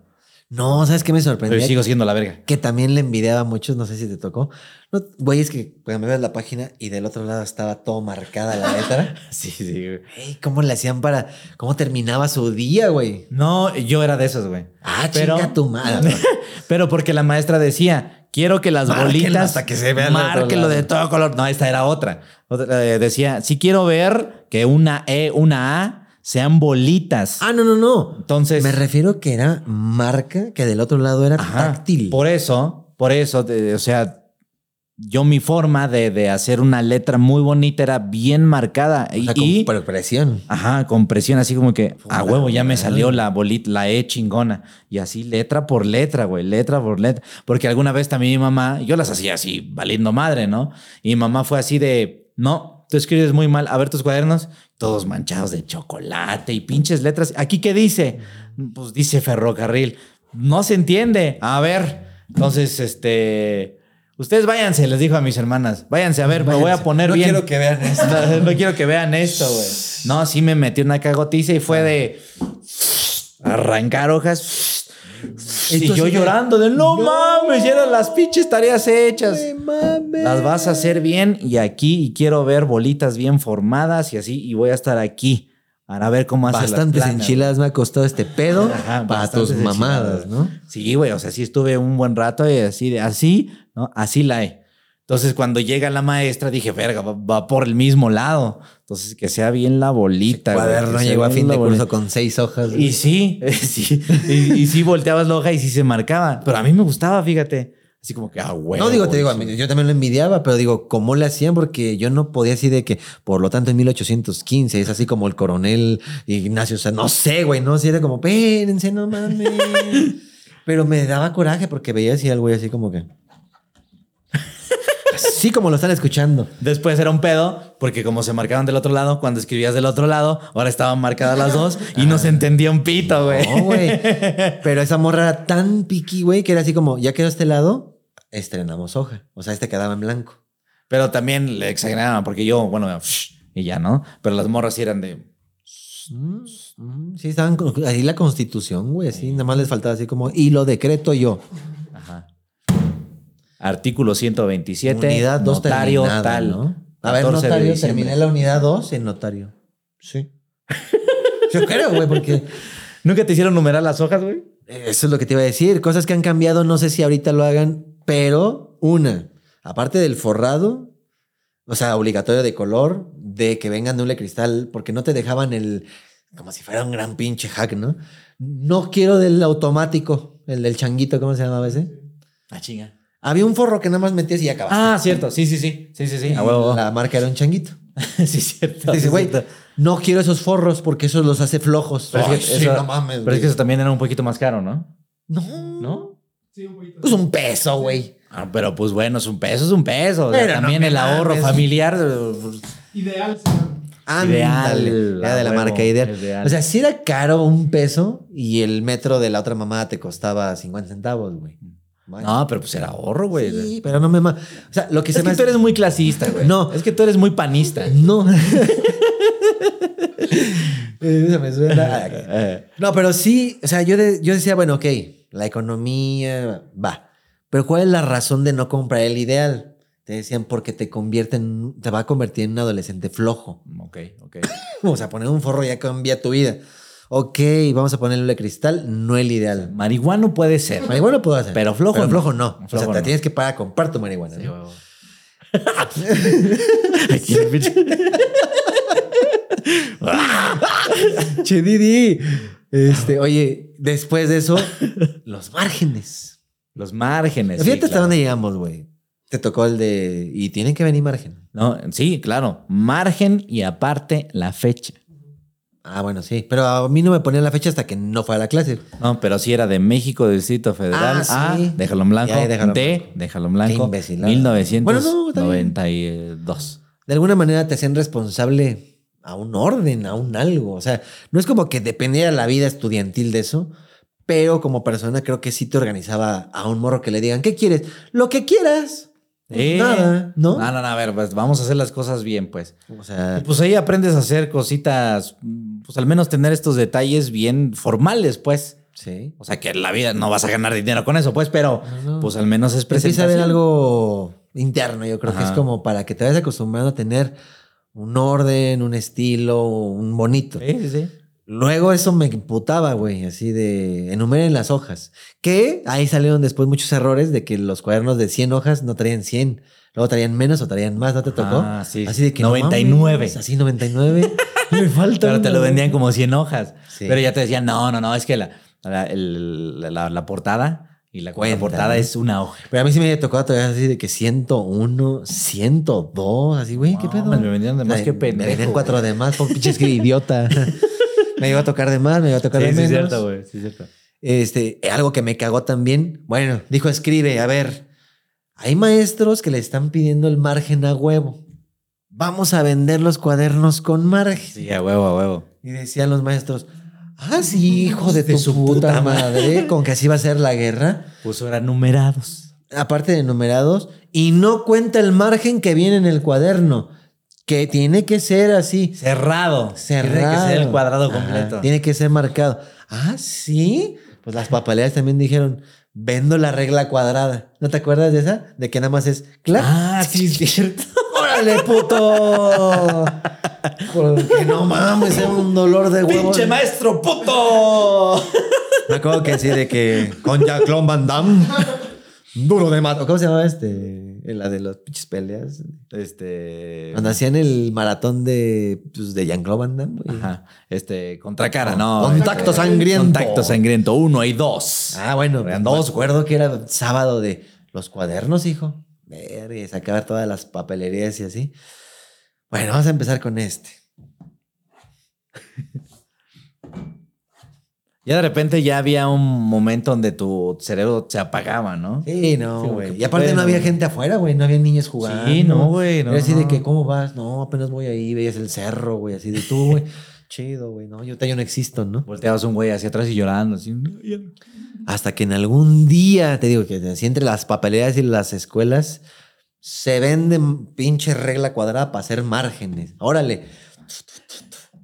Speaker 1: No, ¿sabes qué me sorprendió?
Speaker 2: Pero sigo siendo la verga.
Speaker 1: que también le envidiaba a muchos, no sé si te tocó. No, güey, es que cuando me ves la página y del otro lado estaba todo marcada la letra.
Speaker 2: [laughs] Sí, sí, güey.
Speaker 1: Ey, ¿Cómo le hacían para, cómo terminaba su día, güey?
Speaker 2: No, yo era de esos, güey.
Speaker 1: Ah,
Speaker 2: Pero-
Speaker 1: chinga tu madre.
Speaker 2: [laughs] Pero porque la maestra decía, quiero que las
Speaker 1: Márquenlo
Speaker 2: bolitas...
Speaker 1: hasta que se vea el otro
Speaker 2: Márquenlo de
Speaker 1: lado".
Speaker 2: todo color. No, esta era otra. Otra, eh, decía, si quiero ver que una E, una A sean bolitas.
Speaker 1: ah, no, no, no.
Speaker 2: Entonces...
Speaker 1: Me refiero que era marca que del otro lado era
Speaker 2: Ajá.
Speaker 1: táctil.
Speaker 2: Por eso, por eso, de- o sea, yo mi forma de, de hacer una letra muy bonita era bien marcada.
Speaker 1: O
Speaker 2: y,
Speaker 1: sea, con
Speaker 2: y-
Speaker 1: pre- presión.
Speaker 2: ajá, con presión, así como que a
Speaker 1: Puta
Speaker 2: huevo ya me
Speaker 1: madre.
Speaker 2: salió la bolita, la E chingona. Y así letra por letra, güey, letra por letra. Porque alguna vez también mi mamá, yo las hacía así, valiendo madre, ¿no? Y mi mamá fue así de, no, tú escribes muy mal, a ver tus cuadernos, todos manchados de chocolate y pinches letras. ¿Aquí qué dice? Pues dice ferrocarril. No se entiende. A ver, entonces, este... Ustedes váyanse, les dijo a mis hermanas. Váyanse, a ver, me voy a
Speaker 1: Váyanse.
Speaker 2: poner
Speaker 1: No
Speaker 2: bien.
Speaker 1: quiero
Speaker 2: [laughs]
Speaker 1: que vean esto.
Speaker 2: No, no quiero que vean esto, güey. No, sí me metí una cagotiza y fue de arrancar hojas. Y
Speaker 1: Entonces,
Speaker 2: yo llorando de no, mames, ya eran las pinches tareas hechas.
Speaker 1: mames.
Speaker 2: Las vas a hacer bien y aquí y quiero ver bolitas bien formadas y así y voy a estar aquí para ver cómo haces las
Speaker 1: Bastantes
Speaker 2: planas.
Speaker 1: enchiladas me ha costado este pedo
Speaker 2: Ajá,
Speaker 1: para tus
Speaker 2: bastantes
Speaker 1: mamadas,
Speaker 2: enchiladas.
Speaker 1: ¿no?
Speaker 2: Sí, güey, o sea, sí estuve un buen rato y así de así, ¿no? Así la he. Entonces, cuando llega la maestra, dije, verga, va, va por el mismo lado. Entonces, que sea bien la bolita. güey,
Speaker 1: Cuaderno
Speaker 2: que sea
Speaker 1: llegó a
Speaker 2: bien
Speaker 1: fin
Speaker 2: la
Speaker 1: de
Speaker 2: bolita.
Speaker 1: curso con seis hojas.
Speaker 2: Y sí, [laughs] sí, y, y sí volteabas la hoja y sí se marcaba. Pero a mí me gustaba, fíjate. Así como que, ah, güey.
Speaker 1: no digo, te digo, a mí- yo también lo envidiaba, pero digo, ¿cómo le hacían? Porque yo no podía así de que, por lo tanto, en 1815 es así como el coronel Ignacio, o sea, no sé, güey, no sé, era como, espérense, no
Speaker 2: [laughs]
Speaker 1: mames. pero me daba coraje porque veía así al güey así como que. Así como lo están escuchando.
Speaker 2: Después era un pedo, porque como se marcaban del otro lado, cuando escribías del otro lado, ahora estaban marcadas las dos y no se entendía un pito, [laughs] güey.
Speaker 1: Ah. No, güey. Pero esa morra era tan piqui, güey, que era así como, ya quedó este lado, estrenamos hoja. O sea, este quedaba en blanco.
Speaker 2: Pero también le exageraban, porque yo, bueno, y ya, ¿no? Pero las morras sí eran de.
Speaker 1: Mm, mm, Sí, estaban con- ahí la constitución, güey. Sí, nada más les faltaba así como, y lo decreto yo.
Speaker 2: Ajá. Artículo 127.
Speaker 1: unidad 2
Speaker 2: notario
Speaker 1: terminada,
Speaker 2: tal.
Speaker 1: ¿no? A
Speaker 2: 14
Speaker 1: ver,
Speaker 2: de
Speaker 1: notario,
Speaker 2: diciembre.
Speaker 1: terminé la unidad 2 en notario. Sí. Yo creo, güey, porque
Speaker 2: ¿Nunca te hicieron numerar las hojas, güey?
Speaker 1: eso es lo que te iba a decir. Cosas que han cambiado, no sé si ahorita lo hagan, pero una, aparte del forrado, o sea, obligatorio de color, de que vengan de un cristal, porque no te dejaban el, como si fuera un gran pinche hack, ¿no? No quiero del automático, el del changuito, ¿cómo se llamaba ese?
Speaker 2: Ah, chinga.
Speaker 1: Había un forro que nada más metías y ya acabaste.
Speaker 2: Ah, cierto. Sí, sí, sí. Sí, sí, sí.
Speaker 1: Y
Speaker 2: A huevo.
Speaker 1: La marca era un changuito.
Speaker 2: sí, cierto.
Speaker 1: Dice,
Speaker 2: sí,
Speaker 1: güey,
Speaker 2: cierto.
Speaker 1: no quiero esos forros porque esos los hace flojos.
Speaker 2: Pero
Speaker 1: Ay,
Speaker 2: es que eso-
Speaker 1: mames.
Speaker 2: Pero es que
Speaker 1: güey.
Speaker 2: eso también era un poquito más caro, ¿no?
Speaker 1: No,
Speaker 2: ¿No?
Speaker 3: Sí, un poquito.
Speaker 1: Es Pues un peso, güey.
Speaker 2: Ah, pero pues bueno, es un peso, es un peso. O sea,
Speaker 1: Pero no
Speaker 2: también
Speaker 1: me
Speaker 2: el ahorro
Speaker 1: mames.
Speaker 2: familiar. eh,
Speaker 3: Ideal, señor.
Speaker 1: Ándale.
Speaker 2: Ideal,
Speaker 1: Era de la
Speaker 2: a huevo,
Speaker 1: marca ideal.
Speaker 2: es ideal.
Speaker 1: O sea, si era caro un peso y el metro de la otra mamada te costaba 50 centavos, güey.
Speaker 2: No, pero pues era ahorro, güey.
Speaker 1: Mm. Sí, pero no me ma- O sea, lo que
Speaker 2: Es
Speaker 1: se
Speaker 2: que tú
Speaker 1: me hace-
Speaker 2: eres muy clasista, güey.
Speaker 1: No.
Speaker 2: Es que tú eres muy panista.
Speaker 1: [laughs] No. Eso me suena. a-
Speaker 2: [laughs] Eh,
Speaker 1: No, pero sí, o sea, yo, de- yo decía, bueno, ok, la economía va, pero ¿cuál es la razón de no comprar el ideal? Te decían, porque te convierte en, te va a convertir en un adolescente flojo. [laughs]
Speaker 2: ok, ok.
Speaker 1: O sea, poner un forro ya cambia tu vida. Ok, vamos a ponerle de cristal, no el ideal.
Speaker 2: Marihuano puede ser.
Speaker 1: [laughs] Marihuana puedo hacer.
Speaker 2: Pero flojo no.
Speaker 1: flojo no. o sea,
Speaker 2: Flojo
Speaker 1: te
Speaker 2: no.
Speaker 1: tienes que pagar a comprar tu marihuana. ¿no?
Speaker 2: Aquí el pinche-
Speaker 1: Che, Didi. Este, oye, después de eso, [laughs] los márgenes.
Speaker 2: Los márgenes. sí,
Speaker 1: Fíjate hasta
Speaker 2: claro.
Speaker 1: dónde llegamos, güey. Te tocó el de. Y tienen que venir margen.
Speaker 2: No, sí, claro. Margen y aparte la fecha.
Speaker 1: Ah, bueno, sí. Pero a mí no me ponían la fecha hasta que no fue a la clase.
Speaker 2: No, pero si era de México, del Distrito Federal.
Speaker 1: Ah, sí.
Speaker 2: A, déjalo en blanco.
Speaker 1: Ya, déjalo en
Speaker 2: D,
Speaker 1: blanco.
Speaker 2: déjalo en blanco.
Speaker 1: Qué imbecilada.
Speaker 2: 1992.
Speaker 1: De alguna manera te hacían responsable a un orden, a un algo. O sea, no es como que dependiera la vida estudiantil de eso, pero como persona creo que sí te organizaba a un morro que le digan, ¿qué quieres? Lo que quieras. Pues
Speaker 2: Eh,
Speaker 1: Nada, ¿no?
Speaker 2: No,
Speaker 1: Ah.
Speaker 2: no, no, a ver, pues vamos a hacer las cosas bien, pues.
Speaker 1: O sea,
Speaker 2: Y pues ahí aprendes a hacer cositas, mm, pues al menos tener estos detalles bien formales, pues.
Speaker 1: sí.
Speaker 2: O sea, que en la vida no vas a ganar dinero con eso, pues, pero
Speaker 1: no.
Speaker 2: pues al menos es
Speaker 1: Empieza a
Speaker 2: presentación.
Speaker 1: haber algo interno, yo creo que es
Speaker 2: Ajá.
Speaker 1: como para que te vayas acostumbrando a tener un orden, un estilo, un bonito.
Speaker 2: Sí, sí, sí.
Speaker 1: Luego eso me imputaba, güey, así de enumeren las hojas. Que ahí salieron después muchos errores de que los cuadernos de 100 hojas no traían 100. Luego traían menos o traían más, ¿no te tocó?
Speaker 2: Ah, sí.
Speaker 1: Así de que no
Speaker 2: 99.
Speaker 1: mames, así 99.
Speaker 2: [laughs]
Speaker 1: me falta.
Speaker 2: Pero te
Speaker 1: una,
Speaker 2: lo
Speaker 1: güey.
Speaker 2: vendían como 100 hojas.
Speaker 1: Sí.
Speaker 2: Pero ya te decían, no, no, no, es que la, la, el- la- la- la portada y la
Speaker 1: Cuenta,
Speaker 2: portada
Speaker 1: ¿no?
Speaker 2: es una hoja.
Speaker 1: Pero a mí sí me había tocado todavía así de que 101, 102, así, güey, ¿qué
Speaker 2: No,
Speaker 1: pedo?
Speaker 2: man, me vendieron de
Speaker 1: O sea,
Speaker 2: más, qué
Speaker 1: Me
Speaker 2: pendejo,
Speaker 1: vendían
Speaker 2: güey.
Speaker 1: cuatro de más, por pinche
Speaker 2: [laughs]
Speaker 1: es que idiota. [laughs] me iba a tocar de más, me iba a tocar de menos.
Speaker 2: güey. Sí, cierto.
Speaker 1: Este, algo que me cagó también. Bueno, dijo, escribe, a ver. Hay maestros que le están pidiendo el margen a huevo. Vamos a vender los cuadernos con margen.
Speaker 2: Sí, a huevo, a huevo.
Speaker 1: Y decían los maestros, ah, sí, hijo [laughs] de, tu
Speaker 2: su
Speaker 1: puta,
Speaker 2: puta
Speaker 1: madre, con que así va a ser la guerra.
Speaker 2: Puso eran numerados.
Speaker 1: Aparte de numerados, y no cuenta el margen que viene en el cuaderno, que tiene que ser así.
Speaker 2: Cerrado.
Speaker 1: Cerrado.
Speaker 2: Tiene que ser el cuadrado
Speaker 1: Ajá,
Speaker 2: completo.
Speaker 1: tiene que ser marcado. Ah, sí. Pues las papaleras también dijeron, vendo la regla cuadrada. ¿No te acuerdas de esa? De que nada más es, claro.
Speaker 2: Ah, sí, es [laughs] cierto.
Speaker 1: ¡Órale,
Speaker 2: [laughs]
Speaker 1: puto! Porque no mames, era un dolor de huevo.
Speaker 2: ¡Pinche maestro puto!
Speaker 1: Me acuerdo que sí, de que con Jacqueline Van Damme. Duro de mato. ¿Cómo se llamaba este? La de las pinches peleas.
Speaker 2: Este.
Speaker 1: Cuando hacían el maratón de, pues, de Jean-Claude Van Damme. güey.
Speaker 2: Ajá. Este, contra cara, no.
Speaker 1: Contacto
Speaker 2: este,
Speaker 1: sangriento.
Speaker 2: Contacto sangriento, uno y dos.
Speaker 1: Ah, bueno,
Speaker 2: Eran
Speaker 1: no
Speaker 2: dos.
Speaker 1: recuerdo que era sábado de los cuadernos, hijo. Verga, y sacar todas las papelerías y así. Bueno, vamos a empezar con este.
Speaker 2: Ya de repente ya había un momento donde tu cerebro se apagaba, ¿no?
Speaker 1: Sí, no,
Speaker 2: Sí,
Speaker 1: güey.
Speaker 2: porque,
Speaker 1: y aparte
Speaker 2: bueno,
Speaker 1: no había
Speaker 2: güey.
Speaker 1: gente afuera, güey. No había niños jugando.
Speaker 2: Sí, no, güey, no,
Speaker 1: Era así de
Speaker 2: no.
Speaker 1: que, ¿cómo vas? No, apenas voy ahí, veías el cerro, güey. Así de
Speaker 2: [laughs]
Speaker 1: tú, güey. Chido, güey. No, yo, te- yo no existo, ¿no?
Speaker 2: Volteabas un güey hacia atrás y llorando. Así. "No, ya no".
Speaker 1: Hasta que en algún día, te digo, que así entre las papeleras y las escuelas, se venden pinche regla cuadrada para hacer márgenes. Órale.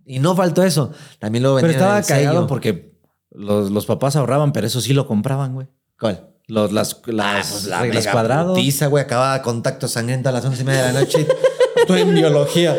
Speaker 1: Y no faltó eso. También lo
Speaker 2: Pero
Speaker 1: vendían
Speaker 2: estaba
Speaker 1: el sello.
Speaker 2: cagado porque los, los papás ahorraban, pero eso sí lo compraban, güey.
Speaker 1: ¿Cuál?
Speaker 2: Los, las,
Speaker 1: Ah,
Speaker 2: las
Speaker 1: pues
Speaker 2: reglas
Speaker 1: mega
Speaker 2: cuadrados.
Speaker 1: putiza, güey. Acababa contacto sangriento a las once y media de la [laughs] noche. Tú en biología.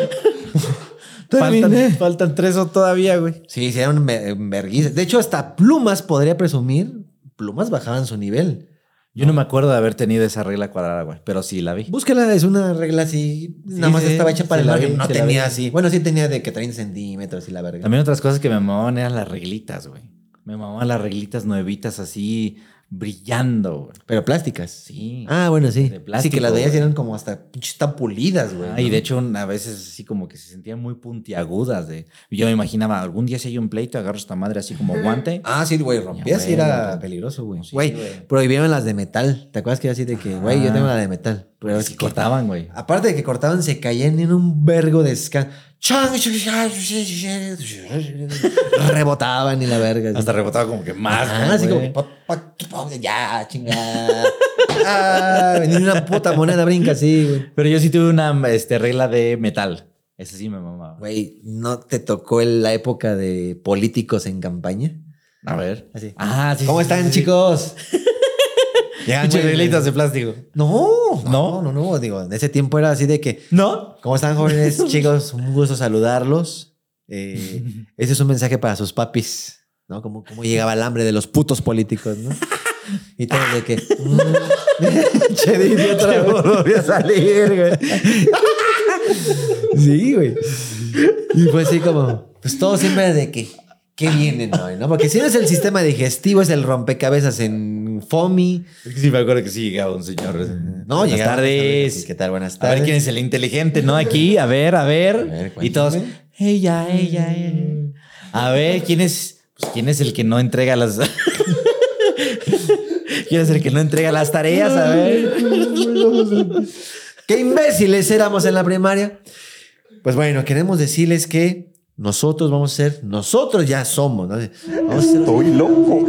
Speaker 2: Faltan,
Speaker 1: Terminé.
Speaker 2: faltan tres o todavía, güey.
Speaker 1: eh. Sí, hicieron me- verguiza. De hecho, hasta plumas podría presumir. Plumas bajaban su nivel.
Speaker 2: Yo no me acuerdo de haber tenido esa regla cuadrada, güey, pero sí la vi.
Speaker 1: Búsquela, es una regla así. nada
Speaker 2: Sí,
Speaker 1: más
Speaker 2: sí,
Speaker 1: estaba hecha para
Speaker 2: se
Speaker 1: el
Speaker 2: la
Speaker 1: margen.
Speaker 2: vi,
Speaker 1: No
Speaker 2: se la
Speaker 1: tenía
Speaker 2: vi.
Speaker 1: así. Bueno, sí tenía de que 30 centímetros y la verga.
Speaker 2: También otras cosas que me mamaban eran las reglitas, güey. Me mamaban las reglitas nuevitas así brillando, güey.
Speaker 1: Pero plásticas.
Speaker 2: Sí.
Speaker 1: Ah, bueno, sí.
Speaker 2: De plástico,
Speaker 1: sí, que las veías y
Speaker 2: güey.
Speaker 1: eran como hasta pinches tan pulidas, güey.
Speaker 2: Ah,
Speaker 1: ¿no?
Speaker 2: y de hecho, un- a veces así como que se sentían muy puntiagudas. De... Yo me imaginaba, algún día si hay un pleito, agarro esta madre así como guante.
Speaker 1: Ah, sí, güey, rompías y
Speaker 2: Ya, güey,
Speaker 1: era
Speaker 2: güey.
Speaker 1: peligroso, güey.
Speaker 2: Sí,
Speaker 1: Güey,
Speaker 2: güey.
Speaker 1: prohibieron las de metal. ¿Te acuerdas que era así de que, güey, yo
Speaker 2: Ah.
Speaker 1: tengo la de metal? Pero
Speaker 2: [laughs] Pero
Speaker 1: es
Speaker 2: sí
Speaker 1: que
Speaker 2: cortaban, güey.
Speaker 1: Aparte de que cortaban, se caían en un vergo de escándalo. Rebotaban y la verga. así.
Speaker 2: Hasta rebotaba como que más.
Speaker 1: Ajá,
Speaker 2: ¿no,
Speaker 1: Ah, así como
Speaker 2: güey?
Speaker 1: que pa, pa, pa, ya, chingada. Ah, ni una puta moneda brinca así, güey.
Speaker 2: Pero yo sí tuve una este, regla de metal. Esa sí me mamaba.
Speaker 1: Güey, ¿no te tocó el- la época de políticos en campaña?
Speaker 2: A ver.
Speaker 1: Así.
Speaker 2: Ah, sí.
Speaker 1: ¿Cómo
Speaker 2: sí,
Speaker 1: están,
Speaker 2: sí, sí.
Speaker 1: [laughs] chicos? Llegan,
Speaker 2: Pinches
Speaker 1: güey,
Speaker 2: reglitas de plástico.
Speaker 1: No,
Speaker 2: ¿No?
Speaker 1: no, no, no. Digo, en ese tiempo era así de que,
Speaker 2: ¿No?
Speaker 1: ¿cómo están jóvenes, chicos? Un gusto saludarlos. Eh, ese es un mensaje para sus papis, ¿no? Como, como llegaba el hambre de los putos políticos, ¿no? Y todo de que... mm. [laughs] che, dije otra vez.
Speaker 2: voy a salir, güey.
Speaker 1: [laughs] Sí, güey. Y fue así como, pues todo siempre de que, ¿qué vienen hoy, no? Porque si no es el sistema digestivo, es el rompecabezas en FOMI.
Speaker 2: Sí, me acuerdo que sí llegaba un señor.
Speaker 1: No,
Speaker 2: Buenas
Speaker 1: llegaron,
Speaker 2: tardes.
Speaker 1: ¿Qué tal? Buenas
Speaker 2: A
Speaker 1: tardes.
Speaker 2: ver quién es el inteligente, ¿no? Aquí, a ver, a ver.
Speaker 1: ver,
Speaker 2: y todos,
Speaker 1: cuéntame.
Speaker 2: ella, ella, ella. A ver, ¿quién es, pues, ¿quién es el que no entrega las... [laughs] ¿Quién es el que no entrega las tareas? A ver.
Speaker 1: ¡Qué imbéciles éramos en la primaria! Pues bueno, queremos decirles que nosotros vamos a ser, nosotros ya somos, ¿no? Vamos a ser-
Speaker 5: Estoy loco.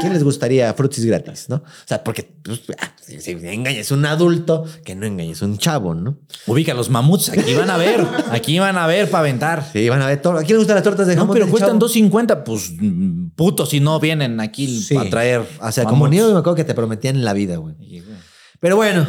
Speaker 1: ¿Quién les gustaría frutis gratis, no? O sea, porque pues, ah, si, si engañas a un adulto, que no engañes a un chavo, ¿no?
Speaker 2: Ubica los mamuts, aquí van a ver, aquí van a ver para aventar.
Speaker 1: Sí, van a ver todo. ¿A quién le gustan las tortas de
Speaker 2: No,
Speaker 1: jamón?
Speaker 2: pero
Speaker 1: del
Speaker 2: cuestan
Speaker 1: chavo?
Speaker 2: 2.50, pues mm, puto si no vienen aquí
Speaker 1: Sí.
Speaker 2: a traer.
Speaker 1: O sea, como niño me acuerdo que te prometían la vida, güey. Pero bueno,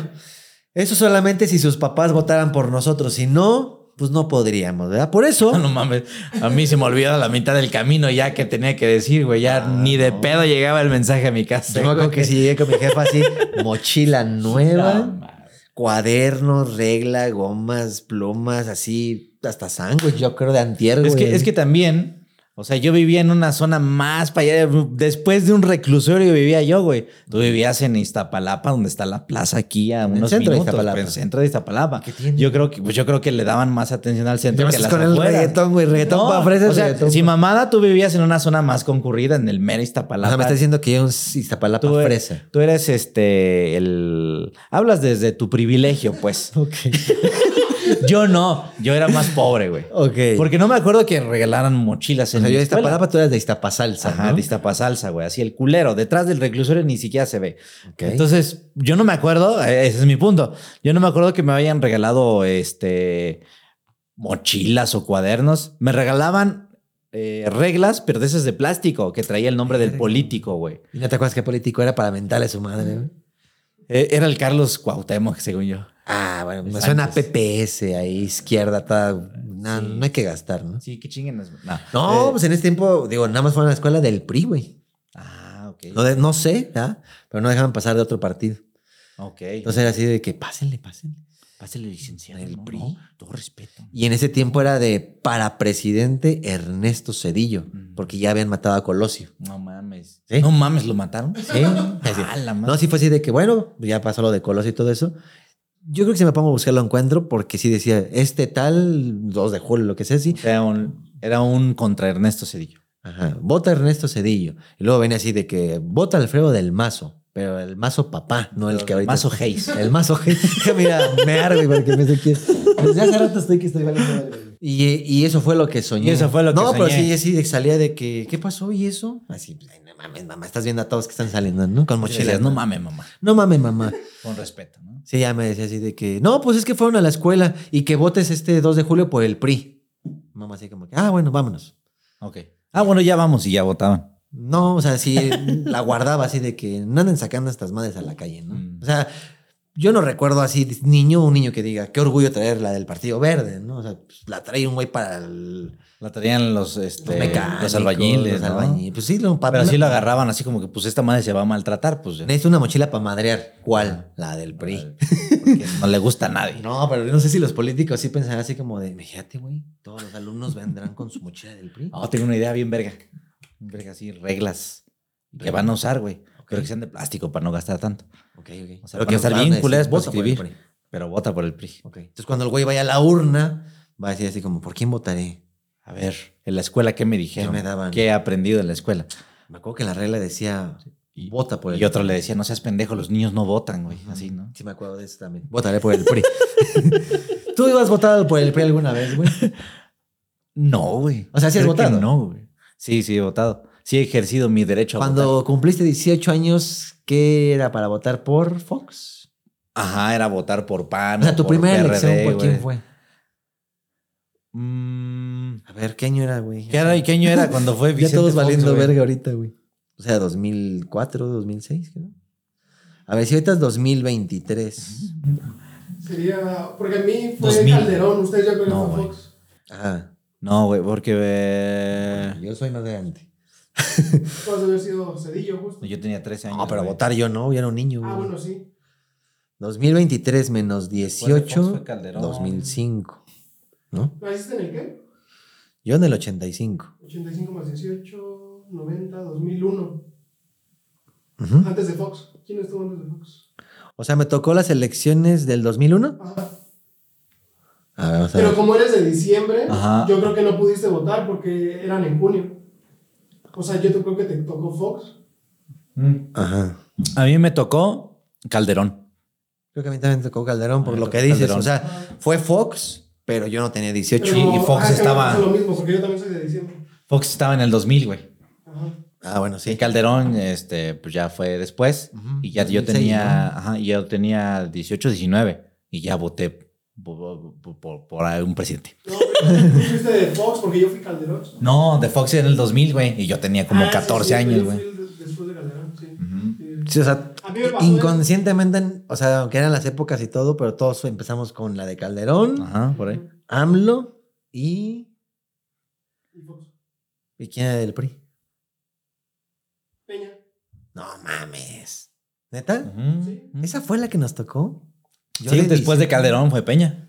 Speaker 1: eso solamente si sus papás votaran por nosotros. Si no, pues no podríamos, ¿verdad? Por eso...
Speaker 2: No mames, a mí se me olvidó la mitad del camino ya que tenía que decir, güey. Ya ni de pedo llegaba el mensaje a mi casa.
Speaker 1: Ah, Yo me acuerdo que si llegué con mi jefa [laughs] así, mochila nueva, eh, cuadernos, regla, gomas, plumas, así, hasta sándwich, yo creo, de antier,
Speaker 2: Es que,
Speaker 1: güey.
Speaker 2: es que también, o sea, yo vivía en una zona más para allá. de- Después de un reclusorio vivía yo, güey. Tú vivías en Iztapalapa, donde está la plaza aquí a
Speaker 1: En el
Speaker 2: unos
Speaker 1: centro de
Speaker 2: minutos.
Speaker 1: Iztapalapa.
Speaker 2: pues, En el centro de Iztapalapa.
Speaker 1: ¿Qué tiene?
Speaker 2: Yo creo que, pues yo creo que le daban más atención al
Speaker 1: Te
Speaker 2: centro
Speaker 1: vas
Speaker 2: que a las
Speaker 1: con el
Speaker 2: afueras.
Speaker 1: reggaetón, güey, reggaetón
Speaker 2: No,
Speaker 1: pa' fresas,
Speaker 2: o sea,
Speaker 1: reggaetón
Speaker 2: si
Speaker 1: pa'-
Speaker 2: mamada tú vivías en una zona más concurrida, en el mero
Speaker 1: O
Speaker 2: Iztapalapa.
Speaker 1: sea, me está diciendo que yo un Iztapalapa
Speaker 2: tú, e-
Speaker 1: fresa.
Speaker 2: tú eres este el hablas desde tu privilegio, pues.
Speaker 1: [laughs] Ok.
Speaker 2: [laughs] yo no, yo era más pobre, güey.
Speaker 1: Ok.
Speaker 2: Porque no me acuerdo que regalaran mochilas
Speaker 1: o
Speaker 2: en
Speaker 1: sea,
Speaker 2: mi
Speaker 1: yo de
Speaker 2: escuela.
Speaker 1: Iztapalapa, tú eres de Iztapasalsa,
Speaker 2: Ajá,
Speaker 1: ¿no?
Speaker 2: de Iztapasalsa, güey. Así el culero. Detrás del reclusorio ni siquiera se ve.
Speaker 1: Ok.
Speaker 2: Entonces, yo no me acuerdo, eh, ese es mi punto. Yo no me acuerdo que me hayan regalado este mochilas o cuadernos. Me regalaban eh, reglas, pero de esas de plástico, que traía el nombre del político, güey.
Speaker 1: ¿Y no te acuerdas qué político era para mentarle a su madre, güey?
Speaker 2: Eh, era el Carlos Cuauhtémoc, según yo.
Speaker 1: Ah, bueno, me
Speaker 2: Antes.
Speaker 1: suena a PPS ahí, izquierda, toda- na-
Speaker 2: Sí.
Speaker 1: no hay que gastar, ¿no?
Speaker 2: Sí, qué chinguen. las- No,
Speaker 1: No,
Speaker 2: Eh,
Speaker 1: pues en ese tiempo, digo, nada más fueron a la escuela del PRI, güey.
Speaker 2: Ah, ok.
Speaker 1: No, de- no sé, ¿verdad? Pero no dejaban pasar de otro partido.
Speaker 2: ok.
Speaker 1: Entonces era así de que pásenle, pásenle.
Speaker 2: Pásale, licenciado.
Speaker 1: del
Speaker 2: no,
Speaker 1: PRI.
Speaker 2: no, todo respeto.
Speaker 1: Y en ese tiempo era de para presidente Ernesto Cedillo,
Speaker 2: Mm.
Speaker 1: porque ya habían matado a Colosio.
Speaker 2: No mames.
Speaker 1: ¿Sí?
Speaker 2: No mames, ¿lo mataron?
Speaker 1: [laughs] ¿Sí? Así.
Speaker 2: Ah, la madre.
Speaker 1: No, sí fue así de que, bueno, ya pasó lo de Colosio y todo eso. Yo creo que si me pongo a buscar lo encuentro, porque sí decía, este tal, 2 de julio, lo que sea, sí.
Speaker 2: Era un, era un contra Ernesto Cedillo.
Speaker 1: Ajá, vota Ernesto Cedillo. Y luego venía así de que vota Alfredo del Mazo, pero el Mazo papá, no Ah, el que ahorita.
Speaker 2: Mazo Hayes.
Speaker 1: El Mazo Hayes. [laughs] Mira, me argo porque me sé que pues es.
Speaker 3: Desde hace rato estoy que estoy valiendo madre, güey.
Speaker 1: Y, y eso fue lo que soñé.
Speaker 2: Y eso fue lo que
Speaker 1: no, No, pero
Speaker 2: soñé.
Speaker 1: sí, sí, de que salía de que, ¿qué pasó? ¿Y eso? Así, pues, ay, no mames, mamá, estás viendo a todos que están saliendo, ¿no? Con mochilas.
Speaker 2: Mochilas, no mames, mamá.
Speaker 1: No mames, mamá.
Speaker 2: Con respeto, ¿no?
Speaker 1: Sí, ya me decía así de que, no, pues es que fueron a la escuela y que votes este 2 de julio por el PRI. Mamá así como que, ah, bueno, vámonos.
Speaker 2: Ok. Ah, bueno, ya vamos y ya votaban.
Speaker 1: No, o sea, sí [laughs] la guardaba así de que no anden sacando a estas madres a la calle, ¿no?
Speaker 2: Mm.
Speaker 1: O sea, yo no recuerdo así de niño, un niño que diga, qué orgullo traer la del Partido Verde, ¿no? O sea, pues, la trae un güey para el...
Speaker 2: La traían los,
Speaker 1: los
Speaker 2: este,
Speaker 1: mecánicos,
Speaker 2: los albañiles.
Speaker 1: Los
Speaker 2: ¿no?
Speaker 1: albañiles. Pues sí, lo,
Speaker 2: Pero sí lo agarraban así como que, pues esta madre se va a maltratar, pues. ya.
Speaker 1: Necesito una mochila para madrear.
Speaker 2: Ah.
Speaker 1: ¿Cuál? La del PRI.
Speaker 2: Porque no le gusta a nadie.
Speaker 1: No, pero no sé si los políticos sí pensarán así como de, imagínate, güey, todos los alumnos vendrán con su mochila del PRI.
Speaker 2: Oh, tengo una idea bien verga. Bien verga, así, reglas que van a usar, güey. Creo que sean de plástico para no gastar tanto.
Speaker 1: Ok, ok.
Speaker 2: O sea, para estar bien culeras para escribir.
Speaker 1: PRI.
Speaker 2: Pero vota por el PRI.
Speaker 1: Ok. Entonces, cuando el güey vaya a la urna, va a decir así como, ¿por quién votaré?
Speaker 2: A ver, en la escuela, ¿qué me dijeron?
Speaker 1: ¿Qué me daban?
Speaker 2: ¿Qué he aprendido en la escuela?
Speaker 1: Me acuerdo que la regla decía,
Speaker 2: Y-
Speaker 1: vota por el
Speaker 2: Y otro le decía, no seas pendejo, los niños no votan, güey. Así, ¿no?
Speaker 1: Sí, me acuerdo de eso también. Votaré por el PRI. [laughs] ¿Tú ibas votado por el PRI alguna
Speaker 2: [laughs]
Speaker 1: vez, güey?
Speaker 2: No, güey.
Speaker 1: O sea, ¿sí has
Speaker 2: Creo que
Speaker 1: votado?
Speaker 2: No, güey. Sí, sí, he votado. Sí he ejercido mi derecho a votar.
Speaker 1: Cuando cumpliste 18 años, ¿qué era para votar por Fox?
Speaker 2: Ajá, era votar por PAN.
Speaker 1: O sea,
Speaker 2: o
Speaker 1: tu
Speaker 2: por
Speaker 1: primera
Speaker 2: PRD,
Speaker 1: elección, ¿por quién
Speaker 2: güey.
Speaker 1: fue?
Speaker 2: Mm,
Speaker 1: A ver, ¿qué año era, güey?
Speaker 2: ¿qué, era- qué año era cuando fue
Speaker 1: [laughs] Ya
Speaker 2: Vicente
Speaker 1: todos
Speaker 2: Fox,
Speaker 1: valiendo
Speaker 2: güey?
Speaker 1: verga ahorita, güey. O sea, 2004, 2006, creo. A ver, si ahorita es 2023.
Speaker 3: Sería. Porque a mí fue
Speaker 2: 2000.
Speaker 3: Calderón, ustedes ya creen
Speaker 2: No,
Speaker 3: que fue
Speaker 2: güey.
Speaker 3: Fox.
Speaker 1: Ajá.
Speaker 2: No, güey, porque... eh,
Speaker 1: Ah, Yo soy más grande.
Speaker 3: Puede haber sido Cedillo, justo.
Speaker 2: yo tenía 13 años.
Speaker 1: No, pero
Speaker 2: güey.
Speaker 1: votar yo no, yo era un niño.
Speaker 3: Ah,
Speaker 1: güey.
Speaker 3: bueno, sí.
Speaker 1: 2023 menos
Speaker 2: de Fox
Speaker 1: 18,
Speaker 2: fue Calderón.
Speaker 1: 2005. ¿No?
Speaker 3: ¿Naciste en el qué?
Speaker 1: Yo en el 85.
Speaker 3: 85 más 18, 90, 2001.
Speaker 1: Ujú.
Speaker 3: Antes de Fox. ¿Quién estuvo antes de Fox?
Speaker 1: O sea, me tocó las elecciones del 2001.
Speaker 3: Ajá.
Speaker 1: A ver, vamos a ver.
Speaker 3: Pero como eres de diciembre,
Speaker 2: Ajá.
Speaker 3: yo creo que no pudiste votar porque eran en junio. O sea, yo te- creo que te tocó Fox.
Speaker 1: Ajá.
Speaker 2: Mm. A mí me tocó Calderón.
Speaker 1: Creo que a mí también tocó Calderón por lo que dices. O sea, fue Fox, pero yo no tenía 18.
Speaker 3: Pero-
Speaker 2: y Fox
Speaker 3: ah, que me
Speaker 2: estaba-
Speaker 3: pasa lo mismo, porque yo también soy de diciembre.
Speaker 2: Fox estaba en el 2000, güey.
Speaker 3: Ajá.
Speaker 1: Ah, bueno, sí.
Speaker 2: Y Calderón, este, pues ya fue después.
Speaker 1: Ujú,
Speaker 2: Y ya yo
Speaker 1: 2006,
Speaker 2: tenía, ajá, y yo tenía 18, 19. Y ya voté por, por- por- por un presidente.
Speaker 3: No, pero tú fuiste de Fox porque yo fui Calderón.
Speaker 2: No, de Fox en el 2000, güey. Y yo tenía como
Speaker 3: Ah, sí,
Speaker 2: 14
Speaker 3: sí,
Speaker 2: años,
Speaker 3: yo
Speaker 2: güey.
Speaker 3: fui de- Después de Calderón, sí. Sí.
Speaker 1: Sí, o sea,
Speaker 3: A mí me pasó
Speaker 1: inconscientemente, o sea, aunque eran las épocas y todo, pero todos empezamos con la de Calderón,
Speaker 2: Ajá, por ahí.
Speaker 1: AMLO y.
Speaker 3: Y Fox.
Speaker 1: ¿Y quién era del PRI?
Speaker 3: Peña.
Speaker 1: No mames. ¿Neta?
Speaker 2: Ujú.
Speaker 3: Sí.
Speaker 1: ¿Esa fue la que nos tocó? Yo
Speaker 2: Sí,
Speaker 1: de
Speaker 2: después de
Speaker 1: 18.
Speaker 2: Calderón fue Peña.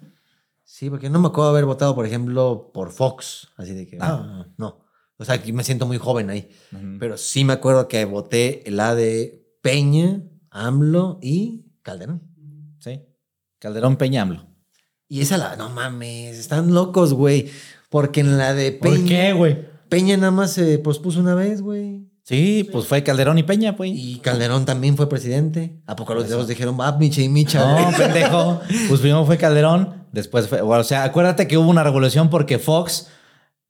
Speaker 1: Sí, porque no me acuerdo haber votado, por ejemplo, por Fox. Así de que.
Speaker 2: Ah.
Speaker 1: ah, no. O sea, que me siento muy joven ahí.
Speaker 2: Ujú.
Speaker 1: Pero sí me acuerdo que voté la de Peña, AMLO y Calderón.
Speaker 2: Sí. Calderón Peña AMLO.
Speaker 1: Y esa la, no mames, están locos, güey. Porque en la de Peña.
Speaker 2: ¿Por qué, güey?
Speaker 1: Peña nada más se pospuso una vez, güey.
Speaker 2: Sí, pues fue Calderón y Peña, güey.
Speaker 1: Y Calderón también fue presidente. ¿A poco los dos dijeron, ah, Micha y Micha?
Speaker 2: No,
Speaker 1: güey?
Speaker 2: pendejo. Pues primero fue Calderón, después fue. O sea, acuérdate que hubo una revolución porque Fox,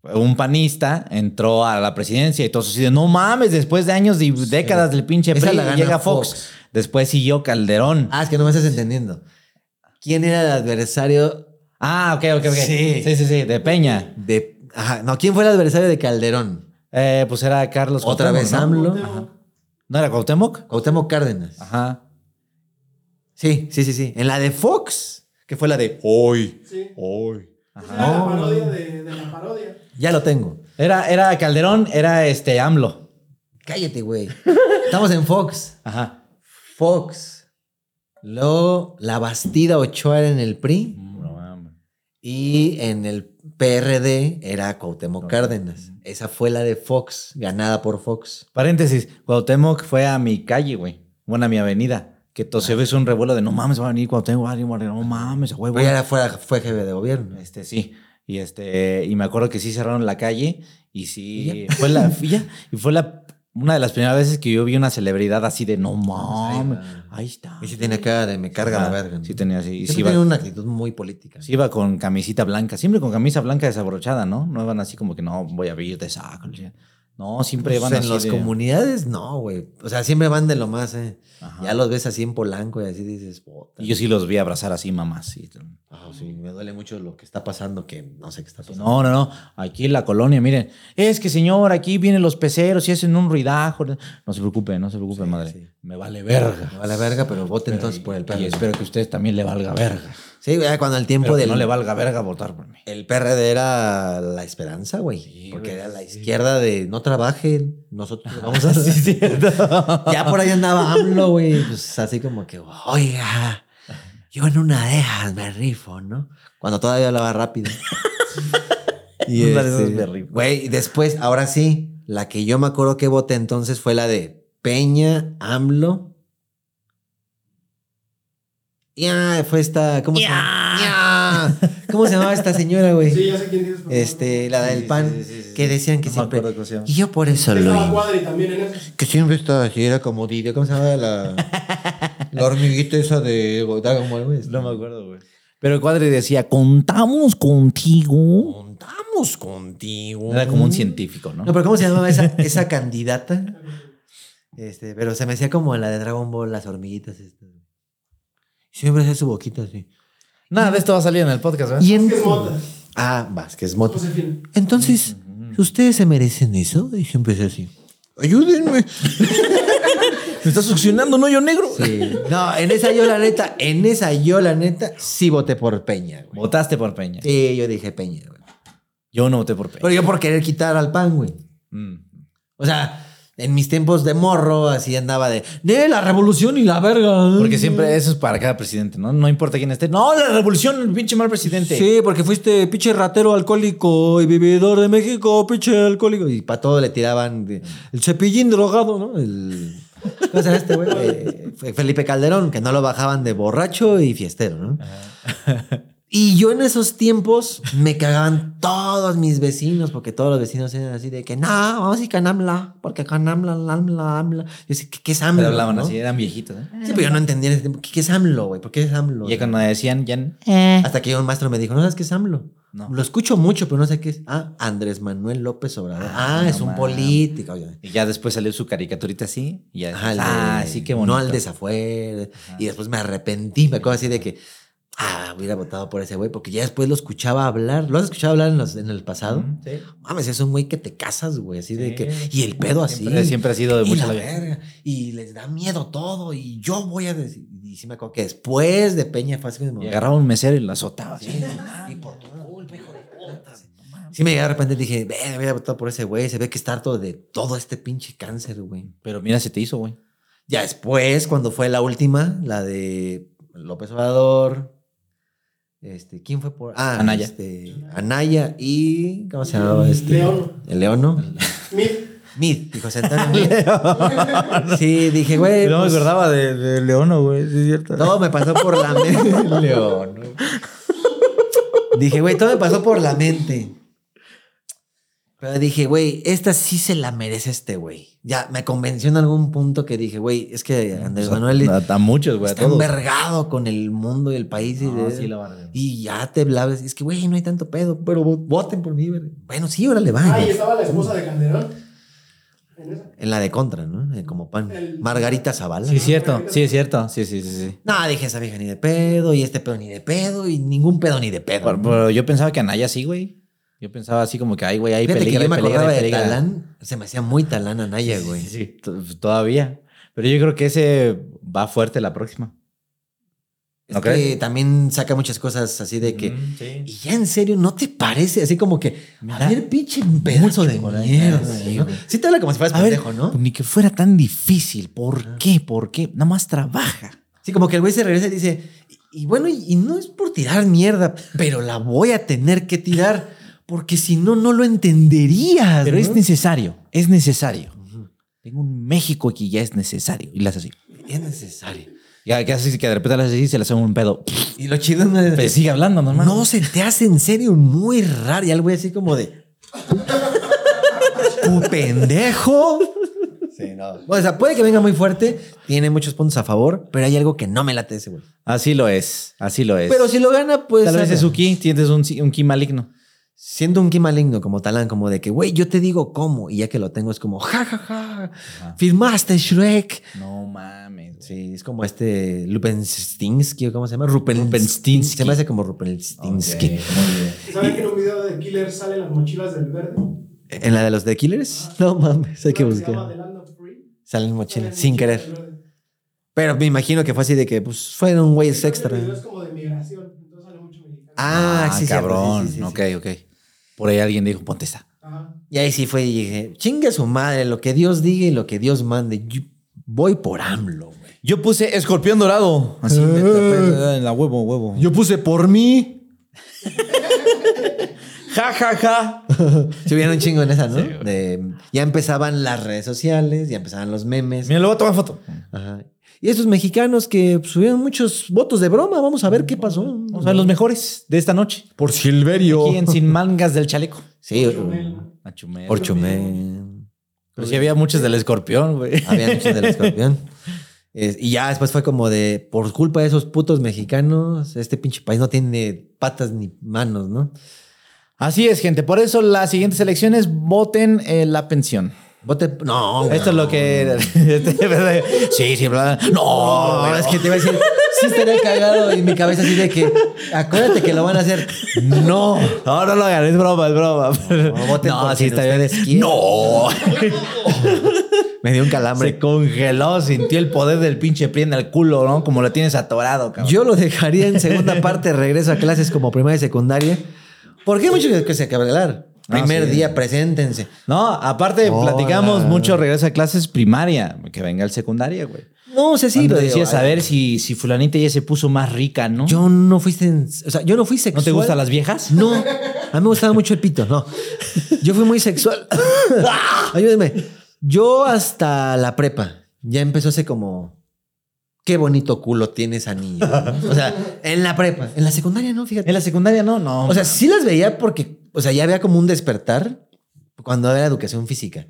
Speaker 2: un panista, entró a la presidencia y todos así de no mames, después de años y décadas del pinche
Speaker 1: Esa
Speaker 2: PRI,
Speaker 1: la gana
Speaker 2: llega Fox.
Speaker 1: Fox.
Speaker 2: Después siguió Calderón. Ah,
Speaker 1: Ah, es que no me estás entendiendo. ¿Quién era el adversario
Speaker 2: Ah, ok, ok, ok.
Speaker 1: Sí.
Speaker 2: sí, sí, sí, de Peña.
Speaker 1: de. Ajá, no, ¿quién fue el adversario de Calderón?
Speaker 2: Eh, pues era Carlos
Speaker 1: Otra
Speaker 2: Cuauhtémoc,
Speaker 1: vez
Speaker 2: ¿no?
Speaker 1: AMLO.
Speaker 3: Cuauhtémoc.
Speaker 1: Ajá.
Speaker 2: ¿No era Cuauhtémoc?
Speaker 1: Cuauhtémoc Cárdenas.
Speaker 2: Ajá.
Speaker 1: Sí, sí, sí, sí. En la de Fox, que fue la de hoy,
Speaker 3: Sí.
Speaker 1: hoy.
Speaker 3: Esa
Speaker 2: Ajá.
Speaker 3: era la parodia de, de la parodia.
Speaker 1: Ya lo tengo.
Speaker 2: Era, era Calderón, era este AMLO.
Speaker 1: Cállate,
Speaker 2: [laughs]
Speaker 1: güey. Estamos en Fox.
Speaker 2: Ajá.
Speaker 1: Fox. Luego, la Bastida Ochoa era en el PRI y en el PRD era Cuauhtémoc Cárdenas. Esa fue la de Fox, ganada por Fox.
Speaker 2: Paréntesis, Cuauhtémoc fue a mi calle, güey. Bueno, a mi avenida. Que
Speaker 1: Ah.
Speaker 2: entonces hizo un revuelo de no mames, va a venir Cuauhtémoc, va a venir, va a venir, no mames, a huevo.
Speaker 1: Pero ya fue, fue jefe de gobierno.
Speaker 2: Este, sí. Y este, y me acuerdo que sí cerraron la calle y
Speaker 1: ¿Y
Speaker 2: sí. Fue
Speaker 1: [laughs]
Speaker 2: la, y ya, y fue la, una de las primeras veces que yo vi una celebridad así de no mames. Ahí está.
Speaker 1: Y si tiene cara de me carga la verga. ¿no?
Speaker 2: Sí tenía así. Y
Speaker 1: Siempre
Speaker 2: sí iba,
Speaker 1: tiene una actitud muy política.
Speaker 2: sí iba con camisita blanca, siempre con camisa blanca desabrochada, ¿no? No iban así como que no voy a vivir de saco. No, siempre
Speaker 1: Pues
Speaker 2: iban
Speaker 1: en
Speaker 2: así
Speaker 1: las
Speaker 2: de-
Speaker 1: comunidades, no, güey. O sea, siempre van de lo más, ¿eh?
Speaker 2: Ajá.
Speaker 1: Ya los ves así en Polanco y así dices, puta.
Speaker 2: Y yo sí los vi abrazar así, mamás. y-
Speaker 1: Ah, sí, me duele mucho lo que está pasando, que no sé qué está pasando.
Speaker 2: pues, No, no, no. Aquí en la colonia, miren. Es que, señor, aquí vienen los peceros y hacen un ruidajo. No se preocupe, no se preocupe,
Speaker 1: Sí,
Speaker 2: madre.
Speaker 1: sí.
Speaker 2: Me vale verga.
Speaker 1: Me va la verga, pero vote entonces
Speaker 2: Y-
Speaker 1: por el
Speaker 2: Y
Speaker 1: PRD.
Speaker 2: espero que a ustedes también le valga verga.
Speaker 1: Sí, güey, cuando el tiempo
Speaker 2: Pero que
Speaker 1: del
Speaker 2: no le valga verga votar por [laughs] mí.
Speaker 1: el PRD era la esperanza, güey. porque era la izquierda de no trabajen, nosotros vamos a...
Speaker 2: [laughs]
Speaker 1: ya por ahí andaba AMLO, güey. Pues así como que, oiga, yo en una de esas me rifo, ¿no? Cuando todavía hablaba rápido. y
Speaker 2: Una de esas
Speaker 1: este,
Speaker 2: me rifo.
Speaker 1: Güey, y después, ahora sí, la que yo me acuerdo que voté entonces fue la de Peña, AMLO. Ya, fue esta, ¿cómo se llama? Ya. ¿Cómo se llamaba esta señora, güey?
Speaker 3: Sí, ya sé quién dices. por favor.
Speaker 1: Este, la del pan, que decían que
Speaker 2: No me
Speaker 1: siempre.
Speaker 2: acuerdo cómo se llama.
Speaker 1: Y yo por eso lo
Speaker 3: Estaba
Speaker 1: hice.
Speaker 3: Cuadri también en eso.
Speaker 1: Que siempre estaba así, era como Didio, ¿cómo se llama la,
Speaker 2: [laughs]
Speaker 1: la hormiguita esa de Dragon Ball, güey?
Speaker 2: No me acuerdo, güey. Pero Cuadri decía, contamos contigo.
Speaker 1: Contamos contigo.
Speaker 2: Era como un científico, ¿no?
Speaker 1: No, pero ¿cómo se llamaba esa, esa candidata? Este, pero se me hacía como la de Dragon Ball, las hormiguitas. este. Siempre hacía su boquita así.
Speaker 2: Nada de esto va a salir en el podcast, ¿verdad?
Speaker 1: Y en...
Speaker 3: Vázquez Mota.
Speaker 1: Ah, Vázquez Mota.
Speaker 3: Josefina.
Speaker 1: Entonces, ¿ustedes se merecen eso? Y siempre es así. Ayúdenme.
Speaker 2: [laughs] Me está succionando un hoyo negro.
Speaker 1: No, en esa yo la neta, en esa yo la neta, sí voté por Peña, güey.
Speaker 2: Votaste por Peña.
Speaker 1: Sí, yo dije Peña, güey.
Speaker 2: Yo no voté por Peña.
Speaker 1: Pero yo por querer quitar al pan, güey.
Speaker 2: Mm.
Speaker 1: O sea, en mis tiempos de morro, así andaba de, de la revolución y la verga.
Speaker 2: Porque siempre eso es para cada presidente, ¿no? No importa quién esté. No, la revolución, el pinche mal presidente.
Speaker 1: Sí, porque fuiste pinche ratero alcohólico y vividor de México, pinche alcohólico. Y para todo le tiraban de- el cepillín drogado, ¿no? El, ¿Cómo se llama este
Speaker 2: [laughs]
Speaker 1: güey? Eh, Felipe Calderón, que no lo bajaban de borracho y fiestero, ¿no? [laughs] Y yo en esos tiempos me cagaban todos mis vecinos, porque todos los vecinos eran así de que, no, vamos a ir con AMLA, porque con AMLA, AMLA, AMLA. Yo decía, ¿qué, qué es AMLA?
Speaker 2: Pero hablaban
Speaker 1: no?
Speaker 2: así, eran viejitos. ¿eh?
Speaker 1: Sí, pero yo no entendía en ese tiempo, ¿qué, qué es AMLO, güey? ¿Por qué es AMLO?
Speaker 2: Y ya cuando decían, ya. n-
Speaker 1: Hasta que un maestro me dijo, ¿no sabes qué es AMLO?
Speaker 2: No.
Speaker 1: Lo escucho mucho, pero no sé qué es. Ah, Andrés Manuel López Obrador. Ah,
Speaker 2: Ah, no
Speaker 1: es un
Speaker 2: mames.
Speaker 1: político. Oye.
Speaker 2: Y ya después salió su caricaturita así. Y ya.
Speaker 1: Ajá, al
Speaker 2: ah,
Speaker 1: de-
Speaker 2: sí, qué bonito.
Speaker 1: No al desafuero. Y después me arrepentí, me acuerdo así de que, ah, hubiera votado por ese güey, porque ya después lo escuchaba hablar. ¿Lo has escuchado hablar en, los- en el pasado?
Speaker 2: Ujú, sí.
Speaker 1: Mames, es un güey que te casas, güey, así de
Speaker 2: Sí.
Speaker 1: que. Y el pedo así.
Speaker 2: Siempre, siempre ha sido de
Speaker 1: y
Speaker 2: mucha
Speaker 1: la
Speaker 2: labia.
Speaker 1: verga, y les da miedo todo, y yo voy a decir. Y sí me acuerdo que después de Peña fue así como-
Speaker 2: Y agarraba un mesero y lo azotaba. así.
Speaker 1: Sí, y por tu culpa, hijo de puta. Sí, me llegué de repente dije, ve, voy a votar por ese güey. Se ve que está harto de todo este pinche cáncer, güey.
Speaker 2: Pero mira, se te hizo, güey.
Speaker 1: Ya después, cuando fue la última, la de López Obrador. Este, ¿quién fue por? Ah,
Speaker 2: Anaya.
Speaker 1: este, Anaya y. ¿Cómo se llamaba este?
Speaker 3: León.
Speaker 1: El Leono.
Speaker 3: Mil.
Speaker 1: Mid, dijo [laughs] Antonio Meade. Sí, dije, güey.
Speaker 2: no
Speaker 1: pues,
Speaker 2: me acordaba de, de Leono, güey. Sí, es cierto.
Speaker 1: Todo me pasó por la mente. [laughs] León. Dije, güey, todo me pasó por la mente. Pero dije, güey, esta sí se la merece este güey. Ya me convenció en algún punto que dije, güey, es que Andrés
Speaker 2: O sea,
Speaker 1: Manuel
Speaker 2: A, a muchos, güey. A
Speaker 1: está
Speaker 2: todos.
Speaker 1: envergado con el mundo y el país. y
Speaker 2: No,
Speaker 1: de-
Speaker 2: sí, la barba.
Speaker 1: y ya te hablabas. Es que, güey, no hay tanto pedo, pero vo- voten por mí. verga. Bueno, sí, órale, va.
Speaker 3: Ah, y estaba la esposa de Calderón. En esa.
Speaker 1: En la de contra, ¿no? Eh, Como pan.
Speaker 3: El-
Speaker 1: Margarita Zavala.
Speaker 2: Sí, es cierto. Sí, es cierto. Sí, sí, sí. sí.
Speaker 1: No, dije esa vieja ni de pedo, y este pedo ni de pedo, y ningún pedo ni de pedo.
Speaker 2: Pero, pero yo pensaba que Anaya sí, güey. Yo pensaba así como que, ay, güey, hay
Speaker 1: Fíjate
Speaker 2: peligro.
Speaker 1: que yo me
Speaker 2: hay peligro,
Speaker 1: acordaba
Speaker 2: hay
Speaker 1: de
Speaker 2: peligro.
Speaker 1: Talán, se me hacía muy Talán Anaya,
Speaker 2: Sí,
Speaker 1: güey.
Speaker 2: sí, t- todavía. Pero yo creo que ese va fuerte la próxima.
Speaker 1: Es
Speaker 2: ¿No
Speaker 1: que
Speaker 2: crees?
Speaker 1: también saca muchas cosas así de que.
Speaker 2: Mm, sí.
Speaker 1: Y ya en serio, ¿no te parece? Así como que.
Speaker 2: Me
Speaker 1: A
Speaker 2: da
Speaker 1: ver, pinche pedazo de
Speaker 2: coraje,
Speaker 1: mierda.
Speaker 2: sí,
Speaker 1: ¿no?
Speaker 2: güey.
Speaker 1: Sí te habla como si fueras
Speaker 2: A ver,
Speaker 1: pendejo, ¿no?
Speaker 2: pues, Ni que fuera tan difícil. ¿Por qué? ¿Por qué? Nada más trabaja.
Speaker 1: Sí, como que el güey se regresa y dice, y, y bueno, y, y no es por tirar mierda, pero la voy a tener que tirar, porque si no, no lo entenderías.
Speaker 2: Pero
Speaker 1: ¿no?
Speaker 2: es necesario. Es necesario.
Speaker 1: Ujú.
Speaker 2: Tengo un México aquí, ya es necesario. Y las así.
Speaker 1: es necesario.
Speaker 2: Ya que así, que de repente las así se le hace un pedo.
Speaker 1: Y lo chido no es...
Speaker 2: [laughs] Pero sigue hablando, normal.
Speaker 1: No, se te hace en serio muy raro. Y al güey así como de... ¡Tu pendejo! Sí, no. O sea, puede que venga muy fuerte, tiene muchos puntos a favor, pero hay algo que no me late ese güey.
Speaker 2: Así lo es. Así lo es.
Speaker 1: Pero si lo gana, pues...
Speaker 2: Tal vez
Speaker 1: sabe.
Speaker 2: es un ki, tienes un, si- un ki maligno.
Speaker 1: siendo un ki maligno como Talán, como de que, güey, yo te digo cómo, y ya que lo tengo es como, ja, ja, ja, firmaste Shrek.
Speaker 2: No mames. güey.
Speaker 1: Sí, es como este Lupenstinsky, ¿cómo se llama? Rupenstinsky.
Speaker 2: Rupenstinsky.
Speaker 1: Se me hace como Rupenstinsky.
Speaker 3: ¿Saben que en un video de Killer salen las mochilas del verde?
Speaker 1: ¿En la de los The Killers? No mames, hay que
Speaker 3: Una se llama
Speaker 1: buscar.
Speaker 3: The Land of Free.
Speaker 1: Salen
Speaker 3: Salen
Speaker 1: mochilas, sin
Speaker 3: mochilas
Speaker 1: querer.
Speaker 3: del verde.
Speaker 1: Pero me imagino que fue así de que, pues, fueron güeyes
Speaker 3: Creo que
Speaker 1: extra.
Speaker 3: El video es como de migración, entonces sale mucho mexicano.
Speaker 1: Ah, sí, cierto,
Speaker 2: cabrón.
Speaker 1: sí, sí, sí, sí.
Speaker 2: ok, ok. Por ahí alguien dijo, ponte esta.
Speaker 3: Ajá.
Speaker 1: Y ahí sí fue y dije, chingue su madre, lo que Dios diga y lo que Dios mande. Yo voy por AMLO, güey.
Speaker 2: Yo puse escorpión dorado. Así, de- de- en la huevo, huevo.
Speaker 1: Yo puse por mí.
Speaker 2: Ja, ja, ja.
Speaker 1: Se vieron un chingo en esa, ¿no? De- ya empezaban las redes sociales, ya empezaban los memes.
Speaker 2: Mira, le voy a tomar foto.
Speaker 1: Ajá. Y esos mexicanos que subieron muchos votos de broma, vamos a ver qué pasó.
Speaker 2: Vamos a ver los mejores de esta noche.
Speaker 1: Por Silverio.
Speaker 2: Aquí en Sin Mangas del Chaleco.
Speaker 1: Sí,
Speaker 3: Chumel.
Speaker 2: Achumel.
Speaker 1: por Chumel.
Speaker 2: Pero Pues sí había muchos del escorpión, güey.
Speaker 1: Había muchos del escorpión. Es- y ya después fue como de, por culpa de esos putos mexicanos, este pinche país no tiene patas ni manos, ¿no?
Speaker 2: Así es, gente. Por eso las siguientes elecciones voten eh, la pensión.
Speaker 1: Vote, no. güey.
Speaker 2: Esto es lo que.
Speaker 1: [laughs]
Speaker 2: sí, sí, bla. No,
Speaker 1: Este, No, es que te iba a decir, sí estaría cagado y mi cabeza así de que, acuérdate que lo van a hacer. No.
Speaker 2: No, no lo hagan, es broma, es broma.
Speaker 1: no voten por quien ustedes quieran.
Speaker 2: No.
Speaker 1: [laughs] Me dio un calambre.
Speaker 2: Se congeló, sintió el poder del pinche PRI en el culo, ¿no? Como lo tienes atorado, cabrón.
Speaker 1: Yo lo dejaría en segunda parte, regreso a clases como primaria y secundaria. Porque hay mucho que- que se hablar.
Speaker 2: Ah,
Speaker 1: Primer
Speaker 2: sí.
Speaker 1: día, preséntense.
Speaker 2: No, aparte
Speaker 1: Hola.
Speaker 2: platicamos mucho regreso a clases primaria, que venga el secundaria, güey.
Speaker 1: No sé si
Speaker 2: Sí,
Speaker 1: pero
Speaker 2: decías,
Speaker 1: digo,
Speaker 2: a ver si, si fulanita ya se puso más rica, ¿no?
Speaker 1: Yo no fui, sen- o sea, yo no fui
Speaker 2: ¿No
Speaker 1: sexual.
Speaker 2: te gustan las viejas?
Speaker 1: No, a mí me gustaba mucho el pito, no. Yo fui muy sexual.
Speaker 2: [laughs]
Speaker 1: Ayúdenme. Yo hasta la prepa. Ya empezó hace como qué bonito culo tienes anillo. ¿no? O sea, en la prepa, en la secundaria no, fíjate.
Speaker 2: En la secundaria no, no.
Speaker 1: O sea, sí las veía porque, o sea, ya había como un despertar cuando era educación física.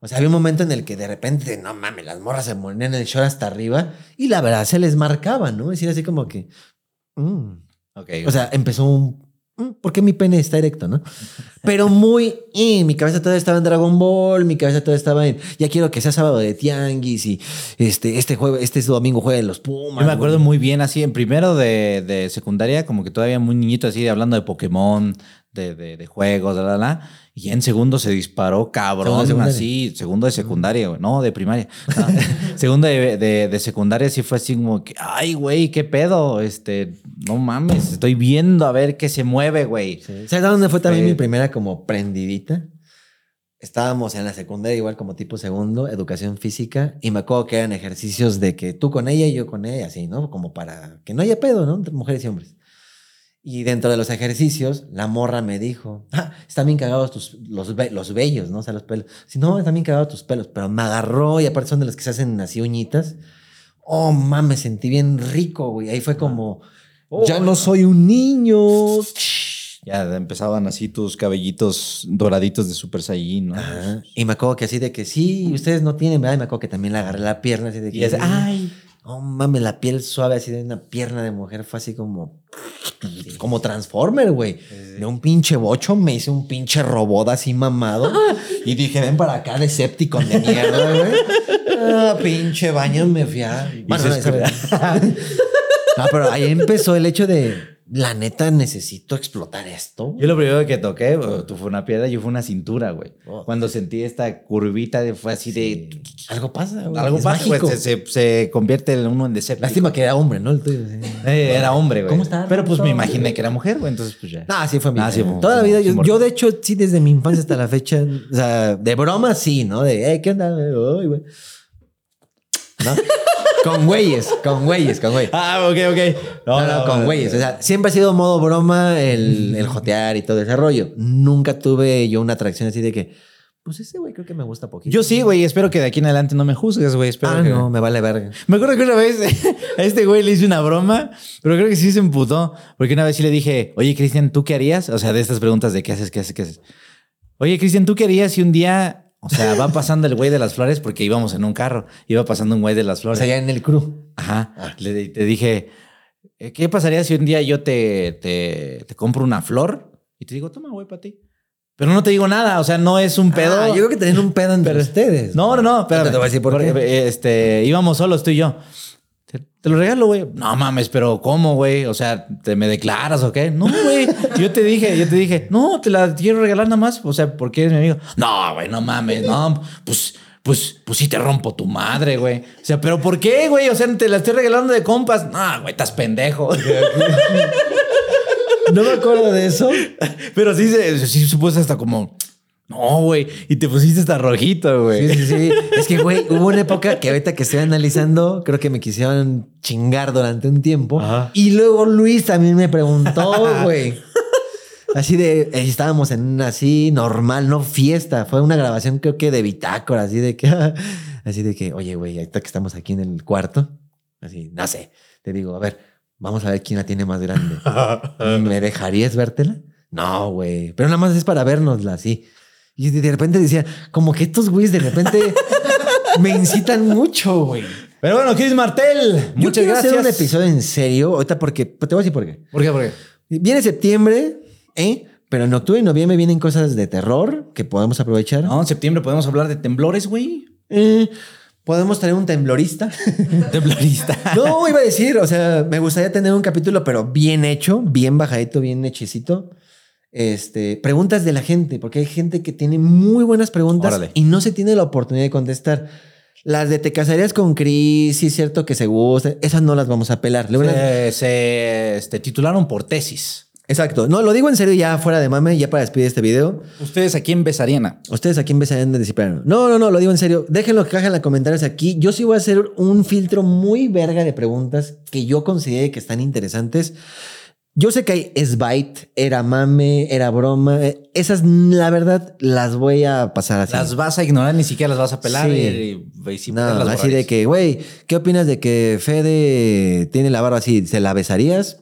Speaker 1: O sea, había un momento en el que de repente, no mames, las morras se ponían el short hasta arriba y la verdad se les marcaba, ¿no? Es decir, así como que. mm.
Speaker 2: Ok.
Speaker 1: O sea, empezó un. "Mm, ¿Por qué mi pene está
Speaker 2: [laughs]
Speaker 1: erecto, no? Pero muy. eh, mi cabeza todavía estaba en Dragon Ball, mi cabeza todavía estaba en. Ya quiero que sea sábado de Tianguis y este, este jueves, este domingo juegan los Pumas.
Speaker 2: Yo me acuerdo
Speaker 1: güey.
Speaker 2: muy bien así, en primero de, de secundaria, como que todavía muy niñito así, hablando de Pokémon, de, de, de juegos, la, la, la. Y en segundo se disparó,
Speaker 1: Segundo de
Speaker 2: cabrón,
Speaker 1: secundaria.
Speaker 2: así, segundo de secundaria, güey. No, de primaria. Ah,
Speaker 1: [laughs]
Speaker 2: [laughs] segundo de, de- de secundaria sí fue así como que, ay, güey, qué pedo. Este, no mames, estoy viendo a ver qué se mueve, güey.
Speaker 1: ¿Sabes dónde fue también
Speaker 2: Fue-
Speaker 1: mi primera como prendidita? Estábamos en la secundaria, igual como tipo segundo, educación física, y me acuerdo que eran ejercicios de que tú con ella y yo con ella, así, ¿no? Como para que no haya pedo, ¿no? Entre mujeres y hombres. Y dentro de los ejercicios, la morra me dijo, ah, están bien cagados tus, los, ve- los vellos, ¿no? O sea, los pelos. Si no, están bien cagados tus pelos, pero me agarró y aparte son de los que se hacen así uñitas. Oh, mames, me sentí bien rico, güey. Ahí fue como, ya
Speaker 2: Oh,
Speaker 1: no soy un niño.
Speaker 2: Ya empezaban así tus cabellitos doraditos de Super Saiyan, ¿no?
Speaker 1: Ajá. Pues, Y me acuerdo que así de que sí, ustedes no tienen, ¿verdad? Y me acuerdo que también le agarré la pierna así de que.
Speaker 2: Y es, ay.
Speaker 1: Oh, mames, la piel suave así de una pierna de mujer fue así como. pues, Como Transformer, güey. De un pinche bocho me hice un pinche robot así mamado. y dije, ven para acá, Decepticon de mierda, güey. Ah, pinche baño me fui a. Bueno,
Speaker 2: se
Speaker 1: no, esa vez- [laughs] No, pero ahí empezó el hecho de. La neta, necesito explotar esto.
Speaker 2: Yo lo primero que toqué, bueno, tú fue una piedra, yo fue una cintura, güey.
Speaker 1: Oh.
Speaker 2: Cuando sentí esta curvita, de- fue así de...
Speaker 1: Algo pasa, güey.
Speaker 2: Algo
Speaker 1: Es
Speaker 2: pasa, güey.
Speaker 1: mágico.
Speaker 2: Se, se- se convierte en uno en decepto.
Speaker 1: Lástima que era hombre, ¿no? El tuyo, sí.
Speaker 2: era hombre, güey.
Speaker 1: ¿Cómo está?
Speaker 2: Pero pues me
Speaker 1: Roberto?
Speaker 2: imaginé que era mujer, güey. Entonces, pues ya.
Speaker 1: No, así fue mi.
Speaker 2: Ah, sí, fue-
Speaker 1: Toda la
Speaker 2: fue-
Speaker 1: vida,
Speaker 2: fue
Speaker 1: yo,
Speaker 2: morro.
Speaker 1: yo, de hecho, sí, desde mi infancia hasta la fecha, o sea, de broma, sí, ¿no? De, "Ey, ¿qué onda? güey? Ay, güey". ¿No? con güeyes, con güeyes, con güeyes.
Speaker 2: Ah, ok, ok.
Speaker 1: No, no, con güeyes. O sea, siempre ha sido modo broma el, el jotear y todo ese rollo. Nunca tuve yo una atracción así de que, pues ese güey creo que me gusta poquito.
Speaker 2: Yo sí, güey. Espero que de aquí en adelante no me juzgues, güey. Espero
Speaker 1: Ah,
Speaker 2: que...
Speaker 1: no, me vale verga.
Speaker 2: Me acuerdo que una vez [laughs] a este güey le hice una broma, pero creo que sí se emputó. Porque una vez sí le dije, oye, Cristian, ¿tú qué harías? O sea, de estas preguntas de qué haces, qué haces, qué haces. Oye, Cristian, ¿tú qué harías si un día, o sea, va pasando el güey de las flores, porque íbamos en un carro, iba pasando un güey de las
Speaker 1: O
Speaker 2: flores.
Speaker 1: sea, ya Ah. en el crew.
Speaker 2: Ajá. Le, di- te dije, eh, ¿qué pasaría si un día yo te, te, te compro una flor y te digo, toma, güey, para ti? Pero no te digo nada, o sea, no es un pedo.
Speaker 1: Ah, yo creo que tenían un pedo entre ustedes.
Speaker 2: No, no, no, espérame.
Speaker 1: Ahorita te voy a decir por
Speaker 2: Porque, eh, Este, íbamos solos tú y yo. Te, te lo regalo, güey. No mames, pero ¿cómo, güey? O sea, ¿te me declaras o qué? No, güey. Yo te dije, yo te dije, no, te la quiero regalar nada más. O sea, porque eres mi amigo. No, güey, no mames, no. Pues, pues, pues sí te rompo tu madre, güey. O sea, pero ¿por qué, güey? O sea, te la estoy regalando de compas. No, güey, estás
Speaker 1: [laughs]
Speaker 2: pendejo.
Speaker 1: No me acuerdo de eso.
Speaker 2: pero sí, se- sí, supuse hasta como, no, güey. Y te pusiste hasta rojito, güey.
Speaker 1: Sí, sí,
Speaker 2: [laughs]
Speaker 1: sí. Es que, güey, hubo una época que ahorita que estoy analizando, creo que me quisieron chingar durante un tiempo.
Speaker 2: Ajá.
Speaker 1: Y luego Luis también me preguntó,
Speaker 2: [laughs]
Speaker 1: güey. Así de, eh, estábamos en una así normal, no fiesta. Fue una grabación, creo que de bitácora, así de que, [laughs] así de que, oye, güey, ahorita que estamos aquí en el cuarto, así, no sé. Te digo, a ver, vamos a ver quién la tiene más grande. ¿Me dejarías vértela? No, güey. Pero nada más es para vernosla, sí. Y de repente decía, como que estos güeyes de [laughs] repente me incitan mucho, güey.
Speaker 2: Pero bueno, Chris Martel,
Speaker 1: Yo
Speaker 2: muchas
Speaker 1: quiero
Speaker 2: gracias.
Speaker 1: hacer un episodio en serio, ahorita porque, pues, te voy a decir por qué.
Speaker 2: ¿Por qué? ¿Por qué?
Speaker 1: Viene septiembre, ¿eh? Pero en octubre y noviembre vienen cosas de terror que podemos aprovechar.
Speaker 2: No, en septiembre podemos hablar de temblores, [laughs] güey.
Speaker 1: Eh, podemos tener un temblorista.
Speaker 2: Temblorista.
Speaker 1: No, iba a decir, o sea, me gustaría tener un capítulo, pero bien hecho, bien bajadito, bien hechicito. Este, preguntas de la gente, porque hay gente que tiene muy buenas preguntas
Speaker 2: Órale.
Speaker 1: y no se tiene la oportunidad de contestar. Las de te casarías con Chris, sí es cierto que se gusta, esas no las vamos a pelar. Le voy a-
Speaker 2: se se, este, titularon por tesis.
Speaker 1: Exacto. No, lo digo en serio ya fuera de mame, ya para despedir este video.
Speaker 2: ¿Ustedes a quién besarían? a?
Speaker 1: ¿Ustedes a quién besarían de disciplina? No, no, no, lo digo en serio. Déjenlo que cajen en los comentarios aquí. Yo sí voy a hacer un filtro muy verga de preguntas que yo considere que están interesantes. Yo sé que hay es bait, era mame, era broma. eh, Esas, la verdad, las voy a pasar así.
Speaker 2: Las vas a ignorar, ni siquiera las vas a pelar.
Speaker 1: Sí.
Speaker 2: Y, y- y-
Speaker 1: No,
Speaker 2: las
Speaker 1: así de
Speaker 2: borrarías.
Speaker 1: que, güey, ¿qué opinas de que Fede tiene la barba así? ¿Se la besarías?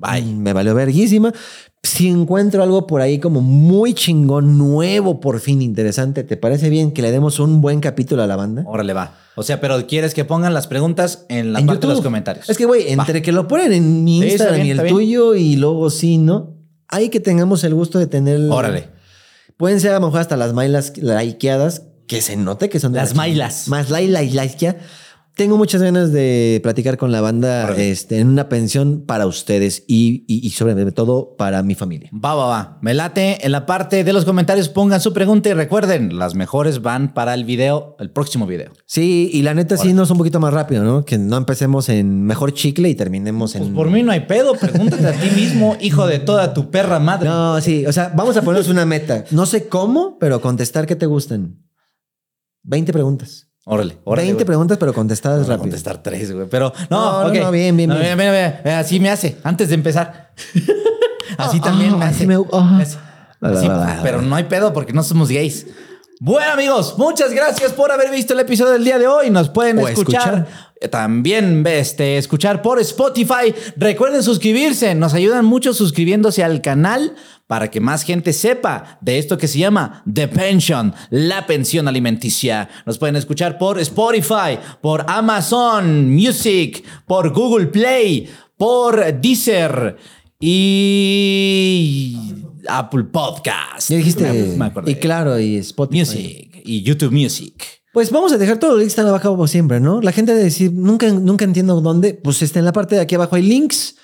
Speaker 1: Ay,
Speaker 2: Mm.
Speaker 1: me valió verguísima. Si encuentro algo por ahí como muy chingón, nuevo, por fin interesante, ¿te parece bien que le demos un buen capítulo a la banda?
Speaker 2: Órale, va. O sea, pero quieres que pongan las preguntas en la
Speaker 1: En
Speaker 2: parte de los
Speaker 1: YouTube.
Speaker 2: comentarios.
Speaker 1: Es que, güey, entre que lo ponen en mi
Speaker 2: Sí, está
Speaker 1: Instagram
Speaker 2: bien,
Speaker 1: y el
Speaker 2: está bien.
Speaker 1: tuyo y luego sí, ¿no? Hay que tengamos el gusto de tener... el-
Speaker 2: Órale.
Speaker 1: Pueden ser a lo mejor hasta las mailas likeadas, que se note que son de
Speaker 2: Las
Speaker 1: la chingada.
Speaker 2: mailas.
Speaker 1: Más laila y laisquia. Tengo muchas ganas de platicar con la banda
Speaker 2: Órale.
Speaker 1: este, en una pensión para ustedes y, y- y sobre todo para mi familia.
Speaker 2: Va, va, va. Me late. En la parte de los comentarios pongan su pregunta y recuerden, las mejores van para el video, el próximo video.
Speaker 1: Sí, y la neta sí nos un poquito más rápido, ¿no? Que no empecemos en mejor chicle y terminemos
Speaker 2: Pues
Speaker 1: en...
Speaker 2: por mí no hay pedo. Pregúntate a ti mismo, hijo de toda tu perra madre.
Speaker 1: No, sí, o sea, vamos a ponernos una meta. No sé cómo, pero contestar que te gusten. 20 preguntas.
Speaker 2: Órale, órale.
Speaker 1: 20
Speaker 2: güey.
Speaker 1: preguntas, pero contestadas
Speaker 2: Voy a
Speaker 1: rápido.
Speaker 2: contestar tres, güey. Pero
Speaker 1: No,
Speaker 2: no,
Speaker 1: no,
Speaker 2: ok.
Speaker 1: no, bien, bien,
Speaker 2: No,
Speaker 1: bien.
Speaker 2: Mira, mira, mira, así me hace antes de
Speaker 1: [laughs]
Speaker 2: empezar. así también
Speaker 1: ah,
Speaker 2: me
Speaker 1: así
Speaker 2: hace.
Speaker 1: me- ah.
Speaker 2: Me hace.
Speaker 1: La, la,
Speaker 2: Sí,
Speaker 1: la, la,
Speaker 2: pero
Speaker 1: la.
Speaker 2: no hay pedo porque no somos gays. Bueno, amigos, muchas gracias por haber visto el episodio del día de hoy. Nos pueden
Speaker 1: O
Speaker 2: escuchar, eh, también este, escuchar por Spotify. Recuerden suscribirse. Nos ayudan mucho suscribiéndose al canal para que más gente sepa de esto que se llama The Pension, la pensión alimenticia. Nos pueden escuchar por Spotify, por Amazon Music, por Google Play, por Deezer y Apple Podcast.
Speaker 1: Ya dijiste...
Speaker 2: Me acordé.
Speaker 1: Y claro, y Spotify.
Speaker 2: Music y YouTube Music.
Speaker 1: Pues vamos a dejar todos los links tan abajo como siempre, ¿no? La gente de decir, nunca, nunca entiendo dónde, pues está en la parte de aquí abajo hay links.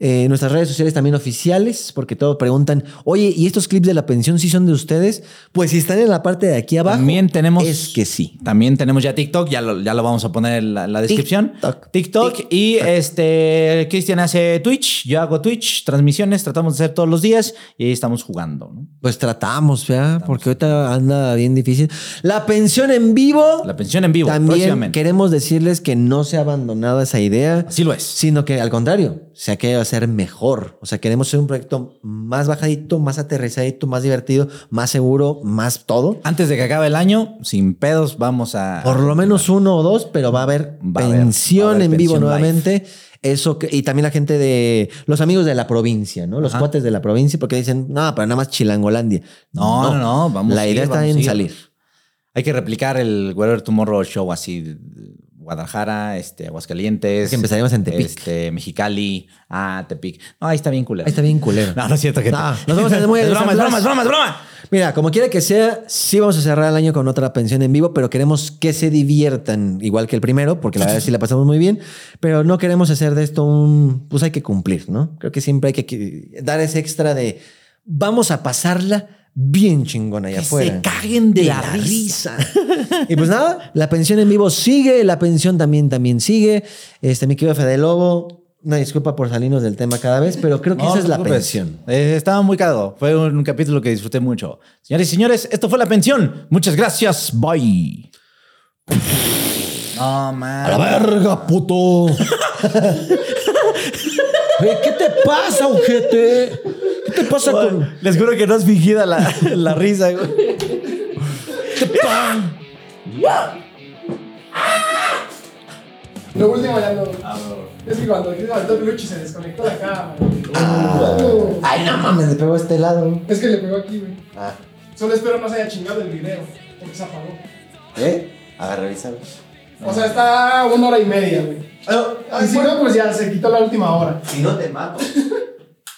Speaker 1: Eh, nuestras redes sociales también oficiales, porque todos preguntan, oye, ¿y estos clips de la pensión sí son de ustedes? Pues si están en la parte de aquí abajo.
Speaker 2: También tenemos-
Speaker 1: Es que sí.
Speaker 2: También tenemos ya TikTok, ya lo, ya lo vamos a poner en la, en la descripción.
Speaker 1: TikTok.
Speaker 2: TikTok. Y este, Cristian hace Twitch, yo hago Twitch, transmisiones, tratamos de hacer todos los días y ahí estamos jugando. ¿no?
Speaker 1: Pues tratamos, ¿verdad? Porque ahorita anda bien difícil. La pensión en vivo.
Speaker 2: La pensión en vivo,
Speaker 1: También
Speaker 2: próximamente.
Speaker 1: queremos decirles que no se ha abandonado esa idea.
Speaker 2: Así lo es.
Speaker 1: sino que al contrario, se ha querido hacer mejor. O sea, queremos ser un proyecto más bajadito, más aterrizadito, más divertido, más seguro, más todo.
Speaker 2: Antes de que acabe el año, sin pedos, vamos a...
Speaker 1: Por lo menos uno o dos, pero va a haber
Speaker 2: Ah, Va a haber-
Speaker 1: pensión
Speaker 2: va a haber
Speaker 1: en vivo
Speaker 2: pensión
Speaker 1: nuevamente. Eso que- y también la gente de los amigos de la provincia, ¿no? Los
Speaker 2: Ajá.
Speaker 1: cuates de la provincia, porque dicen, no, pero nada más Chilangolandia.
Speaker 2: No, no, no, vamos
Speaker 1: La
Speaker 2: a
Speaker 1: idea
Speaker 2: ir,
Speaker 1: está
Speaker 2: vamos
Speaker 1: en
Speaker 2: a ir.
Speaker 1: salir.
Speaker 2: Hay que replicar el Whatever Tomorrow Show así. de- de Guadalajara, este, Aguascalientes.
Speaker 1: Que empezaremos en Tepic.
Speaker 2: Este, Mexicali. Ah, Tepic. No, ahí está bien culero.
Speaker 1: Ahí está bien culero.
Speaker 2: No, no es cierto, gente.
Speaker 1: No, nos [laughs] vamos a tener muy
Speaker 2: Es broma, es
Speaker 1: ejemplares.
Speaker 2: broma, es broma, es broma.
Speaker 1: Mira, como quiera que sea, sí vamos a cerrar el año con otra pensión en vivo, pero queremos que se diviertan igual que el primero, porque la verdad sí la pasamos muy bien, pero no queremos hacer de esto un, pues hay que cumplir, ¿no? Creo que siempre hay que, que dar ese extra de vamos a pasarla bien chingona allá afuera.
Speaker 2: Se caguen de, la, risa.
Speaker 1: [laughs] Y pues nada, la pensión en vivo sigue, la pensión también también sigue. Este mi querido Fede Lobo, una disculpa por salirnos del tema cada vez, pero creo que
Speaker 2: No,
Speaker 1: esa
Speaker 2: no
Speaker 1: es
Speaker 2: te
Speaker 1: la
Speaker 2: preocupes.
Speaker 1: pensión.
Speaker 2: Eh, estaba muy cagado. Fue un capítulo que disfruté mucho. Señores y señores, esto fue La Pensión. Muchas gracias. Bye. No, man.
Speaker 1: A la verga, puto. Oye, ¿Qué te pasa, ojete? ¿Qué te pasa con.?
Speaker 2: Les juro que no es fingida la, la risa, güey.
Speaker 3: Lo último ya no. Es que cuando Chris levantó el peluche se desconectó la cámara.
Speaker 1: Ay, no mames, le pegó a este lado.
Speaker 3: Es que le pegó aquí, güey.
Speaker 1: Ah,
Speaker 3: Solo espero no se haya chingado el video, porque se apagó.
Speaker 1: ¿eh? A ver, revísalo.
Speaker 3: O sea, está una hora y media, güey. Y si no, pues ya se quitó la última hora.
Speaker 1: Si no te mato.